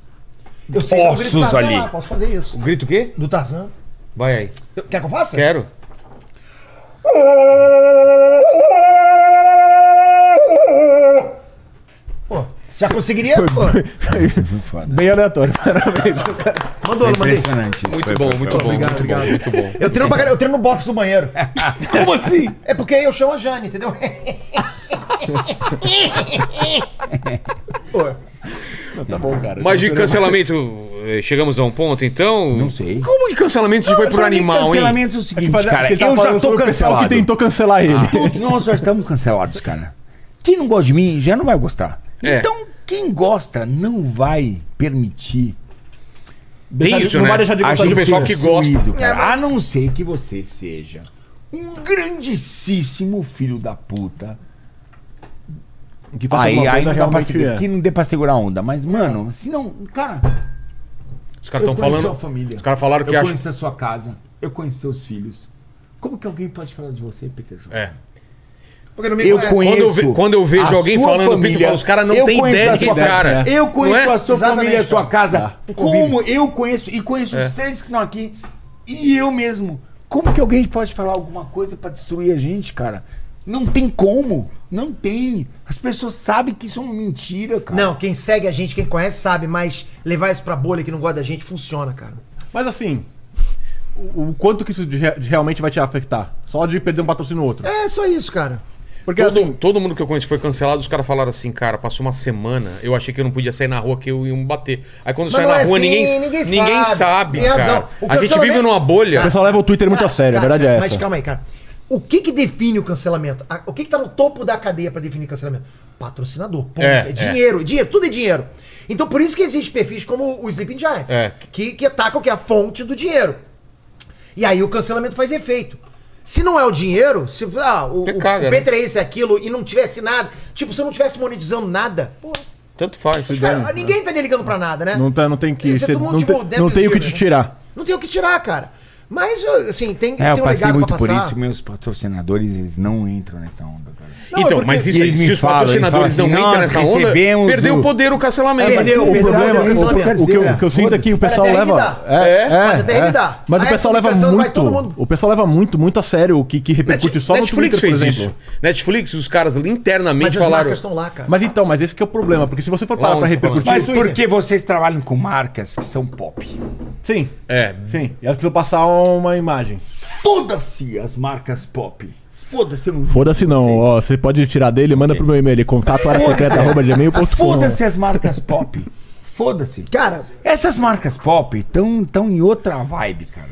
(laughs) Eu sei que ossos eu grito Tarzan ali. lá, posso fazer isso. O grito o quê? Do Tarzan. Vai aí. Eu- quer que eu faça? Quero. Pô, já conseguiria? Pô, Bem aleatório. (laughs) Parabéns. mandou, não mandei. É Impressionante isso. Muito Foi- bom, foi- muito foi- bom. Obrigado, muito obrigado. bom, muito bom. Eu treino, pra caralho, eu treino no box do banheiro. Como assim? É porque eu chamo a Jane, entendeu? (laughs) Pô, Tá bom, cara. Mas de cancelamento, eh, chegamos a um ponto, então? Não sei. Como de cancelamento a gente foi pro animal, hein? cancelamento é o seguinte, cara. ele tava Eu já falando tô Ah. sobre o pessoal que cancelado. tentou cancelar ele. Todos nós já estamos cancelados, cara. Quem não gosta de mim já não vai gostar. É. Então, quem gosta não vai Tem permitir Deixar de- isso, não né? vai deixar de a gostar gente, de o pessoal que você. gosta. É, Destruído, cara. A não ser que você seja um grandíssimo filho da puta. (laughs) Que faça Aí, alguma aí coisa não dá pra realmente segurar. é. Que não dê pra segurar a onda. Mas, mano, se não. Cara, Os caras eu estão conheço falando. a família. Os caras falaram que eu acham. conheço a sua casa. Eu conheço seus filhos. Como que alguém pode falar de você, Peter João? É. porque não me Eu conhece. conheço. Quando eu ve- quando eu vejo a alguém sua falando, família, Pinto, eu falo, os cara não eu tem conheço ideia a de quem é esse sua- cara. Eu conheço Não é? a sua Exatamente, família, a sua cara. casa. o Como eu conheço e conheço É. os três que estão aqui e eu mesmo. Como que alguém pode falar alguma coisa pra destruir a gente, cara? Não tem como. Não tem. As pessoas sabem que isso é uma mentira, cara. Não, quem segue a gente, quem conhece, sabe, mas levar isso pra bolha que não gosta da gente funciona, cara. Mas assim, o, o quanto que isso de re- de realmente vai te afetar? Só de perder um patrocínio ou outro. É só isso, cara. Porque Todo, assim, todo mundo que eu conheço foi cancelado, os caras falaram assim, cara, passou uma semana, eu achei que eu não podia sair na rua, que eu ia me bater. Aí quando sai não na é rua, assim, ninguém, ninguém ninguém sabe, sabe. Tem cara. razão. A O gente cancelamento- vive numa bolha. o pessoal leva o Twitter muito a Cara, sério, a cara, verdade é cara, essa. Mas calma aí, cara. O que que define o cancelamento? A- O que que tá no topo da cadeia pra definir cancelamento? Patrocinador, ponto. É, É, é. dinheiro, dinheiro, tudo é dinheiro. Então por isso que existe perfis como o Sleeping Giants, É. que, que atacam que é a fonte do dinheiro. E aí o cancelamento faz efeito. Se não é o dinheiro, se ah, o, Você o, caga, o né? Peter é esse, aquilo, e não tivesse nada, tipo, se eu não tivesse monetizando nada, pô, Tanto faz. cara, ninguém tá nem ligando pra nada, né? Não, tá, não tem que Isso é ser, todo mundo não, tipo tem- Dead não tem o que Giver, te né? tirar. Não tem o que tirar, cara. Mas, assim, tem, É, tem eu um passei legado muito pra por passar. isso que meus patrocinadores eles não entram nessa onda, cara. Não, é Então, porque- mas isso, e eles se me os falam, eles patrocinadores falam assim, não entram "Nós nessa onda, recebemos perdeu o o- É, poder o cancelamento. Perdeu, O perdeu, problema, perdeu, o, perdeu. o que eu, o que eu Foda-se. sinto é que o pessoal Pode até leva. revidar. É, Pode até é, é. revidar. Mas o Aí a pessoal leva comunicação vai todo muito. mundo. O pessoal leva muito, muito a sério o que, que repercute só no Netflix Twitter, fez por exemplo. isso. Netflix, os caras internamente Mas as falaram. marcas estão lá, cara. Mas então, mas esse que é o problema, porque se você for Lá parar onde pra você falou. repercutir. Mas Twitter. porque vocês trabalham com marcas que são pop. Sim, É, sim. E elas precisam passar uma imagem. Foda-se as marcas pop. Foda-se, eu não Foda-se não, ó, você pode tirar dele, manda pro meu e-mail, contato área secreta arroba gmail.com. Foda-se as marcas pop. Foda-se. Cara, Essas marcas pop estão tão em outra vibe, cara.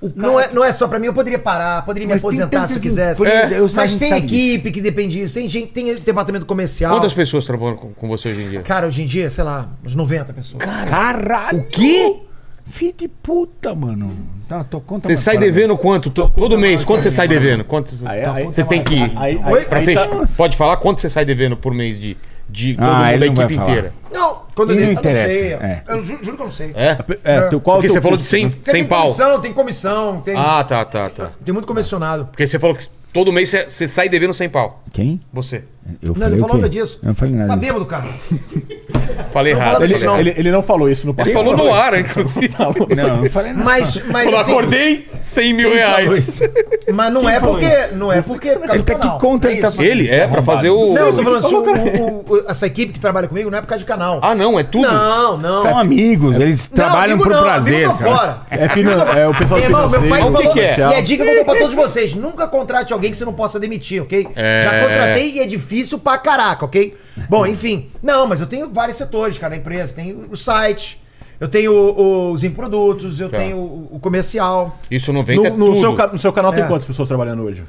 O cara- não é, não é só pra mim, eu poderia parar, poderia me Mas tem aposentar se eu tantas quisesse. É. empresas, eu Mas sabe- tem sabe equipe que depende disso, tem gente, tem departamento comercial. quantas pessoas trabalham com, com você hoje em dia? Cara, hoje em dia, sei lá, uns 90 pessoas. Caralho! O quê? Filho de puta, mano. Tá, tô conta Você mais sai para mim. devendo quanto? To- Todo mês, quanto você sai devendo? Quanto é Aí- Tá aí- você tem que ir? aí- Oi? aí- Pra aí fechar- tá- Pode falar quanto você sai devendo por mês de, de todo Ah, mundo ele da não vai equipe falar. inteira? Não, quando E não eu, interessa, eu não sei. é. Eu ju- juro, que eu não sei. É? É, teu, qual Porque teu você falou de custo? 100, Porque 100 né? tem pau. comissão, tem comissão, tem, Ah, tá, tá, tá. tem muito comissionado. Porque você falou que todo mês você, você sai devendo 100 pau. Quem? Você. Eu Não, falei ele o falou quê? nada disso. Eu não falei nada Tá disso. bêbado, cara. Falei Não errado. fala falei disso, errado. Ele, ele não falou isso no Ele passado. É, falou no ar, inclusive. Não, eu não falei nada. (laughs) Mas, mas, Falou, assim, acordei 100 mil reais. mas não é porque. Não é porque. por causa Ele do tá aqui canal, contra, é ele tá isso. Ele é pra fazer o. Não, eu tô falando assim, o- o- o- essa equipe que trabalha comigo não é por causa de canal. Ah, não, é tudo? não, não. São amigos, eles Não, trabalham amigo por não, prazer, amigo tá cara. fora. É, finan... é o pessoal Meu irmão, meu pai o que financeiro, falou, que é? comercial. e é dica que eu dou pra todos vocês, nunca contrate alguém que você não possa demitir, ok? Já contratei e é difícil pra caraca, ok? Bom, enfim, não, mas eu tenho vários setores, cara, na empresa, tem o site, eu tenho o- os infoprodutos, eu Tá. tenho o, o comercial, Isso 90 é No, no tudo. seu, ca- no seu canal tem É. quantas pessoas trabalhando hoje?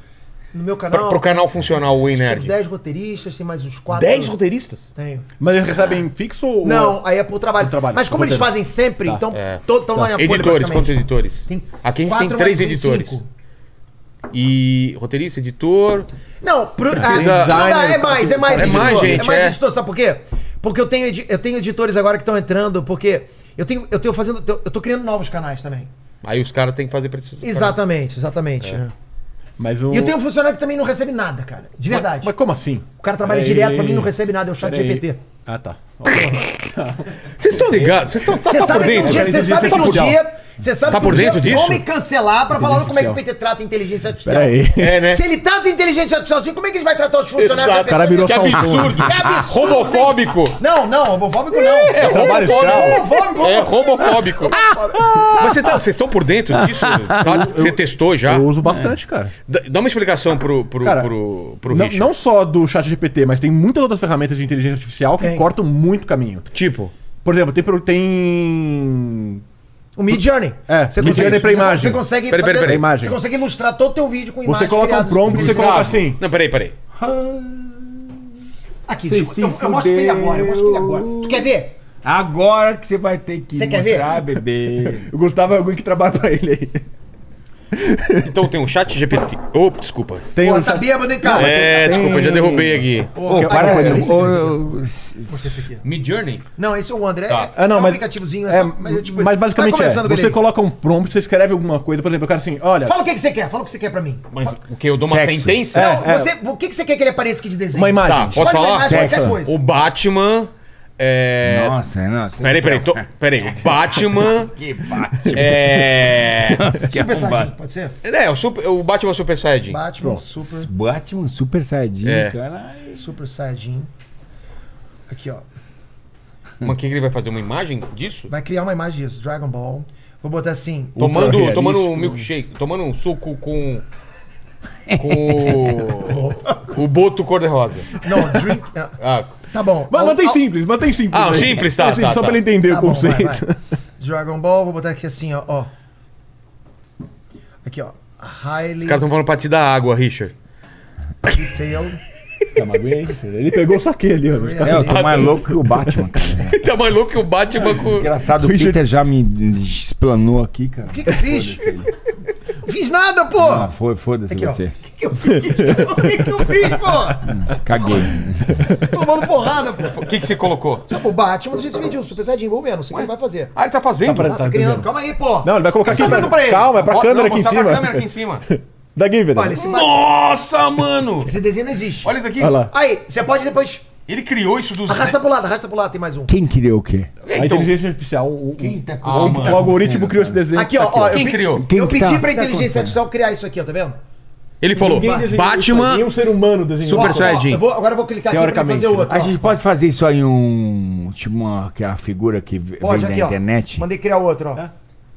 no meu Pra, canal, pro canal funcional né? o uns Nerd. 10 roteiristas, tem mais uns 4. 10 roteiristas? Tenho. Mas eles recebem fixo ou. Ah. Não, aí é pro trabalho. Pro trabalho, Mas como eles roteiro. fazem sempre, Tá. então, É. todo estão lá em Folha, Editores, praticamente. quantos editores? Tem Aqui a gente tem quatro três mais uns editores. cinco. E roteirista, editor. Não, pro, Precisa- ah, não dá, é designer, mais, é mais É mais gente, é mais é. editor, sabe por quê? Porque eu tenho, edi- eu tenho editores agora que estão entrando, porque eu tenho, eu tenho fazendo, eu tô criando novos canais também. Aí os caras têm que É. fazer precisão. Exatamente, exatamente. né? Mas o... E eu tenho um funcionário que também não recebe nada, cara, de verdade. Mas, mas como assim? o cara trabalha Peraí. direto pra mim, não recebe nada, é o chat Peraí. GPT. Ah, tá. Vocês estão ligados? Vocês estão tá, Você tá por sabe que um dentro? dia, né? você sabe que um artificial. dia, você sabe Tá que um por dia dentro disso? vão me cancelar pra falar como é que o artificial. PT trata a inteligência artificial. (laughs) Peraí. É, né? Se ele trata a inteligência artificial assim, como é que ele vai tratar os funcionários Exato, o cara virou um Que (laughs) absurdo! Que absurdo! Robofóbico! Não, não, homofóbico não. É trabalho robofóbico! Homofóbico, É robofóbico! (laughs) Mas você tá- vocês estão por dentro disso? Tá? Você testou já? Eu uso bastante, cara. Dá dá uma explicação pro, pro, Cara, pro, É. pro não, Richard. não só do chat GPT, mas tem muitas outras ferramentas de inteligência artificial que Tem. cortam muito caminho. Tipo, Por exemplo, tem. pro- tem... O Mid Journey. É, Você Mid consegue- Journey pra imagem. Você consegue, Peraí, peraí, fazer- peraí. Imagem. você consegue ilustrar todo o teu vídeo com Você coloca um criadas- prompt, você Tá. coloca assim. Não, peraí, peraí. Ah. Aqui, Você deixa eu, eu, se eu mostro pra ele agora, eu mostro pra ele agora. fudeu. Tu quer ver? Agora que você vai ter que Você quer mostrar, bebê. O Gustavo é alguém que trabalha pra ele aí. Então tem um chat GPT. Opa, desculpa. Tem Pô, um tá chat... bêbado, hein, cara? É, desculpa, já derrubei aqui. Pô, Ô, cara, para, olha, eu- esse- ô, esse aqui. eu- s- s- Mostra esse aqui. Mid Journey? Não, esse é o André. Tá. Ah, não, é um mas- aplicativozinho, É, só- mas, é tipo- basicamente vai conversando é, com ele você aí. coloca um prompt, você escreve alguma coisa, por exemplo, o cara assim, olha, Fala o que, que você quer, fala o que você quer pra mim. Mas o que? Eu dou uma Sexo. sentença? É. Não, você- o que, que você quer que ele apareça aqui de desenho? uma imagem. Tá, Olha posso uma falar? imagem, qualquer Sexo. coisa. O Batman. É. Nossa, nossa. Peraí, peraí. Tô... Peraí. O Batman. Que bate. é. Super Saiyajin, pode ser? É, o, super, o Batman Super Saiyajin. Batman, Super, Batman Super Saiyajin, É. caralho. Super Saiyajin. Aqui, ó. Mas o que, que ele vai fazer? Uma imagem disso? Vai criar uma imagem disso, Dragon Ball. Vou botar assim. Tomando, realístico, tomando um né? milkshake, tomando um suco com. (laughs) Com. o boto cor-de-rosa. Não, (laughs) drink. não, Ah, Tá bom. Mas mantém Ó, ó, simples, mantém simples. Ah, aí. simples, tá, É simples, tá, Só tá. pra ele entender tá o bom, vai, conceito. vai. Dragon Ball, vou botar aqui assim, ó. ó. Aqui, ó. Highly os caras estão falando pra te dar água, Richard. (laughs) detailed. Tá, mas aguenta. Ele pegou o saque ali, ó. É, eu tô mais louco que o Batman, (laughs) cara. tá mais louco que o Batman (laughs) com. Engraçado, o Richard- Peter já me explanou aqui, cara. O que, que eu fiz? fiz nada, pô! Ah, foi, foda-se Aqui, ó. você. O que, que eu fiz? O que, que eu fiz, pô? Caguei. Tomando porrada, pô. O que, que você colocou? Só o Batman do jeito que pediu, Super Saiyajin, vou ver, não sei o que ele vai fazer. Ah, ele tá fazendo. Tá Ah, tá tá criando, vendo? calma aí, pô. Não, ele vai colocar Você aqui. tá dando pra ele? Calma, é pra Ó, câmera não, aqui em mostrar cima. pra câmera aqui em cima. Da Game, velho. Olha, esse, ba- Nossa, mano! esse desenho não existe. Olha isso aqui. Olha lá. Aí, você pode depois. Ele criou isso do Arrasta pro lado, arrasta pro lado, tem mais um. Quem criou o quê? A Então, inteligência artificial. O, o- Quem tá com- o- Ah, o mano. algoritmo criou esse desenho. Aqui, ó, ó eu Quem pe- criou? tá Quem eu que pedi tá? Tá pra inteligência artificial criar isso aqui, ó, tá vendo? ele falou: Ninguém desenhou isso, Batman. Nenhum ser humano desenhou. Super Ó, ó, Saiyajin. eu vou- agora eu vou clicar aqui pra Teoricamente, fazer né? outro. A ó. gente pode fazer isso aí um. Tipo uma que é a figura que v- Pode, vem da aqui, ó. internet. Mandei criar outro, ó.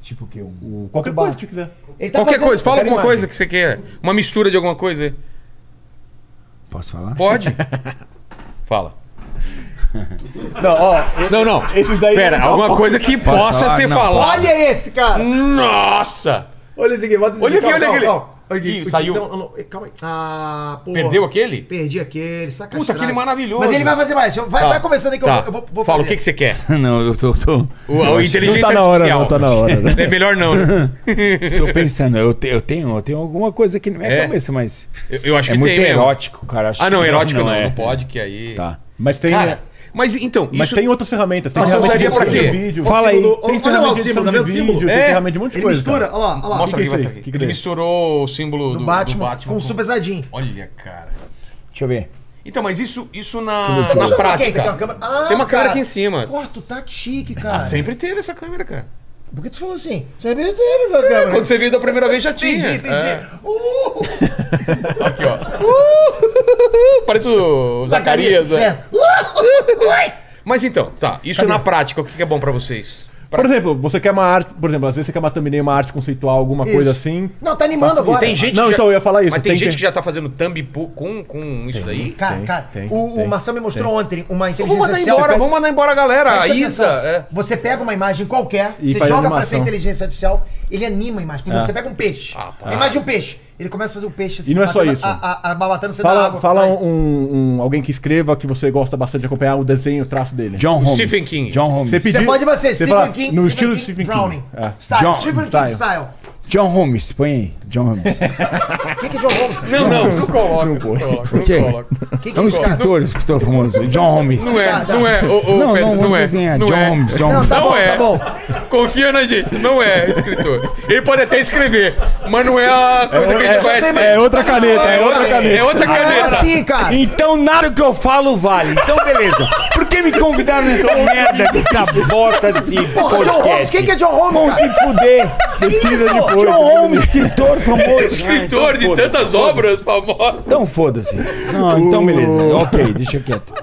Tipo o quê? Um... O- Qualquer coisa que tu quiser. Ele tá Qualquer fazendo- coisa, fala qualquer alguma imagem. coisa que você quer. Uma mistura de alguma coisa aí. Posso falar? (laughs) (laughs) Pode? fala. Não, ó. e- Não, não. Esses daí. Pera, não, alguma coisa que possa falar? ser Não. falada. Olha esse, Hum, cara! Nossa! Olha esse aqui, bota esse Olha aqui, Calma, olha calma, aquele. calma. Olha aqui, Ih, o Titão- saiu. não, não, eh, calma aí. Ah, pô. Perdeu aquele? Perdi aquele, saca Puta, estrada. aquele maravilhoso. Mas ele vai fazer mais. Vai, vai começando aí que eu Tá. vou- eu vou, vou Fala, o fazer. que, que você quer? Não, eu tô, tô, O, o inteligência não tá na hora, artificial. não, tá na hora. né? É melhor não, (laughs) né? tô pensando. Eu, te- eu, tenho, eu tenho alguma coisa aqui na minha É? cabeça, mas. Eu, eu acho É que muito tem mesmo. erótico, cara. acho Ah, não, que erótico não. Não, é. pode, que aí. Tá. Mas tem. Cara, mas então, Mas isso. tem outras ferramentas. Tem Nossa, ferramenta de usaria pra edição de quê? vídeo. Fala aí. Olha Tem lá ferramenta o de símbolo, edição tá de vendo o símbolo? vídeo. Tem É. ferramenta de um monte de Ele coisa. mistura, cara. olha lá, olha lá. Mostra que aqui, que é mostra isso aqui. aí? Que que Ele é? misturou o símbolo do, do Batman, do Batman com o Super Saiyajin. Olha, cara. Deixa eu ver. Então, mas isso, isso na, Você na mostrou pra prática. quem que tem uma câmera? Ah, tem uma câmera cara. aqui em cima. Ah, Porra, tu tá chique, cara. Sempre teve essa câmera, cara. Por que tu falou assim? Você é meio tênis, ó, câmera. Quando você veio da primeira vez já tinha. Entendi, entendi. É. Uh, Aqui, ó. Uh, (laughs) parece o Zacarias. né? É. Uh, ui. Mas então, tá. Isso na prática, o que que é bom pra vocês? Pra- Por exemplo, você quer uma arte, por exemplo, às vezes você quer uma thumbnail, uma arte conceitual, alguma Isso. coisa assim. Não, tá animando agora. Tem gente Não, que então, já... eu ia falar isso, Mas tem, tem gente que- que já tá fazendo thumb po- com, com isso é daí? Cara, Tem, cara, tem, o, o tem. Marcelo me mostrou ontem uma inteligência Vamos mandar artificial. embora, vamos mandar embora a galera. A Presta Isa. atenção. é. Você pega uma imagem qualquer, E você faz joga pra animação. essa inteligência artificial, ele anima a imagem. Por exemplo, Ah. você pega um peixe. A imagem de um peixe. Ele começa a fazer o peixe assim. E não é só batendo- isso. A, a, a babatana sendo na Fala, água. fala Vai. um, um- alguém que escreva que você gosta bastante de acompanhar o desenho, o traço dele. John Holmes. Stephen King. John Holmes. Você Você pedir- pode você, você Stephen fala, King. no estilo Stephen King. Browning. tá É. Style. John- Stephen King style. style. John Holmes, põe aí. John (laughs) Holmes. O que, que é John Holmes? cara? Não, não, não coloca. Não não põe. coloca, não Ok. coloca. que que É um isso, cara? escritor, escritor famoso. John Holmes. Não é, não é. Ô, ô, Não, Pedro, não, não, vamos é. desenhar. Não John é. Holmes, John Não, Holmes. tá Não bom, é. tá bom. Confia na gente. Não é escritor. Ele pode até escrever, mas não é a coisa que a gente conhece. É, é tá outra caneta, é outra caneta. É outra Ah, é caneta. assim, cara. Então nada que eu falo vale. Então beleza. Por que me convidaram nessa Então, (laughs) merda dessa bosta desse Porra, John Holmes. Quem que é John Vão Holmes, se cara? fuder. é Pesquisa depois. John Holmes, né? escritor famoso. Ah, Escritor então de foda-se, tantas foda-se. obras famosas. Então foda-se. Não, então beleza. Ok, deixa quieto.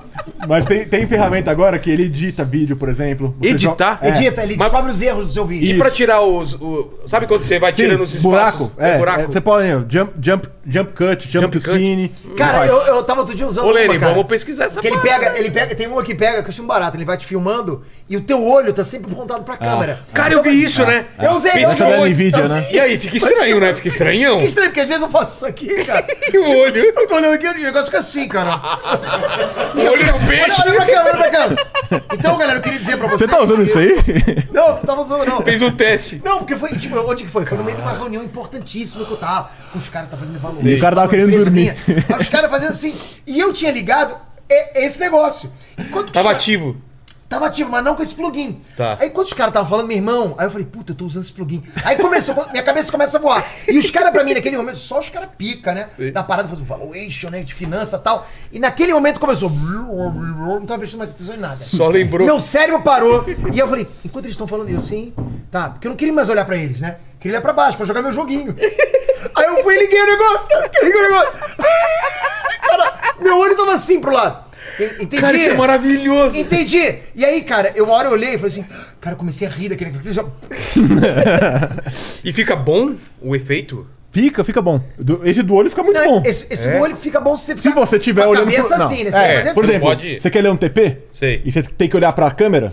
Mas tem, tem ferramenta agora que ele edita vídeo, por exemplo. Você Editar? joga- É. Edita, ele descobre os erros do seu vídeo. E pra tirar os. o- sabe quando você vai Sim, tirando os espaços? buraco. É, É, buraco. é, você pode, né, jump, jump, jump cut, jump, Jump to cine. Cara, eu, eu tava outro dia usando Ô, Lene, uma, cara. vamos pesquisar essa Que ele parada. pega, ele pega, tem uma que pega, que eu acho um barato, ele vai te filmando e o teu olho tá sempre apontado pra câmera. Ah, Cara, eu vi isso, né? Eu usei, Fiz eu Essa usei. um da olho- Nvidia, eu né? E aí, fica estranho, né? Fica estranhão. Que estranho, porque às vezes eu faço isso aqui, (laughs) cara. E o olho. Eu tô olhando aqui e o negócio fica assim, cara. (laughs) O olho é um do Olha, peixe. olha pra cá, olha pra cá. Então, galera, eu queria dizer pra vocês... Você tá usando isso aí? Não, não tava usando, não. Fez um teste. Não, porque foi, tipo, onde que foi? Foi no meio de uma reunião importantíssima que eu tava. Com os caras tá fazendo valor. E o cara tava Uma querendo empresa dormir. minha. Aí Os caras fazendo assim. E eu tinha ligado e- esse negócio. Enquanto os Tava caras- ativo. Tava ativo, mas não com esse plugin. Tá. Aí quando os caras estavam falando, meu irmão, aí eu falei, puta, eu tô usando esse plugin. Aí começou, (laughs) minha cabeça começa a voar. E os caras, pra mim, naquele momento, só os caras pica, né? Da parada, fazendo valuation, né? De finança e tal. E naquele momento começou. Não tava prestando mais atenção em nada. Só lembrou. Meu cérebro parou. E eu falei, enquanto eles estão falando, eu sim. Tá, porque eu não queria mais olhar pra eles, né? Queria olhar pra baixo, pra jogar (laughs) meu joguinho. Aí eu fui e liguei o negócio, cara. que Eu liguei o negócio. Cara, meu olho tava assim pro lado. En- Entendi. Cara, isso é maravilhoso. Entendi. E aí, cara, eu uma hora eu olhei e falei assim, cara, eu comecei a rir daquele negócio. Já- Tá E fica bom o efeito? Fica, fica bom. Do- esse do olho fica muito bom. É. Esse, esse olho fica bom se você Se você tiver com a olhando pro- cabeça não. assim, né? Você É, vai fazer Por assim. exemplo, Pode- você quer ler um TP? Sei. E você tem que olhar pra câmera?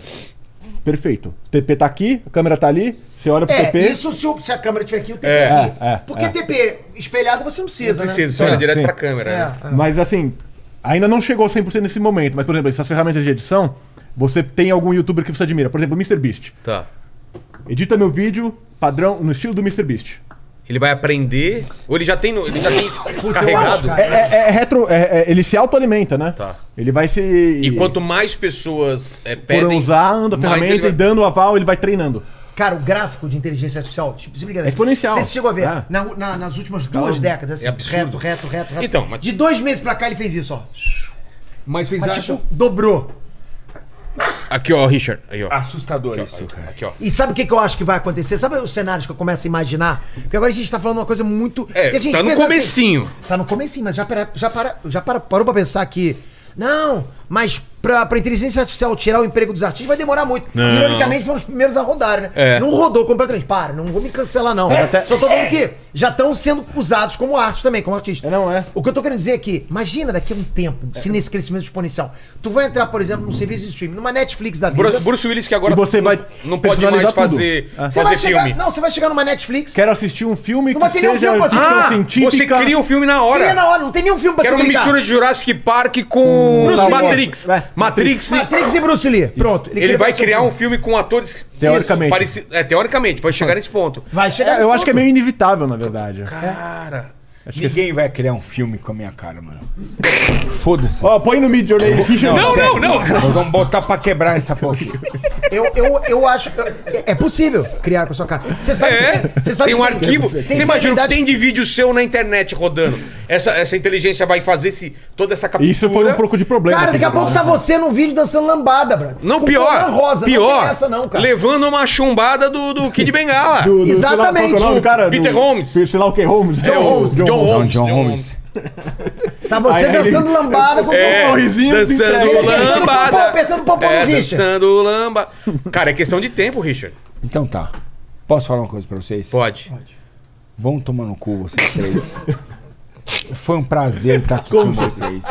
Perfeito. O TP tá aqui, a câmera tá ali, você olha pro É, TP. isso se, o- se a câmera tiver aqui, o TP É, aqui. é, é, Porque é. TP espelhado você não precisa, né? Precisa, você olha Sim, direto sim. pra câmera. né? É, é. Mas assim, ainda não chegou 100% nesse momento. Mas, por exemplo, essas ferramentas de edição, você tem algum youtuber que você admira. Por exemplo, o MrBeast. Tá. Edita meu vídeo padrão no estilo do MrBeast. Ele vai aprender. Ou ele já tem. no- Ele já tem acho, carregado. cara. É, é- é retro. é- é- ele se autoalimenta, né? Tá. Ele vai se. E quanto mais pessoas é, pedem. Foram usando mais a ele ferramenta vai- e dando o aval, ele vai treinando. Cara, o gráfico de inteligência artificial, tipo, se É brincadeira. exponencial. Você chegou a ver, Ah. na- na- nas últimas duas décadas, é assim, absurdo. reto, reto, reto, reto. Então, mas- De dois meses pra cá ele fez isso, ó. Mas vocês Mas, acham. tipo, dobrou. Aqui, ó, Richard. Aí, ó. Assustador isso, cara. Aqui, ó. E sabe o que, que eu acho que vai acontecer? Sabe os cenários que eu começo a imaginar? Porque agora a gente tá falando uma coisa muito... É, que a gente tá no pensa assim, comecinho. Tá no comecinho, mas já, para, já, para, já para, parou pra pensar que. Não, mas pra, pra inteligência artificial tirar o emprego dos artistas vai demorar muito. Ironicamente, foram os primeiros a rodar, né? É. Não rodou completamente. Para, não vou me cancelar, não. É, Só tô falando que já estão sendo usados como arte também, como artista. É, não, é. O que eu tô querendo dizer é que, imagina daqui a um tempo, se nesse crescimento exponencial, tu vai entrar, por exemplo, num serviço de streaming, numa Netflix da vida. Bru- Bruce Willis, que agora E você não, vai não pode mais personalizar tudo. fazer, Ah. Você vai fazer chegar, filme. Não, você vai chegar numa Netflix. Quero assistir um filme Não que vai ter nenhum seja filme pra assistir. ficção Ah, você científica. cria o filme na hora. Teria na hora, não tem nenhum filme pra Que era uma clicar. mistura de Jurassic Park com Bruce Willis. Matrix. É, Matrix. Matrix e Bruce Lee. Pronto. Ele queria vai fazer criar filme. um filme com atores Teoricamente. pareci- é, teoricamente, vai chegar nesse ponto. Vai chegar É, nesse eu acho ponto. que é meio inevitável, na verdade. Cara, Ninguém vai criar um filme com a minha cara, mano. Foda-se. Ó, põe no Mid Journey Richard. Não, sério, não, não. Vamos botar pra quebrar essa porra. Eu, eu, eu acho. É é possível criar com a sua cara. Você sabe É, que você sabe tem um que arquivo. você imagina o que celebridade- tem de vídeo seu na internet rodando. Essa, essa inteligência vai fazer esse, toda essa captura. Isso foi um pouco de problema. Cara, daqui a aqui, pouco tá você num vídeo dançando lambada, brother. Não, Com pior. colã rosa, pior. Não tem essa, não, cara. Levando uma chumbada do, (laughs) do Kid Bengala. Do- do- sei lá, qual Exatamente, que é o nome, o cara, Peter do- Holmes. Sei lá o que, Holmes. É, o John Holmes. John John Holmes. Tá você Aí, aí, dançando lambada com É, Um sorrisinho dançando entregue. lambada. Apertando o popô, apertando o popô é, no Richard. Dançando lamba. Cara, é questão de tempo, Richard. Então tá. Posso falar uma coisa pra vocês? Pode. Vão tomar no cu vocês três. Foi um prazer estar aqui com vocês.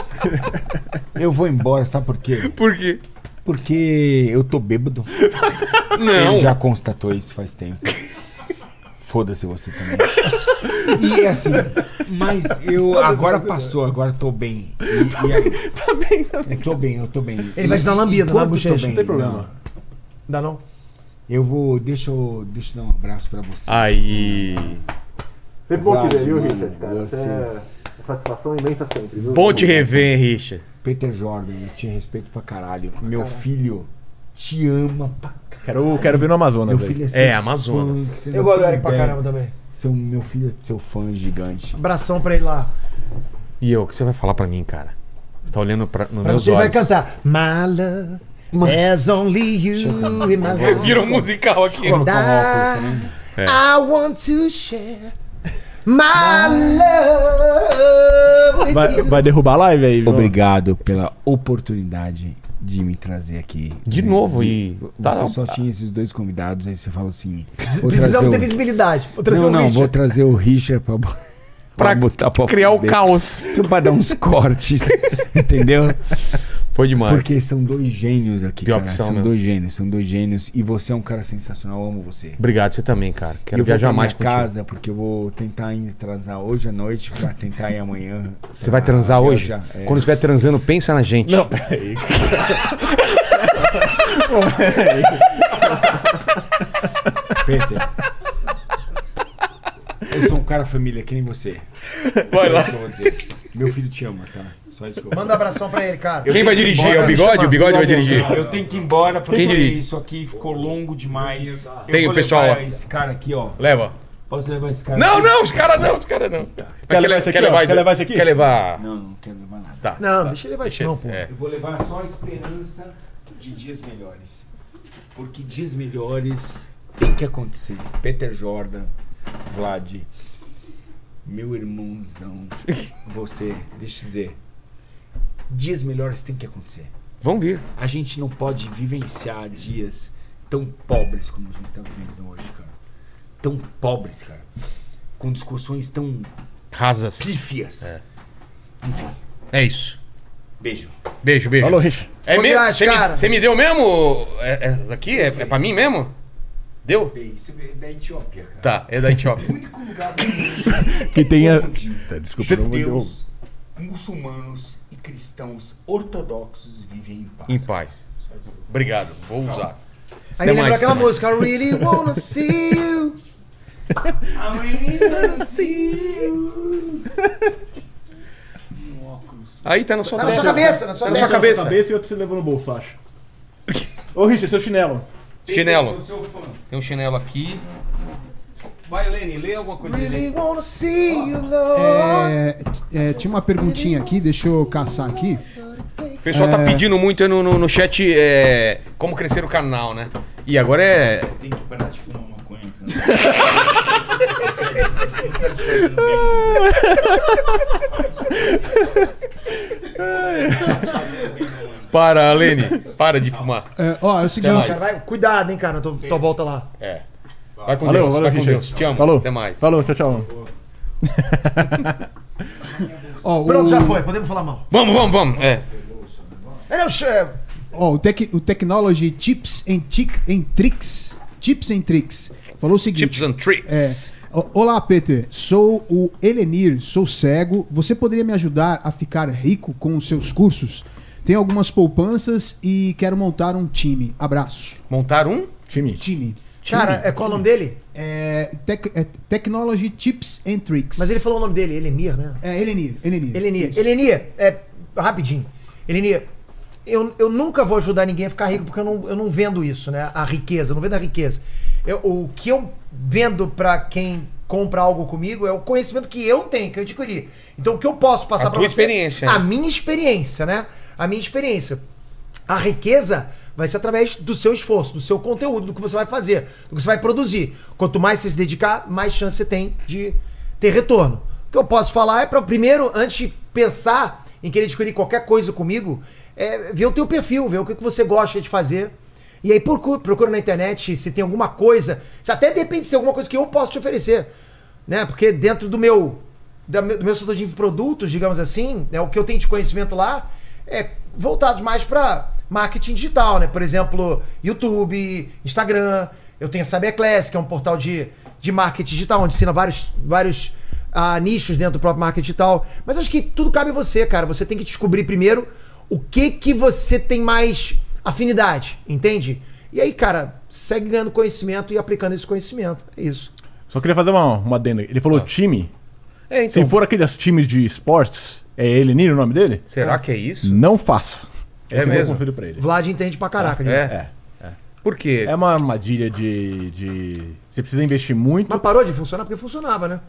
Eu vou embora, sabe por quê? Por quê? Porque eu tô bêbado. Não. Ele já constatou isso faz (laughs) tempo. Foda-se você também. E é assim, mas eu agora passou, agora eu tô bem. E- e aí- Tá bem, tá bem. eu tô bem, eu tô bem. Ele vai te dar uma lambida na enquanto eu tô bochecha, bem, não tem problema. Dá não? Eu vou, deixa eu, deixa eu dar um abraço pra você. Aí. Sempre bom te ver, viu, Richard, cara? Você é satisfação imensa sempre, viu? Bom te rever, hein, Richard. Peter Jordan, eu te respeito pra caralho. Meu filho te ama pra caralho. Quero, quero ver no Meu Amazonas, velho. filho é seu É, Amazonas. fã, que você Eu não gosto do tem Eric pra ideia. caramba também. Seu, meu filho é seu fã gigante. Abração pra ele lá. E eu, o que você vai falar pra mim, cara? Você tá olhando pra, nos Pra meus você ele vai olhos. cantar. My love, there's only you in my life. Virou um musical aqui. And I, I want to share my love with Vai, you. vai derrubar a live aí, viu? Obrigado pela oportunidade de me trazer aqui. De novo, e- Você tá- só tinha esses dois convidados, aí você falou (laughs) assim... vou trazer Precisamos ter o- visibilidade. Vou trazer Não, o não, Richard. vou trazer um o Richard pra, (laughs) bo- (laughs) pra botar pra criar o caos. Pra (laughs) dar uns cortes, entendeu? Foi demais. Porque são dois gênios aqui, Pior cara. que são, né? são meu. dois gênios, são dois gênios. E você é um cara sensacional, eu amo você. Obrigado, você também, cara. Quero eu viajar vou pra mais minha casa, porque eu vou tentar ainda transar hoje à noite pra tentar ir amanhã. é. Você vai Ah, transar hoje? É. Quando estiver transando, pensa na gente. Não, Peter. Eu sou um cara família, que nem você. vai É isso que eu vou dizer. Meu filho te ama, tá? Só isso que eu vou Manda um abração pra ele, cara. Quem vai dirigir? É o bigode? O bigode vai dirigir. Eu tenho que ir embora porque Quem dirige? isso aqui ficou longo demais. Eu Tem vou o pessoal, levar ó. Esse cara aqui, ó. Leva. Posso levar esse cara? Não, aqui? não, os caras não, os caras não. Quer levar esse aqui, ó? Quer levar esse aqui? Quer levar. Não, não quero levar nada. Tá. Não, deixa ele levar isso não, pô. É. Eu vou levar só a esperança de dias melhores. Porque dias melhores tem que acontecer. Peter Jordan, Vlad, meu irmãozão, (laughs) você, deixa eu dizer. Dias melhores tem que acontecer. Vão vir. A gente não pode vivenciar dias tão pobres como a gente tá vivendo hoje, cara. Tão pobres, cara. Com discussões tão Rasas. pífias. É isso. Beijo. Beijo, beijo. Falou, Richard. É Boa mesmo? viagem, Você me, cara. você me deu mesmo? É, é, aqui? É, é pra mim mesmo? Deu? Isso é da Etiópia, cara. Tá, é da Etiópia. O único lugar do mundo Que tenha. onde Tá, Desculpa, não vou judeus, muçulmanos e cristãos ortodoxos vivem em paz. em paz. Obrigado, vou usar. Aí ele lembrou mais, aquela até mais. música, I really wanna see you. Aí tá na sua Tá na cabeça. sua cabeça, na sua Tá na sua cabeça. cabeça. Cabeça e outro você levou no bolso, acho. Ô, Richard, seu chinelo. Chinelo. Tem um chinelo aqui. Vai, Helene, lê alguma coisa. Really wanna see you, Lord. É, t- é, tinha uma perguntinha aqui, deixa eu caçar aqui. O pessoal tá pedindo muito aí no, no, no chat é, como crescer o canal, né? E agora é. Tem que parar de fumar maconha, cara. Para, Helene. Para de fumar. É, ó, é o Até seguinte. mais. Cara, vai, cuidado, hein, cara, na tua, tua volta lá. É. Vai com Valeu, Deus, vai tá valeu, com Richard. Deus. Te amo. Falou. Até mais. Falou, tchau, tchau. Ó, Pronto, o, já foi, podemos falar mal. Vamos, vamos, vamos. É. Ele é o chefe. Ó, o, tec, o Technology Tips and, Tic- and Tricks. Tips and Tricks. Falou o seguinte. Tips and tricks. É. O- Olá, Peter. Sou o Elenir, sou cego. Você poderia me ajudar a ficar rico com os seus cursos? Tenho algumas poupanças e quero montar um time. Abraço. Montar um Time. Time. Cara, é, qual o nome dele? É, tec- é Technology Tips and Tricks. Mas ele falou o nome dele, Elenir, né? É, Elenir. Elenir. Elenir. Isso. Elenir, é, rapidinho. Elenir, eu, eu nunca vou ajudar ninguém a ficar rico porque eu não, eu não vendo isso, né? A riqueza, eu não vendo a riqueza. Eu- o que eu vendo pra quem compra algo comigo é o conhecimento que eu tenho, que eu adquiri. Então o que eu posso passar A pra tua você? experiência. é. A minha experiência, né? A minha experiência. A riqueza vai ser através do seu esforço, do seu conteúdo, do que você vai fazer, do que você vai produzir. Quanto mais você se dedicar, mais chance você tem de ter retorno. O que eu posso falar é para primeiro, antes de pensar em querer descobrir qualquer coisa comigo, é ver o teu perfil, ver o que que você gosta de fazer. E aí procura, procura na internet se tem alguma coisa, se até depende se tem alguma coisa que eu posso te oferecer, né? Porque dentro do meu da me- do meu setor de produtos, digamos assim, né, o que eu tenho de conhecimento lá é voltados mais para marketing digital, né? Por exemplo, YouTube, Instagram. Eu tenho a Cyberclass, que é um portal de, de marketing digital, onde ensina vários, vários ah, nichos dentro do próprio marketing digital. Mas acho que tudo cabe a você, cara. Você tem que descobrir primeiro o que que você tem mais afinidade, entende? E aí, cara, segue ganhando conhecimento e aplicando esse conhecimento. É isso. Só queria fazer uma, uma adenda. Ele Ah. falou time. É, Se então, for aqueles times de esportes, é Elenir o nome dele? será que é isso? Não faça. É Esse é o mesmo? conselho pra ele. Vlad entende pra caraca, gente. É. Por quê? É uma armadilha de, de. Você precisa investir muito. Mas parou de funcionar porque funcionava, né?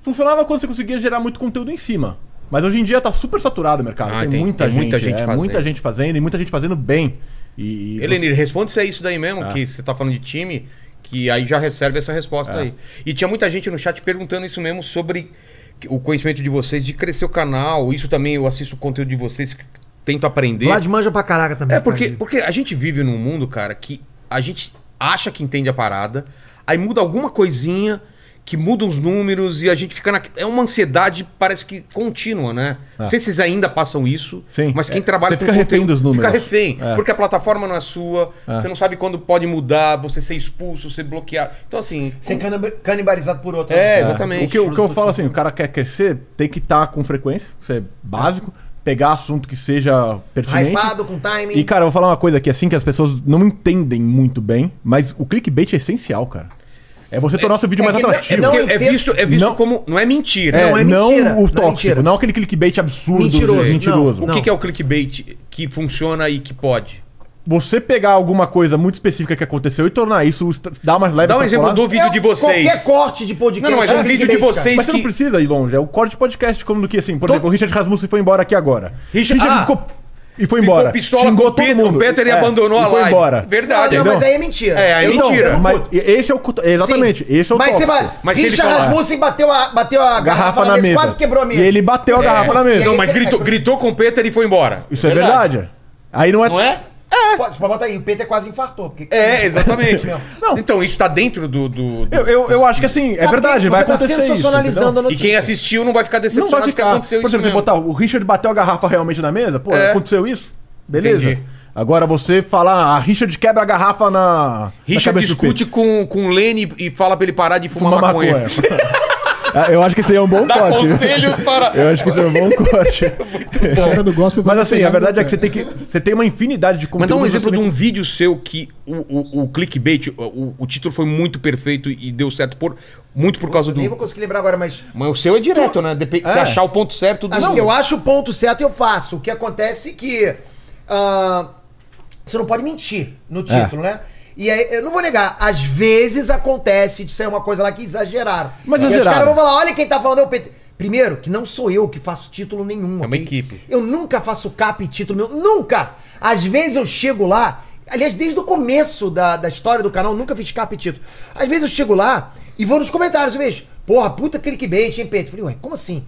Funcionava quando você conseguia gerar muito conteúdo em cima. Mas hoje em dia tá super saturado o mercado. Ah, tem, tem- muita, tem gente, muita gente é, fazendo. muita gente fazendo e muita gente fazendo bem. E, e Elenir, responde se é isso daí mesmo, Ah. que você tá falando de time, que aí já recebe essa resposta aí. E tinha muita gente no chat perguntando isso mesmo sobre o conhecimento de vocês, de crescer o canal. Isso também eu assisto o conteúdo de vocês, tento aprender. Vlad manja pra caraca também. É, porque, cara. porque a gente vive num mundo, cara, que a gente acha que entende a parada, aí muda alguma coisinha, que muda os números e a gente fica na. É uma ansiedade, parece que contínua, né? Não sei se vocês ainda passam isso, É. Sim. mas quem É, trabalha você fica refém dos números. Fica refém, É. porque a plataforma não é sua, você não sabe quando pode mudar, você ser expulso, ser bloqueado. Então, assim. Ser com- canib- canibalizado por outro. É, né? exatamente. Tá. O que, eu- o que eu falo assim, o cara quer crescer, tem que estar com frequência, isso é básico, pegar assunto que seja pertinente. Hypado, com timing. E, cara, eu vou falar uma coisa aqui, assim, que as pessoas não entendem muito bem, mas o clickbait é essencial, cara. É você tornar seu vídeo é mais que não- É, atrativo. não porque é entendo- visto, é visto Não. como. Não é mentira. É, não não, é mentira, não o é tóxico, mentira. não, aquele clickbait absurdo, Mentiroso, mentiroso. O não. que, que é o clickbait que funciona e que pode? Você pegar alguma coisa muito específica que aconteceu e tornar isso, est- dar mais leve Dá um exemplo extrapolado. do vídeo de vocês. É Qualquer corte de podcast. Não, não, mas é um vídeo de clickbait, cara. vocês Mas você que. não precisa ir longe. É o corte de podcast, como do que assim. Por Tô- exemplo, o Richard Rasmussen foi embora aqui agora. Richard- Richard Ah. ficou. E foi Ficou embora. pistola Xingou com o todo Peter, mundo. o Peter e É, abandonou a e foi Então, live. Verdade. Verdade. Não, não, entendeu? mas aí é mentira. É, aí é não- mentira. não Mas curto. esse é o. cu- Exatamente. Sim, Esse é o mas você tóxico. vai. Mas se ele Richard falar- Rasmussen bateu a, bateu a Garrafa, na mesa. quase quebrou a mesa. E ele bateu a garrafa na mesa. Não, aí- mas gritou, gritou com o Peter e foi embora. Isso é verdade. Aí não é. Não é? Pode, pode botar aí, o Peter quase infartou. Porque... É, exatamente. Não. Então, isso tá dentro do. do- do- Eu, eu, eu acho que assim, é verdade, Você vai tá acontecer isso. sensacionalizando a entendeu? E notícia. quem assistiu não vai ficar Não decepcionado vai porque ficar. Por aconteceu exemplo, isso. você mesmo. botar o Richard bateu a garrafa realmente na mesa, pô, É. aconteceu isso? Beleza. Entendi. Agora você falar, a Richard quebra a garrafa na. na Richard cabeça do Pedro. discute com, com o Lenny e fala pra ele parar de fumar, fumar maconha. maconha. (laughs) Ah, Eu acho que isso aí é um bom Dá corte. conselhos para. Eu acho que isso é um bom (laughs) corte. A galera do gospel vai Mas assim, pegar a verdade no é que você pé. tem que. Você tem uma infinidade de Mas dá conteúdos. assim um exemplo você de tem um vídeo seu que o, o, o clickbait, o, o- o título foi muito perfeito e deu certo por, muito por causa do. Nem vou conseguir lembrar agora, mas. Mas o seu é direto, né? Depende, Se É. achar o ponto certo do. Acho- eu acho o ponto certo e eu faço. O que acontece é que. ah, você não pode mentir É. no título, né? E aí, eu não vou negar, às vezes acontece de ser uma coisa lá que exageraram. Mas e os exageraram. caras vão falar: olha quem tá falando é o Peter. Primeiro, que não sou eu que faço título nenhum. É uma ok? equipe. Eu nunca faço cap e título meu. Nunca! Às vezes eu chego lá. Aliás, desde o começo da, da história do canal, eu nunca fiz cap e título. Às vezes eu chego lá e vou nos comentários, eu vejo. Porra, puta clickbait, hein, Pedro? Falei, ué, como assim?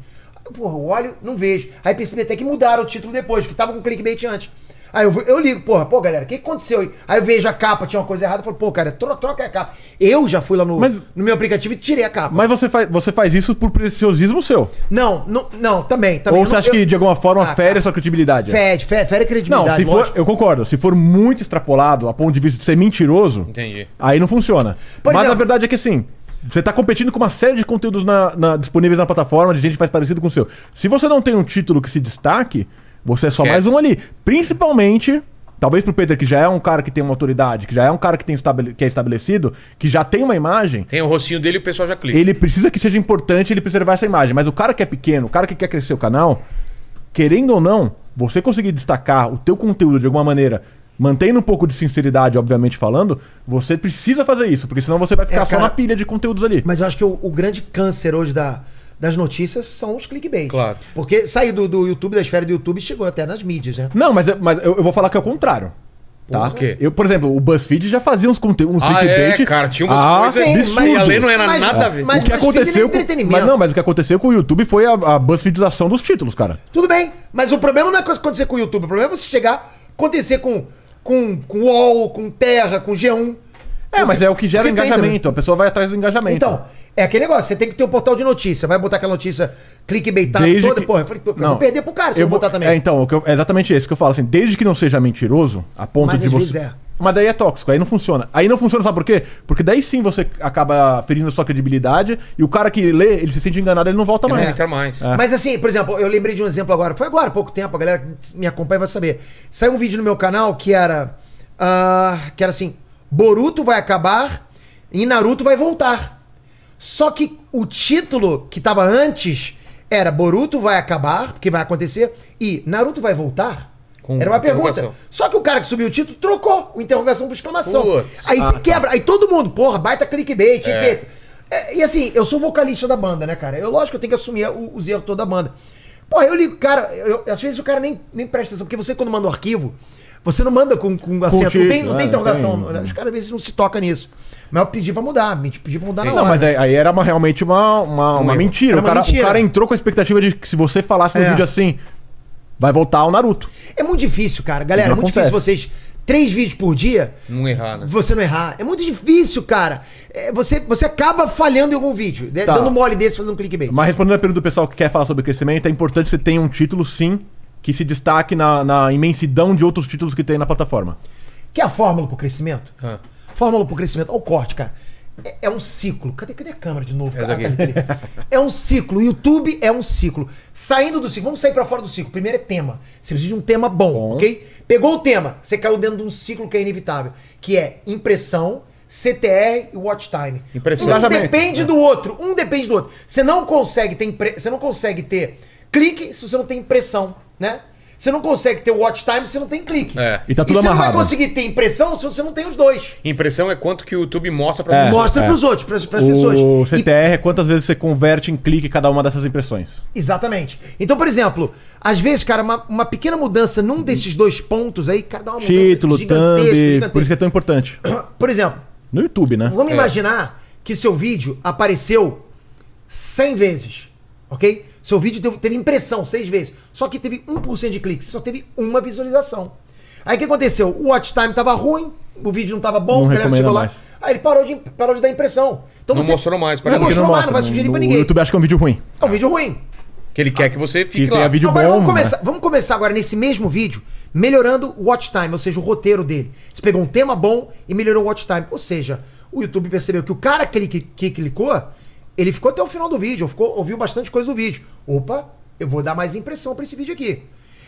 Porra, eu olho, não vejo. Aí percebi até que mudaram o título depois, que tava com clickbait antes. Aí eu, vou- eu ligo, porra, pô, galera, o que que aconteceu aí? Aí eu vejo a capa, tinha uma coisa errada, eu falo, pô, cara, tro- troca a capa. Eu já fui lá no, Mas- no meu aplicativo e tirei a capa. Mas você faz, você faz isso por preciosismo seu. Não, não, não, também, também. Ou você Eu- acha que eu- de alguma forma fere Ah, tá. cara. a sua credibilidade? Fede, fede, fede Não, a credibilidade. se for, lógico. eu concordo. Se for muito extrapolado a ponto de vista de ser mentiroso, Entendi. aí não funciona. Por Mas exemplo- a verdade é que assim, você tá competindo com uma série de conteúdos na- na- disponíveis na plataforma, de gente que faz parecido com o seu. Se você não tem um título que se destaque, você é só Esquece. mais um ali. Principalmente. Talvez pro Peter, que já é um cara que tem uma autoridade, que já é um cara que, tem estabele- que é estabelecido, que já tem uma imagem, Tem o rostinho dele e o pessoal já clica. ele precisa que seja importante ele preservar essa imagem. Mas o cara que é pequeno, o cara que quer crescer o canal, querendo ou não, você conseguir destacar o teu conteúdo de alguma maneira, mantendo um pouco de sinceridade, obviamente falando, você precisa fazer isso, porque senão você vai ficar só cara, na pilha de conteúdos ali. Mas eu acho que o, o grande câncer hoje da- das notícias são os clickbait. Claro. Porque saiu do, do YouTube, da esfera do YouTube, e chegou até nas mídias, né? Não, mas, eu- mas eu, eu vou falar que é o contrário. Tá? Por quê? Eu, por exemplo, o BuzzFeed já fazia uns conteúdos, uns Ah, clickbait. Ah, é, cara, tinha umas coisas sim, absurdas. mas- E a lei não era mas- nada a ver. mas- o que BuzzFeed aconteceu é com, entretenimento. mas não, mas o que aconteceu com o YouTube foi a, a BuzzFeedização dos títulos, cara. Tudo bem, mas o problema não é coisa acontecer com o YouTube, o problema é você chegar, acontecer com com com UOL, com Terra, com G1. É, mas é o que gera Porque tem também. engajamento. A pessoa vai atrás do engajamento. Então, é aquele negócio, você tem que ter um portal de notícia, vai botar aquela notícia clickbaitada desde toda, que... Tá porra, eu falei, pô, eu Não. vou perder pro cara se eu, eu vou botar também. É, então, o que eu- é exatamente isso que eu falo assim, desde que não seja mentiroso, a ponto Mas de às você vezes é. Mas daí é tóxico, aí não funciona. Aí não funciona, sabe por quê? Porque daí sim você acaba ferindo a sua credibilidade e o cara que lê, ele se sente enganado, ele não É, volta Não mais. entra mais. Mas assim, por exemplo, eu lembrei de um exemplo agora. Foi agora, há pouco tempo, a galera que me acompanha vai saber. Saiu um vídeo no meu canal que era. ah, que era assim: Boruto vai acabar e Naruto vai voltar. Só que o título que tava antes era Boruto vai acabar, porque vai acontecer, e Naruto vai voltar. Com era uma pergunta. interrogação. Só que o cara que subiu o título trocou o interrogação por exclamação. Putz. Aí se quebra, aí todo mundo, porra, baita clickbait, Peter. É, e assim, eu sou vocalista da banda, né, cara? Eu, lógico, que eu tenho que assumir o- os erros todos da banda. Pô, eu ligo, cara, eu- às vezes o cara nem, nem presta atenção, porque você quando manda o arquivo, você não manda com, com acento, não tem, título, não é, tem não interrogação. tem. né? Os caras às vezes não se tocam nisso. Mas eu pedi pra mudar, me pedi pra mudar na Não, hora. mas aí, aí era uma- realmente uma, uma, uma erro. mentira. Era o, É uma cara, o mentira. cara entrou com a expectativa de que se você falasse no É. vídeo assim, vai voltar ao Naruto. É muito difícil, cara. Galera, Já é muito difícil acontece. vocês, três vídeos por dia, Não errar, né? Você não errar. É muito difícil, cara. É, você, você acaba falhando em algum vídeo. de- Tá. Dando mole desse, fazendo um clickbait. Mas respondendo a pergunta do pessoal que quer falar sobre crescimento, é importante que você tenha um título, sim, que se destaque na, na imensidão de outros títulos que tem na plataforma. Que é a fórmula pro crescimento? Ah. Fórmula pro crescimento. Olha o corte, cara. É, é um ciclo. Cadê, cadê a câmera de novo, cara? aqui. Ah, tá ali, tá ali. É um ciclo. O YouTube é um ciclo. Saindo do ciclo. Vamos sair pra fora do ciclo. Primeiro é tema. Você precisa de um tema bom, ok? Pegou o tema. Você caiu dentro de um ciclo que é inevitável. Que é impressão, CTR e watch time. Impressão. Um Engajamento. depende do outro. Um depende do outro. Você não consegue ter, impre- você não consegue ter clique se você não tem impressão, né? Você não consegue ter watch time se você não tem clique. É. E tá tudo você não amarrado. vai conseguir ter impressão se você não tem os dois. Impressão é quanto que o YouTube mostra pra nós. Mostra é. pros outros, pras, pras pessoas. O E- CTR é quantas vezes você converte em clique cada uma dessas impressões. exatamente. Então, por exemplo, às vezes, cara, uma, uma pequena mudança num desses dois pontos aí, cara, dá uma mudança Título, thumb, gigantesca. por isso que é tão importante. (coughs) Por exemplo, No YouTube, né? (laughs) vamos É. imaginar que seu vídeo apareceu 100 vezes, ok? Seu vídeo teve, teve impressão 6 vezes, só que teve 1% de clique, só teve uma visualização. Aí o que aconteceu? O watch time tava ruim, o vídeo não tava bom, Não a galera recomenda chegou lá. mais. Aí ele parou de, parou de dar impressão. Então Não mostrou mais, Não parece mostrou que mais, não vai sugerir pra ninguém. O né? YouTube acha que é um vídeo ruim. É um vídeo ruim. Que ele quer que você Que fique tem lá. a vídeo Agora bom. vamos, né? começar, vamos começar agora nesse mesmo vídeo, melhorando o watch time, ou seja, o roteiro dele. Você pegou um tema bom e melhorou o watch time. Ou seja, o YouTube percebeu que o cara que, ele- que- que clicou, ele ficou até o final do vídeo, ficou, ouviu bastante coisa do vídeo. Opa, eu vou dar mais impressão pra esse vídeo aqui.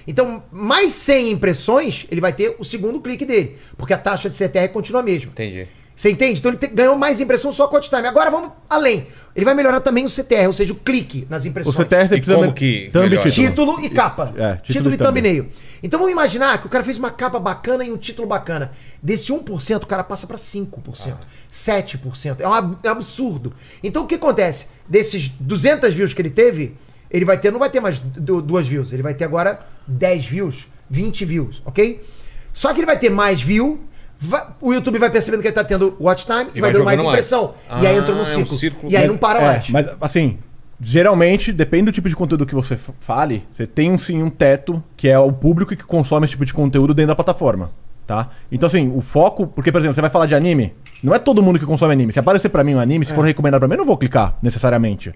Então, mais 100 impressões, ele vai ter o segundo clique dele, porque a taxa de CTR continua a mesma. Entendi. Você entende? Então ele te- ganhou mais impressão só com o watch time. Agora vamos além. Ele vai melhorar também o CTR, ou seja, o clique nas O impressões. CTR você E precisa... como que Thumb e melhora? título. Título e capa. É, título, título e e thumbnail. Então vamos imaginar que o cara fez uma capa bacana e um título bacana. Desse 1%, o cara passa pra 5%, 7%. É um ab- é um absurdo. Então o que acontece? Desses 200 views que ele teve, ele vai ter, não vai ter mais du- duas views, ele vai ter agora 10 views, 20 views, ok? Só que ele vai ter mais view, va- o YouTube vai percebendo que ele tá tendo watch time e, E vai vai dando mais jogando mais. impressão. e aí entra Ah, no é um ciclo. círculo e aí que- não para É, mais. Mas, assim, geralmente, depende do tipo de conteúdo que você f- fale, você tem sim um teto, que é o público que consome esse tipo de conteúdo dentro da plataforma. Tá? Então, assim, o foco. Porque, por exemplo, você vai falar de anime. Não é todo mundo que consome anime. Se aparecer pra mim um É. anime, se for recomendado pra mim, eu não vou clicar necessariamente.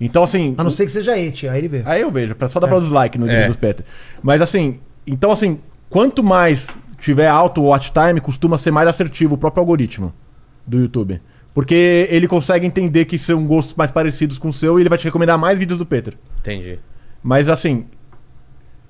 Então, assim. A não ser que seja it, aí ele vê. Aí eu vejo, pra só dar pra dislike no vídeo É. dos Peter. Mas assim, então assim, quanto mais tiver alto o watch time, costuma ser mais assertivo o próprio algoritmo do YouTube. Porque ele consegue entender que são gostos mais parecidos com o seu e ele vai te recomendar mais vídeos do Peter. Entendi. Mas assim,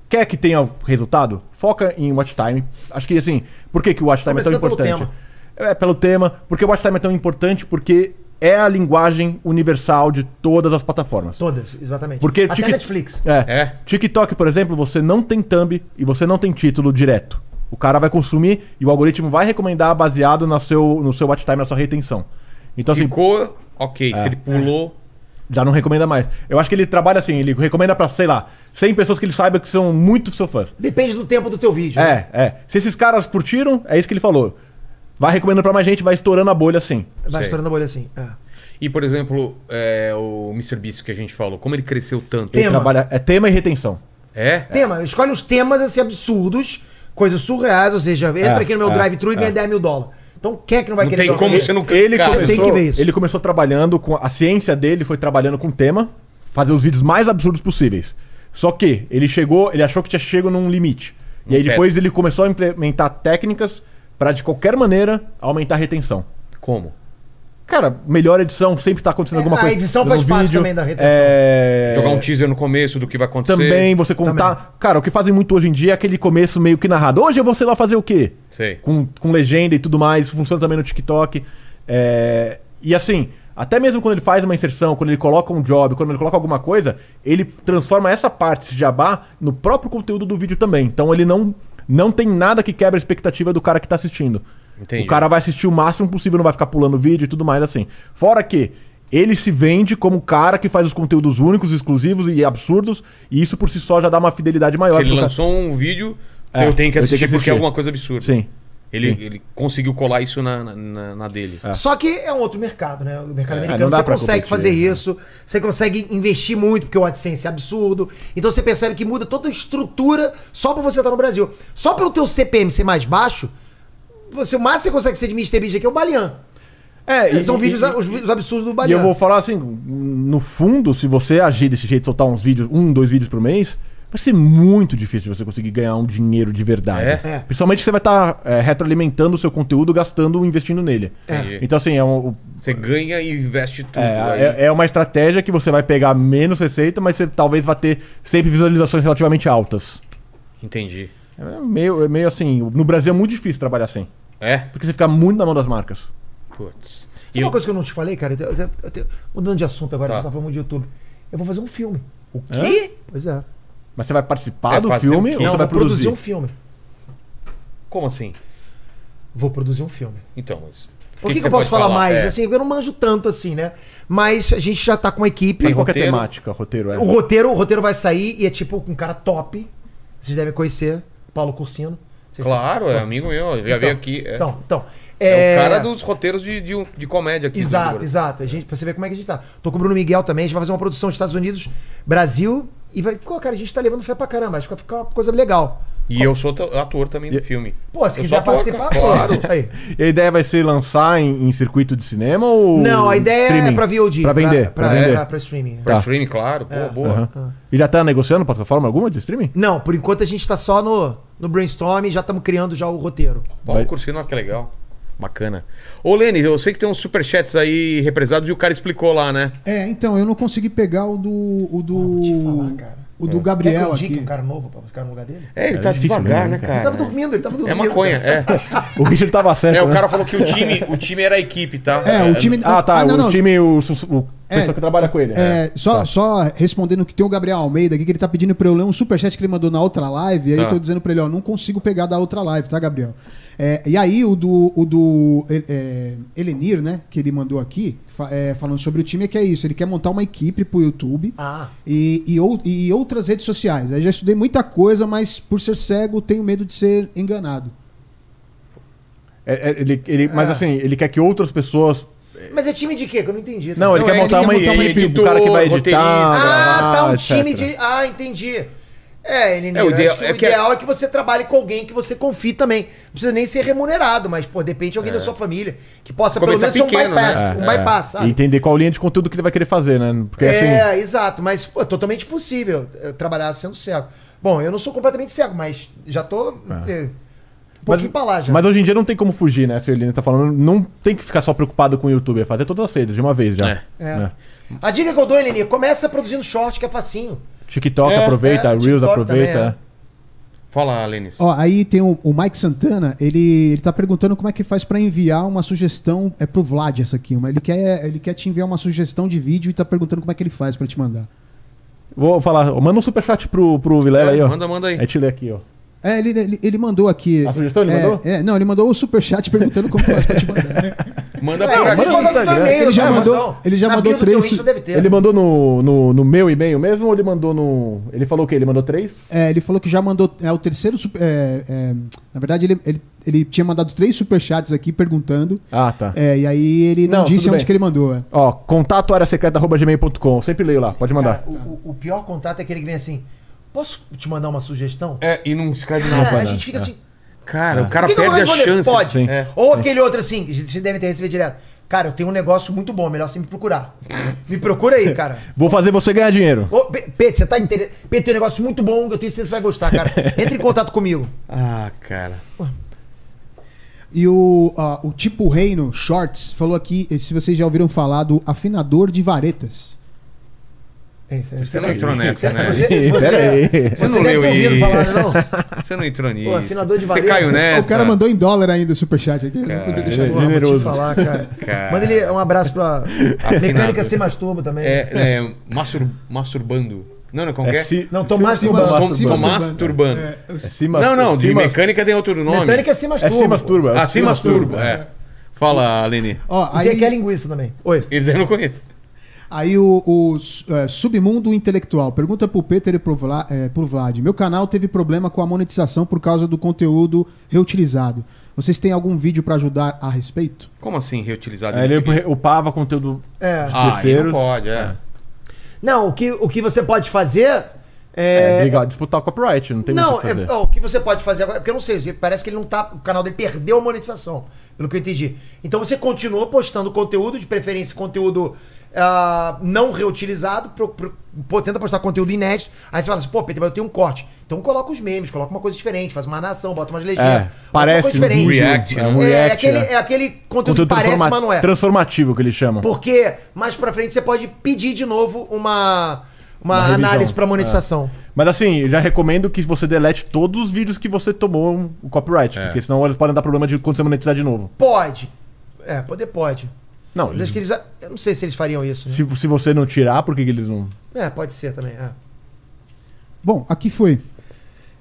Quer que tenha resultado? Foca em watch time. Acho que assim, por que, que o watch time é tão Começando pelo importante? É pelo tema. Por que o watch time é tão importante? Porque é a linguagem universal de todas as plataformas. Todas, exatamente. Porque Até tic- Netflix. É. É. TikTok, por exemplo, você não tem thumb e você não tem título direto. O cara vai consumir e o algoritmo vai recomendar baseado no seu, no seu watch time, na sua retenção. Então, assim, Ficou, ok. Se ele pulou. já não recomenda mais. Eu acho que ele trabalha assim, ele recomenda pra, sei lá, 100 pessoas que ele saiba que são muito seu fãs. Depende do tempo do teu vídeo. né? É, é. Se esses caras curtiram, é isso que ele falou. Vai recomendando pra mais gente, vai estourando a bolha assim. Vai Sei. estourando a bolha assim. é. E, por exemplo, é, o Mr. Beast que a gente falou, como ele cresceu tanto. Ele Tema. trabalha. É tema e retenção. É? Tema, escolhe uns temas assim absurdos, coisas surreais, ou seja, entra aqui no meu é, drive-thru e ganha é. 10 mil dólares. Então quem é que não vai Não querer tem jogar? como Ele- você não Ele clicar. Você começou, tem que ver isso. ele começou trabalhando com a ciência dele foi trabalhando com tema, fazer os vídeos mais absurdos possíveis. Só que ele chegou, ele achou que tinha chego num limite. E aí teto. depois ele começou a implementar técnicas pra de qualquer maneira aumentar a retenção. Como? Cara, melhor edição, sempre tá acontecendo É, alguma a coisa. edição no faz parte também da retenção. É... Jogar um teaser no começo do que vai acontecer. Também você contar. Cara, o que fazem muito hoje em dia é aquele começo meio que narrado. Hoje eu vou, sei lá, fazer o quê? Sei. Com, com legenda e tudo mais. Isso funciona também no TikTok. É, E assim, até mesmo quando ele faz uma inserção, quando ele coloca um job, quando ele coloca alguma coisa, ele transforma essa parte, esse jabá, no próprio conteúdo do vídeo também. Então ele não, não tem nada que quebra a expectativa do cara que tá assistindo. Entendi. O cara vai assistir o máximo possível, não vai ficar pulando vídeo e tudo mais assim. Fora que ele se vende como o cara que faz os conteúdos únicos, exclusivos e absurdos, e isso por si só já dá uma fidelidade maior. Se ele pro cara. lançou um vídeo, É, eu tenho que eu tenho que assistir porque assistir. é alguma coisa absurda. Sim. Ele, Sim. ele conseguiu colar isso na, na- na, na dele. Só que é um outro mercado, né? O mercado É, não americano. dá Você pra consegue competir, fazer né? isso, você consegue investir muito, porque o AdSense é absurdo. Então você percebe que muda toda a estrutura só pra você estar no Brasil. Só pelo teu CPM ser mais baixo, você, o máximo que você consegue ser de Mr. Beast aqui é o Balian. É, São e- vídeos, e- os, vídeos absurdos do E Balian. eu vou falar assim, no fundo, se você agir desse jeito, soltar uns vídeos, um, dois vídeos por mês, vai ser muito difícil você conseguir ganhar um dinheiro de verdade. É? É. Principalmente que você vai estar retroalimentando o seu conteúdo, gastando, investindo nele. É. Então, assim, é, um, Você ganha e investe tudo. aí. é, é- é uma estratégia que você vai pegar menos receita, mas você talvez vá ter sempre visualizações relativamente altas. Entendi. É meio, é meio assim, no Brasil é muito difícil trabalhar assim. É? Porque você fica muito na mão das marcas. Putz. Sabe E uma eu- coisa que eu não te falei, cara? Eu, eu, eu, eu, mudando de assunto agora, Tá. você tá falando de YouTube. Eu vou fazer um filme. O quê? Pois é. Mas você vai participar É, do fazer filme o quê? ou Não, você eu vai vou produzir? produzir um filme. Como assim? Vou produzir um filme. Então, mas. O que, que você eu posso pode falar, mais? É. Assim, eu não manjo tanto assim, né? Mas a gente já tá com a equipe. Tem qualquer roteiro? Um temática, roteiro, é. O roteiro, o roteiro vai sair e é tipo um cara top. Vocês devem conhecer, Paulo Cursino. Não sei se- Claro, é amigo meu, já veio aqui. É. Então, então. É É, o cara dos roteiros de, de, um- de comédia aqui. Exato, do- exato. A gente, pra você ver como é que a gente tá. Tô com o Bruno Miguel também, a gente vai fazer uma produção dos Estados Unidos, Brasil. E vai. Pô, cara, a gente tá levando fé pra caramba. Acho que vai ficar uma coisa legal. E eu sou t- ator também do filme. Pô, se Eu quiser sou ator, participar, pô. Claro. Aí. E a ideia vai ser lançar em, em circuito de cinema ou. Não, a ideia streaming? é pra VOD. Pra vender. Pra, pra, é, pra vender. pra- Ah. pra streaming. Pra Tá. streaming, claro. Pô, É. boa. Aham. E já tá negociando plataforma alguma de streaming? Não, por enquanto a gente tá só no, no brainstorming, já estamos criando já o roteiro. Vai- Paulo Cursino, olha que legal. Bacana. Ô, Lene, eu sei que tem uns superchats aí represados e o cara explicou lá, né? É, então, eu não consegui pegar o do. O vou te do. falar, cara. O do Quer que eu Gabriel indique aqui. um cara novo pra ficar no lugar dele? É, ele É tá difícil devagar, mesmo, né, né, cara? Ele tava dormindo, ele tava É dormindo. maconha, cara. é. O Richard tava (laughs) certo. É, o né? cara falou que o time, o time era a equipe, tá? É, o time. Ah, tá. não, o não. time, o, sus- o É, pessoal que trabalha com ele. É, só, Tá. só respondendo que tem o Gabriel Almeida aqui, que ele tá pedindo pra eu ler um superchat que ele mandou na outra live, e aí Tá. eu tô dizendo pra ele, ó, não consigo pegar da outra live, tá, Gabriel? É, e aí o do, o do é, Elenir, né, que ele mandou aqui, fa- é, falando sobre o time, é que é isso, ele quer montar uma equipe pro YouTube Ah. e, e, ou- e outras redes sociais. Aí já estudei muita coisa, mas por ser cego, tenho medo de ser enganado. É, é, ele, Ah. ele, Mas assim, ele quer que outras pessoas. Mas é time de quê? Que eu não entendi. Não, ele Não, quer ele montar quer uma montar uma equipe, equipe, o cara que vai roteirista. editar. Ah, gravar, tá um etc. time de. Ah, entendi. É, Elenir, É, o eu acho ideal- que é o que- ideal é que você trabalhe com alguém que você confie também. Não precisa nem ser remunerado, mas, pô, depende de alguém da sua família que possa Começar pelo menos ser um pequeno, né? bypass. Um bypass, É, e sabe? entender qual linha de conteúdo que ele vai querer fazer, né? Porque assim. É, exato, mas pô, é totalmente possível eh, trabalhar sendo cego. Bom, eu não sou completamente cego, mas já tô. eh, um Mas, pouquinho pra lá já. mas hoje em dia não tem como fugir, né? Se o Eline tá falando, não tem que ficar só preocupado com o YouTube, é fazer todas as redes de uma vez já. É. É. Né? A dica que eu dou, Elenir, começa produzindo short, que é facinho. TikTok É, aproveita, é, Reels TikTok aproveita. também, é. é. Fala, Lenis. Ó, aí tem o, o Mike Santana, ele, ele tá perguntando como é que faz pra enviar uma sugestão. É pro Vlad essa aqui, mas ele quer, ele quer te enviar uma sugestão de vídeo e tá perguntando como é que ele faz pra te mandar. Vou falar, manda um superchat pro, pro Vilela É, aí, ó. manda, manda aí. A gente lê aqui, ó. É, ele, ele, ele mandou aqui. A sugestão ele É, mandou? É, não, ele mandou o superchat perguntando como faz pra te mandar. né? Manda É, pra manda no cá. Instagram. Ele já mandou- ele já mandou três- Deve ter. Ele mandou no, no, no meu e-mail mesmo ou ele mandou no. Ele falou o quê? Ele mandou três? É, ele falou que já mandou. É o terceiro. super- é, é, na verdade, ele, ele, ele tinha mandado três superchats aqui perguntando. Ah, tá. É, e aí ele não, Não, disse tudo onde bem. que ele mandou. É. Ó, contato área secreta.gmail.com. Sempre leio lá, pode mandar. Cara, o, o- o pior contato é aquele que vem assim: posso te mandar uma sugestão? É, e não escreve Cara, nada. a gente fica assim. Cara, o "Por É. cara que que eu não perde a respondo?" chance. Pode. Sim. É. Ou aquele outro assim, que você deve ter recebido direto. Cara, eu tenho um negócio muito bom, melhor você me procurar. Me procura aí, (laughs) cara. Vou fazer você ganhar dinheiro. Ô, Pe- Pedro, você tá interessado? Pedro, tem um negócio muito bom, eu tenho certeza que você vai gostar, cara. Entre em (laughs) contato comigo. Ah, cara. E o, ó, o Tipo Reino Shorts falou aqui, eh, se vocês já ouviram falar do afinador de varetas. Você não entrou nessa, né? Você, você, Pera aí. você Você não deve ter leu ouvido isso. (laughs) falar, não? Você não entrou nisso. afinador de Você vareta. caiu O nessa. O cara mandou em dólar ainda o superchat aqui. É Cara, não podia Porra, deixar é. no vou ar. te Generoso. falar, cara. Cara. Manda ele um abraço pra Mecânica Se Masturba também. É, é mastur- masturbando. Não, não, como que é? se- Não, Tomás se- Silva. se- Tom- se- Tomás Turbano. É, eu- se- se- Não, não, de se- mecânica tem outro nome. Mecânica Se Masturba. É se masturba. é Ah, se sim, masturba. masturba. É. Fala, Aline. Ó, E tem aqui a aí, é linguiça também. Oi. Eles eu não conheço. aí o, o su- eh, Submundo Intelectual. Pergunta pro Peter e pro, Vla, eh, pro Vlad. Meu canal teve problema com a monetização por causa do conteúdo reutilizado. Vocês têm algum víeo pra ajudar a respeito? Como assim reutilizado? Aí É, ele re- upava conteúdo. É. Ah, terceiros. terceiros. não pode, é. Não, o que, o que você pode fazer É, é. brigar, disputar o copyright, não tem não, muito o que fazer. é- ó, o que você pode fazer agora, é porque eu não sei, parece que ele não tá. O canal dele perdeu a monetização, pelo que eu entendi. Então você continua postando conteúdo, de preferência conteúdo ah, não reutilizado, pro- pro- pô, tenta postar conteúdo inédito. Aí você fala assim, pô, Peter, mas eu tenho um corte. Então coloca os memes, coloca uma coisa diferente, faz uma nação, bota umas legendas. bota uma É, parece coisa um diferente. vídeo, React, é né? um É, react. aquele, né? é aquele conteúdo, Conteúdo que parece, transforma- mas não é. transformativo que eles chamam. Porque mais pra frente você pode pedir de novo uma, uma, Uma revisão. análise pra monetização. Mas assim, eu já recomendo que você delete todos os vídeos que você tomou um, o É. copyright, porque senão eles podem dar problema de quando você monetizar de novo. Pode. É, poder pode. Não, Mas eles, acho que eles. Eu não sei se eles fariam isso. né? se, se você não tirar, por que, que eles não. É, pode ser também. é. Bom, aqui foi.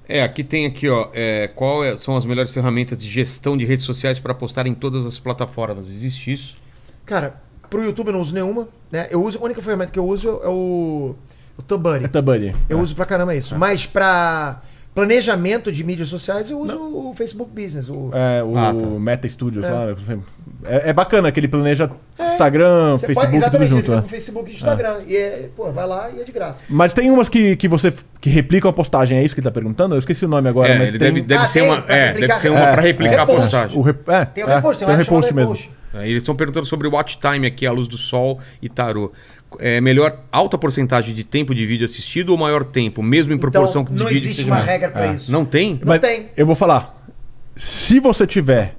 É, aqui tem aqui, ó, é, qual é- são as melhores ferramentas de gestão de redes sociais para postar em todas as plataformas? Existe isso? Cara, pro YouTube eu não uso nenhuma, né? Eu uso. A única ferramenta que eu uso é o. O Tubuddy. É Tabani. Eu uso pra caramba É. isso. Mas pra planejamento de mídias sociais, eu uso o Facebook Business. O... É, o Ah, tá. Meta Studios lá, né? Você- é, é bacana que ele planeja Instagram, É. Você Facebook, tudo exatamente, ele junto. fica né? com Facebook e Instagram. E é, pô, vai lá e é de graça. Mas tem umas que, que você f- que replicam a postagem, é isso que ele tá perguntando? Eu esqueci o nome agora, é, mas ele tem... deve, deve Ah, ser tem, uma, pra é, replicar. deve ser uma É, para replicar a repost. postagem. O rep... é, Tem o é, repost, tem, tem um o repost mesmo. É, Eles estão perguntando sobre o watch time aqui, a luz do sol e tarô. É melhor alta porcentagem de tempo de vídeo assistido ou maior tempo, mesmo em proporção então, de não vídeo existe seja uma maior? regra pra É. isso. Não tem? Não Mas tem. eu vou falar. Se você tiver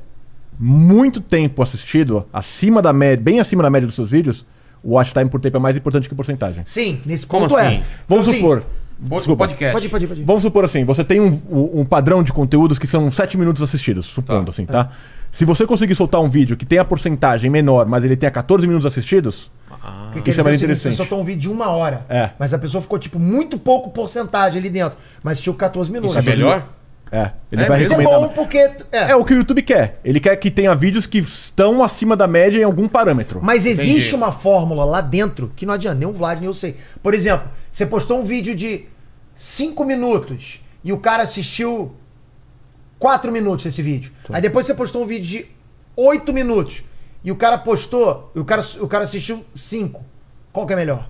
muito tempo assistido, acima da média, bem acima da média dos seus vídeos, o watch time por tempo é mais importante que porcentagem. Sim, nesse Como ponto assim? é. Vamos Então, sim, supor. Desculpa. Podcast. Pode ir, pode ir, pode ir. Vamos supor assim, você tem um, um- um padrão de conteúdos que são 7 minutos assistidos, supondo assim, tá? Se você conseguir soltar um vídeo que tem a porcentagem menor, mas ele tenha 14 minutos assistidos, Porque quer Isso é dizer mais o seguinte, Você interessante. soltou um vídeo de uma hora. É. Mas a pessoa ficou, tipo, muito pouco porcentagem ali dentro. Mas assistiu 14 minutos. Isso é melhor? é, ele É, vai mas é recomendar. bom porque... É. É o que o YouTube quer. Ele quer que tenha vídeos que estão acima da média em algum parâmetro. Mas existe Entendi. uma fórmula lá dentro que não adianta. Nem o Vlad, nem eu sei. Por exemplo, você postou um vídeo de 5 minutos e o cara assistiu 4 minutos esse vídeo. Tá. Aí depois você postou um vídeo de 8 minutos e o cara postou... E o cara, o cara assistiu 5. Qual que é melhor?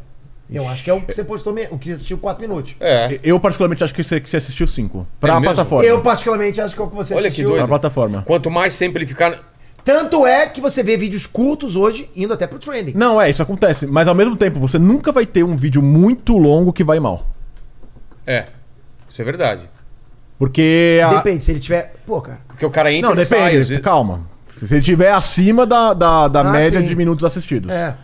Eu acho que é o que você postou... me- O que você assistiu 4 minutos. É. Eu, particularmente, acho que você, que você assistiu 5. Pra É a mesmo? plataforma. Eu, particularmente, acho que é o que você Olha que assistiu. doido. Pra plataforma. Quanto mais simplificar. Tanto é que você vê vídeos curtos hoje indo até pro trending. Não, é, isso acontece. Mas ao mesmo tempo, você nunca vai ter um vídeo muito longo que vai mal. É. Isso é verdade. Porque. A... Depende, se ele tiver. Pô, cara. Porque o cara entra Não, e sai. às depende. vezes. Calma. Se você estiver acima da, da, da Ah, média sim. de minutos assistidos. É.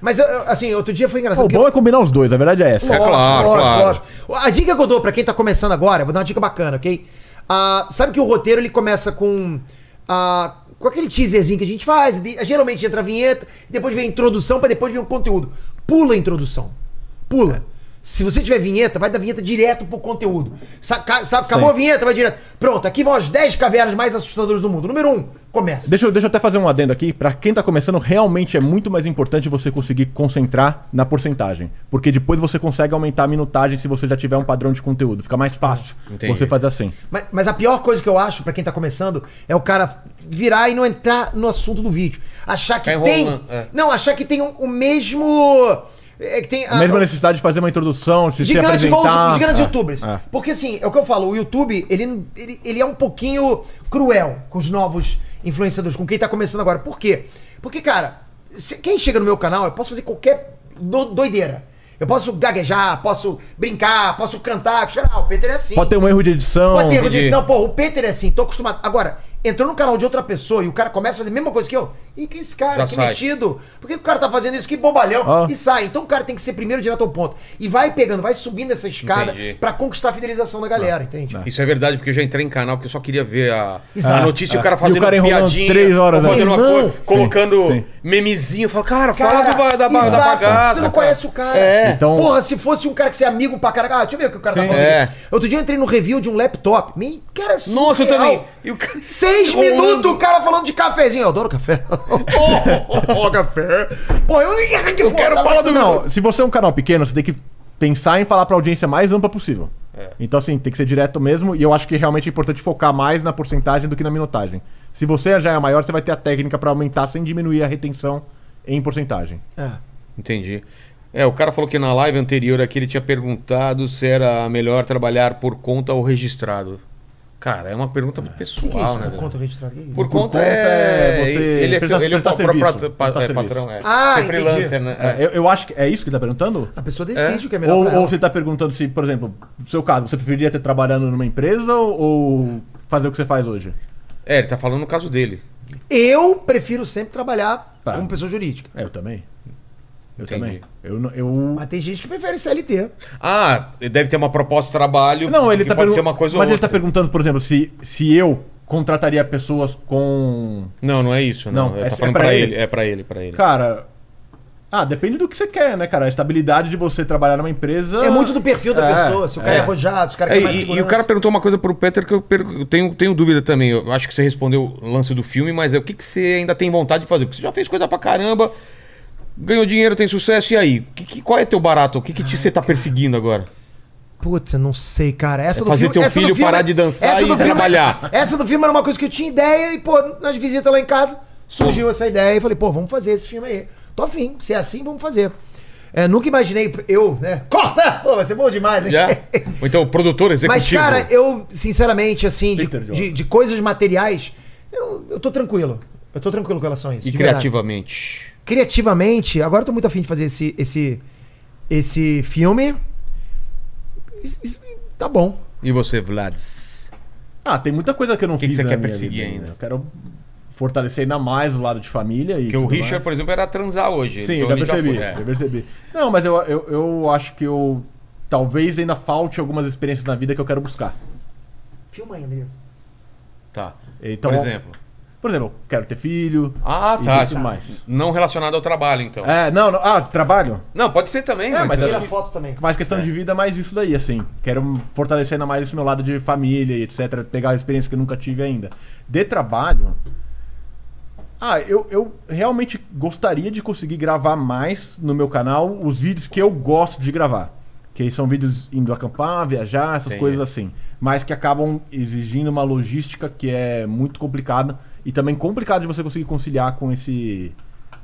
Mas, eu- eu, assim, outro dia Pô, foi engraçado. o porque- bom é combinar os dois, a verdade é essa. claro, claro. A dica que eu dou pra quem tá começando agora, eu vou dar uma dica bacana, ok? Ah, sabe que o roteiro ele começa com. ah, com aquele teaserzinho que a gente faz, de- geralmente entra a vinheta, depois vem a introdução, pra depois vir o conteúdo. Pula a introdução. Pula. Se você tiver vinheta, vai da vinheta direto pro conteúdo. Saca, sabe, acabou a vinheta, vai direto. Pronto, aqui vão as 10 cavernas mais assustadoras do mundo. Número 1, um, começa. Deixa, eu- deixa eu até fazer um adendo aqui. Pra quem tá começando, realmente é muito mais importante você conseguir concentrar na porcentagem. Porque depois você consegue aumentar a minutagem se você já tiver um padrão de conteúdo. Fica mais fácil Entendi. você fazer assim. Mas, mas a pior coisa que eu acho pra quem tá começando é o cara virar e não entrar no assunto do vídeo. Achar que Tá tem. enrolando, é. Não, achar que tem o- o mesmo. É, que tem A a- mesma necessidade de fazer uma introdução, de se Gigante igual os, apresentar. os grandes É, youtubers. é. Porque assim, é o que eu falo, o YouTube, ele, ele, ele é um pouquinho cruel com os novos influenciadores, com quem tá começando agora. Por quê? Porque, cara, se- quem chega no meu canal, eu posso fazer qualquer do- doideira. Eu posso gaguejar, posso brincar, posso cantar, chorar. O Peter é assim. Pode ter um erro de edição. Pode ter erro de entendi. edição, porra, o Peter é assim, tô acostumado. Agora, entrou no canal de outra pessoa e o cara começa a fazer a mesma coisa que eu. Ih, que esse cara, Já que sai. metido. Por que o cara tá fazendo isso? Que bobalhão. Ah. E sai. Então o cara tem que ser primeiro direto ao ponto. E vai pegando, vai subindo essa escada Entendi. pra conquistar a fidelização da galera, entende? Isso é verdade, porque eu já entrei em canal que eu só queria ver a, a Exato. notícia e o cara E o fazendo cara enrolando três horas, ou fazendo né? uma Irmão. coisa, colocando Sim, sim. memezinho. Eu falo, cara, fala do ba- da, ba- da exato. bagaça. Você cara. não conhece o cara. É. Então- Porra, se fosse um cara que você é amigo pra caralho. Ah, deixa eu ver o que o cara tá Sim. falando. É. aqui. Outro dia eu entrei no review de um laptop. Me... Cara, é surreal. Nossa, eu também. E o cara... Seis Rolando. minutos o cara falando de cafezinho. Eu adoro café. oh, oh, oh, café. Pô, eu, Eu quero Pô, falar do... Não, se você é um canal pequeno, você tem que pensar em falar pra audiência mais ampla possível. Então, assim, tem que ser direto mesmo. E eu acho que realmente é importante focar mais na porcentagem do que na minutagem. Se você já é maior, você vai ter a técnica pra aumentar sem diminuir a retenção em porcentagem. né? Entendi. É, o cara falou que na live anterior aqui ele tinha perguntado se era melhor trabalhar por conta ou registrado. Cara, é uma pergunta Ah, pessoal, Que é isso? né? Por velho? conta registrada. Que isso? Por Por conta, conta é... é você Ele é, seu- prestar- ele é o prestar próprio serviço, pa- prestar é, serviço. patrão, é. Ah, Ser freelancer, entendi. né? É, eu, eu acho que é isso que ele tá perguntando? A pessoa decide o que é melhor Ou, pra ela. ou você tá perguntando se, por exemplo, no seu caso, você preferiria estar trabalhando numa empresa ou, ou fazer o que você faz hoje? É, ele tá falando no caso dele. Eu prefiro sempre trabalhar Tá. como pessoa jurídica. É, eu também. Eu Entendi. também. Eu, não- eu Mas tem gente que prefere CLT. Ah, deve ter uma proposta de trabalho Não, ele que tá pode pergun- ser uma coisa Mas ou ele tá outra. perguntando, por exemplo, se, se eu contrataria pessoas com. Não, não é isso, não. Não, eu é- tô é falando pra pra, ele. ele. É pra ele, pra ele. Cara. Ah, depende do que você quer, né, cara? A estabilidade de você trabalhar numa empresa. É muito do perfil da É, pessoa. Se o cara é, é. arrojado, se o cara É, quer mais e, e o segurança. cara perguntou uma coisa pro Peter que eu, per- eu tenho, tenho dúvida também. Eu acho que você respondeu o lance do filme, mas é, o que, que você ainda tem vontade de fazer? Porque você já fez coisa pra caramba, ganhou dinheiro, tem sucesso, e aí? Que- que- qual é teu barato? O que, que te- você tá perseguindo (laughs) agora? Puta, não sei, cara. Essa É fazer teu essa do filho filme- parar de dançar essa e do filme- é- trabalhar. essa do filme era uma coisa que eu tinha ideia e, pô, nas visitas lá em casa, surgiu essa ideia e falei, pô, vamos fazer esse filme aí. Tô afim, se é assim, vamos fazer. É, nunca imaginei, eu, né? (laughs) Corta! Pô, vai ser bom demais, hein? (laughs) Já? Ou então, produtor Mas, executivo? é cara, eu, sinceramente, assim, de, Peter Jordan. de- de coisas materiais, eu, eu tô tranquilo. Eu tô tranquilo com relação a isso. E de verdade. criativamente. Criativamente, agora eu tô muito afim de fazer esse, esse, esse filme. Isso- isso tá bom. E você, Vlads? Ah, tem muita coisa que eu não que fiz. você na quer minha perseguir vida né? ainda? Eu quero fortalecer ainda mais o lado de família e. Porque o tudo Richard, mais. por exemplo, era transar hoje. Sim, então já ele percebi, foi, é. já percebi. Não, mas eu, eu, eu acho que eu. Talvez ainda falte algumas experiências na vida que eu quero buscar. Filma aí, Andrés. Tá. Então, por exemplo. Por exemplo, eu quero ter filho. Ah, e tá. tudo mais. Não relacionado ao trabalho, então. É, não, não. Ah, trabalho? Não, pode ser também, É, mas eu acho Tira acho que- foto também. Mais questão de vida, mais isso daí, assim. Quero fortalecer ainda mais esse meu lado de família e etc. Pegar a experiência que eu nunca tive ainda. De trabalho. Ah, eu, eu realmente gostaria de conseguir gravar mais no meu canal os vídeos que eu gosto de gravar. Que são vídeos indo acampar, viajar, essas Entendi. coisas assim. Mas que acabam exigindo uma logística que é muito complicada. E também complicado de você conseguir conciliar com esse.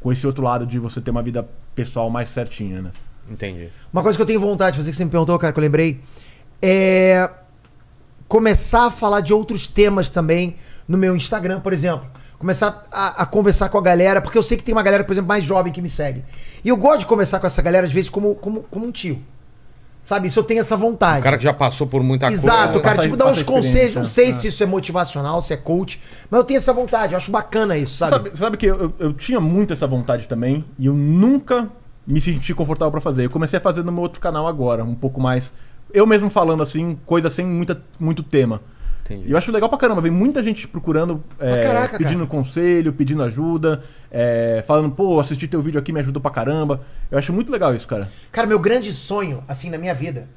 Com esse outro lado de você ter uma vida pessoal mais certinha, né? Entendi. Uma coisa que eu tenho vontade de fazer, que você me perguntou, cara, que eu lembrei, é começar a falar de outros temas também no meu Instagram, por exemplo. Começar a, a conversar com a galera, porque eu sei que tem uma galera, por exemplo, mais jovem que me segue. E eu gosto de conversar com essa galera, às vezes, como, como, como um tio. Sabe? Isso eu tenho essa vontade. O cara que já passou por muita coisa. Exato, né? cara. Passa- Tipo, dar passa uns a experiência, conselhos. Não sei né? se isso é motivacional, se é coach, mas eu tenho essa vontade. Eu acho bacana isso, sabe? Sabe, sabe que eu, eu tinha muito essa vontade também e eu nunca me senti confortável pra fazer. Eu comecei a fazer no meu outro canal agora, um pouco mais. Eu mesmo falando assim, coisa sem muita, muito tema. Entendi. E eu acho legal pra caramba, vem muita gente procurando, é, caraca, pedindo conselho, pedindo ajuda, é, falando, pô, assisti teu vídeo aqui, me ajudou pra caramba. Eu acho muito legal isso, cara. Cara, meu grande sonho, assim, na minha vida,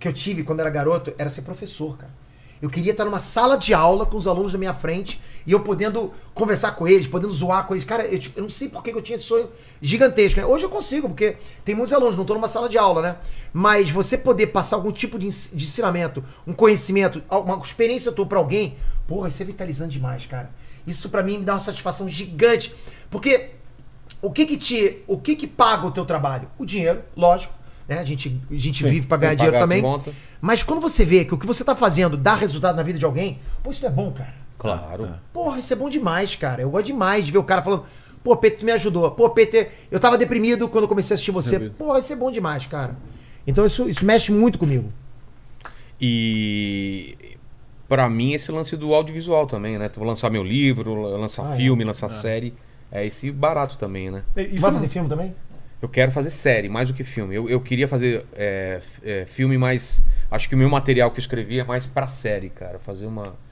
que eu tive quando era garoto, era ser professor, cara. Eu queria estar numa sala de aula com os alunos na minha frente e eu podendo conversar com eles, podendo zoar com eles. Cara, eu, tipo, eu não sei por que que eu tinha esse sonho gigantesco. Né? Hoje eu consigo, porque tem muitos alunos, não estou numa sala de aula, né? Mas você poder passar algum tipo de, ens- de ensinamento, um conhecimento, uma experiência tua para alguém, porra, isso é vitalizando demais, cara. Isso para mim me dá uma satisfação gigante. Porque o que que te, o que que paga o teu trabalho? O dinheiro, lógico, né? A gente, a gente vive para ganhar tem que pagar dinheiro as também. contas. Mas quando você vê que o que você tá fazendo dá resultado na vida de alguém, pô, isso é bom, cara. Claro. Porra, isso é bom demais, cara. Eu gosto demais de ver o cara falando, pô, Peter, tu me ajudou. Pô, Peter, eu tava deprimido quando eu comecei a assistir você. Porra, isso é bom demais, cara. Então isso, isso mexe muito comigo. E pra mim esse lance do audiovisual também, né? Tu lançar meu livro, la- lançar Ah, é. filme, lançar série, é esse barato também, né? E- Isso Vai é um- fazer filme também? Eu quero fazer série mais do que filme. Eu, eu queria fazer é, f- é, filme mais. Acho que o meu material que eu escrevi é mais pra série, cara. Fazer uma.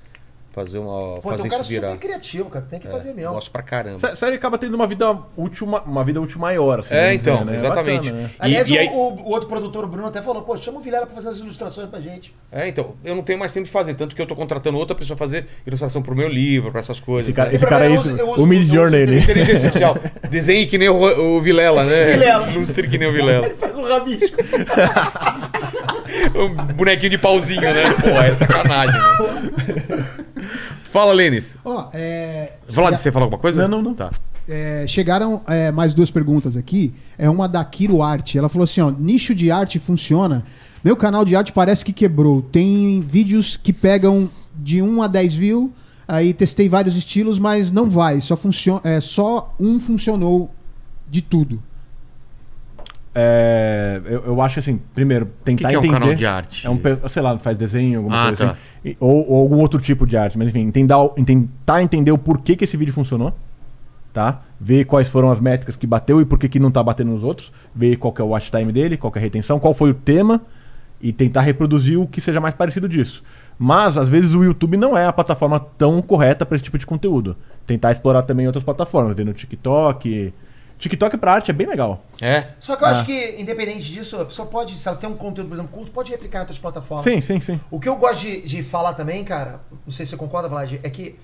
Fazer uma. Pô, fazer tem um cara isso virar. É, super criativo, cara. Tem que fazer Eu mesmo. Gosto pra caramba. Sé- Série acaba tendo uma vida útil, ma- uma vida útil maior, assim. É, vamos dizer, então, né? exatamente. bacana, né? E- é Aliás, e o, aí- o- o outro produtor, o Bruno, até falou, pô, chama o Vilela pra fazer as ilustrações pra gente. É, então, eu não tenho mais tempo de fazer, tanto que eu tô contratando outra pessoa fazer ilustração pro meu livro, pra essas coisas. Esse cara, né? esse pra cara aí, mim, eu uso- eu uso- o Mid eu uso Journey. né? (laughs) Inteligência artificial. Desenhe que nem o, o Vilela, né? Vilela. Ilustre que nem o Vilela. Ele faz um rabisco. Um bonequinho de pauzinho, né? Pô, é sacanagem. Né? Fala, Lênis. Ó, é, Vlad, você falar alguma coisa? Não, não, não. Tá. É, chegaram é, mais duas perguntas aqui. É uma da Kiro Arte. Ela falou assim: ó, nicho de arte funciona. Meu canal de arte parece que quebrou. Tem vídeos que pegam de 1 a 10 view. Aí testei vários estilos, mas não vai. Só, funciona, é, só um funcionou de tudo. É, eu, eu acho assim, primeiro, tentar que é um entender. canal de arte? É um, pe- sei lá, faz desenho, alguma Ah, coisa tá. assim. E- Ou, ou algum outro tipo de arte, mas enfim, entender, o- tentar entender o porquê que esse vídeo funcionou, tá? Ver quais foram as métricas que bateu e por que que não tá batendo nos outros, ver qual que é o watch time dele, qual que é a retenção, qual foi o tema e tentar reproduzir o que seja mais parecido disso. Mas às vezes o YouTube não é a plataforma tão correta para esse tipo de conteúdo. Tentar explorar também outras plataformas, ver no TikTok. TikTok pra arte é bem legal. É? Só que eu Ah. acho que, independente disso, a pessoa pode, se ela tem um conteúdo, por exemplo, curto, pode replicar em outras plataformas. Sim, sim, sim. O que eu gosto de, de falar também, cara, não sei se você concorda, Vlad, é que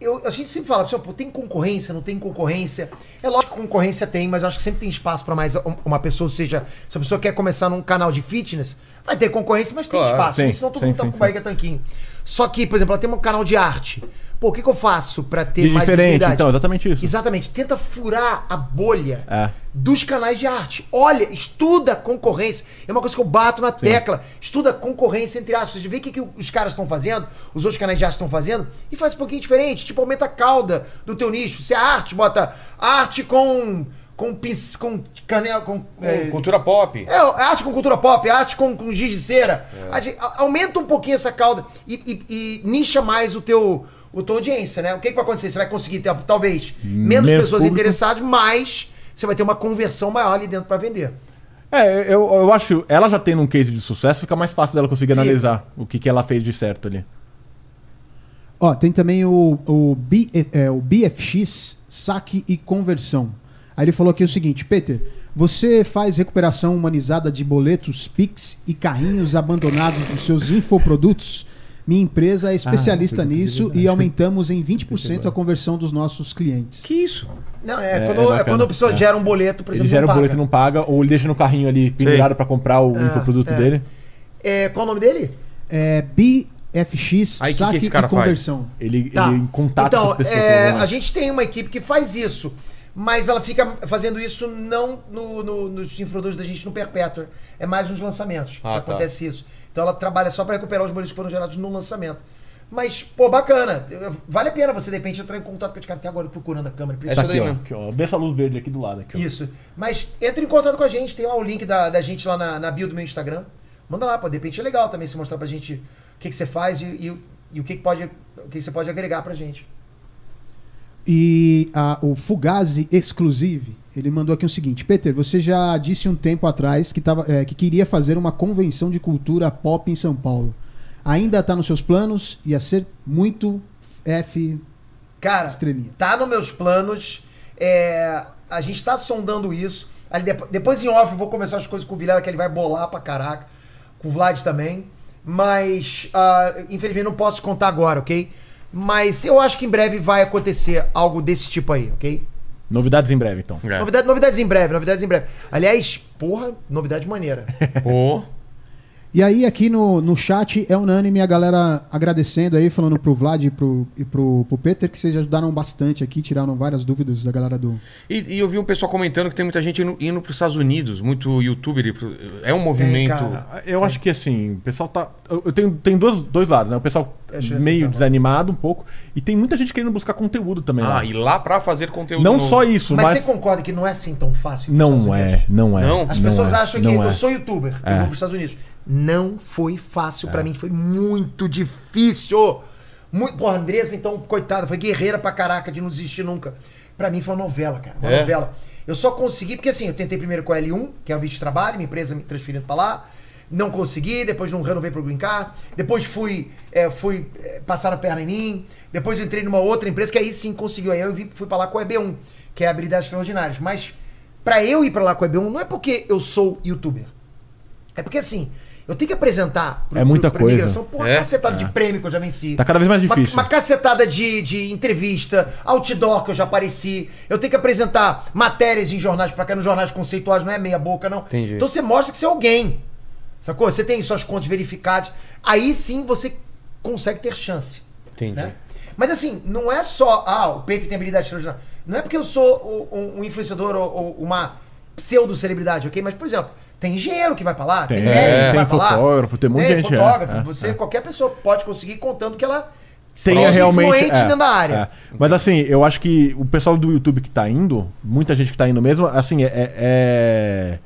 eu, a gente sempre fala, pessoal, pô, tem concorrência, não tem concorrência. É lógico que concorrência tem, mas eu acho que sempre tem espaço pra mais um- uma pessoa, ou seja, se a pessoa quer começar num canal de fitness, vai ter concorrência, mas tem Claro, espaço, sim, senão todo sim, mundo tá sim, com sim. barriga tanquinho. Só que, por exemplo, ela tem um canal de arte. Pô, o que, que eu faço pra ter De mais diferente, visibilidade? então, exatamente isso. Exatamente. Tenta furar a bolha É. dos canais de arte. Olha, estuda a concorrência. É uma coisa que eu bato na tecla. Estuda a concorrência entre aspas. Vê o que, que os caras estão fazendo, os outros canais de arte estão fazendo, e faz um pouquinho diferente. Tipo, aumenta a cauda do teu nicho. Se é arte, bota arte com. com pis, com canela. com. é, Cultura pop. é, arte com cultura pop, arte com, com giz de cera. A gente- a- aumenta um pouquinho essa cauda e, e- e nicha mais o teu, o tua audiência, né? O que, que vai acontecer? Você vai conseguir ter, talvez, Menos menos, pessoas público. interessadas, mas você vai ter uma conversão maior ali dentro pra vender. É, eu, eu acho, ela já tendo um case de sucesso, fica mais fácil dela conseguir Fica. analisar o que, que ela fez de certo ali. Ó, tem também o, o, B- é, o BFX, saque e conversão. Aí ele falou aqui o seguinte, Peter, você faz recuperação humanizada de boletos, PIX e carrinhos abandonados dos seus infoprodutos? Minha empresa Ah, é especialista pergunta nisso e aumentamos em 20% a conversão dos nossos clientes. Que isso? Não, é, É, quando, é é bacana. quando a pessoa É. gera um boleto, por exemplo, ele gera não o boleto e paga. não paga, ou ele deixa no carrinho ali pendurado pra comprar o infoproduto é. dele. É, qual o nome dele? É BFX, Aí, que que saque esse cara e faz? conversão. Ele, Tá. ele é contata então, essas pessoas. é, né? a gente tem uma equipe que faz isso, mas ela fica fazendo isso não no, no- nos infradoros da gente no Perpétua. É mais nos lançamentos Ah, que tá. acontece isso. Então ela trabalha só pra recuperar os boletos que foram gerados no lançamento. Mas, pô, bacana. Vale a pena você, de repente, entrar em contato com esse cara até agora procurando a câmera. Tá Essa Precisa... daí aqui, ó, mesmo. aqui, ó. Vê essa luz verde aqui do lado. Aqui, ó. Isso. Mas entra em contato com a gente. Tem lá o link da, da gente lá na, na bio do meu Instagram. Manda lá, pô. De repente é legal também você mostrar pra gente o que, que você faz e, e o- e o, que, que, pode, o que, que você pode agregar pra gente. E a- o Fugazi Exclusive, ele mandou aqui o seguinte: Peter, você já disse um tempo atrás que, tava, eh, que queria fazer uma convenção de cultura pop em São Paulo. ainda tá nos seus planos, ia ser muito F. Cara, Estrelinha. tá nos meus planos. é, a gente tá sondando isso. Aí dep- depois em off eu vou começar as coisas com o Vilela, que ele vai bolar pra caraca. Com o Vlad também. Mas, ah, infelizmente, não posso contar agora, ok? Mas eu acho que em breve vai acontecer algo desse tipo aí, ok? Novidades em breve, então. É. Novidade- novidades em breve, novidades em breve. Aliás, porra, novidade (laughs) maneira. Ô, E aí, aqui no, no chat, é unânime a galera agradecendo aí, falando pro Vlad e pro, e pro, pro Peter, que vocês ajudaram bastante aqui, tiraram várias dúvidas da galera do. E, e eu vi um pessoal comentando que tem muita gente indo, indo para os Estados Unidos, muito youtuber. e pro- É um movimento. cara. Eu acho que assim, o pessoal tá. Eu eu tenho, tem dois, dois lados, né? O pessoal Deixa eu ver se meio tá bom. desanimado um pouco. E tem muita gente querendo buscar conteúdo também lá. ah, e lá para fazer conteúdo. Não novo. só isso, Mas, mas. você concorda que não é assim tão fácil? ir pros Não Estados é, Unidos? não é. Não? As pessoas é, acham que não eu é. sou youtuber, eu É. vou para os Estados Unidos. Não foi fácil pra mim, foi muito difícil. Muito, porra, a Andressa, então, coitada, foi guerreira pra caraca de não desistir nunca. Pra mim foi uma novela, cara, uma É? novela. Eu só consegui, porque assim, eu tentei primeiro com a L1, que é o visto de trabalho, minha empresa me transferindo pra lá. Não consegui, depois não renovei pro Green Card. Depois fui, é, fui é, passar a perna em mim. Depois eu entrei numa outra empresa que aí sim conseguiu. Aí eu vi- fui pra lá com a EB1, que é habilidades extraordinárias. Mas pra eu ir pra lá com a EB1 não é porque eu sou youtuber. É porque assim, eu tenho que apresentar pro- É muita pro- pra coisa. imigração, porra, É? cacetada de prêmio que eu já venci. Tá cada vez mais Uma- difícil. Uma, cacetada de, de entrevista, outdoor que eu já apareci. Eu tenho que apresentar matérias em jornais pra cá, nos jornais conceituais, não é meia boca, não. Entendi. Então você mostra que você é alguém. Sacou? Você tem suas contas verificadas. Aí sim você consegue ter chance Entendi. né? Mas assim, não é só, ah, o Peter tem habilidade extraordinária. Não é porque eu sou o- um, um influenciador ou, ou uma pseudo-celebridade, ok? Mas, por exemplo, tem engenheiro que vai pra lá, tem, Tem, é, médico que tem vai pra lá. fotógrafo, tem um monte de gente, é, fotógrafo, é, você, é. qualquer pessoa pode conseguir contando que ela tenha realmente influente é, dentro da área. é. Mas assim, eu acho que o pessoal do YouTube que tá indo, muita gente que tá indo mesmo, assim, é, é-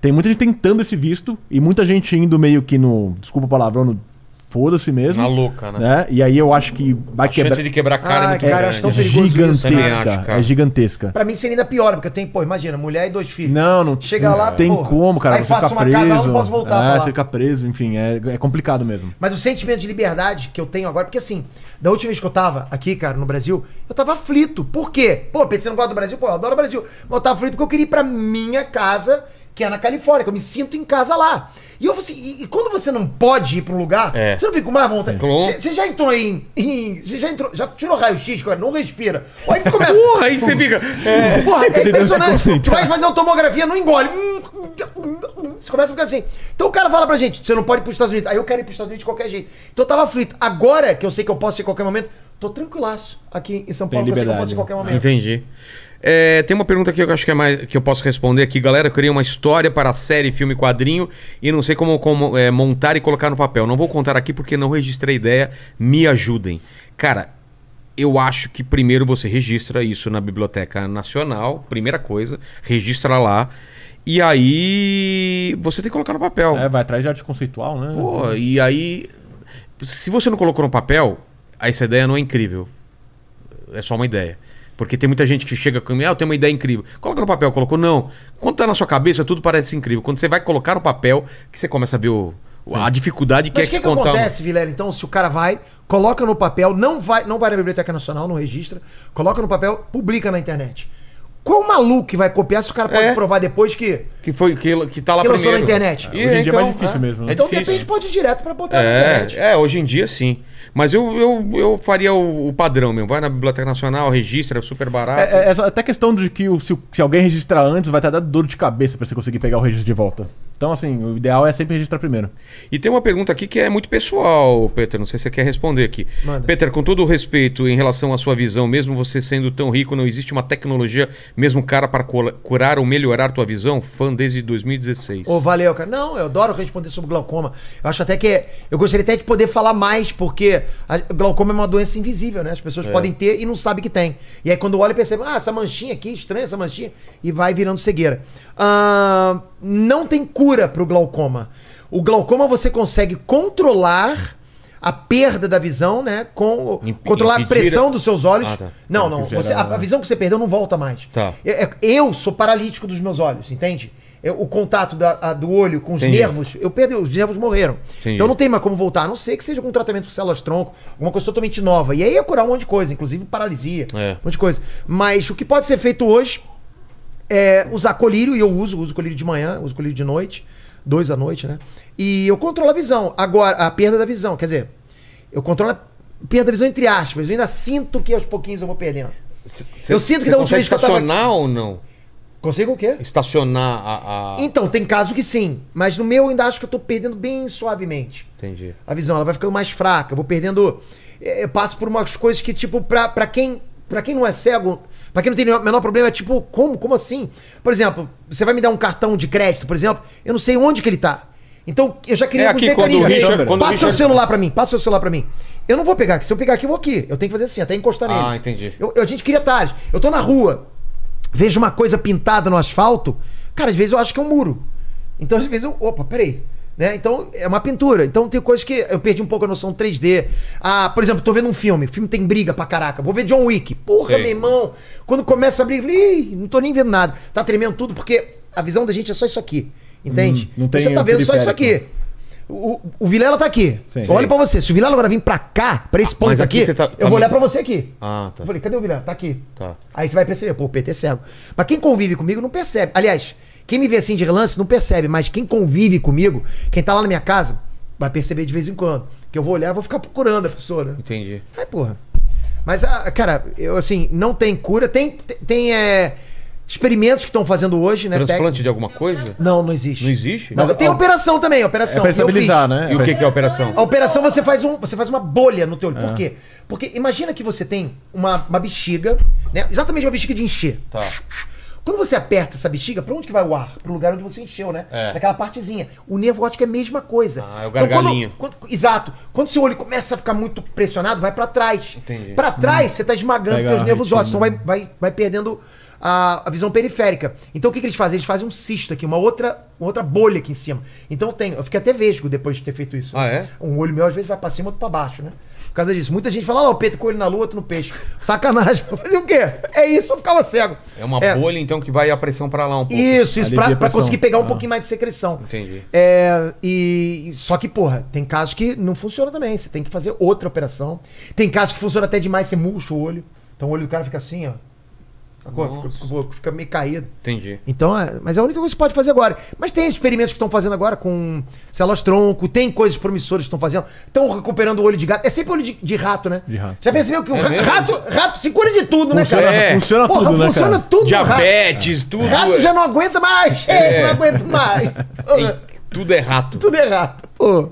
tem muita gente tentando esse visto e muita gente indo meio que no, desculpa o palavrão, no foda-se mesmo. Na louca, né? né? E aí eu acho que vai A chance quebrar de quebrar a cara Ah, é muito cara, grande. acho tão é perigoso isso, né? gigantesca, Acho, cara. é gigantesca. Pra mim seria ainda pior, porque eu tenho, pô, imagina, mulher e dois filhos. Não, não Chega não lá, tem porra. como, cara. Aí você faço ficar uma casa lá, preso. não posso voltar pra é, lá. você fica preso, enfim, é, é complicado mesmo. Mas o sentimento de liberdade que eu tenho agora, porque assim, da última vez que eu tava aqui, cara, no Brasil, eu tava aflito. Por quê? Pô, Pedro, você não gosta do Brasil? Pô, eu adoro o Brasil. Mas eu tava aflito porque eu queria ir pra minha casa, que é na Califórnia, que eu me sinto em casa lá. E eu falei assim, e, e quando você não pode ir pra um lugar, É. você não fica com mais vontade. Sim. Você você já entrou em. em- Você já entrou. Já tirou raio-x, cara? Não respira. Aí que começa. Porra, aí você fica. É. (laughs) Porra, é Tentando se impressionante. Tu concentrar. vai fazer uma tomografia, não engole. Hum, hum, hum. Você começa a ficar assim. Então o cara fala pra gente, você não pode ir pros Estados Unidos. Aí eu quero ir pros Estados Unidos de qualquer jeito. Então eu tava aflito. Agora que eu sei que eu posso ir a qualquer momento, tô tranquilaço aqui em São Tem Paulo, que eu sei que eu liberdade. posso ir a qualquer momento. Entendi. É, tem uma pergunta aqui que eu acho que é mais que eu posso responder aqui, galera. Eu criei uma história para série, filme, quadrinho e não sei como, como, é, montar e colocar no papel. Não vou contar aqui porque não registrei a ideia. Me ajudem, cara. Eu acho que primeiro você registra isso na Biblioteca Nacional, primeira coisa, registra lá e aí você tem que colocar no papel. É, vai atrás de arte conceitual, né? Pô, e aí. Se você não colocou no papel, essa ideia não é incrível. É só uma ideia. Porque tem muita gente que chega com. Ah, eu tenho uma ideia incrível. Coloca no papel, colocou. Não. Quando tá na sua cabeça, tudo parece incrível. Quando você vai colocar no papel, que você começa a ver o- o- a dificuldade que Mas é o que, se que contar. um- acontece, Vilela, então, se o cara vai, coloca no papel, não vai, não vai na Biblioteca Nacional, não registra, coloca no papel, publica na internet. Qual maluco que vai copiar se o cara pode É. provar depois que. Que foi que, que tá lá Que lançou primeiro. na internet. E Hoje em dia é então, mais difícil mesmo, né? É então, difícil. de repente, pode ir direto pra botar na É, internet. é, hoje em dia sim. Mas eu, eu, eu faria o, o padrão mesmo. Vai na Biblioteca Nacional, registra, é super barato. É, é, essa- até questão de que o- se, o- se alguém registrar antes, vai estar dando dor de cabeça pra você conseguir pegar o registro de volta. Então, assim, o ideal é sempre registrar primeiro. E tem uma pergunta aqui que é muito pessoal, Peter. Não sei se você quer responder aqui. Manda. Peter, com todo o respeito em relação à sua visão, mesmo você sendo tão rico, não existe uma tecnologia, mesmo cara, para cola- curar ou melhorar tua visão? Fã desde 2016. Ô, valeu, cara. Não, eu adoro responder sobre glaucoma. Eu acho até que. é, Eu gostaria até de poder falar mais, porque a- glaucoma é uma doença invisível, né? As pessoas É. podem ter e não sabem que tem. E aí quando olha, percebe, ah, essa manchinha aqui, estranha essa manchinha, e vai virando cegueira. Ah, não tem cura pro glaucoma. O glaucoma você consegue controlar a perda da visão, né? Com, Imp- controlar a impedir pressão a- dos seus olhos. Ah, tá. Não, não. Geral, você- a, né? a visão que você perdeu não volta mais. É, Tá. Eu, eu sou paralítico dos meus olhos, entende? é, o contato da- a- do olho com os Entendi. nervos, eu perdi, os nervos morreram. Entendi. Então não tem mais como voltar, a não ser que seja com tratamento com células tronco, alguma coisa totalmente nova. E aí ia curar um monte de coisa, inclusive paralisia, É. um monte de coisa. Mas o que pode ser feito hoje é usar colírio, e eu uso, uso colírio de manhã, uso colírio de noite, dois à noite, né? E eu controlo a visão, agora, a perda da visão, quer dizer, eu controlo a perda da visão entre aspas, eu ainda sinto que aos pouquinhos eu vou perdendo. Cê- Eu sinto que cê da consegue última vez que eu tava aqui- Estacionar ou não? Consigo o quê? Estacionar a. a- Então, tem caso que sim, mas no meu eu ainda acho que eu tô perdendo bem suavemente. Entendi. A visão, ela vai ficando mais fraca, eu vou perdendo. eh, Eu passo por umas coisas que, tipo, pra, pra quem. Pra quem não é cego, pra quem não tem o menor problema, é tipo, como? Como assim? Por exemplo, você vai me dar um cartão de crédito, por exemplo, eu não sei onde que ele tá. Então, eu já queria É alguns aqui, quando o mecanismos. Richard- quando o Passa o Richard- celular pra mim, passa o celular pra mim. Eu não vou pegar aqui, se eu pegar aqui, eu vou aqui. Eu tenho que fazer assim, até encostar nele. Ah, entendi. Eu- eu- a gente cria tarde. Eu tô na rua, vejo uma coisa pintada no asfalto, cara, às vezes eu acho que é um muro. Então, às vezes eu. Opa, peraí. Né? Então, é uma pintura. Então, tem coisas que eu perdi um pouco a noção 3D. Ah, por exemplo, tô vendo um filme. O filme tem briga pra caraca. Vou ver John Wick. Porra, Sei. meu irmão. Quando começa a briga, eu falei, "Ih, não tô nem vendo nada. Tá tremendo tudo, porque a visão da gente é só isso aqui. Entende? Hum, não tem Você tá vendo só isso periférico. aqui. O, o Vilela tá aqui. Sim. Eu olho pra você. Se o Vilela agora vir pra cá, pra esse ponto mas aqui aqui, você tá- tá eu vou olhar meio- pra você aqui. Ah, tá. Eu falei, cadê o Vilela? Tá aqui. Tá. Aí você vai perceber, pô, o PT é cego. Mas quem convive comigo não percebe. Aliás, quem me vê assim de relance não percebe, mas quem convive comigo, quem tá lá na minha casa, vai perceber de vez em quando. Que eu vou olhar, vou ficar procurando a pessoa, né? Entendi. Ai, porra. Mas, ah, cara, eu assim, não tem cura. Tem, tem, tem, é, experimentos que estão fazendo hoje, né? Transplante de alguma coisa? Tec- Não, não existe. Não existe? Não, Mas, tem ó, operação também, É operação. pra que eu fiz. estabilizar, né? E o que, que é a operação? A operação você faz, um, você faz uma bolha no teu olho. É. Por quê? Porque imagina que você tem uma, uma bexiga, né? Exatamente uma bexiga de encher. Tá. Quando você aperta essa bexiga, pra onde que vai o ar? Pro lugar onde você encheu, né? É. Naquela partezinha. O nervo óptico é a mesma coisa. Ah, é o Então, quando- gargalinho. quando- exato. Quando seu olho começa a ficar muito pressionado, vai pra trás. Entendi. Hum. Pra trás, você tá esmagando Pega teus a nervos retina. ópticos. Então vai, vai, vai perdendo a, a visão periférica. Então o que, que eles fazem? Eles fazem um cisto aqui, uma outra, uma outra bolha aqui em cima. Então tem. Eu fiquei até vesgo depois de ter feito isso. Ah, é? Um olho meu às vezes vai pra cima, outro pra baixo, né? Por causa disso. Muita gente fala, "Ah lá, o Pedro com o olho na lua, outro no peixe. Sacanagem. (laughs) Fazer o quê? É isso, eu ficava cego. É, É uma bolha, então, que vai a pressão pra lá um pouco. Isso, isso, Alivia pra, a pra pressão. conseguir pegar um Ah. pouquinho mais de secreção. Entendi. É, e, só que, porra, tem casos que não funciona também. Você tem que fazer outra operação. Tem casos que funciona até demais, você murcha o olho. Então o olho do cara fica assim, ó. Sacou? Fica, fica- fica meio caído. Entendi. Então, é, mas é a única coisa que você pode fazer agora. Mas tem experimentos que estão fazendo agora com células tronco, tem coisas promissoras que estão fazendo. Estão recuperando o olho de gato. É sempre olho de, de rato, né? De rato. Já percebeu que o É ra- mesmo? rato, rato se cura de tudo, Funciona, né, cara? É. funciona Porra, tudo, né, funciona cara? tudo, no rato. Diabetes, tudo. Rato já não aguenta mais. É. É. (laughs) Não aguento mais. Porra, Tem- Tudo é rato. Tudo é rato. Pô.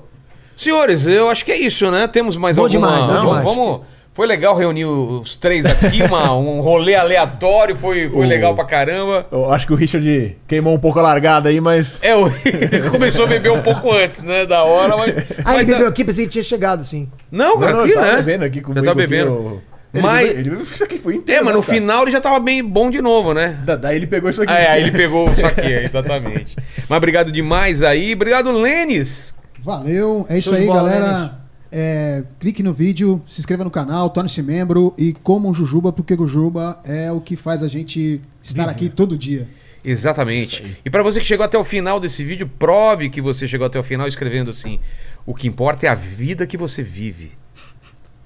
Senhores, eu acho que é isso, né? Temos mais Bom alguma... demais, bom vamos, demais. vamos- Foi legal reunir os três aqui, uma- um rolê aleatório, foi, foi O- legal pra caramba. Eu acho que o Richard queimou um pouco a largada aí, mas. É, o- (laughs) ele começou a beber um pouco antes, né? Da hora, mas. Ah, mas ele tá- bebeu aqui, pensei que ele tinha chegado, assim. Não, cara, Não, não, aqui, ele tava né? bebendo aqui já comigo tá aqui, bebendo. eu- Ele Mas- bebeu- Ele bebeu isso aqui foi É, inteiro. mas né, no cara? final ele já tava bem bom de novo, (laughs) né? Da- Daí ele pegou isso aqui. Ah, é, aí ele pegou isso aqui, exatamente. Mas obrigado demais aí. Obrigado, Lênis. Valeu, é isso Show de aí, bola, né, galera. É, clique no vídeo, se inscreva no canal, torne-se membro e coma um Jujuba, porque Jujuba é o que faz a gente estar aqui todo dia. Exatamente. E pra você que chegou até o final desse vídeo, prove que você chegou até o final escrevendo assim: o que importa é a vida que você vive.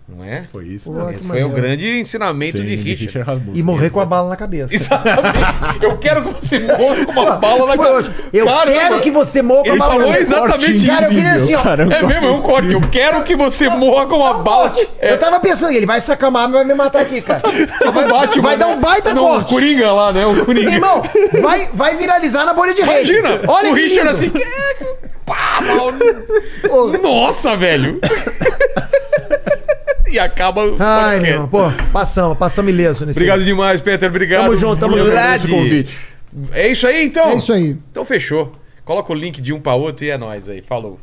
Não é? Foi isso. Pô, né? Ah, que Esse foi o maneiro. grande ensinamento Sim, de Richard. Rasmussen. E morrer com a bala na (laughs) cabeça. Exatamente. Eu quero que você morra com uma bala na Foi cabeça. ótimo. Eu quero que você morra Ele falou cabeça. exatamente Cara, eu isso. fiz assim, ó. Caramba. É mesmo, é um corte. Eu quero que você morra com uma bala. Eu tava pensando, ele vai sacar uma arma e vai me matar aqui, cara. Vai, Batman, vai dar um né? baita Não, O corte. Coringa lá, né? O Coringa. Meu irmão, vai, vai viralizar na bolha de rei. Imagina! Olha o que Richard lindo. assim. Que... Pá, mal... Nossa, (laughs) velho! e acaba. o Ai, podcast. meu irmão, pô, passamos, passamos ileso nesse. Obrigado demais, Peter. Obrigado. Tamo junto, tamo junto. Vlad. Esse convite. É isso aí, então? É isso aí. Então fechou. Coloca o link de um pra outro e é nóis aí. Falou.